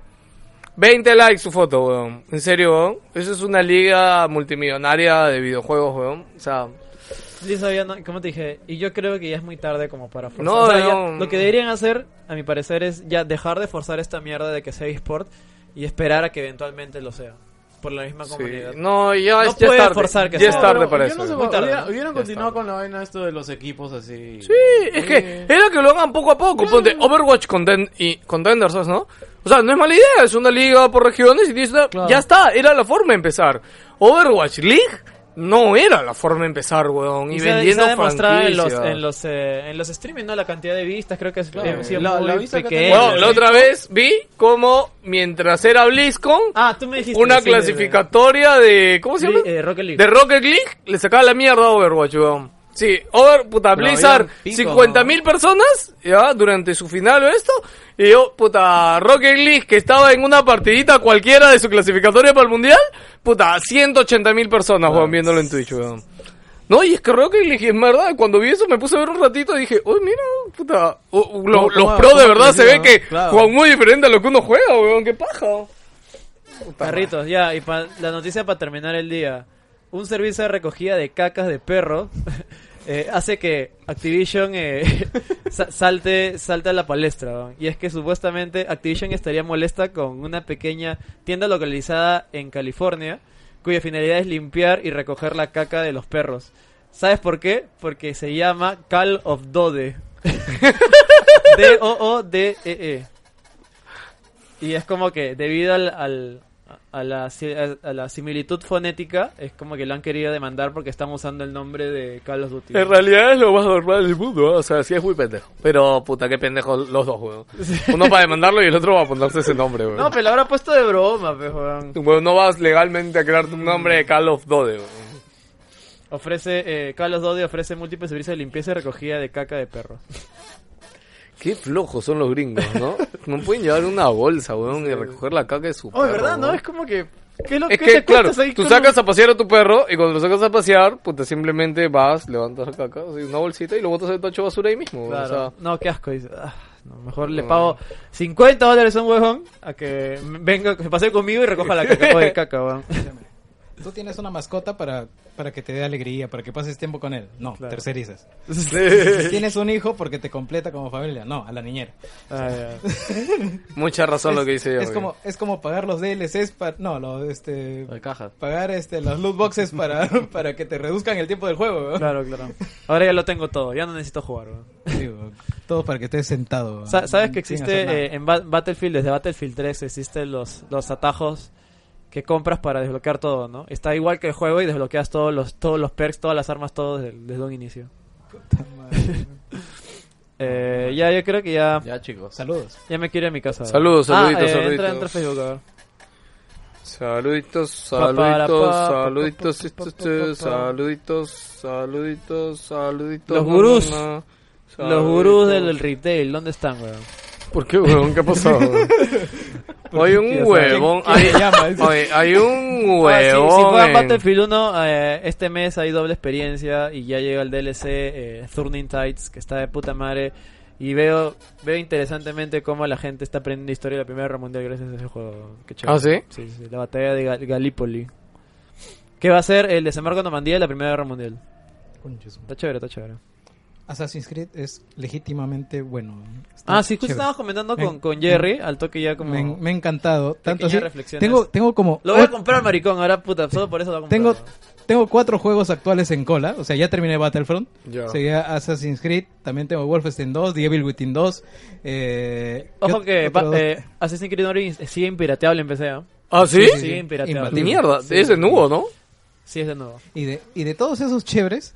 Speaker 1: 20 likes su foto, weón. En serio, weón. Eso es una liga multimillonaria de videojuegos, weón. O sea,
Speaker 2: Lisa, ya no- como te dije, y yo creo que ya es muy tarde como para forzar.
Speaker 1: No,
Speaker 2: O sea, ya-
Speaker 1: no.
Speaker 2: lo que deberían hacer a mi parecer, es ya dejar de forzar esta mierda de que sea eSport y esperar a que eventualmente lo sea. Por la misma comunidad.
Speaker 1: No, ya,
Speaker 2: No
Speaker 1: es- ya es
Speaker 2: puede
Speaker 1: tarde.
Speaker 2: forzar que
Speaker 1: ya es
Speaker 2: sea.
Speaker 1: tarde
Speaker 3: pero
Speaker 1: para
Speaker 3: yo
Speaker 1: eso.
Speaker 3: no sé,
Speaker 2: Muy tarde,
Speaker 3: hubieran-
Speaker 2: ¿no?
Speaker 3: hubieran
Speaker 1: Ya es
Speaker 3: continuado
Speaker 1: tarde.
Speaker 3: con la vaina esto de los equipos así.
Speaker 1: Sí, es que era que lo hagan poco a poco. Ponte Overwatch conten- y Contenders, ¿sabes, ¿no? O sea, no es mala idea, es una liga por regiones y tienes una- ya está, era la forma de empezar. Overwatch League no era la forma de empezar, weón. Y,
Speaker 2: Y se, y se
Speaker 1: vendiendo
Speaker 2: ha demostrado en los,
Speaker 1: franquicias.
Speaker 2: en, los, eh, en los streaming, ¿no? La cantidad de vistas, creo que es
Speaker 3: Claro.
Speaker 2: han sido
Speaker 3: La-
Speaker 2: muy
Speaker 3: la vista que ha
Speaker 2: pequeñas.
Speaker 3: tenido-
Speaker 1: Weón, la otra vez vi como mientras era BlizzCon,
Speaker 2: Ah, tú me dijiste.
Speaker 1: una
Speaker 2: sí, de-
Speaker 1: clasificatoria de... ¿Cómo se
Speaker 2: de-
Speaker 1: llama?
Speaker 2: eh, Rocket League.
Speaker 1: De Rocket League le sacaba la mierda a Overwatch, weón. Sí, Over, puta,
Speaker 3: Pero
Speaker 1: Blizzard,
Speaker 3: habían picos,
Speaker 1: 50.000 personas, ya, durante su final o esto. Y yo, puta, Rocket League, que estaba en una partidita cualquiera de su clasificatoria para el mundial, puta, 180.000 personas, weón, viéndolo en Twitch, weón. No, y es que Rocket League, es verdad, cuando vi eso me puse a ver un ratito y dije, uy, mira, puta, o- o- lo-
Speaker 3: ¿Cómo-
Speaker 1: los
Speaker 3: cómo-
Speaker 1: pros de
Speaker 3: cómo
Speaker 1: verdad se ve
Speaker 3: creció,
Speaker 1: que
Speaker 3: no? Claro.
Speaker 1: juegan muy diferente a lo que uno juega, weón, qué paja. Puta
Speaker 2: Perritos, ya, y pa- la noticia para terminar el día. Un servicio de recogida de cacas de perro (laughs) eh, hace que Activision eh, (laughs) sa- salte, salte a la palestra. ¿no? Y es que supuestamente Activision estaría molesta con una pequeña tienda localizada en California cuya finalidad es limpiar y recoger la caca de los perros. ¿Sabes por qué? Porque se llama Call of Dode. D-O-O-D-E-E. E Y es como que debido al, al- a, la, si- a- a la similitud fonética, es como que lo han querido demandar porque están usando el nombre de Carlos Duty.
Speaker 1: En realidad es lo más normal del mundo, ¿eh? o sea, sí es muy pendejo. Pero puta, qué pendejo los dos, weón. Uno para demandarlo y el otro para apuntarse ese nombre, weón.
Speaker 2: No, pero lo habrá puesto de broma, pues, weón.
Speaker 1: Weón, no vas legalmente a crearte un nombre de Call of Duty, weón.
Speaker 2: Ofrece, eh, Carlos Dodi ofrece múltiples servicios de limpieza y recogida de caca de perro.
Speaker 1: Qué flojos son los gringos, ¿no? No pueden llevar una bolsa, weón, y recoger la caca de su
Speaker 2: Oh,
Speaker 1: perro,
Speaker 2: ¿verdad? No,
Speaker 1: weón.
Speaker 2: es como que... ¿Qué es lo
Speaker 1: Es
Speaker 2: qué
Speaker 1: que,
Speaker 2: te
Speaker 1: claro,
Speaker 2: cuentas ahí
Speaker 1: tú
Speaker 2: con
Speaker 1: sacas a pasear a tu perro y cuando lo sacas a pasear, puta, simplemente vas, levantas la caca, así, una bolsita y lo botas en tacho de basura ahí mismo,
Speaker 2: un-
Speaker 1: weón,
Speaker 2: Claro.
Speaker 1: o sea.
Speaker 2: No, qué asco. dice. Ah, Oh, no, mejor le
Speaker 1: No.
Speaker 2: pago 50 dólares a un huevón a que venga, que se pase conmigo y recoja la caca. Oye, caca, weón.
Speaker 4: Tú tienes una mascota para, para que te dé alegría, para que pases tiempo con él. No, tercerizas. tienes un hijo porque te completa como familia. No, a la niñera.
Speaker 2: Ah, ya.
Speaker 1: (laughs) Mucha razón lo que dice yo.
Speaker 4: es,
Speaker 1: weón.
Speaker 4: como, es como pagar los DLCs para... No, los, este,
Speaker 3: La caja.
Speaker 4: pagar este, los loot boxes para, (laughs) para que te reduzcan el tiempo del juego. (laughs) weón.
Speaker 2: Claro, claro. Ahora ya lo tengo todo, ya no necesito jugar. weón.
Speaker 4: Sí, weón. todo para que estés sentado. weón,
Speaker 2: Sa- ¿Sabes que
Speaker 4: sin Ah, mm, hacer nada.
Speaker 2: existe eh, en Ba- Battlefield, desde Battlefield 3, existen los, los atajos que compras para desbloquear todo, ¿no? Está igual que el juego y desbloqueas todos los, todos los perks, todas las armas, todo desde, desde un inicio. (laughs) Eh, ya, yo creo que ya,
Speaker 3: Ya, chicos.
Speaker 4: Saludos.
Speaker 2: ya me quiero ir a mi casa.
Speaker 1: Saludos, saluditos,
Speaker 2: ah, eh,
Speaker 1: saluditos.
Speaker 2: Entra, entra a Facebook, a ver.
Speaker 1: Saluditos,
Speaker 2: Pa, para,
Speaker 1: saluditos,
Speaker 2: pa,
Speaker 1: saluditos,
Speaker 2: pa, pa, pa,
Speaker 1: este, este,
Speaker 2: pa, pa, pa.
Speaker 1: saluditos, saluditos, saluditos.
Speaker 2: Los gurús.
Speaker 1: na, na,
Speaker 2: Los gurús del, del
Speaker 1: saluditos.
Speaker 2: retail, ¿dónde están, weón?
Speaker 1: ¿Por qué, huevón? ¿Qué ha (laughs) pasado? huevón? hay
Speaker 2: ¿Quién
Speaker 1: un
Speaker 2: sabe?
Speaker 1: huevón.
Speaker 4: ¿Quién
Speaker 1: Hay,
Speaker 4: te llama? Dice.
Speaker 1: oye, hay un
Speaker 2: Ah, sí,
Speaker 1: huevón.
Speaker 2: si juegan
Speaker 1: en-
Speaker 2: Battlefield 1, eh, este mes hay doble experiencia y ya llega el DLC eh, Thurning Tides, que está de puta madre. Y veo, veo interesantemente cómo la gente está aprendiendo historia de la Primera Guerra Mundial gracias a ese juego. Qué chévere.
Speaker 1: ¿Ah, sí?
Speaker 2: Sí, sí, la batalla de Gal- Gallipoli. Que va a ser el desembarco de Normandía de la Primera Guerra Mundial.
Speaker 4: Concha su-
Speaker 2: Está chévere, está chévere.
Speaker 4: Assassin's Creed es legítimamente bueno. Está
Speaker 2: Ah, sí, justo
Speaker 4: chévere.
Speaker 2: estabas comentando
Speaker 4: Me-
Speaker 2: con, con Jerry, al toque ya como...
Speaker 4: Me, me ha encantado. Tanto
Speaker 2: Pequeñas
Speaker 4: así,
Speaker 2: reflexiones.
Speaker 4: tengo, tengo como.
Speaker 2: Lo voy a comprar, maricón, ahora puta, solo por eso lo voy a comprar.
Speaker 4: tengo, tengo cuatro juegos actuales en cola. O sea, ya terminé Battlefront.
Speaker 1: Ya.
Speaker 4: Seguía Assassin's Creed. También tengo Wolfenstein 2, The Evil Within 2. Eh,
Speaker 2: Ojo
Speaker 4: ¿qué
Speaker 2: que
Speaker 4: otro
Speaker 2: pa-
Speaker 4: dos?
Speaker 2: eh, Assassin's Creed Origins sigue impirateable en PC, ¿ah?
Speaker 1: ¿Ah, sí?
Speaker 2: sí, sí, impirateable.
Speaker 1: Ni
Speaker 4: imbatible.
Speaker 1: mierda,
Speaker 4: Sí.
Speaker 1: es de nuevo, ¿no?
Speaker 2: Sí, es de nuevo.
Speaker 4: Y de, y de todos esos chéveres,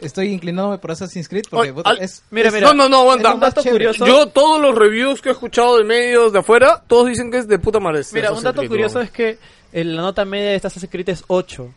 Speaker 4: estoy inclinándome por Assassin's Creed porque
Speaker 1: Ay,
Speaker 4: puta,
Speaker 1: al-
Speaker 4: es.
Speaker 2: Mira,
Speaker 4: es-
Speaker 2: mira.
Speaker 1: No, no, no, aguanta.
Speaker 4: Es un dato
Speaker 2: curioso.
Speaker 1: Yo todos los reviews que he escuchado de medios de afuera, todos dicen que es de puta madre.
Speaker 2: Mira, un dato
Speaker 1: Assassin's Creed,
Speaker 2: curioso
Speaker 1: huevón.
Speaker 2: es que eh, la nota media de esta Assassin's Creed es 8.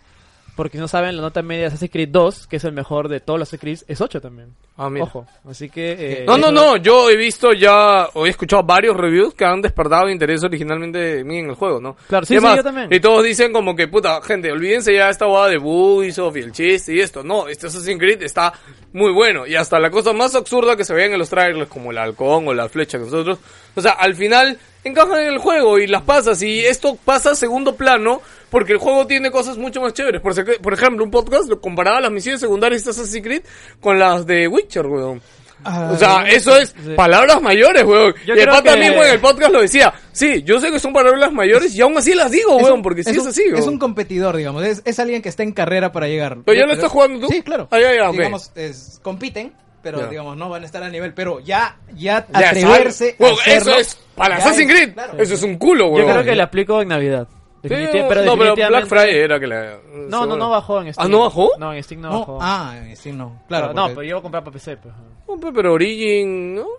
Speaker 2: Porque si no saben, la nota media de Assassin's Creed 2, que es el mejor de todos los Assassin's Creed, es 8 también.
Speaker 1: Ah, mira.
Speaker 2: Ojo. Así que... eh,
Speaker 1: No, no,
Speaker 2: eso-
Speaker 1: no, yo he visto ya, o he escuchado varios reviews que han despertado interés originalmente de mí en el juego, ¿no?
Speaker 2: Claro, sí,
Speaker 1: Y
Speaker 2: sí, yo también.
Speaker 1: Y todos dicen como que, puta, gente, olvídense ya esta boda de Ubisoft y el chiste y esto. No, este Assassin's Creed está muy bueno. Y hasta la cosa más absurda que se veían en los trailers, como el halcón o la flecha que nosotros... O sea, al final encajan en el juego y las pasas y esto pasa a segundo plano porque el juego tiene cosas mucho más chéveres. Por, seque- por ejemplo, un podcast lo comparaba las misiones secundarias de Assassin's Creed con las de Witcher, weón.
Speaker 4: ah,
Speaker 11: O sea, eso es palabras mayores, weey.
Speaker 2: Yo
Speaker 11: y el
Speaker 2: creo
Speaker 11: pata
Speaker 2: que-
Speaker 11: mismo en el podcast lo decía. Sí, yo sé que son palabras mayores y aún así las digo,
Speaker 4: Es
Speaker 11: weón,
Speaker 4: un-
Speaker 11: porque sí es,
Speaker 4: un-
Speaker 11: así, weón.
Speaker 4: Es un competidor, digamos. Es, es alguien que está en carrera para llegar.
Speaker 11: Pero ya lo estás jugando tú.
Speaker 4: Sí, claro.
Speaker 11: Ah, ya, ya, ok.
Speaker 4: Digamos, es- compiten, pero
Speaker 11: Ya.
Speaker 4: digamos, no van a estar a nivel. Pero ya, ya,
Speaker 11: Ya sabes.
Speaker 4: atreverse. a
Speaker 11: Weón,
Speaker 4: hacerlo,
Speaker 11: eso es para
Speaker 4: ya
Speaker 11: Assassin's
Speaker 4: es-
Speaker 11: Creed.
Speaker 4: claro.
Speaker 11: Eso es un culo,
Speaker 2: Yo
Speaker 11: weón.
Speaker 2: creo que le aplico en Navidad.
Speaker 11: Sí,
Speaker 2: Definitiv-
Speaker 11: no,
Speaker 2: pero
Speaker 11: no, pero
Speaker 2: definitivamente-
Speaker 11: Black Friday era que la.
Speaker 2: No, no, no bajó en Steam.
Speaker 11: ¿Ah, no bajó?
Speaker 2: No, en Steam no,
Speaker 4: No,
Speaker 2: bajó.
Speaker 4: ah, sí, no. Claro,
Speaker 2: no,
Speaker 4: porque-
Speaker 2: pero yo voy a comprar para PC. pues.
Speaker 11: No, pe- Pero Origin, ¿no? O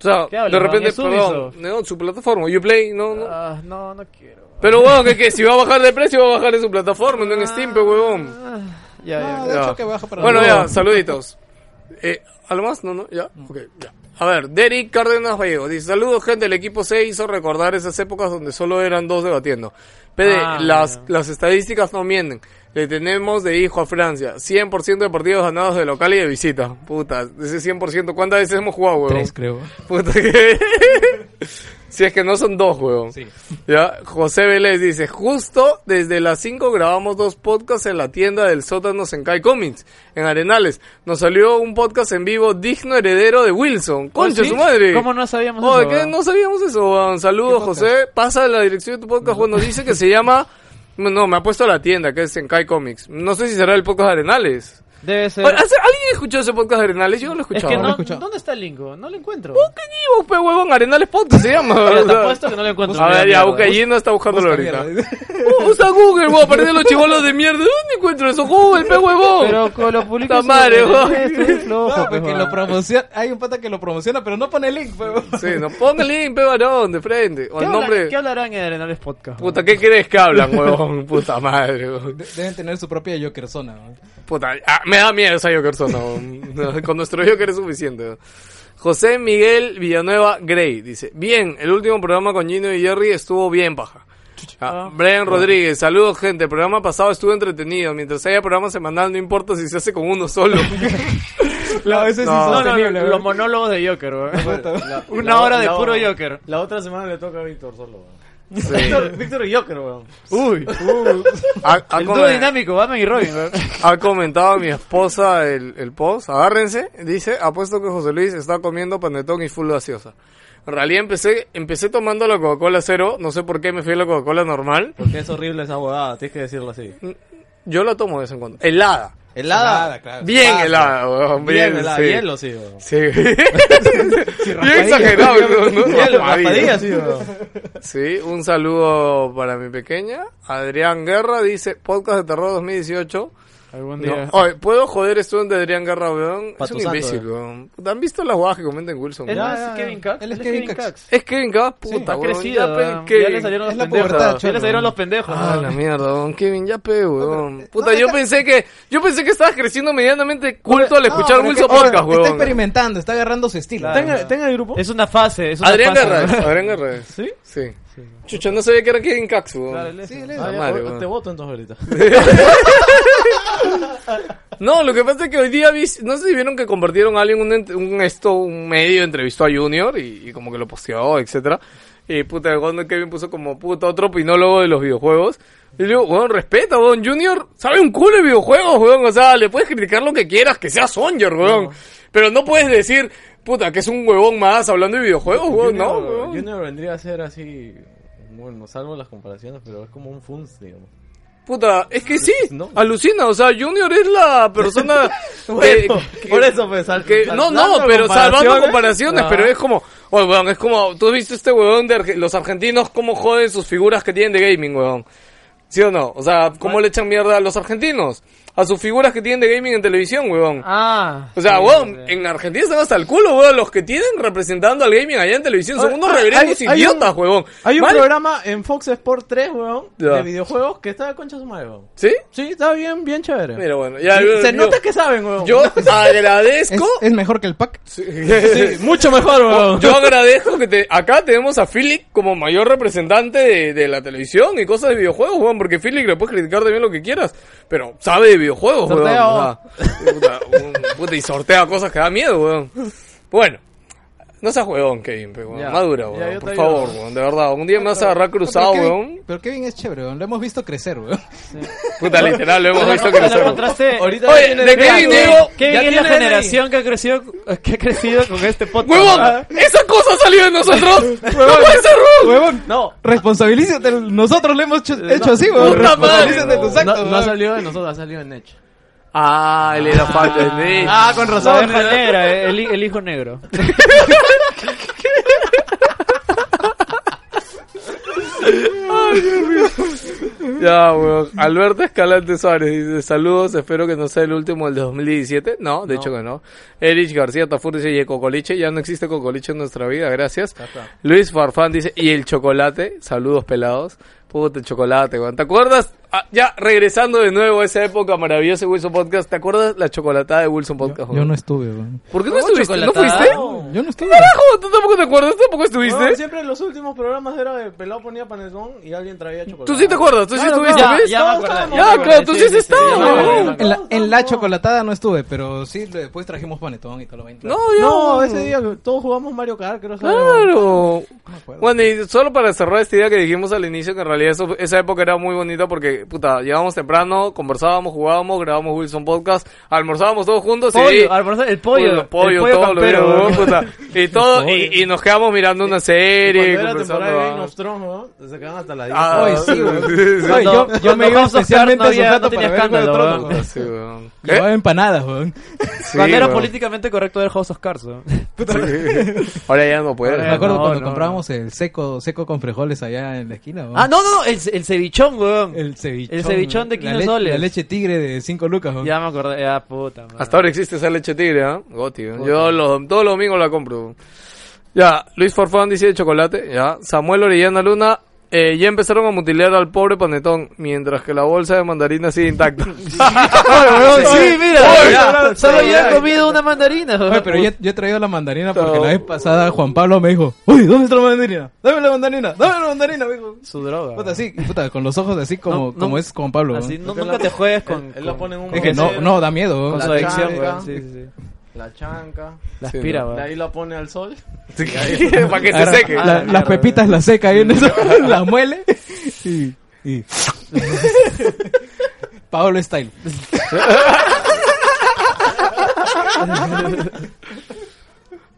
Speaker 11: sea,
Speaker 2: ¿Qué hablas,
Speaker 11: de repente,
Speaker 2: man? Es Ubisoft.
Speaker 11: perdón, no, su plataforma, Uplay, no, no.
Speaker 2: Ah, no, no quiero.
Speaker 11: Pero bueno, que, que si va a bajar de precio, va a bajar de su plataforma, no en Steam, pe huevón.
Speaker 2: Ah, ya, ya.
Speaker 4: No, de hecho
Speaker 11: Ya.
Speaker 4: que baja para
Speaker 11: Bueno,
Speaker 4: luego.
Speaker 11: ya, saluditos. Eh, ¿Algo más? No, no, ya. Ok, ya. A ver, Derek Cárdenas Vallejo dice: Saludos, gente. El equipo se hizo recordar esas épocas donde solo eran dos debatiendo. Pede,
Speaker 2: Ah,
Speaker 11: las,
Speaker 2: bueno.
Speaker 11: las estadísticas no mienten. Le tenemos de hijo a Francia. 100% de partidos ganados de local y de visita. Puta, de ese 100%, ¿cuántas veces hemos jugado, huevón?
Speaker 4: Tres, creo.
Speaker 11: Puta (laughs) que... si es que no son dos, huevón.
Speaker 4: Sí.
Speaker 11: Ya, José Vélez dice, justo desde las 5 grabamos dos podcasts en la tienda del sótano Senkai Comics, en Arenales. Nos salió un podcast en vivo digno heredero de Wilson. Concha
Speaker 2: ¿Oh, ¿sí?
Speaker 11: su madre.
Speaker 2: ¿Cómo no sabíamos
Speaker 11: Oh,
Speaker 2: eso, ah?
Speaker 11: ¿qué?
Speaker 2: huevón?
Speaker 11: No sabíamos eso, huevón. Saludos,
Speaker 4: ¿Qué podcast?
Speaker 11: José. Pasa la dirección de tu podcast. Bueno, dice que se llama... No, me ha puesto la tienda, que es Senkai Comics. No sé si será el podcast de Arenales.
Speaker 2: Debe ser.
Speaker 11: Oye, ¿hace- ¿Alguien escuchó ese podcast de Arenales? Yo no lo he
Speaker 2: es
Speaker 11: escuchado.
Speaker 2: que
Speaker 4: lo he
Speaker 2: no.
Speaker 4: escuchado.
Speaker 2: ¿Dónde está el link? huevón? No lo encuentro.
Speaker 11: ¿Qué digo, pe huevón? Arenales Podcast se llama.
Speaker 2: Mira, te
Speaker 11: o sea.
Speaker 2: apuesto que no lo encuentro.
Speaker 11: A
Speaker 2: Mira,
Speaker 11: ver, ya,
Speaker 2: mierda.
Speaker 11: ok, Gino está buscándolo
Speaker 4: Busca
Speaker 11: ahorita.
Speaker 4: mierda.
Speaker 11: (laughs) Oh, Usa Google, weón, aparecen los chivolos de mierda. ¿Dónde encuentro eso? Google, pe huevón.
Speaker 2: Pero con lo publico.
Speaker 11: Puta madre,
Speaker 2: en
Speaker 11: huevón.
Speaker 2: internet, estoy flojo,
Speaker 4: No,
Speaker 2: pues,
Speaker 4: porque lo
Speaker 2: huevón.
Speaker 4: promociona. Hay un pata que lo promociona, pero no pone el link, weón.
Speaker 11: Sí, no, ponga el link, pe varón, de frente. O
Speaker 2: ¿Qué
Speaker 11: el
Speaker 2: habla-
Speaker 11: nombre.
Speaker 2: ¿Qué hablarán en Arenales Podcast?
Speaker 11: Puta, ¿qué crees que hablan, huevón? Puta madre,
Speaker 4: (laughs)
Speaker 11: huevón.
Speaker 4: De- Deben tener su propia Joker zona, weón.
Speaker 11: Puta, ah, me da miedo esa Joker Zone, huevón. (laughs) No, Con nuestro Joker es suficiente. José Miguel Villanueva Gray dice: Bien, el último programa con Gino y Jerry estuvo bien, paja. Ah, Brian Rodríguez, saludos gente, el programa pasado estuvo entretenido, mientras haya programa semanal no importa si se hace con uno solo.
Speaker 4: No, eso es
Speaker 11: No.
Speaker 2: No, no,
Speaker 4: insostenible,
Speaker 2: no,
Speaker 4: weón.
Speaker 2: los monólogos de Joker, huevón.
Speaker 3: La-
Speaker 2: Una
Speaker 3: la-
Speaker 2: hora de
Speaker 3: la-
Speaker 2: puro Joker.
Speaker 3: La otra semana le toca a Víctor solo, weón.
Speaker 2: Víctor, Víctor y Joker, weón.
Speaker 11: Uy, ha, ha
Speaker 2: El
Speaker 11: come-
Speaker 2: dúo dinámico, Batman y Robin, weón.
Speaker 11: ha comentado mi esposa el, el post, agárrense, dice, apuesto que José Luis está comiendo panetón y full gaseosa. En realidad empecé, empecé tomando la Coca-Cola cero, no sé por qué me fui a la Coca-Cola normal.
Speaker 3: Porque es horrible esa huevada, tienes que decirlo así.
Speaker 11: Yo la tomo de vez en cuando. Helada.
Speaker 3: Helada,
Speaker 4: claro.
Speaker 11: Bien
Speaker 3: Ah,
Speaker 11: helada, weón.
Speaker 3: Bien, helada,
Speaker 11: sí.
Speaker 3: hielo, sí, (laughs) weón.
Speaker 11: Sí. Bien exagerado, ¿no?
Speaker 3: Hielo,
Speaker 11: Raspadilla.
Speaker 3: raspadilla, sí, weón.
Speaker 11: Sí, un saludo para mi pequeña. Adrián Guerra dice, podcast de terror 2018.
Speaker 2: Algún
Speaker 11: No,
Speaker 2: día.
Speaker 11: oye, ¿puedo joder estudiante de Adrián Guerra, weón?
Speaker 3: Pa'
Speaker 11: Es
Speaker 3: tu
Speaker 11: un
Speaker 3: santo,
Speaker 11: imbécil, weón. ¿Han visto las guajas que comentan Wilson?
Speaker 2: Él
Speaker 11: weón?
Speaker 2: no
Speaker 4: Ya,
Speaker 2: es
Speaker 4: ya,
Speaker 2: Kevin
Speaker 4: ya.
Speaker 2: Cox. Él es Kevin Cox.
Speaker 11: Es Kevin Cox, puta,
Speaker 2: Ha
Speaker 11: weón.
Speaker 2: crecido.
Speaker 11: pe,
Speaker 2: weón. Ya
Speaker 11: Kevin.
Speaker 2: le salieron los
Speaker 4: Es la
Speaker 2: pendejos.
Speaker 4: pubertad,
Speaker 2: Ya le
Speaker 4: cholo.
Speaker 2: salieron los pendejos.
Speaker 11: Ah, la
Speaker 2: weón.
Speaker 11: mierda, weón. Kevin, ya pe, weón. Puta, yo
Speaker 4: está-
Speaker 11: pensé que... Yo pensé que estabas creciendo medianamente culto al
Speaker 4: No,
Speaker 11: escuchar
Speaker 4: pero
Speaker 11: Wilson
Speaker 4: que- oye,
Speaker 11: Podcast,
Speaker 4: Está
Speaker 11: weón.
Speaker 4: experimentando, está agarrando su estilo.
Speaker 2: Claro.
Speaker 3: Tenga, tenga el grupo.
Speaker 2: Es una fase. Es una
Speaker 11: Adrián
Speaker 2: fase,
Speaker 11: Guerra, es,
Speaker 2: weón.
Speaker 11: Adrián Guerra. es.
Speaker 3: ¿Sí?
Speaker 11: Sí. Chucha, no sabía que era Kevin Cox, weón.
Speaker 2: Claro, él es-
Speaker 4: Sí, le-
Speaker 3: Ah, ya,
Speaker 11: madre,
Speaker 3: o-
Speaker 11: weón.
Speaker 3: te voto entonces ahorita.
Speaker 11: No, lo que pasa es que hoy día vi, no sé si vieron que compartieron a alguien un, ent- un esto, un medio entrevistó a Junior y, y como que lo posteó, etcétera. Y puta, cuando Kevin puso como puta otro opinólogo de los videojuegos. Y le digo, weón, respeta, weón, Junior sabe un culo de videojuegos, weón. O sea, le puedes criticar lo que quieras, que sea Songer, weón. Pero no puedes decir, puta, que es un huevón más hablando de videojuegos, weón, no,
Speaker 3: Junior-
Speaker 11: weón.
Speaker 3: Junior vendría a ser así. Bueno, salvo las comparaciones, pero es como un funs,
Speaker 11: (laughs)
Speaker 3: digamos.
Speaker 11: Puta, es que sí,
Speaker 3: No.
Speaker 11: alucina, o sea, Junior es la persona... eh,
Speaker 3: (laughs) Bueno,
Speaker 11: que-
Speaker 3: (laughs) por eso, pues, sal-
Speaker 11: que- no, no,
Speaker 3: saltando
Speaker 11: pero salvando comparaciones,
Speaker 3: Ajá.
Speaker 11: pero es como, oye, weón, es como, tú has visto este weón de Arge- los argentinos cómo joden sus figuras que tienen de gaming, weón. ¿Sí o no? O sea, cómo le echan mierda a los argentinos, a sus figuras que tienen de gaming en televisión, weón.
Speaker 2: Ah.
Speaker 11: O sea,
Speaker 2: sí,
Speaker 11: weón,
Speaker 2: sí.
Speaker 11: en Argentina están hasta el culo, weón, los que tienen representando al gaming allá en televisión, son unos reverendos
Speaker 3: Ah, hay- hay
Speaker 11: idiotas,
Speaker 3: un-
Speaker 11: weón.
Speaker 3: Hay un
Speaker 11: Mal-
Speaker 3: programa en Fox Sport 3, weón,
Speaker 11: Ya.
Speaker 3: de videojuegos que está de concha su madre, weón.
Speaker 11: ¿Sí?
Speaker 3: Sí, está bien, bien chévere.
Speaker 11: Mira, bueno, ya...
Speaker 3: Sí,
Speaker 11: yo-
Speaker 3: se
Speaker 11: yo-
Speaker 3: nota que saben, weón. (laughs)
Speaker 11: Yo
Speaker 4: Es,
Speaker 11: agradezco...
Speaker 4: es mejor que el pack.
Speaker 11: (laughs)
Speaker 3: Sí, mucho mejor, weón.
Speaker 11: Yo agradezco que te- acá tenemos a Philip como mayor representante de, de la televisión y cosas de videojuegos, weón, porque Philip le puedes criticar también lo que quieras, pero sabe de videojuegos, weón.
Speaker 2: Sortea,
Speaker 11: o sea, puta, un- puta, y sortea cosas que da miedo, weón. Bueno, No seas huevón, Kevin, pe, weón.
Speaker 3: Ya.
Speaker 11: Madura,
Speaker 3: Ya,
Speaker 11: weón.
Speaker 3: yo te
Speaker 11: por
Speaker 3: ayudo.
Speaker 11: favor, weón. De verdad, un día me vas a agarrar cruzado,
Speaker 4: pero Kevin-
Speaker 11: weón.
Speaker 4: Pero Kevin es chévere, weón. Lo hemos visto crecer, weón.
Speaker 11: Puta, literal, lo hemos visto
Speaker 2: Lo
Speaker 11: crecer.
Speaker 2: encontraste.
Speaker 3: Ahorita
Speaker 11: Oye,
Speaker 3: viene-
Speaker 11: de
Speaker 2: Mira,
Speaker 11: Kevin
Speaker 2: Kevin-
Speaker 11: Diego.
Speaker 2: Kevin
Speaker 3: ya
Speaker 2: es la
Speaker 3: tiene DNI.
Speaker 2: generación que ha crecido, que ha crecido con este podcast.
Speaker 11: ¡Huevón! ¡Esa cosa salió
Speaker 3: (laughs)
Speaker 11: de nosotros! ¡No puede ser, huevón!
Speaker 4: Huevón,
Speaker 2: No,
Speaker 4: responsabilízate. Nosotros lo hemos hecho, hecho así, weón.
Speaker 11: puta madre,
Speaker 4: Responsabilízate de tus
Speaker 3: No,
Speaker 4: actos,
Speaker 3: no ha
Speaker 4: weón.
Speaker 3: salido de nosotros, ha salido de Nech.
Speaker 11: Ah, él era fan de Nate.
Speaker 3: Ah, con
Speaker 2: la
Speaker 3: razón.
Speaker 2: oveja negra, eh, el, hi- el hijo negro.
Speaker 11: Ya, weón. Alberto Escalante Suárez dice: Saludos, espero que no sea el último del 2017. No, de hecho que no. Erich García Tafur dice: Y Cocoliche, ya no existe Cocoliche en nuestra vida, gracias. Luis Farfán dice: Y el chocolate, saludos pelados. Puta, el chocolate, weón. ¿Te acuerdas? Ah, ya, regresando de nuevo a esa época maravillosa de Wilson Podcast, ¿te acuerdas la chocolatada de Wilson Podcast,
Speaker 4: Yo
Speaker 11: weón?
Speaker 4: no estuve, weón.
Speaker 11: ¿Por qué no estuviste? ¿No fuiste?
Speaker 4: Yo no estuve.
Speaker 11: ¡Carajo! ¿Tú tampoco te acuerdas? ¿Tú tampoco estuviste?
Speaker 3: No, siempre en los últimos programas era de pelado ponía panetón y alguien traía chocolate.
Speaker 11: Tú sí te acuerdas, tú sí estuviste,
Speaker 2: ya,
Speaker 11: ¿ves?
Speaker 2: ya me acordé,
Speaker 11: Ah,
Speaker 2: ya me acordé,
Speaker 11: claro, tú
Speaker 2: sí,
Speaker 11: sí has
Speaker 2: sí, sí,
Speaker 11: estado,
Speaker 2: ya me acordé,
Speaker 11: weón.
Speaker 2: ya me
Speaker 4: En la, en la chocolatada no estuve, pero sí, después trajimos panetón y todo lo vaina.
Speaker 11: No, yo
Speaker 3: No, ese día todos jugamos Mario Kart, creo. ¿sabes?
Speaker 11: Claro.
Speaker 4: acuerdo.
Speaker 11: Bueno, y solo para cerrar esta idea que dijimos al inicio, que en realidad eso- esa época era muy bonita porque, puta, llegábamos temprano, conversábamos, jugábamos, grabábamos Wilson Podcast, almorzábamos todos juntos y... Pues,
Speaker 2: Pollo, al parecer, el pollo,
Speaker 11: Puta, pollo,
Speaker 2: el pollo
Speaker 11: todo lo
Speaker 2: campero.
Speaker 11: mismo, puta. Y todo, y, y nos quedamos mirando una serie,
Speaker 3: Cuando era
Speaker 11: conversando,
Speaker 3: temporada de Game
Speaker 11: ah.
Speaker 3: of Thrones, ¿no? Te sacaban hasta la
Speaker 11: Ah,
Speaker 4: Ay, sí,
Speaker 11: sí,
Speaker 4: Ay, yo,
Speaker 2: Cuando-
Speaker 4: yo me
Speaker 2: cuando
Speaker 4: iba
Speaker 2: House of Cards
Speaker 4: especialmente a
Speaker 2: no
Speaker 4: su
Speaker 2: había- no
Speaker 4: plato
Speaker 2: tenía
Speaker 4: para ver Juego de
Speaker 2: escándalo,
Speaker 4: Tronos,
Speaker 2: weón.
Speaker 4: weón.
Speaker 11: Ah, Sí, ¿Eh? weón. ¿Qué?
Speaker 4: Llevaba empanadas, weón.
Speaker 11: Sí,
Speaker 2: Cuando era
Speaker 11: weón.
Speaker 2: políticamente correcto ver House of Cards. ¿no?
Speaker 1: (laughs)
Speaker 11: Sí. Ahora ya no puede.
Speaker 2: Ahora
Speaker 4: Me
Speaker 2: ya
Speaker 4: acuerdo
Speaker 2: no,
Speaker 4: cuando
Speaker 2: no,
Speaker 4: comprábamos el seco seco con frijoles allá en la esquina, weón.
Speaker 2: Ah, no, no, no, el, el cevichón, weón.
Speaker 4: El cevichón.
Speaker 2: El cevichón de
Speaker 4: La
Speaker 2: 15
Speaker 4: le-
Speaker 2: soles.
Speaker 4: La leche tigre de 5 lucas, weón.
Speaker 2: Ya me acordé, ya puta. madre.
Speaker 11: Hasta ahora existe esa leche tigre, ¿ah? Goti. ¿eh? Yo los, todos los domingos la compro. Ya, Luis Forfán dice de chocolate, ya. Samuel Orellana Luna, eh, ya empezaron a mutilar al pobre panetón, mientras que la bolsa de mandarina sigue intacta.
Speaker 2: Weón, sí, mira.
Speaker 11: Oye,
Speaker 2: ya, Solo
Speaker 11: oye,
Speaker 2: yo he
Speaker 11: oye.
Speaker 2: comido una mandarina.
Speaker 4: Oye, pero yo, yo he traído la mandarina porque la vez pasada Juan Pablo me dijo, uy, ¿dónde está la mandarina? Dame la mandarina, dame la mandarina, me dijo.
Speaker 2: Su droga.
Speaker 4: Puta, así, puta, con los ojos así como,
Speaker 2: No, no.
Speaker 4: como es Juan Pablo.
Speaker 2: Así,
Speaker 4: weón.
Speaker 2: no, nunca te juegues con.
Speaker 3: Él lo
Speaker 2: con-
Speaker 3: pone en un
Speaker 4: Es que no,
Speaker 3: bronceador,
Speaker 4: no, da miedo.
Speaker 2: con
Speaker 4: weón.
Speaker 2: su
Speaker 3: La
Speaker 2: adicción,
Speaker 3: changa.
Speaker 2: weón. Sí, sí, sí.
Speaker 3: La chanca.
Speaker 2: La
Speaker 11: Sí,
Speaker 2: aspira,
Speaker 11: no.
Speaker 2: weón.
Speaker 3: De ahí la pone al sol.
Speaker 11: Para que se
Speaker 4: Agarra-
Speaker 11: seque.
Speaker 4: ah, la- las
Speaker 2: Ah, mierda,
Speaker 4: pepitas las seca ahí
Speaker 2: (laughs)
Speaker 4: en eso, (laughs) las muele y... y... Pablo Style.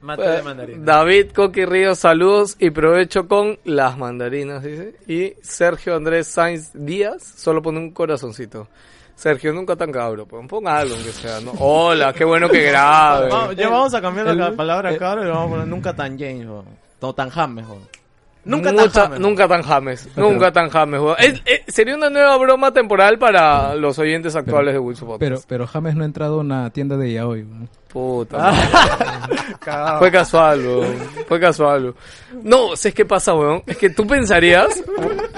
Speaker 2: Mata de mandarina.
Speaker 11: Eh, David Coqui Ríos, saludos y provecho con las mandarinas, dice. Y Sergio Andrés Sainz Díaz, solo pone un corazoncito. Sergio, nunca tan cabro, pues, ponga algo que sea, ¿no? Hola, qué bueno que grabe.
Speaker 3: Vamos, ya vamos a cambiar la palabra caro y le vamos a poner nunca tan James, weón. No tan James, weón. Nunca tan
Speaker 11: Mucha-
Speaker 3: James.
Speaker 11: Nunca tan James. Nunca tan James. weón. Es- es- sería una nueva broma temporal para los oyentes actuales de Wilson Podcast.
Speaker 4: Pero, pero James no ha entrado a una tienda de yaoi. weón.
Speaker 11: Puta. madre. Fue casual, weón. Fue casual. weón. No, ¿sabes qué pasa, weón? Es que tú pensarías,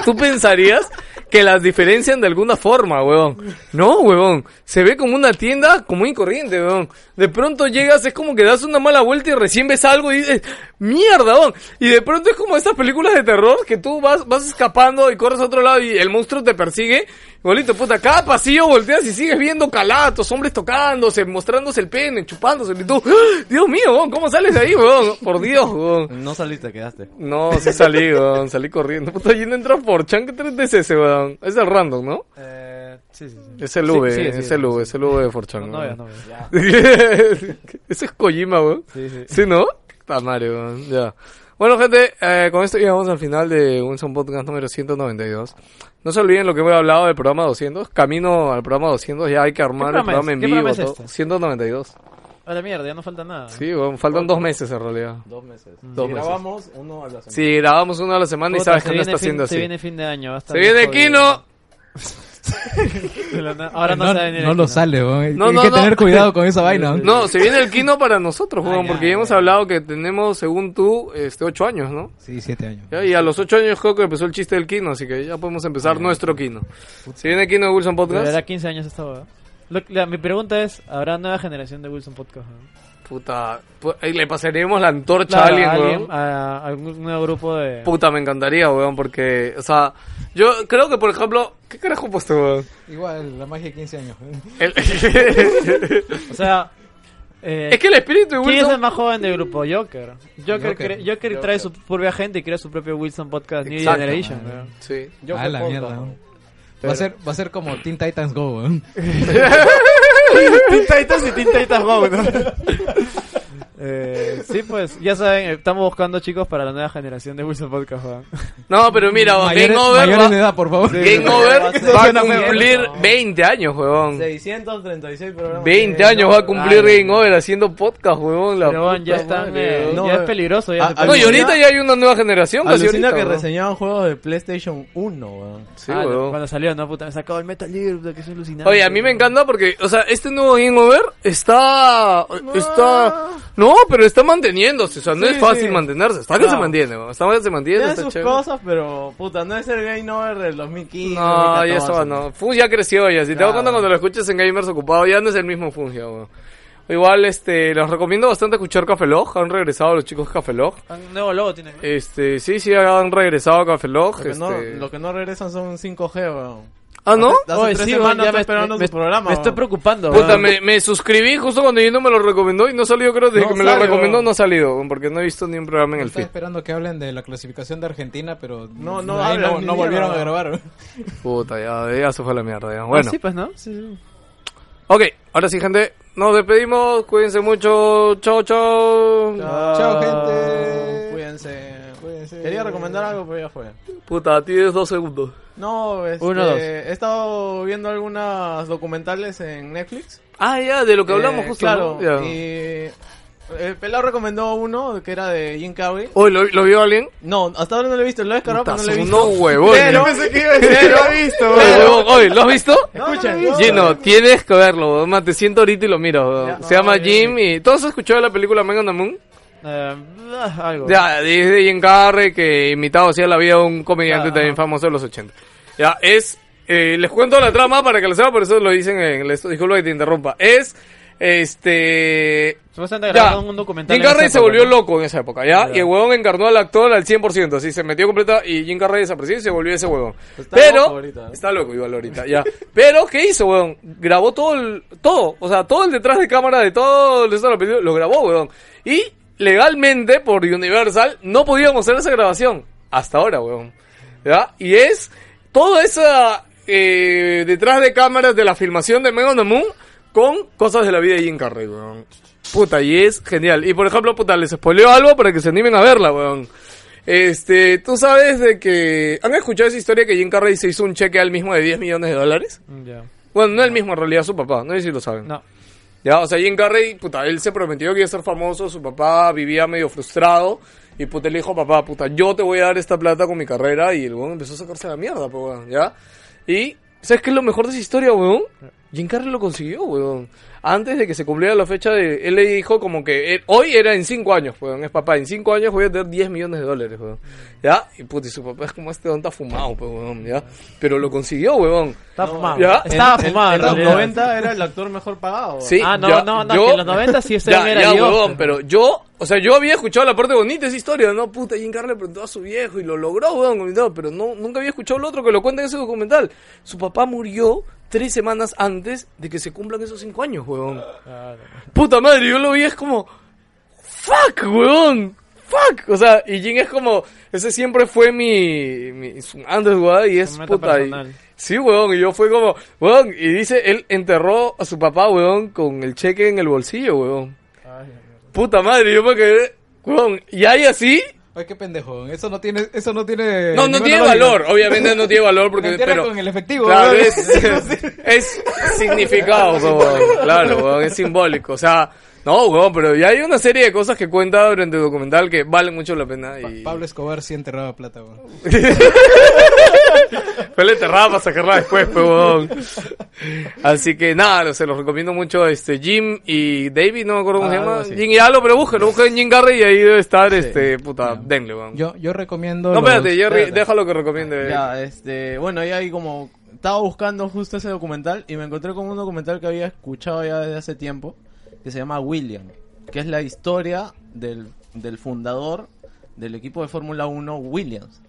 Speaker 11: tú pensarías que las diferencian de alguna forma, weón. No, weón. Se ve como una tienda común y corriente, weón. De pronto llegas, es como que das una mala vuelta y recién ves algo y dices, mierda, weón. Y de pronto es como esas películas de terror que tú vas, vas escapando y corres a otro lado y el monstruo te persigue. Igualito, puta, cada pasillo volteas y sigues viendo calatos, hombres tocándose, mostrándose el pene, chupándose. Y tú, ¡Ah! Dios mío, weón, ¿cómo sales de ahí, weón? Por Dios, weón.
Speaker 3: No saliste, quedaste.
Speaker 11: No,
Speaker 2: (laughs)
Speaker 11: sí salí, weón, salí corriendo. Puta, allí no entras por Chan, ¿qué 3 es ese, weón? Es el random, ¿no?
Speaker 2: Eh, sí, sí, sí.
Speaker 11: Es el V,
Speaker 2: sí, sí,
Speaker 11: es el V, es el V de Forchan.
Speaker 2: No, ya, no, ya.
Speaker 11: (laughs) Ese es Kojima, weón.
Speaker 2: Sí, sí.
Speaker 11: ¿Sí, no? Está Mario, weón, ya. Bueno, gente, eh, con esto llegamos al final de Wilson Podcast número 192. No se olviden lo que hemos hablado del programa 200. Camino al programa 200, ya hay que armar el
Speaker 2: programa
Speaker 11: programa
Speaker 2: es?
Speaker 11: en
Speaker 2: ¿Qué
Speaker 11: vivo.
Speaker 2: programa es
Speaker 11: todo.
Speaker 2: este?
Speaker 11: 192.
Speaker 2: A la mierda, ya no falta nada.
Speaker 11: Sí, weón, faltan dos meses en realidad.
Speaker 3: Dos meses.
Speaker 11: Dos
Speaker 3: Y
Speaker 11: meses.
Speaker 3: grabamos uno a la semana.
Speaker 11: Si grabamos uno a la semana y
Speaker 2: Puta,
Speaker 11: sabes
Speaker 2: se
Speaker 11: que no
Speaker 2: viene fin-
Speaker 11: está haciendo
Speaker 2: se
Speaker 11: así.
Speaker 2: viene fin de año. va a estar
Speaker 11: Se viene
Speaker 2: bien
Speaker 11: Kino.
Speaker 2: jodido. De la nada.
Speaker 4: (laughs)
Speaker 2: Ahora no,
Speaker 4: no,
Speaker 2: se va a venir
Speaker 4: no
Speaker 2: el
Speaker 4: lo
Speaker 2: Kino.
Speaker 4: sale, weón.
Speaker 11: No,
Speaker 4: hay
Speaker 11: no,
Speaker 4: que
Speaker 11: no.
Speaker 4: tener cuidado con esa vaina. weón.
Speaker 11: (laughs)
Speaker 2: (laughs)
Speaker 11: No, se viene el Kino para nosotros, weón,
Speaker 2: ya,
Speaker 11: porque ya hemos hablado que tenemos, según tú, este, ocho años, ¿no?
Speaker 4: Sí, siete años.
Speaker 11: Ya, Y a los ocho años creo que empezó el chiste del Kino, así que ya podemos empezar nuestro Kino. Se viene Kino de Wilson Podcast.
Speaker 2: Durará 15 años esta boda. Lo- la- mi pregunta es, ¿habrá nueva generación de Wilson Podcast? no?
Speaker 11: Puta, pu- ahí le pasaremos la antorcha
Speaker 2: Claro,
Speaker 11: a alguien,
Speaker 2: alguien,
Speaker 11: weón.
Speaker 2: a algún nuevo grupo de...
Speaker 11: Puta, me encantaría, weón, porque, o sea, yo creo que, por ejemplo, ¿qué carajo he puesto, weón?
Speaker 4: (laughs) Igual, la magia de 15 años.
Speaker 11: El-
Speaker 2: O sea, Eh,
Speaker 11: (laughs) Es que el espíritu de
Speaker 2: ¿Quién es el
Speaker 11: Wilson.
Speaker 2: más joven del grupo? Joker. Joker,
Speaker 4: Joker.
Speaker 2: cre- Joker trae su propia gente y crea su propio Wilson Podcast New
Speaker 11: Exacto.
Speaker 2: Generation.
Speaker 4: Ah,
Speaker 2: weón.
Speaker 11: Sí.
Speaker 4: Ah, la mierda. ¿no? Va, a ser, va a ser como Teen Titans Go, ¿eh?
Speaker 2: Teen Titans y Teen Titans Go, ¿no? (laughs) Eh, sí, pues, ya saben, eh, estamos buscando chicos para la nueva generación de Wilson Podcast. weón.
Speaker 11: No, pero
Speaker 4: (laughs)
Speaker 11: mira,
Speaker 4: Mayores,
Speaker 11: Game Over.
Speaker 4: mayores
Speaker 11: va-
Speaker 4: de edad, por favor.
Speaker 2: (laughs)
Speaker 11: Game Over va a cumplir 20 años, huevón.
Speaker 3: 636 programas.
Speaker 11: 20
Speaker 3: Eh,
Speaker 11: años
Speaker 3: no,
Speaker 11: va a cumplir
Speaker 2: Ay,
Speaker 11: Game Over haciendo podcast, huevón. La
Speaker 2: Pero, weón, ya
Speaker 11: puta
Speaker 2: están,
Speaker 11: madre,
Speaker 2: eh,
Speaker 11: huevón.
Speaker 3: no,
Speaker 2: ya es
Speaker 3: eh.
Speaker 2: peligroso. Ya
Speaker 3: Ah,
Speaker 2: se
Speaker 3: ah,
Speaker 2: puede-
Speaker 11: No, y ahorita ya hay una nueva generación casi
Speaker 3: Alucina
Speaker 11: ahorita,
Speaker 3: que
Speaker 11: huevón.
Speaker 3: reseñaban juegos de PlayStation 1, weón.
Speaker 11: Sí,
Speaker 2: Ah, no,
Speaker 11: huevón.
Speaker 2: cuando salió, no, puta, me sacó el Metal Gear, puta, que es alucinante.
Speaker 11: Oye, a mí me encanta porque, o sea, este nuevo Game Over está, está, no, pero está manteniéndose, o sea, no
Speaker 3: Sí,
Speaker 11: es fácil
Speaker 3: sí.
Speaker 11: mantenerse, está que se
Speaker 3: Claro.
Speaker 11: mantiene, weón, está que se mantiene,
Speaker 3: Tiene
Speaker 11: está
Speaker 3: sus
Speaker 11: chévere.
Speaker 3: cosas, pero puta, no es el Game Over del 2015.
Speaker 11: No, y
Speaker 3: 2014,
Speaker 11: eso no. Fun ya creció ya. Si te das
Speaker 3: Claro.
Speaker 11: cuenta cuando lo escuches en Gamers Ocupado, ya no es el mismo Fun ya, weón. Igual, este, los recomiendo bastante escuchar Café Log. Han regresado los chicos de Café Log.
Speaker 2: Ah, Un nuevo logo tiene. ¿no?
Speaker 11: Este, sí, sí, han regresado a Café Log.
Speaker 3: Lo que, no,
Speaker 11: este.
Speaker 3: lo que no regresan son 5G, weón.
Speaker 11: Ah, ¿no?
Speaker 3: Hace
Speaker 2: Oye,
Speaker 3: tres
Speaker 2: sí,
Speaker 3: semanas
Speaker 2: weón, ya
Speaker 3: estoy esperando
Speaker 2: me,
Speaker 3: su programa,
Speaker 2: me estoy
Speaker 3: weón.
Speaker 2: preocupando.
Speaker 11: Puta,
Speaker 2: weón.
Speaker 11: me, me suscribí justo cuando Gino me lo recomendó y no salió, creo, desde
Speaker 3: No
Speaker 11: que me lo
Speaker 3: sale,
Speaker 11: recomendó
Speaker 3: weón.
Speaker 11: no ha salido, weón, porque no he visto ni un programa en el
Speaker 4: Estaba
Speaker 11: feed.
Speaker 4: esperando que hablen de la clasificación de Argentina, pero
Speaker 3: No, no
Speaker 4: ahí
Speaker 3: hablan
Speaker 4: no,
Speaker 3: ni mierda.
Speaker 4: no volvieron a grabar.
Speaker 11: Puta, ya, ya se fue a la mierda, ya.
Speaker 2: Ah,
Speaker 11: Bueno.
Speaker 2: sí, pues, ¿no? Sí, sí.
Speaker 11: Ok, ahora sí, gente, nos despedimos, cuídense mucho, chao, chao.
Speaker 4: Chao, gente.
Speaker 3: Cuídense.
Speaker 4: Cuídense.
Speaker 3: Quería recomendar algo, pero ya fue.
Speaker 11: Puta, tienes dos segundos.
Speaker 3: No, este,
Speaker 2: Uno, dos.
Speaker 3: he estado viendo algunas documentales en Netflix.
Speaker 11: Ah, ya, de lo que hablamos
Speaker 3: Eh,
Speaker 11: justo.
Speaker 3: Claro.
Speaker 11: ¿no? Ya.
Speaker 3: Y el pelado recomendó uno que era de Jim Carrey.
Speaker 11: Oye, ¿lo, lo vio alguien?
Speaker 3: No, hasta ahora no lo he visto. Lo he descargado,
Speaker 11: Puta,
Speaker 3: pero no lo he
Speaker 11: son
Speaker 3: visto.
Speaker 11: unos huevones. (laughs)
Speaker 3: Pero-
Speaker 11: que
Speaker 3: iba a decir, lo ha visto,
Speaker 11: Oye,
Speaker 3: pero-
Speaker 11: huevón, oye, ¿lo has visto?
Speaker 3: Escuchen,
Speaker 11: Gino, tienes que verlo, weón. más te siento ahorita y lo miro. weón.
Speaker 2: eh. Ya.
Speaker 11: Se llama
Speaker 2: Ay,
Speaker 11: Jim y... ¿Todos has escuchado de la película Man on the Moon?
Speaker 2: Eh, ah, algo.
Speaker 11: Ya, dice Jim Carrey que imitado hacía la vida de un comediante
Speaker 2: Ya,
Speaker 11: también
Speaker 2: ajá.
Speaker 11: famoso de los 80. Ya, es... eh, les cuento la trama para que lo sepan, por eso lo dicen en el... esto. Disculpa que te interrumpa. Es... Este...
Speaker 2: Supuestamente
Speaker 11: Ya.
Speaker 2: grabaron un documental.
Speaker 11: Jim
Speaker 2: en esa
Speaker 11: Carrey se
Speaker 2: época,
Speaker 11: volvió
Speaker 2: ¿no?
Speaker 11: loco en esa época, ¿ya?
Speaker 2: Ya.
Speaker 11: Y el huevón encarnó al actor al 100%, así se metió completa y Jim Carrey desapareció y se volvió ese huevón.
Speaker 2: Pues
Speaker 3: Está
Speaker 11: Pero,
Speaker 3: loco ahorita,
Speaker 2: ¿eh?
Speaker 3: ¿no?
Speaker 11: está loco igual ahorita, ya. Pero, ¿qué hizo, huevón? Grabó todo el, todo, o sea, todo el detrás de cámara de todo el resto de la película, lo grabó, huevón. Y, legalmente, por Universal, no podían hacer esa grabación. Hasta ahora, huevón. ¿Ya? Y es, toda esa, eh, detrás de cámaras de la filmación de Megan on the Moon con cosas de la vida de Jim Carrey, huevón. Puta, y es genial. Y por ejemplo, puta, les spoileo algo para que se animen a verla, weón. Este, tú sabes de que. ¿Han escuchado esa historia que Jim Carrey se hizo un cheque al mismo de 10 millones de dólares?
Speaker 2: Ya.
Speaker 11: Bueno, no el mismo, en realidad su papá, no sé si lo saben.
Speaker 2: No.
Speaker 11: Ya, o sea, Jim Carrey, puta, él se prometió que iba a ser famoso, su papá vivía medio frustrado. Y puta, le dijo, papá, puta, yo te voy a dar esta plata con mi carrera. Y el weón empezó a sacarse la mierda, pues, weón, ya. Y, ¿sabes qué es lo mejor de esa historia, weón? Jim Carrey lo consiguió, weón. Antes de que se cumpliera la fecha, de, él le dijo como que él- hoy era en 5 años, weón. Es papá, en 5 años voy a tener 10 millones de dólares, weón. Ya, y puta, y su papá es como este don está fumado, pues, weón, ya. Pero lo consiguió, weón.
Speaker 2: Está fumado.
Speaker 11: Ya.
Speaker 2: Estaba
Speaker 3: En-
Speaker 2: fumado.
Speaker 3: En, los
Speaker 2: realidad.
Speaker 3: 90 era el actor mejor pagado. weón.
Speaker 11: Sí,
Speaker 2: Ah, no,
Speaker 11: ya,
Speaker 2: no, no,
Speaker 11: yo-
Speaker 2: que en los 90 sí ese
Speaker 11: (laughs) ya,
Speaker 2: hombre era
Speaker 11: ya,
Speaker 2: Dios.
Speaker 11: huevón, pero yo, o sea, yo había escuchado la parte bonita de esa historia, ¿no? Puta, Jim Carrey le preguntó a su viejo y lo logró, huevón, con- no, pero no, nunca había escuchado lo otro que lo cuenta en ese documental. Su papá murió tres semanas antes de que se cumplan esos cinco años, huevón. Puta madre, yo lo vi, es como, fuck, huevón. Fuck, o sea, y Jim es como, ese siempre fue mi, mi su underdog y es
Speaker 2: meta
Speaker 11: puta. y-
Speaker 2: personal.
Speaker 11: sí, huevón, y yo fue como, huevón, y dice, él enterró a su papá, huevón, con el cheque en el bolsillo, huevón. Puta madre, yo me quedé. Huevón, y ahí así.
Speaker 4: Ay, qué pendejo. Eso no tiene. Eso no tiene.
Speaker 11: No, no
Speaker 4: ninguna
Speaker 11: tiene
Speaker 4: lógica.
Speaker 11: valor, obviamente no tiene valor
Speaker 4: Lo (laughs)
Speaker 11: porque.
Speaker 4: entierran
Speaker 11: pero,
Speaker 4: con el efectivo.
Speaker 11: claro,
Speaker 4: ¿no?
Speaker 11: es,
Speaker 4: (laughs)
Speaker 11: (laughs) es significado, huevón, Claro, huevón, es simbólico. O sea, no, huevón, pero ya hay una serie de cosas que cuenta durante el documental que valen mucho la pena.
Speaker 4: Pa-
Speaker 11: Y...
Speaker 4: Pablo Escobar sí enterraba plata, weón.
Speaker 11: Fue la enterrada para sacarla después, pues, huevón. Así que nada, se los recomiendo mucho este Jim y David, no me acuerdo cómo
Speaker 3: Ah,
Speaker 11: se llama.
Speaker 3: algo así.
Speaker 11: Jim y Alo, pero busquen, busquen Jim Garrey y ahí debe estar este puta, denle, weón.
Speaker 4: Yo, yo recomiendo.
Speaker 11: No,
Speaker 4: los-
Speaker 11: espérate, Jerry,
Speaker 3: espérate.
Speaker 11: déjalo que recomiende.
Speaker 3: Ya, este, bueno, ahí hay como estaba buscando justo ese documental y me encontré con un documental que había escuchado ya desde hace tiempo que se llama William, que es la historia del, del fundador del equipo de Fórmula 1 Williams.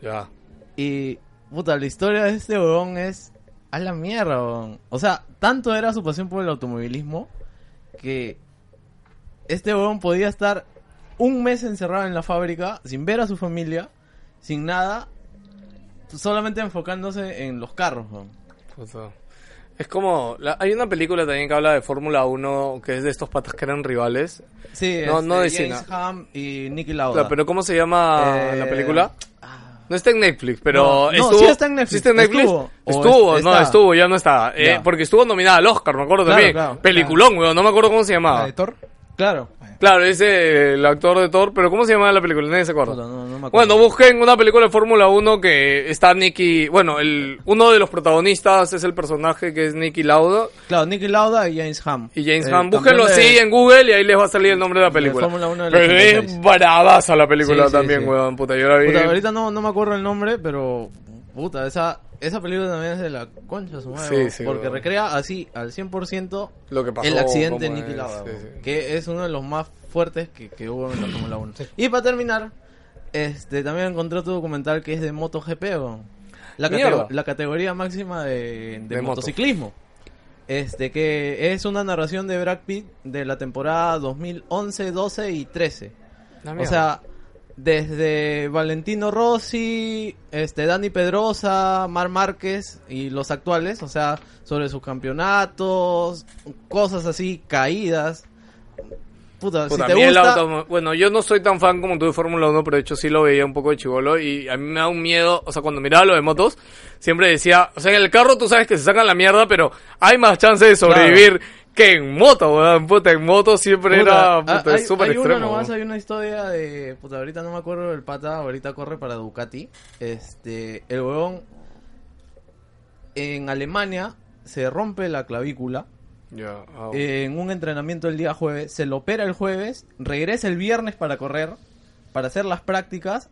Speaker 11: Ya.
Speaker 3: Y puta, la historia de este huevón es a la mierda, huevón. O sea, tanto era su pasión por el automovilismo que este huevón podía estar un mes encerrado en la fábrica sin ver a su familia, sin nada, solamente enfocándose en los carros, huevón.
Speaker 11: Puta. Es como, la- hay una película también que habla de Fórmula 1, que es de estos patas que eran rivales.
Speaker 3: Sí,
Speaker 11: No,
Speaker 3: este,
Speaker 11: no de
Speaker 3: James
Speaker 11: cine.
Speaker 3: Hamm y Nicky
Speaker 11: O
Speaker 3: Lauda.
Speaker 11: sea, pero ¿cómo se llama
Speaker 3: Eh,
Speaker 11: la película?
Speaker 3: ah,
Speaker 11: No está en Netflix,
Speaker 3: No,
Speaker 11: pero
Speaker 3: no,
Speaker 11: estuvo.
Speaker 3: sí está en Netflix.
Speaker 11: ¿sí está en Netflix?
Speaker 3: Estuvo. O
Speaker 11: Estuvo,
Speaker 3: es-
Speaker 11: no,
Speaker 3: está.
Speaker 11: estuvo, ya no está. Eh,
Speaker 3: Ya.
Speaker 11: Porque estuvo nominada al Oscar, me acuerdo
Speaker 3: Claro,
Speaker 11: también.
Speaker 3: claro,
Speaker 11: Peliculón, weón, no me acuerdo cómo se
Speaker 4: ¿La
Speaker 11: llamaba.
Speaker 4: de Thor?
Speaker 3: Claro.
Speaker 11: Claro, ese el actor de Thor, pero ¿cómo se llamaba la película? Nadie se acuerda.
Speaker 3: Puta, no, no me acuerdo.
Speaker 11: Bueno, busquen una película de Fórmula 1 que está Nicky, bueno, el uno de los protagonistas es el personaje que es Nicky Lauda
Speaker 3: Claro, Nicky Lauda y James Hamm.
Speaker 11: y James
Speaker 3: El
Speaker 11: Hamm.
Speaker 3: campeón
Speaker 11: Búsquenlo
Speaker 3: Eh, de-
Speaker 11: así en Google y ahí les va a salir el nombre de la película.
Speaker 3: Fórmula 1 del
Speaker 11: pero
Speaker 3: 86.
Speaker 11: es bravaza la película
Speaker 3: Sí, sí,
Speaker 11: también,
Speaker 3: sí.
Speaker 11: weón, puta, yo la vi.
Speaker 3: Puta, ahorita no, no me acuerdo el nombre, pero puta, esa, esa película también es de la concha de su madre,
Speaker 11: Sí,
Speaker 3: weón,
Speaker 11: sí,
Speaker 3: porque
Speaker 11: weón.
Speaker 3: recrea así al 100%
Speaker 11: Lo que pasó,
Speaker 3: el accidente de
Speaker 11: cómo
Speaker 3: Nicky
Speaker 11: es,
Speaker 3: Lauda,
Speaker 11: sí,
Speaker 3: weón,
Speaker 11: sí.
Speaker 3: que es uno de los más fuertes que, que hubo en la Fórmula 1. Y para terminar, este también encontré otro documental que es de MotoGP, weón. la, cate-
Speaker 11: Mierda.
Speaker 3: la categoría máxima de, de
Speaker 11: De moto.
Speaker 3: motociclismo. Este que es una narración de Brad Pitt de la temporada 2011, 12 y 13. O sea, desde Valentino Rossi, este Dani Pedrosa, Mar Márquez y los actuales, o sea, sobre sus campeonatos, cosas así, caídas. Puta,
Speaker 11: Puta,
Speaker 3: si te
Speaker 11: a mí el
Speaker 3: gusta,
Speaker 11: auto- bueno, yo no soy tan fan como tú de Fórmula 1, pero de hecho sí lo veía un poco de chivolo y a mí me da un miedo, o sea, cuando miraba lo de motos, siempre decía, o sea, en el carro tú sabes que se sacan la mierda, pero hay más chance de sobrevivir que en moto, weón, puta, en moto siempre
Speaker 3: puta, ah,
Speaker 11: era, puta,
Speaker 3: hay-
Speaker 11: es súper
Speaker 3: hay uno
Speaker 11: extremo.
Speaker 3: nomás,
Speaker 11: weón.
Speaker 3: hay una historia de, puta, ahorita no me acuerdo el pata, ahorita corre para Ducati, este, el huevón en Alemania se rompe la clavícula.
Speaker 11: Ya, ah,
Speaker 3: en un entrenamiento el día jueves, se lo opera el jueves, regresa el viernes para correr, para hacer las prácticas,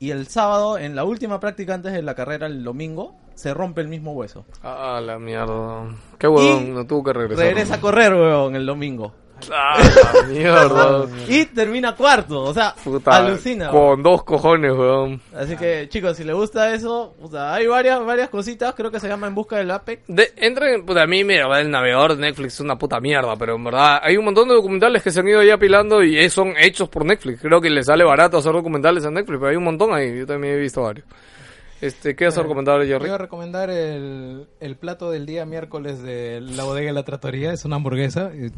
Speaker 3: y el sábado, en la última práctica antes de la carrera, el domingo, se rompe el mismo hueso.
Speaker 11: ah, la mierda. Qué huevón, no tuvo que regresar.
Speaker 3: Regresa a correr, weón, el domingo.
Speaker 11: Ah,
Speaker 3: (laughs)
Speaker 11: la mierda.
Speaker 3: Y termina cuarto, o sea,
Speaker 11: Puta,
Speaker 3: alucina. weón.
Speaker 11: Con dos cojones, weón.
Speaker 3: Así que, chicos, si les gusta eso, o sea, hay varias, varias cositas, creo que se llama En Busca del Apex.
Speaker 11: De, entren, puta, a mí me el navegador de Netflix es una puta mierda, pero en verdad hay un montón de documentales que se han ido ya apilando y eh, son hechos por Netflix. Creo que les sale barato hacer documentales a Netflix, pero hay un montón ahí. Yo también he visto varios. Este, ¿Qué vas a recomendar,
Speaker 4: Voy
Speaker 11: Jerry?
Speaker 4: a recomendar el, el plato del día miércoles de la bodega de la tratoría. Es una hamburguesa. eh,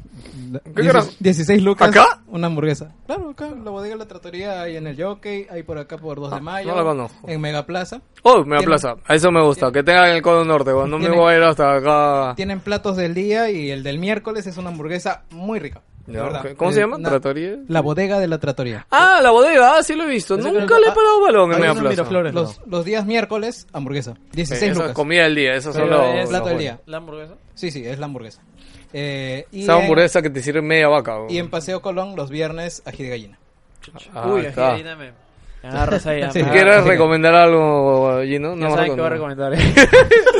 Speaker 4: la- dieci-
Speaker 11: carajo?
Speaker 4: 16 lucas.
Speaker 11: ¿Acá?
Speaker 4: Una hamburguesa. Claro, acá en la bodega de la tratoría hay en el Jockey, hay por acá por 2
Speaker 11: Ah,
Speaker 4: de mayo.
Speaker 11: no la conozco.
Speaker 4: En Megaplaza.
Speaker 11: Oh, me
Speaker 4: Tiene-
Speaker 11: aplaza. A eso me gusta. Que tengan el codo norte, weón. No me
Speaker 4: Tiene-
Speaker 11: voy a ir hasta acá.
Speaker 4: Tienen platos del día y el del miércoles es una hamburguesa muy rica. de
Speaker 11: Ya,
Speaker 4: verdad.
Speaker 11: ok. ¿Cómo se
Speaker 4: Eh,
Speaker 11: llama?
Speaker 4: na-
Speaker 11: ¿Tratoría?
Speaker 4: La bodega de la tratoría.
Speaker 11: Ah, la bodega. Ah, sí lo he visto.
Speaker 3: Ese
Speaker 11: Nunca
Speaker 3: creo-
Speaker 11: le he parado balón en
Speaker 3: Hay
Speaker 11: Media
Speaker 3: uno en
Speaker 11: Plaza.
Speaker 3: Miraflores,
Speaker 4: Los, los días miércoles, hamburguesa.
Speaker 11: Sí,
Speaker 4: 16
Speaker 11: esa es
Speaker 4: lucas.
Speaker 11: comida del día. Esas son
Speaker 4: Pero
Speaker 11: los.
Speaker 4: es
Speaker 11: los
Speaker 4: plato del
Speaker 11: buenos.
Speaker 4: día.
Speaker 2: ¿La hamburguesa?
Speaker 4: Sí, sí, es la hamburguesa. Eh, y,
Speaker 11: Esa
Speaker 4: en-
Speaker 11: hamburguesa que te sirve media vaca, weón.
Speaker 4: y en Paseo Colón, los viernes, ají de gallina.
Speaker 11: Ah,
Speaker 2: Uy, aquí
Speaker 11: está.
Speaker 2: ahí dame. Me agarras ahí.
Speaker 4: Sí.
Speaker 2: me agarras.
Speaker 11: ¿Quieres
Speaker 4: así que-
Speaker 11: recomendar algo, Gino?
Speaker 2: Ah, Ya
Speaker 11: me
Speaker 2: saben que
Speaker 11: acuerdo,
Speaker 2: voy a
Speaker 11: no.
Speaker 2: recomendar.
Speaker 11: (laughs)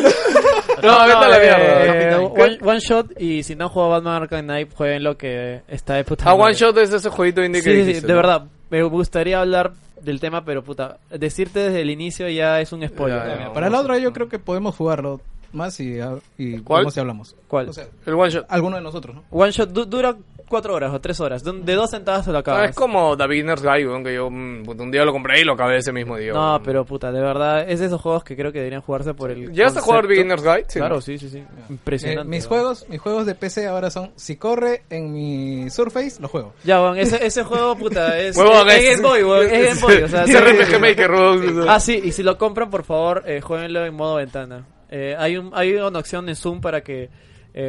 Speaker 11: No, vete a la mierda.
Speaker 2: eh,
Speaker 4: Capitán.
Speaker 2: one, one shot y si no juega Batman Arkham Knight, jueguen lo que está de puta
Speaker 11: Ah, One
Speaker 2: madre.
Speaker 11: Shot es ese jueguito indie
Speaker 2: Sí,
Speaker 11: que
Speaker 2: sí,
Speaker 11: dijiste,
Speaker 2: de
Speaker 11: ¿no?
Speaker 2: verdad. Me gustaría hablar del tema, pero puta, decirte desde el inicio ya es un spoiler.
Speaker 11: Ya, ya.
Speaker 4: Para la otra yo creo que podemos jugarlo más y, a- y
Speaker 11: ¿Cuál?
Speaker 4: vemos si hablamos.
Speaker 2: ¿Cuál?
Speaker 4: O sea,
Speaker 11: El One Shot.
Speaker 4: alguno de nosotros, ¿no?
Speaker 2: One shot du- dura cuatro horas o tres horas. De, de dos sentadas se lo
Speaker 11: Ah,
Speaker 2: acabas.
Speaker 11: es como The Beginner's Guide, weón, que yo mm, puta, un día lo compré y lo acabé ese mismo día.
Speaker 2: No,
Speaker 11: weón.
Speaker 2: pero puta, de verdad, es de esos juegos que creo que deberían jugarse por el.
Speaker 11: ¿Llegaste a jugar
Speaker 2: concepto.
Speaker 11: Beginner's Guide? Sí,
Speaker 2: Claro,
Speaker 11: ¿no?
Speaker 2: sí, sí, sí.
Speaker 4: Eh,
Speaker 2: Impresionante.
Speaker 4: mis
Speaker 2: ¿no?
Speaker 4: juegos, mis juegos de PC ahora son si corre en mi Surface, lo juego.
Speaker 2: Ya, weón, ese, ese juego,
Speaker 11: (laughs)
Speaker 2: puta, es.
Speaker 11: Huevón,
Speaker 2: es,
Speaker 11: es-
Speaker 2: Game Boy, weón, es Game Boy. O
Speaker 11: (laughs)
Speaker 2: sea,
Speaker 11: Es
Speaker 2: sí.
Speaker 11: RPG Maker, weón.
Speaker 2: Ah, sí, y si lo compran, por favor, eh, jueguenlo en modo ventana. Eh, hay, un, hay una opción en Zoom para que eh,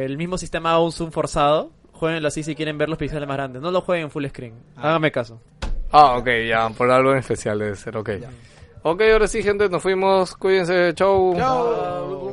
Speaker 2: el mismo sistema haga un Zoom forzado. Jueguenlo así si quieren ver los píxeles más grandes. No lo jueguen en full screen. Háganme caso.
Speaker 11: Ah, ok, ya, por algo en especial debe ser, ok. Ok, ahora sí, gente, nos fuimos. Cuídense, chau.
Speaker 4: Chao.